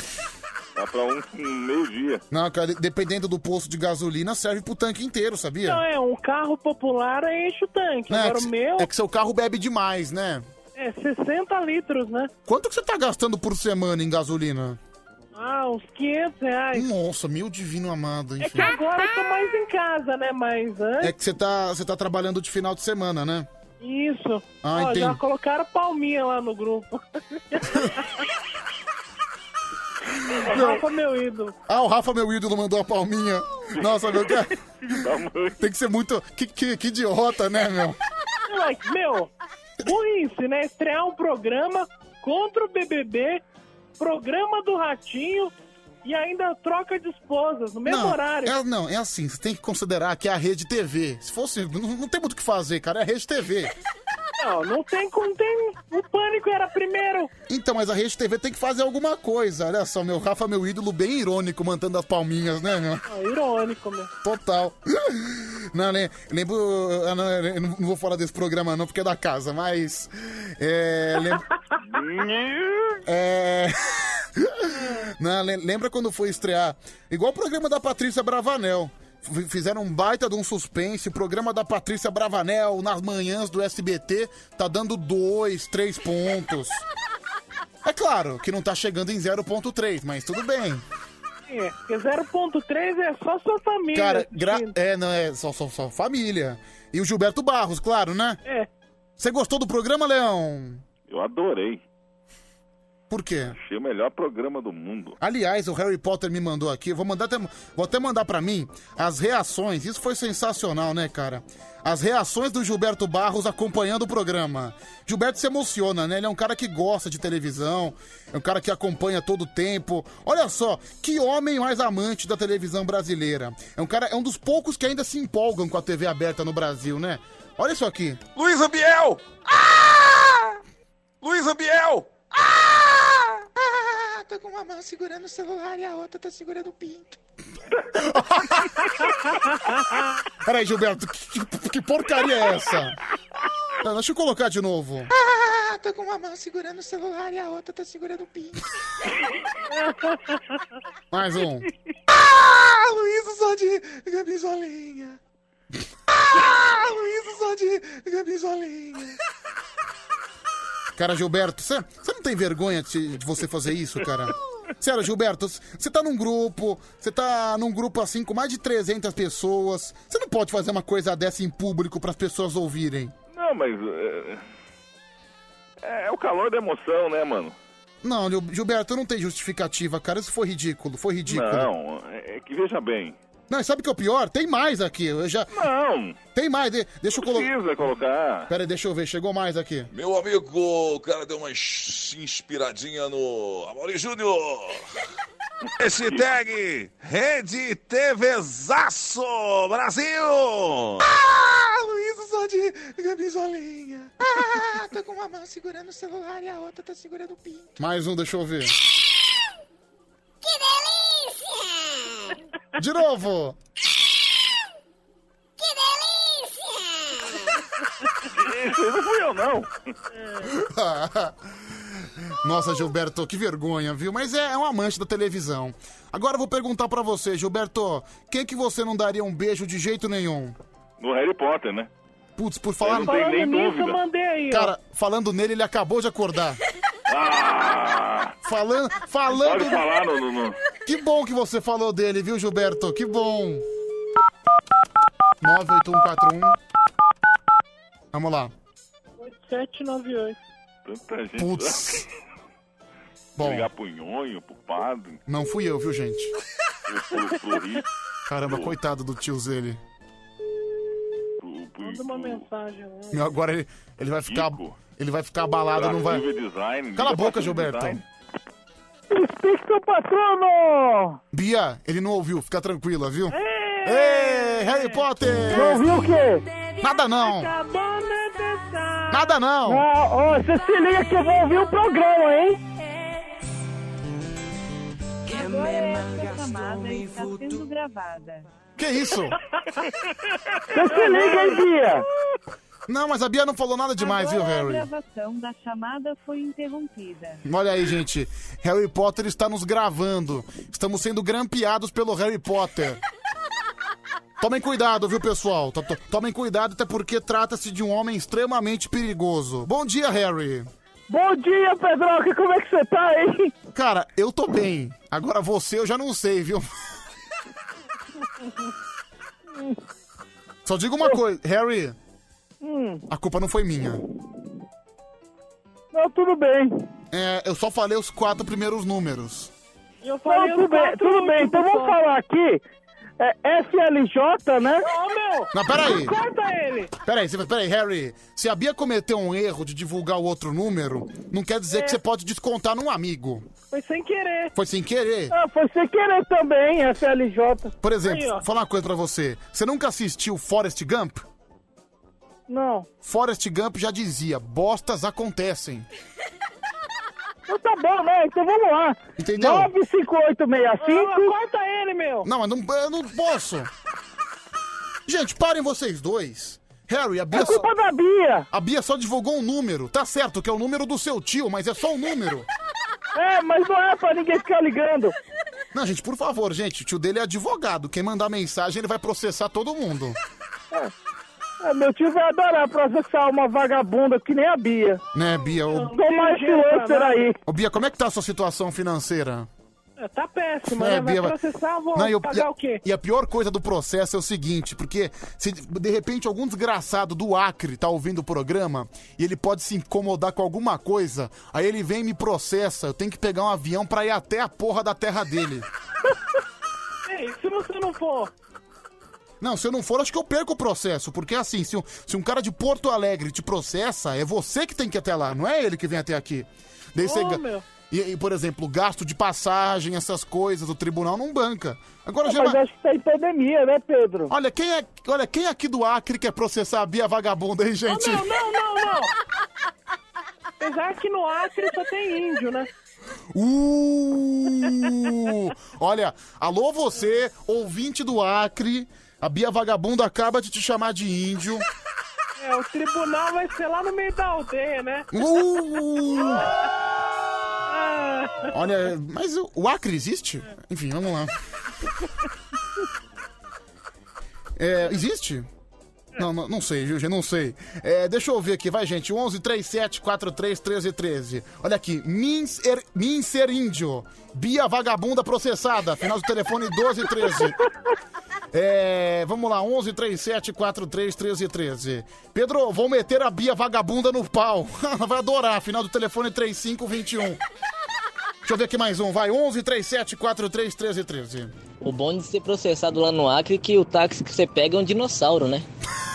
Speaker 15: Dá pra um, um meio-dia.
Speaker 2: Não, cara, dependendo do posto de gasolina, serve pro tanque inteiro, sabia?
Speaker 16: Não, é um carro popular aí enche o tanque.
Speaker 2: Não, é
Speaker 16: Agora
Speaker 2: que-
Speaker 16: o meu
Speaker 2: É que seu carro bebe demais, né?
Speaker 16: é 60 litros, né?
Speaker 2: Quanto que você tá gastando por semana em gasolina?
Speaker 16: Ah, uns 500 reais.
Speaker 2: Nossa, meu divino amado,
Speaker 16: É
Speaker 2: enfim.
Speaker 16: que agora eu tô mais em casa, né? Mas antes.
Speaker 2: É que você tá, você tá trabalhando de final de semana, né?
Speaker 16: Isso.
Speaker 2: Ah,
Speaker 16: Ó, já
Speaker 2: entendi.
Speaker 16: colocaram palminha lá no grupo. Rafa, meu ídolo.
Speaker 2: Ah, o Rafa, meu ídolo, mandou a palminha. Nossa, meu cara. Tem que ser muito. Que, que, que idiota, né, meu?
Speaker 16: Like, meu, burrice, né? Estrear um programa contra o BBB, programa do Ratinho e ainda troca de esposas no mesmo
Speaker 2: não,
Speaker 16: horário.
Speaker 2: É, não, é assim, você tem que considerar que é a rede TV. Se fosse. Não, não tem muito o que fazer, cara, é a rede TV.
Speaker 16: Não, não tem como tem. O pânico era primeiro.
Speaker 2: Então, mas a rede TV tem que fazer alguma coisa. Olha só, meu Rafa, meu ídolo, bem irônico, mantendo as palminhas, né, meu?
Speaker 16: Ah, irônico, meu.
Speaker 2: Total. Não, né, lembro. ah, Não, eu não vou falar desse programa, não, porque é da casa, mas. É. Lembro. É. Não, le- lembra quando foi estrear? Igual o programa da Patrícia Bravanel. f- fizeram um baita de um suspense. O programa da Patrícia Bravanel nas manhãs do SBT tá dando dois, três pontos. É claro que não tá chegando em 0.3, mas tudo bem.
Speaker 16: É, porque 0.3 é só sua família.
Speaker 2: Cara, gra- é, não, é só, só, só família. E o Gilberto Barros, claro, né?
Speaker 16: É.
Speaker 2: Você gostou do programa, Leão?
Speaker 15: Eu adorei.
Speaker 2: Por quê?
Speaker 15: Achei o melhor programa do mundo.
Speaker 2: Aliás, o Harry Potter me mandou aqui. Eu vou mandar até, vou até mandar pra mim as reações. Isso foi sensacional, né, cara? As reações do Gilberto Barros acompanhando o programa. Gilberto se emociona, né? Ele é um cara que gosta de televisão, é um cara que acompanha todo o tempo. Olha só, que homem mais amante da televisão brasileira. É um cara, é um dos poucos que ainda se empolgam com a TV aberta no Brasil, né? Olha isso aqui.
Speaker 9: Luísa Biel! Luísa Biel!
Speaker 17: Ah, tô com uma mão segurando o celular e a outra tá segurando o pinto.
Speaker 2: Peraí, Gilberto, que, que- que porcaria é essa? Tá, Deixa eu colocar de novo.
Speaker 17: Ah, tô com uma mão segurando o celular e a outra tá segurando o pinto.
Speaker 2: Mais um.
Speaker 17: Ah, Luísa só de camisolinha. Ah, Luísa só de camisolinha.
Speaker 2: Cara, Gilberto, você não tem vergonha de, de você fazer isso, cara? Sério, Gilberto, você tá num grupo, você tá num grupo assim com mais de 300 pessoas. Você não pode fazer uma coisa dessa em público pras pessoas ouvirem.
Speaker 15: Não, mas. é, É, é o calor da emoção, né, mano?
Speaker 2: Não, Gil- Gilberto, não tem justificativa, cara. Isso foi ridículo, foi ridículo.
Speaker 15: Não, é é que veja bem.
Speaker 2: Não, e sabe o que é o pior? Tem mais aqui. Eu já...
Speaker 15: Não!
Speaker 2: Tem mais, de- deixa eu colocar.
Speaker 15: Precisa colocar.
Speaker 2: Pera aí, deixa eu ver, chegou mais aqui.
Speaker 19: Meu amigo, o cara deu uma ins- inspiradinha no Amaury Júnior.
Speaker 9: Hashtag Rede TVzaço Brasil!
Speaker 17: Ah, Luísa só de camisolinha. Ah, tô com uma mão segurando o celular e a outra tá segurando o pinto.
Speaker 2: Mais um, deixa eu ver.
Speaker 17: Que delícia!
Speaker 2: De novo!
Speaker 17: Que delícia!
Speaker 2: Não fui eu, não. Nossa, Gilberto, que vergonha, viu? Mas é, é um amante da televisão. Agora eu vou perguntar pra você, Gilberto, quem que você não daria um beijo de jeito nenhum?
Speaker 15: No Harry Potter, né?
Speaker 2: Putz, por falar...
Speaker 15: Eu não tenho nem Falando nisso, dúvida.
Speaker 16: mandei aí,
Speaker 15: ó.
Speaker 2: Cara, falando nele, ele acabou de acordar. Falando... falando...
Speaker 15: Ah! Pode falar, no, no, no-
Speaker 2: Que bom que você falou dele, viu, Gilberto? Que bom. 98141. Vamos lá.
Speaker 16: 798.
Speaker 15: Tanta gente.
Speaker 2: Putz. Bom.
Speaker 15: Ligar pro nhonho, pro padre,
Speaker 2: Não fui eu, viu, gente?
Speaker 15: pro, pro, pro rico,
Speaker 2: Caramba, coitado do tio Zele.
Speaker 16: Manda uma mensagem né? lá.
Speaker 2: Meu, Agora ele, ele vai ficar. Ele vai ficar abalado,
Speaker 15: pra
Speaker 2: não vai.
Speaker 15: Silvia Design,
Speaker 2: Cala a
Speaker 15: liga pra
Speaker 2: boca,
Speaker 15: Silvia
Speaker 2: Gilberto.
Speaker 15: Design.
Speaker 2: Respeite seu patrono! Bia, ele não ouviu, fica tranquila, viu? Ei, Harry Potter!
Speaker 9: Não ouviu o quê?
Speaker 2: Nada não! Nada não!
Speaker 9: Não, você se liga que eu vou ouvir o programa, hein?
Speaker 16: é
Speaker 21: Essa chamada
Speaker 16: Tá
Speaker 21: está sendo gravada.
Speaker 2: Que isso?
Speaker 21: Você se liga, hein, Bia?
Speaker 2: Não, mas a Bia não falou nada demais, viu,
Speaker 21: Agora A
Speaker 2: Harry?
Speaker 21: gravação da chamada foi interrompida.
Speaker 2: Olha aí, gente. Harry Potter está nos gravando. Estamos sendo grampeados pelo Harry Potter. Tomem cuidado, viu, pessoal? To- to- Tomem cuidado, até porque trata-se de um homem extremamente perigoso. Bom dia, Harry. Bom dia, Pedroca. Como é que você tá, hein? Cara, eu tô bem. Agora você eu já não sei, viu? Só digo uma coisa, Harry.
Speaker 9: Hum,
Speaker 2: A culpa não foi minha.
Speaker 9: não, tudo bem.
Speaker 2: É, eu só falei os quatro primeiros números.
Speaker 16: Eu falei
Speaker 9: Não, tudo
Speaker 16: os
Speaker 9: bem,
Speaker 16: quatro
Speaker 9: tudo bem.
Speaker 16: últimos
Speaker 9: Então vamos
Speaker 16: tipo, só.
Speaker 9: falar aqui. É FLJ, né?
Speaker 16: Ô, meu!
Speaker 2: Não, peraí.
Speaker 16: Corta ele!
Speaker 2: Peraí, você- peraí, Harry. Se a Bia cometeu um erro de divulgar o outro número, não quer
Speaker 9: É.
Speaker 2: dizer que você pode descontar num amigo.
Speaker 16: Foi sem querer.
Speaker 2: Foi sem querer.
Speaker 16: Ah, foi sem querer também, FLJ.
Speaker 2: Por exemplo,
Speaker 16: Aí, ó.
Speaker 2: vou falar uma coisa pra você. Você nunca assistiu Forrest Gump?
Speaker 16: Não.
Speaker 2: Forrest Gump já dizia, bostas acontecem.
Speaker 9: Então tá bom, né? Então vamos lá.
Speaker 2: Entendeu?
Speaker 9: 95865.
Speaker 2: Não,
Speaker 16: corta ele, meu.
Speaker 2: Não, mas não, eu não posso. Gente, parem vocês dois. Harry, a Bia... É culpa
Speaker 9: da Bia.
Speaker 2: A Bia só divulgou um número. Tá certo que é o número do seu tio, mas é só um número.
Speaker 9: É, mas não é pra ninguém ficar ligando.
Speaker 2: Não, gente, por favor, gente, o tio dele é advogado. Quem mandar mensagem, ele vai processar todo mundo.
Speaker 16: Ah, meu tio vai adorar processar uma vagabunda que nem a Bia.
Speaker 2: Né, Bia? Ô...
Speaker 16: Toma influencer aí.
Speaker 2: Ô, Bia, como é que tá a sua situação financeira?
Speaker 16: É, Tá péssima, né? Vai processar, vou
Speaker 2: Não, e, eu- e
Speaker 16: pagar
Speaker 2: a,
Speaker 16: o quê?
Speaker 2: e a pior coisa do processo é o seguinte, porque se de repente algum desgraçado do Acre tá ouvindo o programa e ele pode se incomodar com alguma coisa, aí ele vem e me processa, eu tenho que pegar um avião pra ir até a porra da terra dele.
Speaker 16: Ei, se você não for...
Speaker 2: Não, se eu não for, acho que eu perco o processo, porque assim, se um, se um cara de Porto Alegre te processa, é você que tem que ir até lá, não é ele que vem até aqui. Daí você
Speaker 16: Ô,
Speaker 2: ga-
Speaker 16: meu.
Speaker 2: E, e, por exemplo, gasto de passagem, essas coisas, o tribunal não banca. Agora
Speaker 16: Ah,
Speaker 2: já
Speaker 16: mas acho que tá epidemia, né, Pedro?
Speaker 2: Olha quem, é, olha, quem aqui do Acre quer processar a Bia Vagabunda, hein, gente?
Speaker 16: Não, não, não, não. Apesar que no Acre só tem índio, né?
Speaker 2: Uh! Olha, alô você, ouvinte do Acre, a Bia Vagabunda acaba de te chamar de índio.
Speaker 16: É, o tribunal vai ser lá no meio da aldeia, né?
Speaker 2: Uh! Olha, mas o- o Acre existe? Enfim, vamos lá. É, existe? Não, não, não sei, Juju, não sei. É, deixa eu ver aqui, vai, gente. 11 37 43 13 13. Olha aqui, Minser, Minser Índio. Bia Vagabunda processada. Final do telefone 12 13. É, vamos lá, 11 37 43 13 13. Pedro, vou meter a Bia Vagabunda no pau. Ela vai adorar. Final do telefone 35 21. Deixa eu ver aqui mais um, vai. 11 37 43 13 13.
Speaker 8: O bom de ser processado lá no Acre é que o táxi que você pega é um dinossauro, né?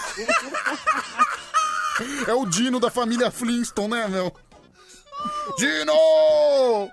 Speaker 2: É o Dino da família Flintstone, né, meu? Dino!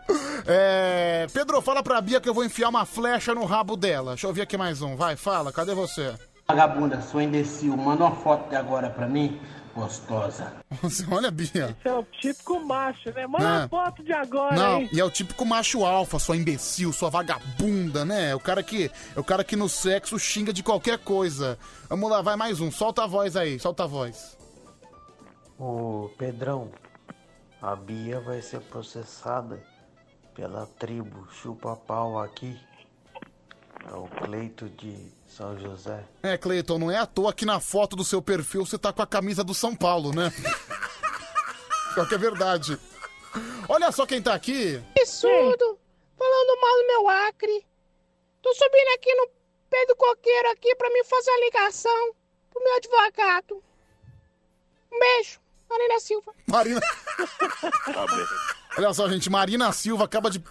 Speaker 2: É, Pedro, fala pra Bia que eu vou enfiar uma flecha no rabo dela. Deixa eu ver aqui mais um. Vai, fala, cadê você?
Speaker 5: Vagabunda, sou imbecil, manda uma foto de agora pra mim, gostosa.
Speaker 2: Nossa, Olha, Bia.
Speaker 16: Esse é o típico macho, né? Manda
Speaker 2: Ah.
Speaker 16: uma foto de agora,
Speaker 2: Não,
Speaker 16: hein?
Speaker 2: e é o típico macho alfa, sua imbecil, sua vagabunda, né? É o cara que, é o cara que no sexo xinga de qualquer coisa. Vamos lá, vai mais um. Solta a voz aí, solta a voz.
Speaker 7: Ô, Pedrão, a Bia vai ser processada pela tribo Chupa-Pau aqui. É o Cleito de São José.
Speaker 2: É, Cleiton, não é à toa que na foto do seu perfil você tá com a camisa do São Paulo, né? Pior que é verdade. Olha só quem tá aqui.
Speaker 24: absurdo! Falando mal do meu Acre. Tô subindo aqui no pé do coqueiro aqui pra me fazer a ligação pro meu advogado. Um beijo, Marina Silva.
Speaker 2: Marina. Olha só, gente, Marina Silva acaba de.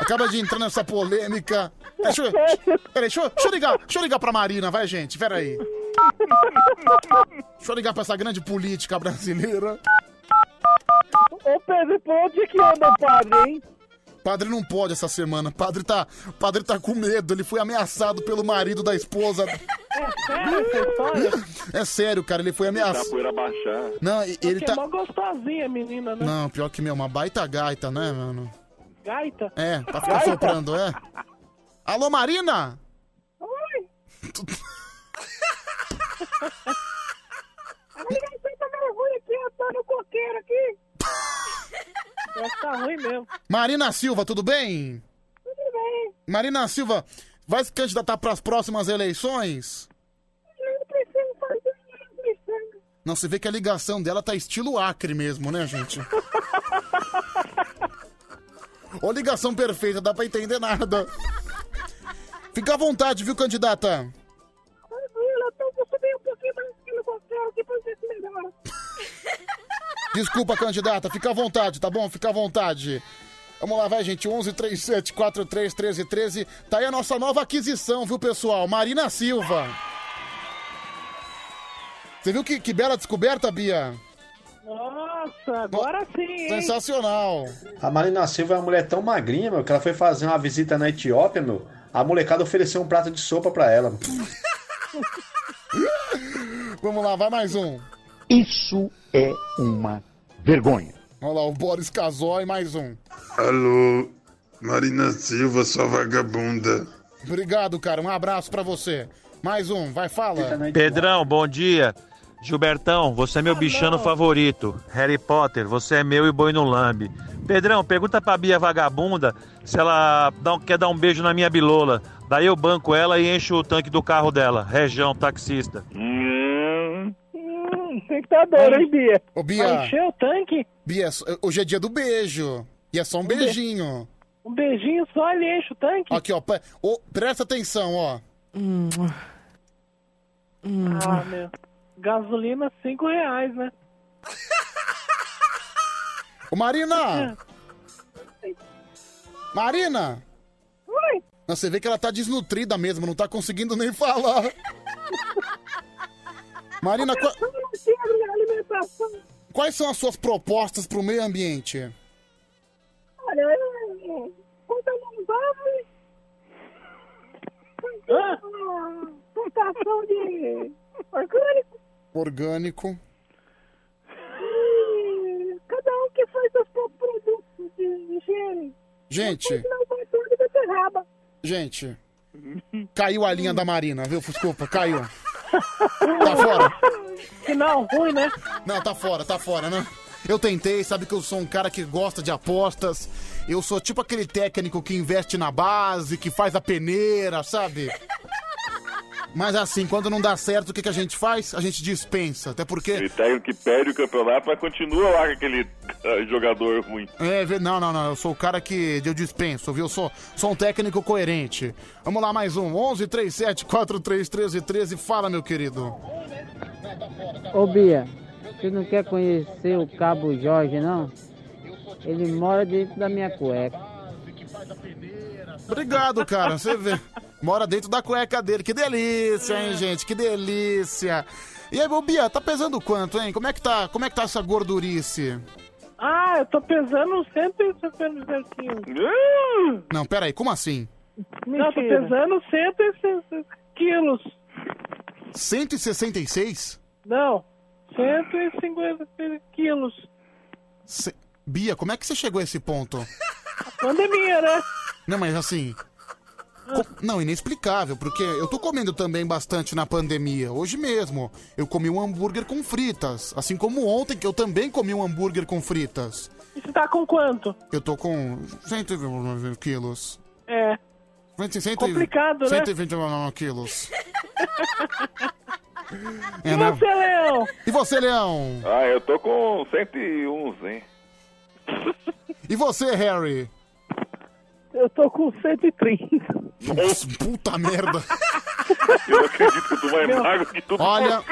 Speaker 2: Acaba de entrar nessa polêmica. Deixa eu. Peraí, deixa eu, deixa eu ligar. Deixa eu ligar pra Marina, vai, gente. Peraí. Deixa eu ligar pra essa grande política brasileira.
Speaker 16: Ô, Pedro, por onde que anda o padre, hein?
Speaker 2: Padre não pode essa semana. Padre tá, padre tá com medo. Ele foi
Speaker 8: é
Speaker 2: ameaçado pelo marido da esposa.
Speaker 16: É sério essa história?
Speaker 2: É sério, cara, ele foi
Speaker 15: Dá a
Speaker 2: ameaçado.
Speaker 15: tá poeira baixar.
Speaker 2: Não, e- ele
Speaker 16: Porque
Speaker 2: tá.
Speaker 16: É mó gostosinha, a menina, né?
Speaker 2: Não, pior que meu, uma baita gaita, né, mano?
Speaker 16: Gaita.
Speaker 2: É, pra ficar
Speaker 16: Gaita?
Speaker 2: soprando, é. Alô, Marina?
Speaker 24: Oi! A ligação tá meio ruim aqui, eu tô no coqueiro aqui.
Speaker 16: Essa tá ruim mesmo.
Speaker 2: Marina Silva, tudo bem?
Speaker 24: Tudo bem.
Speaker 2: Marina Silva, vai se candidatar pras próximas eleições?
Speaker 24: Não preciso fazer nada.
Speaker 2: Não, você vê que a ligação dela tá estilo Acre mesmo, né, gente? Ô, ligação perfeita, dá pra entender nada. Fica à vontade, viu, candidata?
Speaker 24: Tranquilo, eu tô- vou subir um pouquinho mais aqui no coqueiro aqui pra ver se melhora.
Speaker 2: Desculpa, candidata, fica à vontade, tá bom? Fica à vontade. Vamos lá, vai, gente. 11 37 43 13 13. Tá aí a nossa nova aquisição, viu, pessoal? Marina Silva. Você viu que, que bela descoberta, Bia?
Speaker 16: Nossa, agora sim, hein?
Speaker 2: Sensacional.
Speaker 4: A Marina Silva é uma mulher tão magrinha, meu, que ela foi fazer uma visita na Etiópia, meu. A molecada ofereceu um prato de sopa pra ela.
Speaker 2: Vamos lá, vai mais um.
Speaker 36: Isso é uma vergonha.
Speaker 2: Olha lá, o Boris Casoy, mais um.
Speaker 37: Alô, Marina Silva, sua vagabunda.
Speaker 2: Obrigado, cara. Um abraço pra você. Mais um, vai, fala.
Speaker 38: Pedrão, bom dia. Gilbertão, você é meu bichano favorito. Harry Potter, você é meu e boi no lambe.
Speaker 10: Pedrão, pergunta pra Bia vagabunda se ela dá um- quer dar um beijo na minha bilola. Daí eu banco ela e encho o tanque do carro dela. Região, taxista.
Speaker 16: Hum, tem que estar dando, hein, Bia?
Speaker 2: Ô, Bia.
Speaker 16: Vai encher o tanque.
Speaker 2: Bia, so- hoje é dia do beijo. E é só um
Speaker 16: be-
Speaker 2: beijinho.
Speaker 16: Um beijinho só ele enche o tanque. Hum.
Speaker 2: Aqui, ó. pe- ô, presta atenção, ó.
Speaker 16: Ah, meu. Gasolina, cinco reais, né?
Speaker 2: Ô, Marina! Marina!
Speaker 16: Oi!
Speaker 2: Você vê que ela tá desnutrida mesmo, não tá conseguindo nem falar. Marina, qua-
Speaker 16: um
Speaker 2: quais são as suas propostas pro meio ambiente?
Speaker 21: Olha, eu- quando eu não vamos, plantação de orgânico,
Speaker 2: Orgânico.
Speaker 21: e cada um que faz seus próprios produtos de higiene.
Speaker 2: Gente,
Speaker 21: Não vai tudo de beterraba.
Speaker 2: gente.
Speaker 16: Uhum.
Speaker 2: Caiu a linha da Marina, viu? Desculpa, caiu. Tá fora.
Speaker 16: Final ruim, né?
Speaker 2: Não, tá fora, tá fora, né? Eu tentei, sabe que eu sou um cara que gosta de apostas. Eu sou tipo aquele técnico que investe na base, que faz a peneira, sabe? Mas assim, quando não dá certo, o que, que a gente faz? A gente dispensa. Até porque.
Speaker 15: Ele técnico que perde o campeonato, mas continua lá com aquele ah, jogador ruim.
Speaker 2: É, ve- não, não, não. Eu sou o cara que eu dispenso, viu? Eu sou, sou um técnico coerente. Vamos lá, mais um. 11 37 43 13 13. Fala, meu querido.
Speaker 11: Ô Bia, tu não quer conhecer o Cabo Jorge, não? Ele mora dentro da minha cueca.
Speaker 2: Obrigado, cara. Você vê. Mora dentro da cueca dele. Que delícia, hein, gente? Que delícia. E aí, ô, Bia, tá pesando quanto, hein? Como é que tá, como é que tá essa gordurice?
Speaker 16: Ah, eu tô pesando 165.
Speaker 2: Não, peraí, como assim?
Speaker 16: Não, tô pesando 160 quilos.
Speaker 2: 166?
Speaker 16: Não, 150 quilos.
Speaker 2: Se- Bia, como é que você chegou a esse ponto?
Speaker 16: Pandemia, né?
Speaker 2: Não, mas assim. co- Não, inexplicável, porque eu tô comendo também bastante na pandemia. Hoje mesmo, eu comi um hambúrguer com fritas. Assim como ontem, que eu também comi um hambúrguer com fritas.
Speaker 16: E você tá com quanto?
Speaker 2: Eu tô com 100 quilos.
Speaker 16: É.
Speaker 2: 20,
Speaker 16: Complicado, né?
Speaker 2: 129 quilos. É,
Speaker 16: e
Speaker 2: né?
Speaker 16: você, Leão?
Speaker 2: E você, Leão?
Speaker 15: Ah, eu tô com 111, hein?
Speaker 2: E você, Harry?
Speaker 16: Eu tô com 130.
Speaker 2: Nossa, puta merda.
Speaker 15: Eu não acredito que tu vai
Speaker 2: Meu-
Speaker 15: magro que tudo.
Speaker 2: Olha,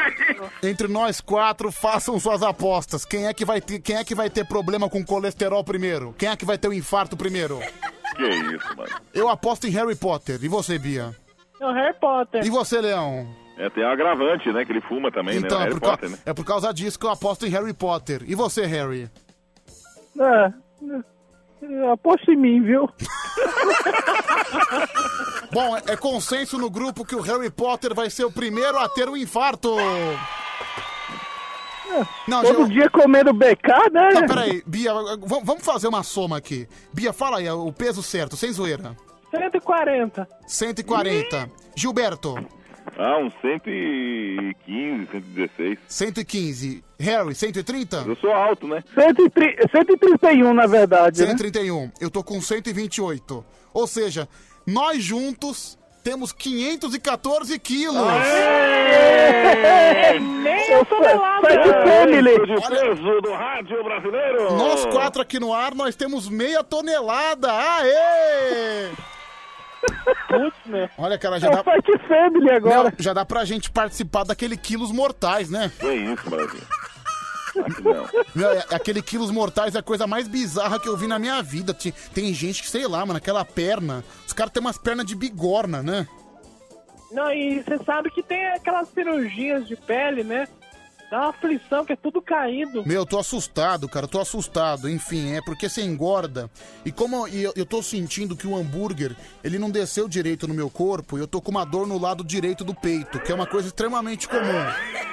Speaker 2: entre nós quatro, façam suas apostas. Quem é que vai ter, quem é que vai ter problema com colesterol primeiro? Quem é que vai ter o infarto primeiro?
Speaker 15: Que isso, mano.
Speaker 2: Eu aposto em Harry Potter. E você, Bia?
Speaker 3: um
Speaker 16: É o Harry Potter.
Speaker 2: E você, Leão?
Speaker 15: É, tem um agravante, né? Que ele fuma também,
Speaker 2: Então,
Speaker 15: né?
Speaker 2: é
Speaker 15: Harry
Speaker 2: por,
Speaker 15: Potter,
Speaker 2: ca-
Speaker 15: né?
Speaker 2: é por causa disso que eu aposto em Harry Potter. E você, Harry?
Speaker 16: Ah, eu aposto em mim, viu?
Speaker 2: Bom, é consenso no grupo que o Harry Potter vai ser o primeiro a ter um infarto. Não,
Speaker 16: Todo
Speaker 2: já-
Speaker 16: dia comendo BK, né?
Speaker 2: Não, peraí, Bia, v- vamos fazer uma soma aqui. Bia, fala aí o peso certo, sem zoeira.
Speaker 16: 140.
Speaker 2: 140. Gilberto,
Speaker 15: Ah, uns 115, 116.
Speaker 2: 115. Harry, 130?
Speaker 15: Eu sou alto, né?
Speaker 16: 131, na verdade.
Speaker 19: né?
Speaker 16: né?
Speaker 2: 131. Eu tô com 128. Ou seja, nós juntos temos 514 quilos.
Speaker 16: Nem eu tô pelado.
Speaker 15: peso do rádio brasileiro.
Speaker 2: Nós quatro aqui no ar, nós temos meia tonelada. Aê!
Speaker 16: Putz, meu.
Speaker 2: Olha, cara, já
Speaker 16: É
Speaker 2: dá...
Speaker 16: o Fight Family agora.
Speaker 2: Não, já dá pra gente participar daquele Quilos Mortais, né?
Speaker 15: Que isso, Brasil. Aqui não.
Speaker 2: Meu, é- aquele Quilos Mortais é a coisa mais bizarra que eu vi na minha vida. Ti- Tem gente que, sei lá, mano, aquela perna... Os caras têm umas pernas de bigorna, né?
Speaker 16: Não, e você sabe que tem aquelas cirurgias de pele, né? Dá uma aflição que é tudo caído.
Speaker 2: Meu, eu tô assustado, cara, eu tô assustado. Enfim, é porque você engorda. E como e eu, eu tô sentindo que o hambúrguer, ele não desceu direito no meu corpo, e eu tô com uma dor no lado direito do peito, que é uma coisa extremamente comum.
Speaker 19: um.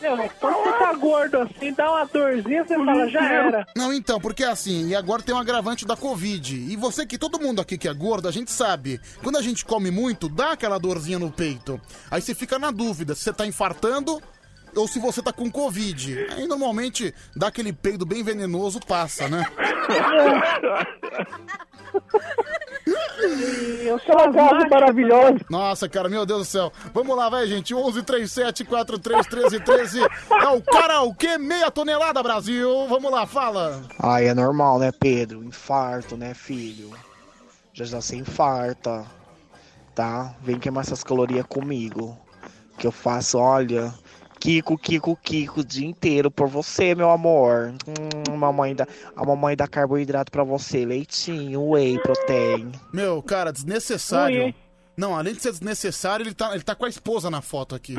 Speaker 16: Meu, quando você tá gordo assim, dá uma dorzinha, você fala, já era.
Speaker 2: Não, então, porque é assim, e agora tem um agravante da Covid. E você que todo mundo aqui que é gordo, a gente sabe. Quando a gente come muito, dá aquela dorzinha no peito. Aí você fica na dúvida se você tá infartando ou se você tá com Covid. Aí normalmente dá aquele peido bem venenoso, passa, né?
Speaker 16: É,
Speaker 39: Eu sou uma casa maravilhosa.
Speaker 2: Nossa, cara, meu Deus do céu. Vamos lá, vai, gente. 11 37 43 13 13. É o karaokê meia tonelada, Brasil. Vamos lá, fala.
Speaker 19: Ai, é normal, né, Pedro? Infarto, né, filho? Já já se infarta, tá? Vem queimar essas calorias comigo. Que eu faço, olha. Kiko, Kiko, Kiko, o dia inteiro por você, meu amor. Hum, mamãe dá, a mamãe dá carboidrato pra você. Leitinho, whey, protein.
Speaker 2: Meu, cara, desnecessário.
Speaker 19: Ui, hein?
Speaker 2: Não, além de ser desnecessário, ele tá, ele tá com a esposa na foto aqui.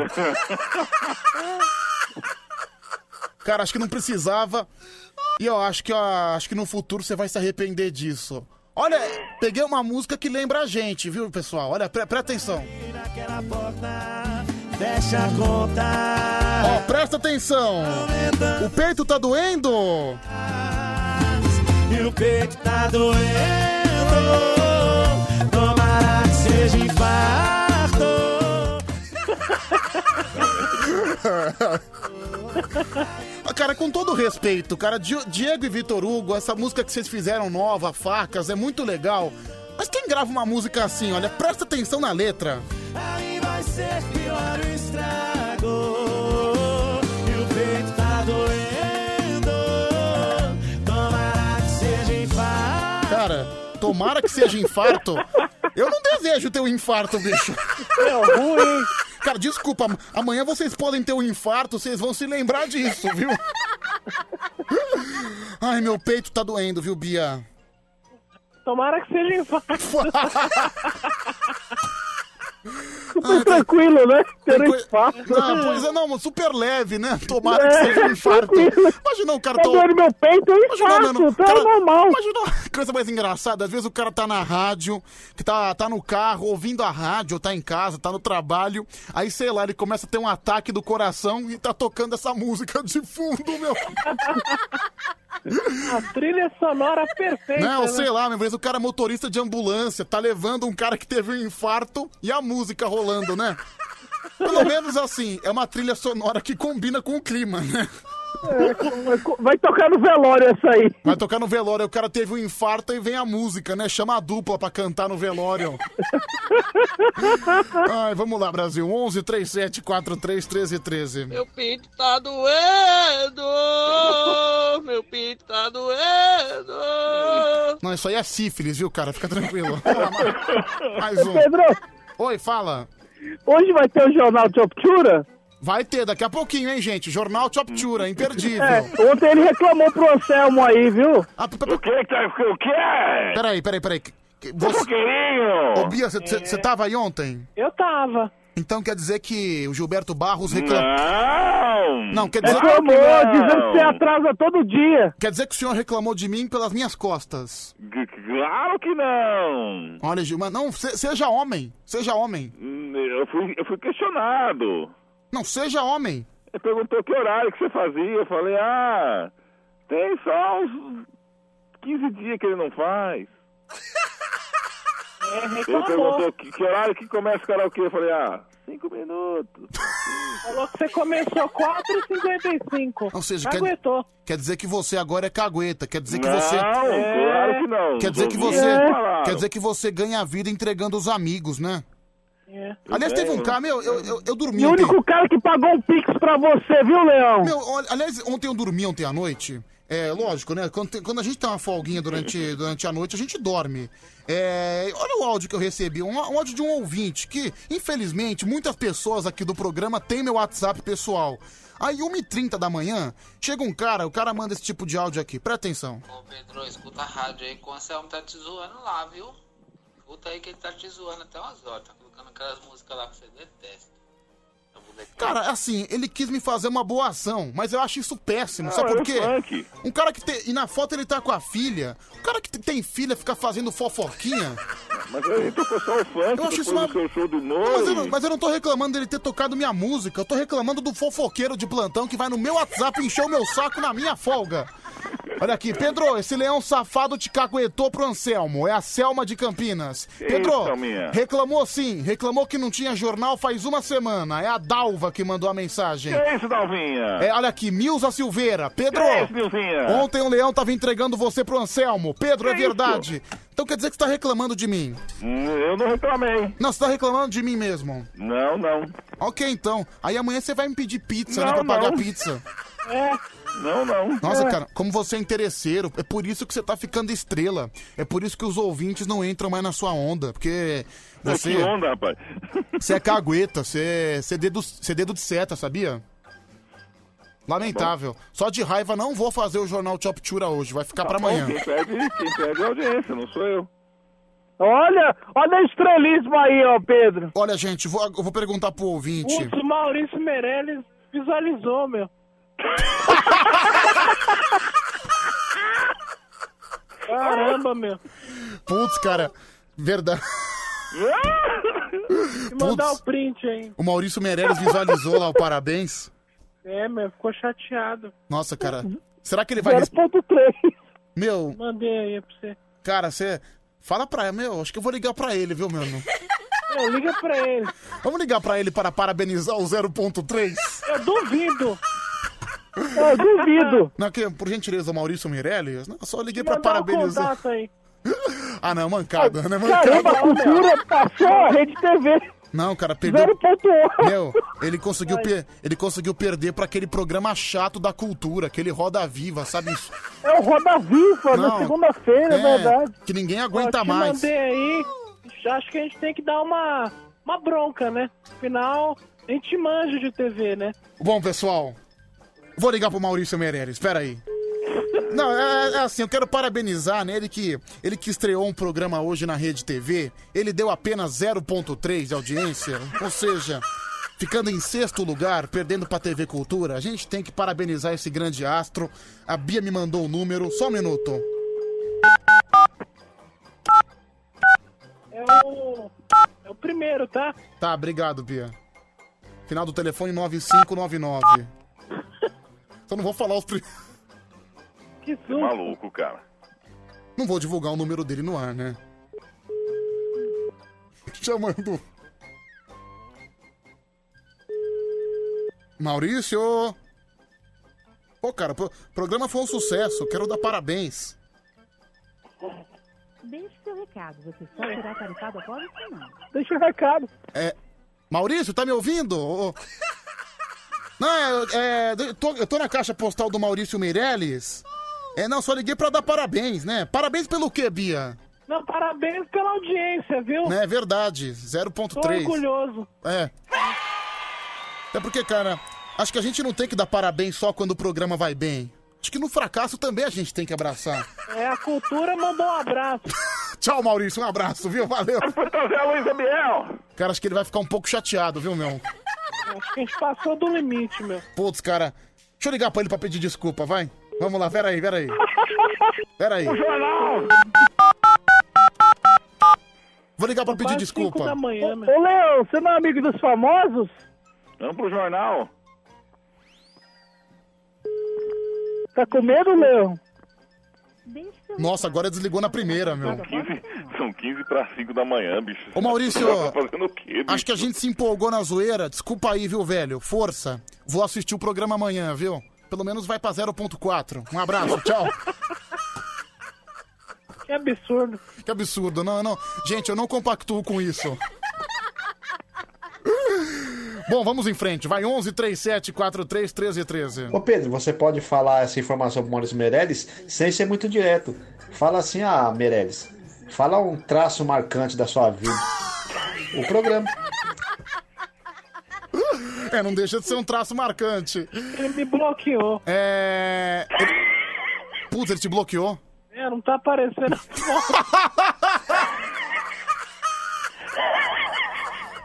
Speaker 2: cara, acho que não precisava. E eu acho que, ó, acho que no futuro você vai se arrepender disso. Olha, peguei uma música que lembra a gente, viu, pessoal? Olha, pre- presta atenção.
Speaker 3: Fecha a conta.
Speaker 2: Ó, presta atenção. O peito tá doendo?
Speaker 3: E o peito tá doendo. Tomara que seja infarto.
Speaker 2: Ah, Cara, com todo respeito, cara, Di- Diego e Vitor Hugo, essa música que vocês fizeram nova, Facas, é muito legal. Mas quem grava uma música assim, olha, presta atenção na letra.
Speaker 3: Aí vai ser pior o estrago. E o peito tá doendo. Tomara que seja infarto.
Speaker 2: Cara, tomara que seja infarto. Eu não desejo ter um infarto, bicho. É ruim. Cara, desculpa, am- amanhã vocês podem ter um infarto, vocês vão se lembrar disso, viu? Ai, meu peito tá doendo, viu, Bia?
Speaker 16: Tomara que seja infarto.
Speaker 2: Super
Speaker 16: tranquilo, né?
Speaker 2: Ter
Speaker 16: um infarto.
Speaker 2: Não, tá- pois é, não, super leve, né? Tomara que
Speaker 3: É,
Speaker 2: seja um infarto.
Speaker 3: tranquilo.
Speaker 2: Imagina um o cara
Speaker 3: Tá doendo meu peito, é
Speaker 16: Então
Speaker 3: um infarto, tá normal.
Speaker 2: Imagina uma coisa mais engraçada. Às vezes o cara tá na rádio, que tá, tá no carro, ouvindo a rádio, tá em casa, tá no trabalho. Aí, sei lá, ele começa a ter um ataque do coração e tá tocando essa música de fundo, meu.
Speaker 16: A trilha sonora perfeita.
Speaker 2: Não,
Speaker 16: né?
Speaker 2: sei lá, meu, às vezes o cara é motorista de ambulância, tá levando um cara que teve um infarto e a música rolando, né? Pelo menos assim, é uma trilha sonora que combina com o clima, né?
Speaker 16: É, Vai tocar no velório essa aí.
Speaker 2: Vai tocar no velório, o cara teve um infarto e vem a música, né? Chama a dupla pra cantar no velório. Ai, vamos lá, Brasil. 11 37 43 13 13.
Speaker 3: Meu pinto tá doendo! Meu pinto tá doendo!
Speaker 2: Não, isso aí é sífilis, viu, cara? Fica tranquilo. Vamos lá, ma- mais um.
Speaker 16: Pedro!
Speaker 2: Oi, fala.
Speaker 16: Hoje vai ter o Jornal de Optura?
Speaker 2: Vai ter daqui a pouquinho, hein, gente? Jornal Choptura, imperdível.
Speaker 16: É, ontem ele reclamou pro Anselmo aí, viu?
Speaker 2: O
Speaker 15: que que tá... O é que é?
Speaker 2: Ah, Peraí, peraí, peraí. Que- que-
Speaker 15: Fofoqueirinho!
Speaker 2: Ô, Bia, você tava aí ontem?
Speaker 16: Eu tava.
Speaker 2: Então quer dizer que o Gilberto Barros reclamou...
Speaker 15: Não!
Speaker 2: Não, quer dizer...
Speaker 15: Reclamou, Não. dizendo que você é
Speaker 2: atrasa todo dia. Quer dizer que o senhor reclamou de mim pelas minhas costas.
Speaker 15: G- Claro que não!
Speaker 2: Olha, Gilmar, não, se- seja homem, seja homem.
Speaker 15: Hum, Eu fui, eu fui questionado.
Speaker 2: Não, seja homem.
Speaker 15: Ele perguntou que horário que você fazia. Eu falei, ah, tem só uns 15 dias que ele não faz.
Speaker 16: É,
Speaker 15: Ele perguntou
Speaker 16: reclamou.
Speaker 15: que, que horário que começa o karaokê. Eu falei, ah, cinco minutos.
Speaker 16: Falou que você começou 4h55.
Speaker 2: Ou seja,
Speaker 16: Não
Speaker 2: quer,
Speaker 16: aguentou.
Speaker 2: quer dizer que você agora é cagueta, quer dizer que
Speaker 15: Não,
Speaker 2: você...
Speaker 15: claro que não.
Speaker 2: Quer dizer que
Speaker 15: Ouvi-
Speaker 2: você...
Speaker 15: falaram.
Speaker 2: Quer dizer que você ganha a vida entregando os amigos, né?
Speaker 16: É.
Speaker 15: Eu
Speaker 2: Aliás, teve um
Speaker 15: ganho.
Speaker 2: cara, meu, eu, eu, eu dormi
Speaker 16: E o
Speaker 2: ontem.
Speaker 16: único cara que pagou um pix pra você, viu, Leão?
Speaker 2: Meu, olha, aliás, ontem eu dormi ontem à noite. É, lógico, né? Quando, tem- quando a gente tem uma folguinha durante, durante a noite, a gente dorme. É, olha o áudio que eu recebi, um, á- um áudio de um ouvinte que, infelizmente, muitas pessoas aqui do programa têm meu WhatsApp pessoal. Aí, 1h30 da manhã, chega um cara, o cara manda esse tipo de áudio aqui, presta atenção.
Speaker 40: Pedro, escuta a rádio aí que o Anselmo tá te zoando lá, viu? Escuta aí que ele tá te zoando até umas horas, tá colocando aquelas músicas lá que você detesta.
Speaker 2: Cara, assim, ele quis me fazer uma boa ação, mas eu acho isso péssimo,
Speaker 15: Ah,
Speaker 2: sabe
Speaker 15: é
Speaker 2: por
Speaker 15: o
Speaker 2: quê?
Speaker 15: funk.
Speaker 2: Um cara que tem. E na foto ele tá com a filha. O cara que t- tem filha fica fazendo fofoquinha.
Speaker 15: Mas ele tocou só o funk,
Speaker 2: Eu acho
Speaker 15: depois
Speaker 2: isso uma-
Speaker 15: do seu show do Moro.
Speaker 2: Não, mas, eu não, mas eu não tô reclamando dele ter tocado minha música, eu tô reclamando do fofoqueiro de plantão que vai no meu WhatsApp encher o meu saco na minha folga. Olha aqui, Pedro, esse leão safado te caguetou pro Anselmo. É a Selma de Campinas.
Speaker 15: Que
Speaker 2: Pedro,
Speaker 15: isso, Selminha?
Speaker 2: reclamou sim, reclamou que não tinha jornal faz uma semana. É a Dalva que mandou a mensagem.
Speaker 15: Que é isso, Dalvinha?
Speaker 2: É, olha aqui, Milza Silveira. Pedro,
Speaker 15: Que é isso, Milzinha?
Speaker 2: ontem o leão tava entregando você pro Anselmo. Pedro, é
Speaker 15: Que isso? Hum,
Speaker 2: verdade. Então quer dizer que você tá reclamando de mim?
Speaker 15: eu não reclamei.
Speaker 2: Não, você tá reclamando de mim mesmo.
Speaker 15: Não, não.
Speaker 2: Ok, então. Aí amanhã você vai me pedir pizza, né?
Speaker 15: Não,
Speaker 2: Pra pagar
Speaker 15: não.
Speaker 2: pizza. É.
Speaker 15: Não, não.
Speaker 2: Nossa,
Speaker 15: É.
Speaker 2: cara, como você é interesseiro, é por isso que você tá ficando estrela. É por isso que os ouvintes não entram mais na sua onda, porque
Speaker 15: Pô,
Speaker 2: você,
Speaker 15: Que onda, rapaz.
Speaker 2: você é cagueta, você, você, é dedo, você é dedo de seta, sabia? Lamentável. Só de raiva não vou fazer o jornal Chop Chura hoje, vai ficar
Speaker 27: Tá
Speaker 2: pra
Speaker 15: Bom,
Speaker 2: amanhã.
Speaker 15: Quem perde, quem perde é a audiência, não sou eu.
Speaker 2: Olha, olha o estrelismo aí, ó, Pedro. Olha, gente, vou, eu vou perguntar pro ouvinte.
Speaker 16: Putz, o Maurício Meirelles tá visualizou, meu. Caramba, meu.
Speaker 2: Putz, cara, verdade.
Speaker 16: E mandar o print, hein?
Speaker 2: O Maurício Meirelles visualizou lá o parabéns.
Speaker 16: É, meu, ficou chateado.
Speaker 2: Nossa, cara.
Speaker 16: Uhum.
Speaker 2: Será que ele vai. res- Meu,
Speaker 16: Mandei aí pra você.
Speaker 2: cara, você. Fala pra ele, meu. Acho que eu vou ligar pra ele, viu, meu?
Speaker 16: Meu, liga pra ele.
Speaker 2: Vamos ligar pra ele para parabenizar o 0.3?
Speaker 16: Eu duvido.
Speaker 2: Eu duvido. Não, que, por gentileza, Maurício Meirelles, não, eu só liguei pra
Speaker 16: Mandar o
Speaker 2: parabenizar.
Speaker 16: contato aí.
Speaker 2: Ah, não, mancada, né? Mancada.
Speaker 9: Caramba, a cultura passou a rede TV.
Speaker 2: Não, cara, perdeu.
Speaker 9: 0.1.
Speaker 2: Meu, ele conseguiu, per- ele conseguiu perder pra aquele programa chato da cultura, aquele Roda Viva, sabe? isso?
Speaker 9: É o Roda Viva,
Speaker 2: Não.
Speaker 9: na segunda-feira, é
Speaker 2: É,
Speaker 9: verdade.
Speaker 2: Que ninguém
Speaker 16: Ó,
Speaker 2: aguenta
Speaker 16: te
Speaker 2: mais.
Speaker 16: mandei aí. Acho que a gente tem que dar uma, uma bronca, né? Afinal, a gente manja de TV, né?
Speaker 2: Bom, pessoal, vou ligar pro Maurício Meirelles, espera aí. Não, é, é assim, eu quero parabenizar, né, ele que, ele que estreou um programa hoje na Rede TV, ele deu apenas 0.3 de audiência, ou seja, ficando em sexto lugar, perdendo pra TV Cultura, a gente tem que parabenizar esse grande astro, a Bia me mandou o número, só um minuto.
Speaker 16: É o, é o primeiro, tá?
Speaker 2: Tá, obrigado, Bia. Final do telefone 9599. Só não vou falar os... pri-
Speaker 16: Que
Speaker 15: Você é maluco, cara.
Speaker 2: Não vou divulgar o número dele no ar, né? Chamando. Maurício! Pô, cara, o programa foi um sucesso. Quero dar parabéns.
Speaker 1: Deixe seu recado. Você só será tarifado após o sinal.
Speaker 2: Deixa o recado. É. Maurício, tá me ouvindo? Ô, ô. Não, é. é, eu, tô, eu tô na caixa postal do Maurício Meirelles. É, não, só liguei pra dar parabéns, né? Parabéns pelo quê, Bia?
Speaker 16: Não, parabéns pela audiência, viu?
Speaker 2: É verdade,
Speaker 16: Tô
Speaker 2: 0.3.
Speaker 16: orgulhoso.
Speaker 2: É. Até porque, cara, acho que a gente não tem que dar parabéns só quando o programa vai bem. Acho que no fracasso também a gente tem que abraçar.
Speaker 16: É, a cultura mandou um abraço.
Speaker 2: Tchau, Maurício. Um abraço, viu? Valeu.
Speaker 15: Foi trazer a Luísa Biel.
Speaker 2: Cara, acho que ele vai ficar um pouco chateado, viu, meu?
Speaker 16: Acho que a gente passou do limite, meu.
Speaker 2: Putz, cara. Deixa eu ligar pra ele pra pedir desculpa, vai? Vamos lá, peraí, peraí. Peraí.
Speaker 15: O jornal.
Speaker 2: Vou ligar pra pedir desculpa.
Speaker 9: Ô, ô, Leão, você não é amigo dos famosos?
Speaker 15: Vamos pro jornal.
Speaker 9: Tá com medo, Leão?
Speaker 2: Nossa, agora desligou na primeira, meu.
Speaker 15: 15, são 15 pra 5 da manhã, bicho.
Speaker 2: Ô, Maurício,
Speaker 15: Tá fazendo o quê, bicho?
Speaker 2: Acho que a gente se empolgou na zoeira. Desculpa aí, viu, velho? Força. Vou assistir o programa amanhã, viu? Pelo menos vai pra 0.4. Um abraço, tchau.
Speaker 16: Que absurdo.
Speaker 2: Que absurdo. Não, não. Gente, eu não compactuo com isso. Bom, vamos em frente. Vai 11 37 43 13 13.
Speaker 4: Ô Pedro, você pode falar essa informação pro Maurício Meirelles sem ser muito direto. Fala assim, ah, Meirelles, fala um traço marcante da sua vida. O programa.
Speaker 2: É, não deixa de ser um traço marcante.
Speaker 16: Ele me bloqueou.
Speaker 2: É. ele- Putz, ele te bloqueou?
Speaker 16: É, não tá aparecendo.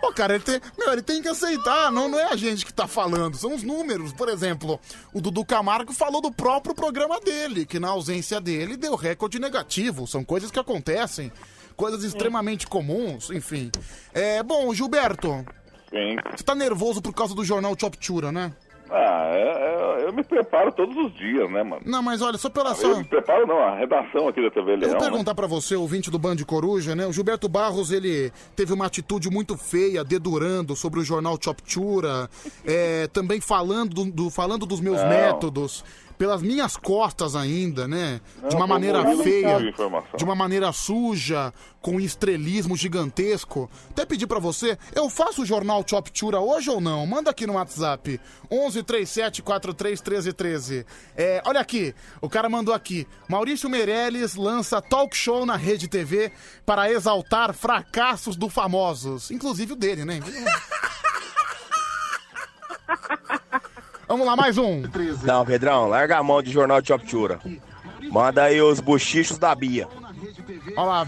Speaker 2: Pô, cara, ele tem, meu, ele tem que aceitar, não, não é a gente que tá falando, são os números. Por exemplo, o Dudu Camargo falou do próprio programa dele, que na ausência dele deu recorde negativo. São coisas que acontecem, coisas extremamente comuns, enfim. É, bom, Gilberto,
Speaker 15: Sim.
Speaker 2: você tá nervoso por causa do jornal Chop Chura, né?
Speaker 15: Ah, eu, eu me preparo todos os dias, né, mano? Ah,
Speaker 2: Não, mas olha, só pela
Speaker 15: Eu
Speaker 2: sua.
Speaker 15: me preparo não, a redação aqui da TV
Speaker 2: Eu
Speaker 15: Leão.
Speaker 2: vou
Speaker 15: né?
Speaker 2: perguntar pra você, ouvinte do Band Coruja, né? O Gilberto Barros, ele teve uma atitude muito feia, dedurando sobre o jornal Choptura, é, também falando, do, do- falando dos meus
Speaker 15: Não.
Speaker 2: métodos, pelas minhas costas ainda, né? de
Speaker 15: Não,
Speaker 2: uma
Speaker 15: como
Speaker 2: maneira
Speaker 15: É, eu não
Speaker 2: feia,
Speaker 15: tenho informação.
Speaker 2: de uma maneira suja, com estrelismo gigantesco. Até pedir pra você, eu faço o jornal Choptura hoje ou não? Manda aqui no WhatsApp, 11 37 43 13 13. É, olha aqui, o cara mandou aqui, Maurício Meirelles lança talk show na Rede TV para exaltar fracassos do famosos, inclusive o dele, né? Vamos lá, mais um.
Speaker 6: Não, Pedrão, larga a mão de jornal de Choptura. Manda aí os bochichos da Bia.
Speaker 2: Olha lá,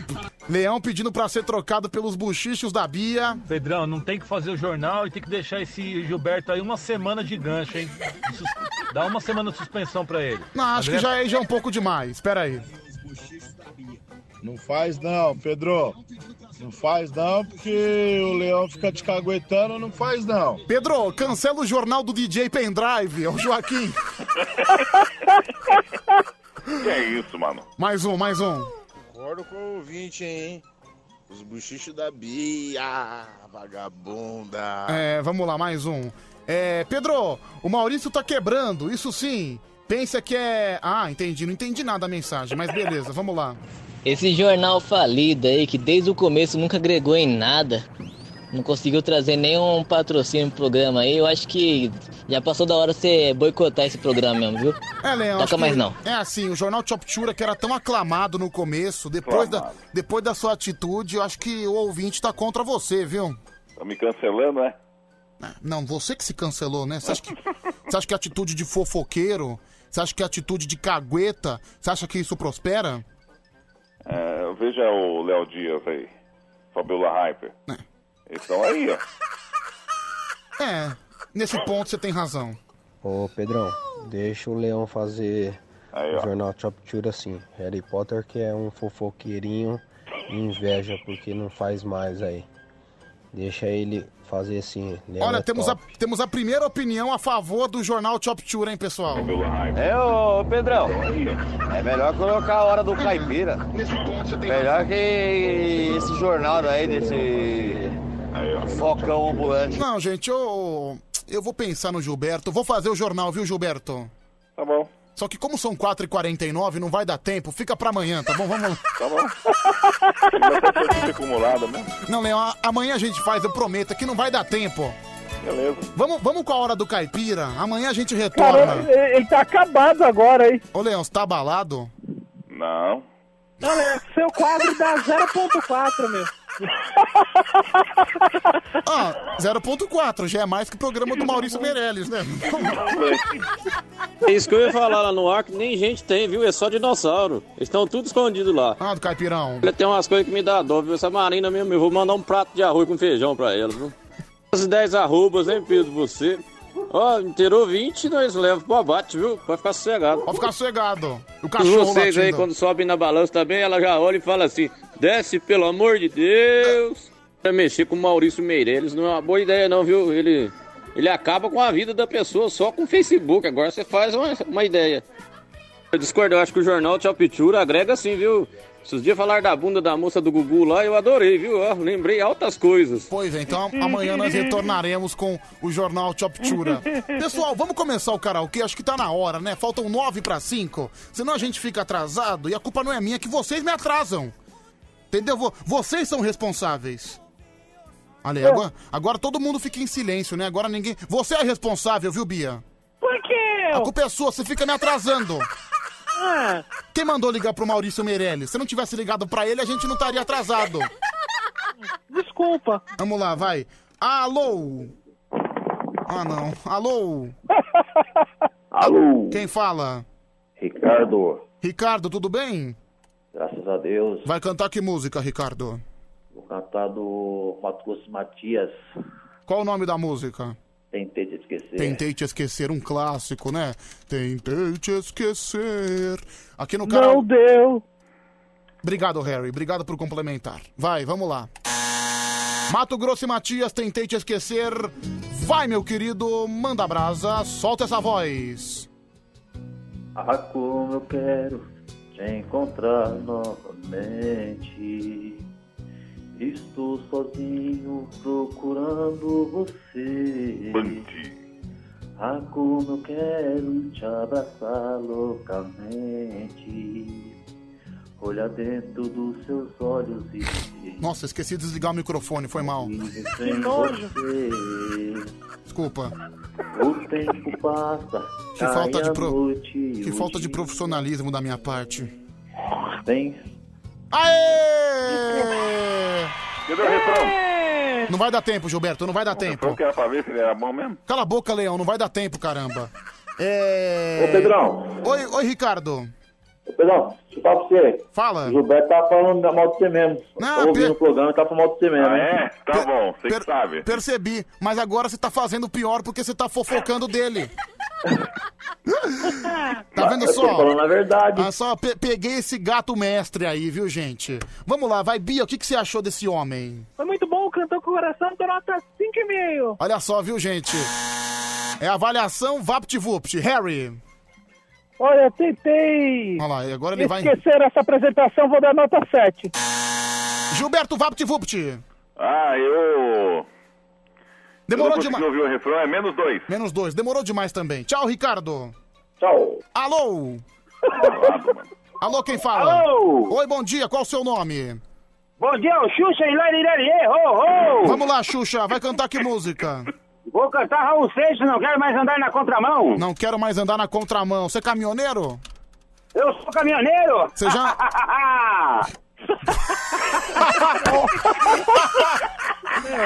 Speaker 2: Leão pedindo pra ser trocado pelos buchichos da Bia.
Speaker 14: Pedrão, não tem que fazer o jornal e tem que deixar esse Gilberto aí uma semana de gancho, hein? De sus- Dá uma semana de suspensão pra ele.
Speaker 2: Não, acho que já é, já é um pouco demais. Espera aí.
Speaker 18: Não faz não, Pedro. Não faz não, porque o Leão fica te caguetando, não faz não.
Speaker 2: Pedro, cancela o jornal do DJ Pendrive, é o Joaquim.
Speaker 15: Que é isso, mano?
Speaker 2: mais um, mais um.
Speaker 18: Concordo com o ouvinte, hein? Os bochichos da Bia,
Speaker 15: Ah.
Speaker 18: vagabunda.
Speaker 2: É, vamos lá, mais um. É, Pedro, o Maurício tá quebrando, isso sim. Pensa que é. Ah, entendi, não entendi nada da mensagem, mas beleza, vamos lá.
Speaker 8: Esse jornal falido aí, que desde o começo nunca agregou em nada, não conseguiu trazer nenhum patrocínio pro programa aí, eu acho que já passou da hora você boicotar esse programa mesmo, viu?
Speaker 2: É, Leão.
Speaker 8: Toca
Speaker 2: acho que
Speaker 8: mais não.
Speaker 2: É assim, o jornal Choptura, que era tão aclamado no começo, depois da,
Speaker 15: Aclamado.
Speaker 2: depois da sua atitude, eu acho que o ouvinte tá contra você, viu? Ah,
Speaker 15: Tá me cancelando, né?
Speaker 2: Não, você que se cancelou, né? Você acha que, você acha que a atitude de fofoqueiro? Você acha que a atitude de cagueta? Você acha que isso prospera?
Speaker 15: É, veja o Léo Dias aí, Fabiola Hyper. Eles estão aí, ó.
Speaker 2: É, nesse ponto você tem razão.
Speaker 18: Ô Pedrão, deixa o Leão fazer o jornal Choptura assim. Harry Potter que é um fofoqueirinho e inveja porque não faz mais aí. Deixa ele fazer assim. Leão
Speaker 2: Olha,
Speaker 18: é
Speaker 2: temos a,
Speaker 18: top.
Speaker 2: temos a primeira opinião a favor do jornal Choptura, hein, pessoal?
Speaker 20: É, ô Pedrão, é melhor colocar a hora do caipira. Melhor que esse jornal daí, desse focão ambulante.
Speaker 2: Não, gente, eu. Eu vou pensar no Gilberto. Vou fazer o jornal, viu, Gilberto?
Speaker 15: Tá bom.
Speaker 2: Só que como são 4h49, não vai dar tempo. Fica pra amanhã, tá bom? Vamos lá.
Speaker 15: Tá bom. Mas tá sendo acumulada mesmo.
Speaker 2: Não, Leão, a- amanhã a gente faz, eu prometo, que não vai dar tempo.
Speaker 15: Beleza.
Speaker 2: Vamos, vamos com a hora do caipira. Amanhã a gente retorna.
Speaker 3: Cara, ele ele tá acabado agora, hein?
Speaker 2: Ô, Leão, você tá abalado?
Speaker 15: Não.
Speaker 16: Não, né? Seu quadro dá 0.4, meu.
Speaker 2: Ah, 0.4, já é mais que o programa do Maurício Meirelles, né?
Speaker 26: É isso que eu ia falar lá no ar, que nem gente tem, viu? É só dinossauro. Eles estão tudo escondido lá.
Speaker 2: Ah, do caipirão.
Speaker 26: Tem umas coisas que me dá dó, viu? Essa marina mesmo, eu vou mandar um prato de arroz com feijão pra ela, viu? As 10 arrobas, hein, Pedro, você? Ó, inteirou 20 e nós leva pro abate, viu? Pra ficar sossegado.
Speaker 2: Pode ficar sossegado. O
Speaker 26: E
Speaker 2: cachorro
Speaker 26: vocês aí,
Speaker 2: latindo.
Speaker 26: quando sobem na balança também, ela já olha e fala assim: desce, pelo amor de Deus. Pra mexer com o Maurício Meirelles não é uma boa ideia, não, viu? Ele, ele acaba com a vida da pessoa só com o Facebook. Agora você faz uma, uma ideia. Eu discordo, eu acho que o jornal Tchau Pichura agrega sim, viu? Esses dias falar da bunda da moça do Gugu lá, eu adorei, viu? Ó, lembrei altas coisas.
Speaker 2: Pois é, então Amanhã nós retornaremos com o jornal Choptura. Pessoal, vamos começar o karaokê? Acho que tá na hora, né? Faltam nove pra cinco. Senão a gente fica atrasado e a culpa não é minha, que vocês me atrasam. Entendeu? Vo- Vocês são responsáveis. Olha,
Speaker 16: É.
Speaker 2: aí, agora, agora todo mundo fica em silêncio, né? Agora ninguém. Você é responsável, viu, Bia?
Speaker 16: Por quê? Ah.
Speaker 2: A culpa é sua, você fica me atrasando. Quem mandou ligar pro Maurício Meirelles? Se não tivesse ligado pra ele, a gente não estaria atrasado.
Speaker 16: Desculpa.
Speaker 2: Vamos lá, vai. Alô? Ah, não. Alô?
Speaker 38: Alô?
Speaker 2: Quem fala?
Speaker 38: Ricardo,
Speaker 2: Ricardo, tudo bem?
Speaker 38: graças a Deus,
Speaker 2: Vai cantar que música, Ricardo?
Speaker 38: vou cantar do Mato Grosso Matias.
Speaker 2: Qual o nome da música?
Speaker 38: Tentei te esquecer.
Speaker 2: Tentei te esquecer, um clássico, né? Tentei te esquecer. Aqui no
Speaker 38: Não
Speaker 2: canal.
Speaker 38: deu.
Speaker 2: Obrigado, Harry. Obrigado por complementar. Vai, vamos lá. Mato Grosso e Matias, tentei te esquecer. Vai, meu querido, manda brasa, solta essa voz.
Speaker 16: Ah, como eu quero te encontrar novamente. Estou sozinho procurando você. Ah, como eu quero te abraçar loucamente. Olhar dentro dos seus olhos e
Speaker 2: Nossa, esqueci de desligar o microfone, foi mal.
Speaker 16: sem você.
Speaker 2: Desculpa.
Speaker 16: O tempo passa.
Speaker 2: Que
Speaker 16: cai
Speaker 2: falta de,
Speaker 16: a
Speaker 2: pro-
Speaker 16: noite e
Speaker 2: que
Speaker 16: o
Speaker 2: falta de
Speaker 16: dia
Speaker 2: profissionalismo da minha parte.
Speaker 16: Vem.
Speaker 2: Aê!
Speaker 16: Cadê o refrão?
Speaker 2: Não vai dar tempo, Gilberto, não vai
Speaker 16: é
Speaker 2: dar tempo.
Speaker 15: que era pra ver se ele era bom mesmo?
Speaker 2: Cala a boca, Leão, não vai dar tempo, caramba. É...
Speaker 16: Ô, Pedrão.
Speaker 2: Oi, oi, Ricardo.
Speaker 16: Ô, Pedrão, deixa eu falar pra você.
Speaker 2: Fala.
Speaker 16: O Gilberto tá falando mal de você mesmo.
Speaker 2: Não,
Speaker 16: Tô ouvindo
Speaker 2: Pe-
Speaker 16: o programa e tá falando mal de você mesmo.
Speaker 2: Ah,
Speaker 16: hein?
Speaker 2: é?
Speaker 15: Tá bom, você que sabe.
Speaker 2: Percebi, mas agora você tá fazendo pior porque você tá fofocando dele. tá vendo
Speaker 16: Eu tô
Speaker 2: só?
Speaker 16: falando a verdade.
Speaker 2: Ah, só pe- peguei esse gato mestre aí, viu, gente? Vamos lá, vai, Bia, o que, que você achou desse homem?
Speaker 3: Foi muito bom, cantou com o coração, deu nota 5,5.
Speaker 2: Olha só, viu, gente? É a avaliação VaptVupt. Harry.
Speaker 3: Olha, eu tentei.
Speaker 2: Olha lá, e agora ele vai.
Speaker 3: Esquecer essa apresentação, vou dar nota 7.
Speaker 2: Gilberto VaptVupt.
Speaker 15: Ah, eu.
Speaker 2: Demorou
Speaker 15: eu não consegui
Speaker 2: demais.
Speaker 15: ouvir o refrão, é menos dois.
Speaker 2: Menos dois, demorou demais também. Tchau, Ricardo.
Speaker 16: Tchau.
Speaker 2: Alô. Alô, quem fala? Alô. Oi, bom dia, qual o seu nome?
Speaker 19: Bom dia, o Xuxa e Lari Lari, ho, ho!
Speaker 2: Vamos lá, Xuxa, vai cantar que música?
Speaker 19: Vou cantar Raul Seixas, não quero mais andar na contramão.
Speaker 2: Não quero mais andar na contramão. Você é caminhoneiro?
Speaker 19: Eu sou caminhoneiro.
Speaker 2: Você já...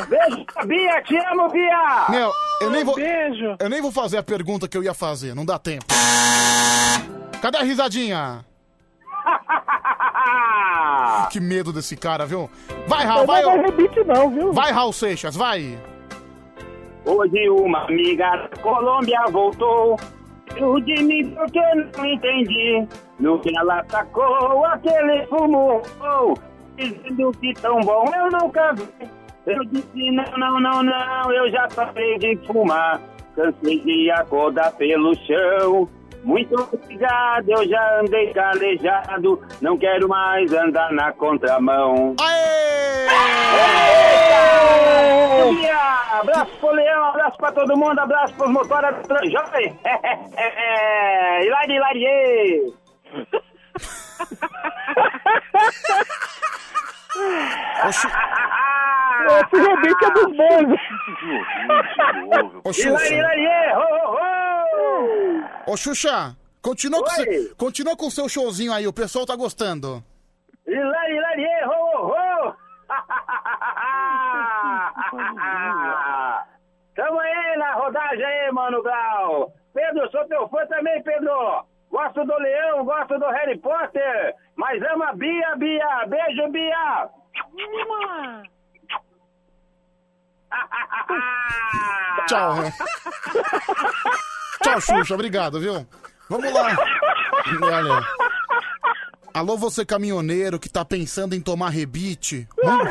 Speaker 19: Beijo, Bia, te amo, Bia! Um
Speaker 2: Meu, eu nem vou... Eu nem vou fazer a pergunta que eu ia fazer, não dá tempo. Cadê a risadinha? que medo desse cara, viu? Vai, Raul,
Speaker 19: Eu
Speaker 2: vai.
Speaker 19: não
Speaker 2: ó.
Speaker 19: vou
Speaker 3: não, viu?
Speaker 2: Vai, Raul Seixas, vai.
Speaker 19: Hoje uma amiga da Colômbia voltou. Eu de mim porque não entendi. No que ela sacou, aquele fumo. Oh, dizendo que tão bom eu nunca vi. Eu disse não, não, não, não, eu já parei de fumar. Cansei de acordar pelo chão. Muito obrigado, eu já andei calejado. Não quero mais andar na contramão. Bom dia! Abraço pro Leão, abraço pra todo mundo, abraço pros motoras do Transjovem. Hilari, hilari, ê.
Speaker 3: Esse rebite é dos bons.
Speaker 19: é
Speaker 2: Ô,
Speaker 19: Hilari,
Speaker 2: Xuxa.
Speaker 19: hilari, ê. Ho, ho, ho.
Speaker 2: Ô, Xuxa, continua com,
Speaker 19: Oi.
Speaker 2: seu- continua com o seu showzinho aí, o pessoal tá gostando.
Speaker 19: Hilari, hilari, ê. Ho, ho, ho. Tamo aí na rodagem aí, Mano Grau. Pedro, sou teu fã também, Pedro. Gosto do Leão, gosto do Harry Potter, mas amo a Bia, Bia. Beijo, Bia.
Speaker 2: Tchau. Raul. Tchau, Xuxa, obrigado, viu? Vamos lá. Olha. Alô, você caminhoneiro que tá pensando em tomar rebite. Muito,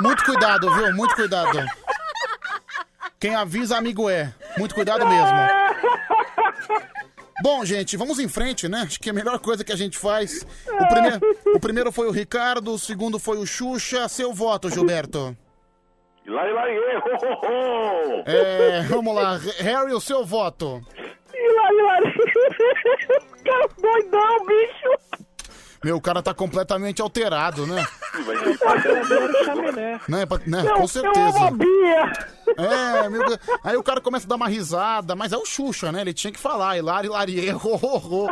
Speaker 2: muito cuidado, viu? Muito cuidado. Quem avisa, amigo é. Muito cuidado mesmo. Bom, gente, vamos em frente, né? Acho que a melhor coisa que a gente faz. O, prime... o primeiro foi o Ricardo, o segundo foi o Xuxa. Seu voto, Gilberto.
Speaker 15: Lá e lá e ê, ho, ho, ho.
Speaker 2: É, vamos lá. Harry, o seu voto.
Speaker 3: Hilari, hilari. Cara doidão, bicho.
Speaker 2: Meu, o cara tá completamente alterado, né? Né, pra- né,
Speaker 3: Não,
Speaker 2: com certeza.
Speaker 3: eu amo a Bia.
Speaker 2: É, meu Deus. Aí o cara começa a dar uma risada, mas é o Xuxa, né? Ele tinha que falar, Hilari, Hilari, erro, erro.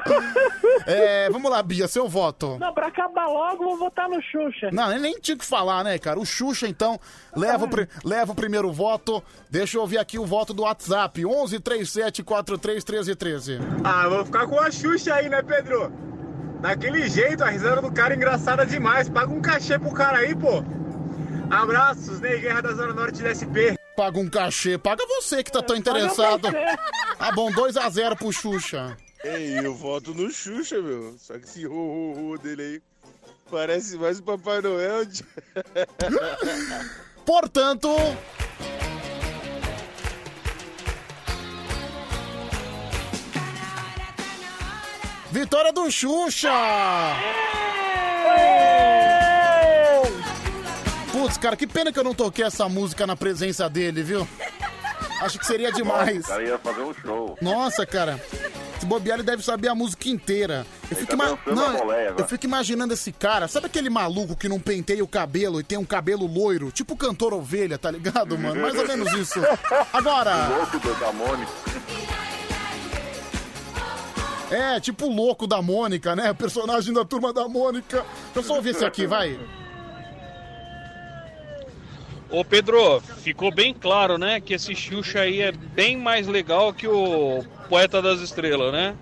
Speaker 2: É, vamos lá, Bia, seu voto.
Speaker 3: Não, pra acabar logo, vou votar no Xuxa. Ah.
Speaker 2: Não, ele nem tinha que falar, né, cara? O Xuxa, então, leva o, pri- leva o primeiro voto. Deixa eu ouvir aqui o voto do WhatsApp: 11 37 43 13 13.
Speaker 41: Ah, vou ficar com a Xuxa aí, né, Pedro? Daquele jeito, a risada do cara é engraçada demais. Paga um cachê pro cara aí, pô. Abraços, Ney Guerra da Zona Norte da SP.
Speaker 2: Paga um cachê, paga você que tá tão interessado. Tá bom, 2x0 pro Xuxa.
Speaker 8: Ei, eu voto no Xuxa, meu. Só que esse ro dele aí parece mais o Papai Noel. tio.
Speaker 2: Portanto, Vitória do Xuxa! Putz, cara, que pena que eu não toquei essa música na presença dele, viu? Acho que seria demais.
Speaker 10: O cara ia fazer um show.
Speaker 2: Nossa, cara. Esse bobear, ele deve saber a música inteira. Eu
Speaker 10: Ele
Speaker 2: fico,
Speaker 10: tá
Speaker 2: ima-
Speaker 10: dançando
Speaker 2: Não,
Speaker 10: a boleia agora.
Speaker 2: eu fico imaginando esse cara. Sabe aquele maluco que não penteia o cabelo e tem um cabelo loiro? Tipo o cantor ovelha, tá ligado, mano? Mais ou menos isso. Agora.
Speaker 10: O louco do, da Mônica.
Speaker 2: É, tipo o louco da Mônica, né? O personagem da turma da Mônica. Deixa eu só ouvir esse aqui, vai.
Speaker 19: Ô Pedro, ficou bem claro, né, que esse Xuxa aí é bem mais legal que o Poeta das Estrelas, né?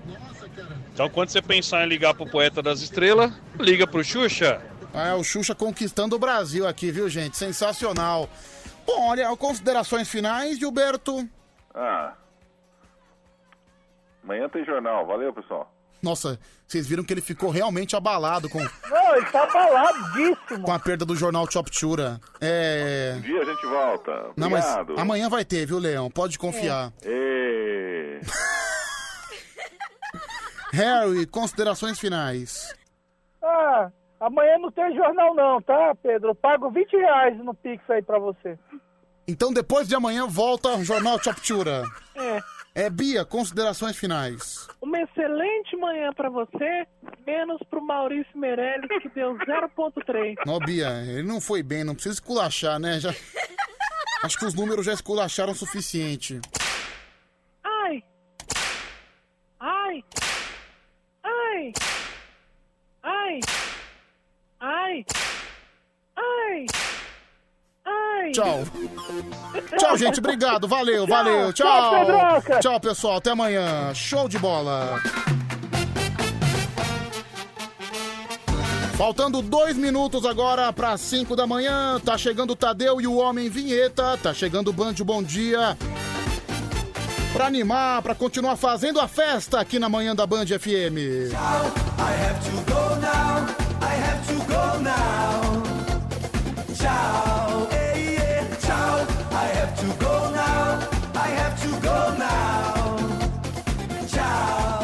Speaker 19: Então quando você pensar em ligar pro Poeta das Estrelas, liga pro Xuxa.
Speaker 2: Ah, É, o Xuxa conquistando o Brasil aqui, viu, gente? Sensacional. Bom, olha, considerações finais, Gilberto.
Speaker 10: Ah. Amanhã tem jornal. Valeu, pessoal.
Speaker 2: Nossa, vocês viram que ele ficou realmente abalado com,
Speaker 10: Não, ele tá baladíssimo.
Speaker 2: com a perda do jornal Choptura. É.
Speaker 10: Um dia a gente volta.
Speaker 2: Não, mas
Speaker 10: Obrigado. É.
Speaker 2: amanhã vai ter, viu, Leão? Pode confiar.
Speaker 10: Ê.
Speaker 2: Harry, considerações finais.
Speaker 3: Ah, amanhã não tem jornal não, tá, Pedro? Eu pago 20 reais no Pix aí pra você.
Speaker 2: Então, depois de amanhã, volta o jornal Choptura.
Speaker 16: É.
Speaker 2: É, Bia, considerações finais.
Speaker 16: Uma excelente manhã pra você, menos pro Maurício Meirelles, que deu 0.3.
Speaker 2: Não, Bia, ele não foi bem, não precisa esculachar, né? Já... Acho que os números já esculacharam o suficiente.
Speaker 16: Ai! Ai! Ai! Ai! Ai! Ai! Ai!
Speaker 2: Tchau. Tchau, gente. Obrigado. Valeu, valeu.
Speaker 9: Tchau,
Speaker 2: Tchau.
Speaker 9: Pedroca.
Speaker 2: Tchau, pessoal. Até amanhã. Show de bola. Faltando dois minutos agora para cinco da manhã. Tá chegando o Tadeu e o Homem Vinheta. Tá chegando o Banjo Bom Dia. Pra animar, pra continuar fazendo a festa aqui na manhã da Band FM.
Speaker 9: I have to go now. I have to go now. Tchau, ei, ei, tchau. I have to go now. I have to go now. Tchau.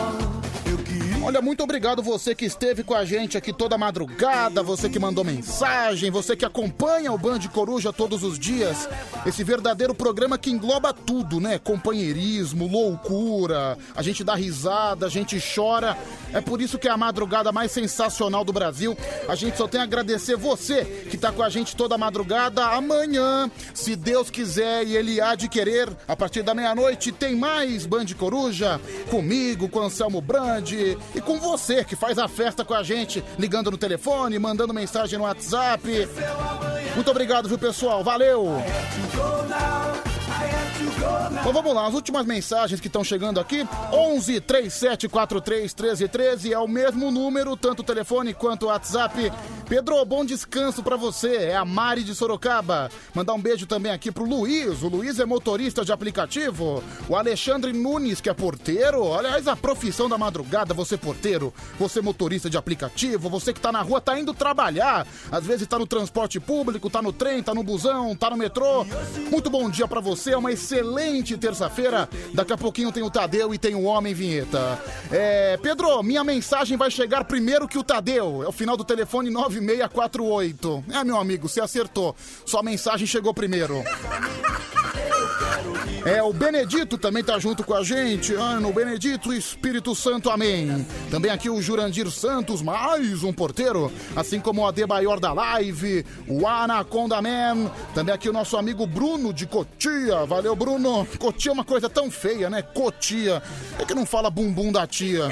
Speaker 2: Olha, muito obrigado você que esteve com a gente aqui toda madrugada, você que mandou mensagem, você que acompanha o Band Coruja todos os dias. Esse verdadeiro programa que engloba tudo, né? Companheirismo, loucura, a gente dá risada, a gente chora. É por isso que é a madrugada mais sensacional do Brasil. A gente só tem a agradecer você que tá com a gente toda madrugada. Amanhã, se Deus quiser e Ele há de querer, a partir da meia-noite tem mais Band Coruja comigo, com Anselmo Brandi e com você que faz a festa com a gente, ligando no telefone, mandando mensagem no WhatsApp. Muito obrigado, viu, pessoal? Valeu! Então vamos lá, as últimas mensagens que estão chegando aqui: 11 3743 1313 é o mesmo número, tanto o telefone quanto o WhatsApp. Pedro, bom descanso pra você. É a Mari de Sorocaba. Mandar um beijo também aqui pro Luiz. O Luiz é motorista de aplicativo. O Alexandre Nunes, que é porteiro. Aliás, a profissão da madrugada, você porteiro, você motorista de aplicativo, você que tá na rua, tá indo trabalhar. Às vezes tá no transporte público, tá no trem, tá no busão, tá no metrô. Muito bom dia pra você, é uma excelente terça-feira. Daqui a pouquinho tem o Tadeu e tem o Homem Vinheta. É, Pedro, minha mensagem vai chegar primeiro que o Tadeu. É o final do telefone 9648. É, meu amigo, você acertou. Sua mensagem chegou primeiro. É, o Benedito também tá junto com a gente. Ano Benedito, Espírito Santo, amém. Também aqui o Jurandir Santos, mais um porteiro. Assim como o Adebayor da Live, o Anaconda Man. Também aqui o nosso amigo Bruno de Cotia. Valeu, Bruno. Cotia é uma coisa tão feia, né? Cotia. É que não fala bumbum da tia.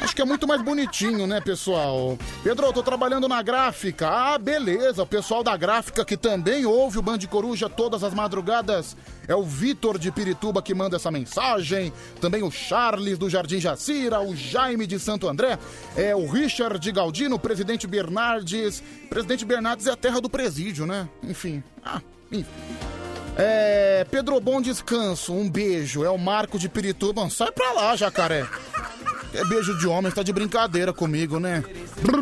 Speaker 2: Acho que é muito mais bonitinho, né, pessoal? Pedro, eu tô trabalhando na gráfica. Ah, beleza. O pessoal da gráfica que também ouve o Band Coruja todas as madrugadas. É o Vitor de Pirituba que manda essa mensagem. Também o Charles do Jardim Jacira, o Jaime de Santo André, é o Richard de Galdino, presidente Bernardes. Presidente Bernardes é a terra do presídio, né? Enfim. Ah, enfim. É, Pedro, bom descanso, um beijo. É o Marco de Pirituba. Sai pra lá, jacaré. É beijo de homem, tá de brincadeira comigo, né?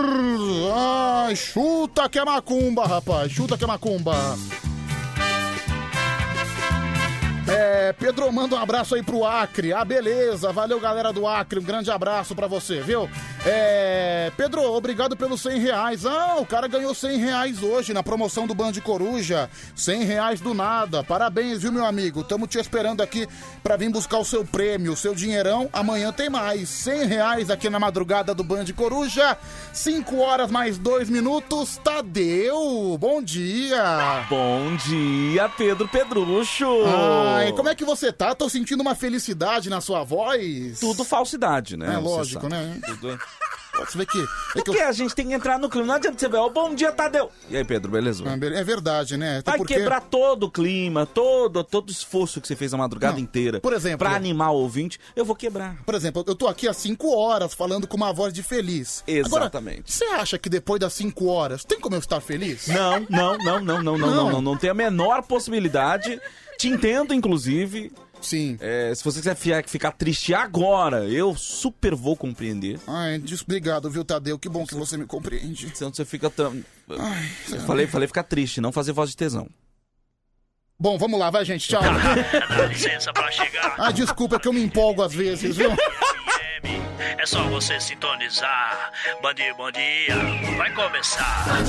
Speaker 2: Brrr, ai, chuta que é macumba, rapaz. Chuta que é macumba. É, Pedro, manda um abraço aí pro Acre. Ah, beleza. Valeu, galera do Acre. Um grande abraço pra você, viu? É, Pedro, obrigado pelos 100 reais. Ah, o cara ganhou 100 reais hoje na promoção do Band Coruja. 100 reais do nada. Parabéns, viu, meu amigo? Tamo te esperando aqui pra vir buscar o seu prêmio, o seu dinheirão. Amanhã tem mais. 100 reais aqui na madrugada do Band Coruja. 5 horas mais 2 minutos. Tadeu, bom dia.
Speaker 11: Bom dia, Pedro Pedrucho.
Speaker 2: Ai, como é que você tá? Tô sentindo uma felicidade na sua voz.
Speaker 11: Tudo falsidade, né?
Speaker 2: É
Speaker 11: Você
Speaker 2: lógico,
Speaker 11: sabe.
Speaker 2: né? É,
Speaker 11: Tudo...
Speaker 2: Você vê que.
Speaker 11: Porque a gente tem que entrar no clima. Não adianta você ver, ó, bom dia, Tadeu. E aí, Pedro, beleza?
Speaker 2: É verdade, né? Até
Speaker 11: Vai
Speaker 2: porque-
Speaker 11: quebrar todo o clima, todo, todo o esforço que você fez a madrugada inteira.
Speaker 2: Por exemplo.
Speaker 11: Pra animar o ouvinte, eu vou quebrar.
Speaker 2: Por exemplo, eu tô aqui há 5 horas falando com uma voz de feliz. Agora,
Speaker 11: Exatamente.
Speaker 2: Você acha que depois das 5 horas tem como eu estar feliz?
Speaker 11: Não, não, não, não, não, não, não, não, não tem a menor possibilidade. Te entendo, inclusive. É,
Speaker 2: Sim.
Speaker 11: se você quiser fiar- ficar triste agora, eu super vou compreender.
Speaker 2: Ai, desbrigado, viu, Tadeu? Que bom que você me compreende.
Speaker 11: Senão você fica tão.
Speaker 2: Ai,
Speaker 11: Eu falei, falei ficar triste, não fazer voz de tesão.
Speaker 2: Bom, vamos lá, vai, gente. Tchau.
Speaker 12: Dá licença pra chegar.
Speaker 2: ah, desculpa, é que eu me empolgo às vezes, viu?
Speaker 12: É só você sintonizar. Bom dia, bom dia. Vai começar.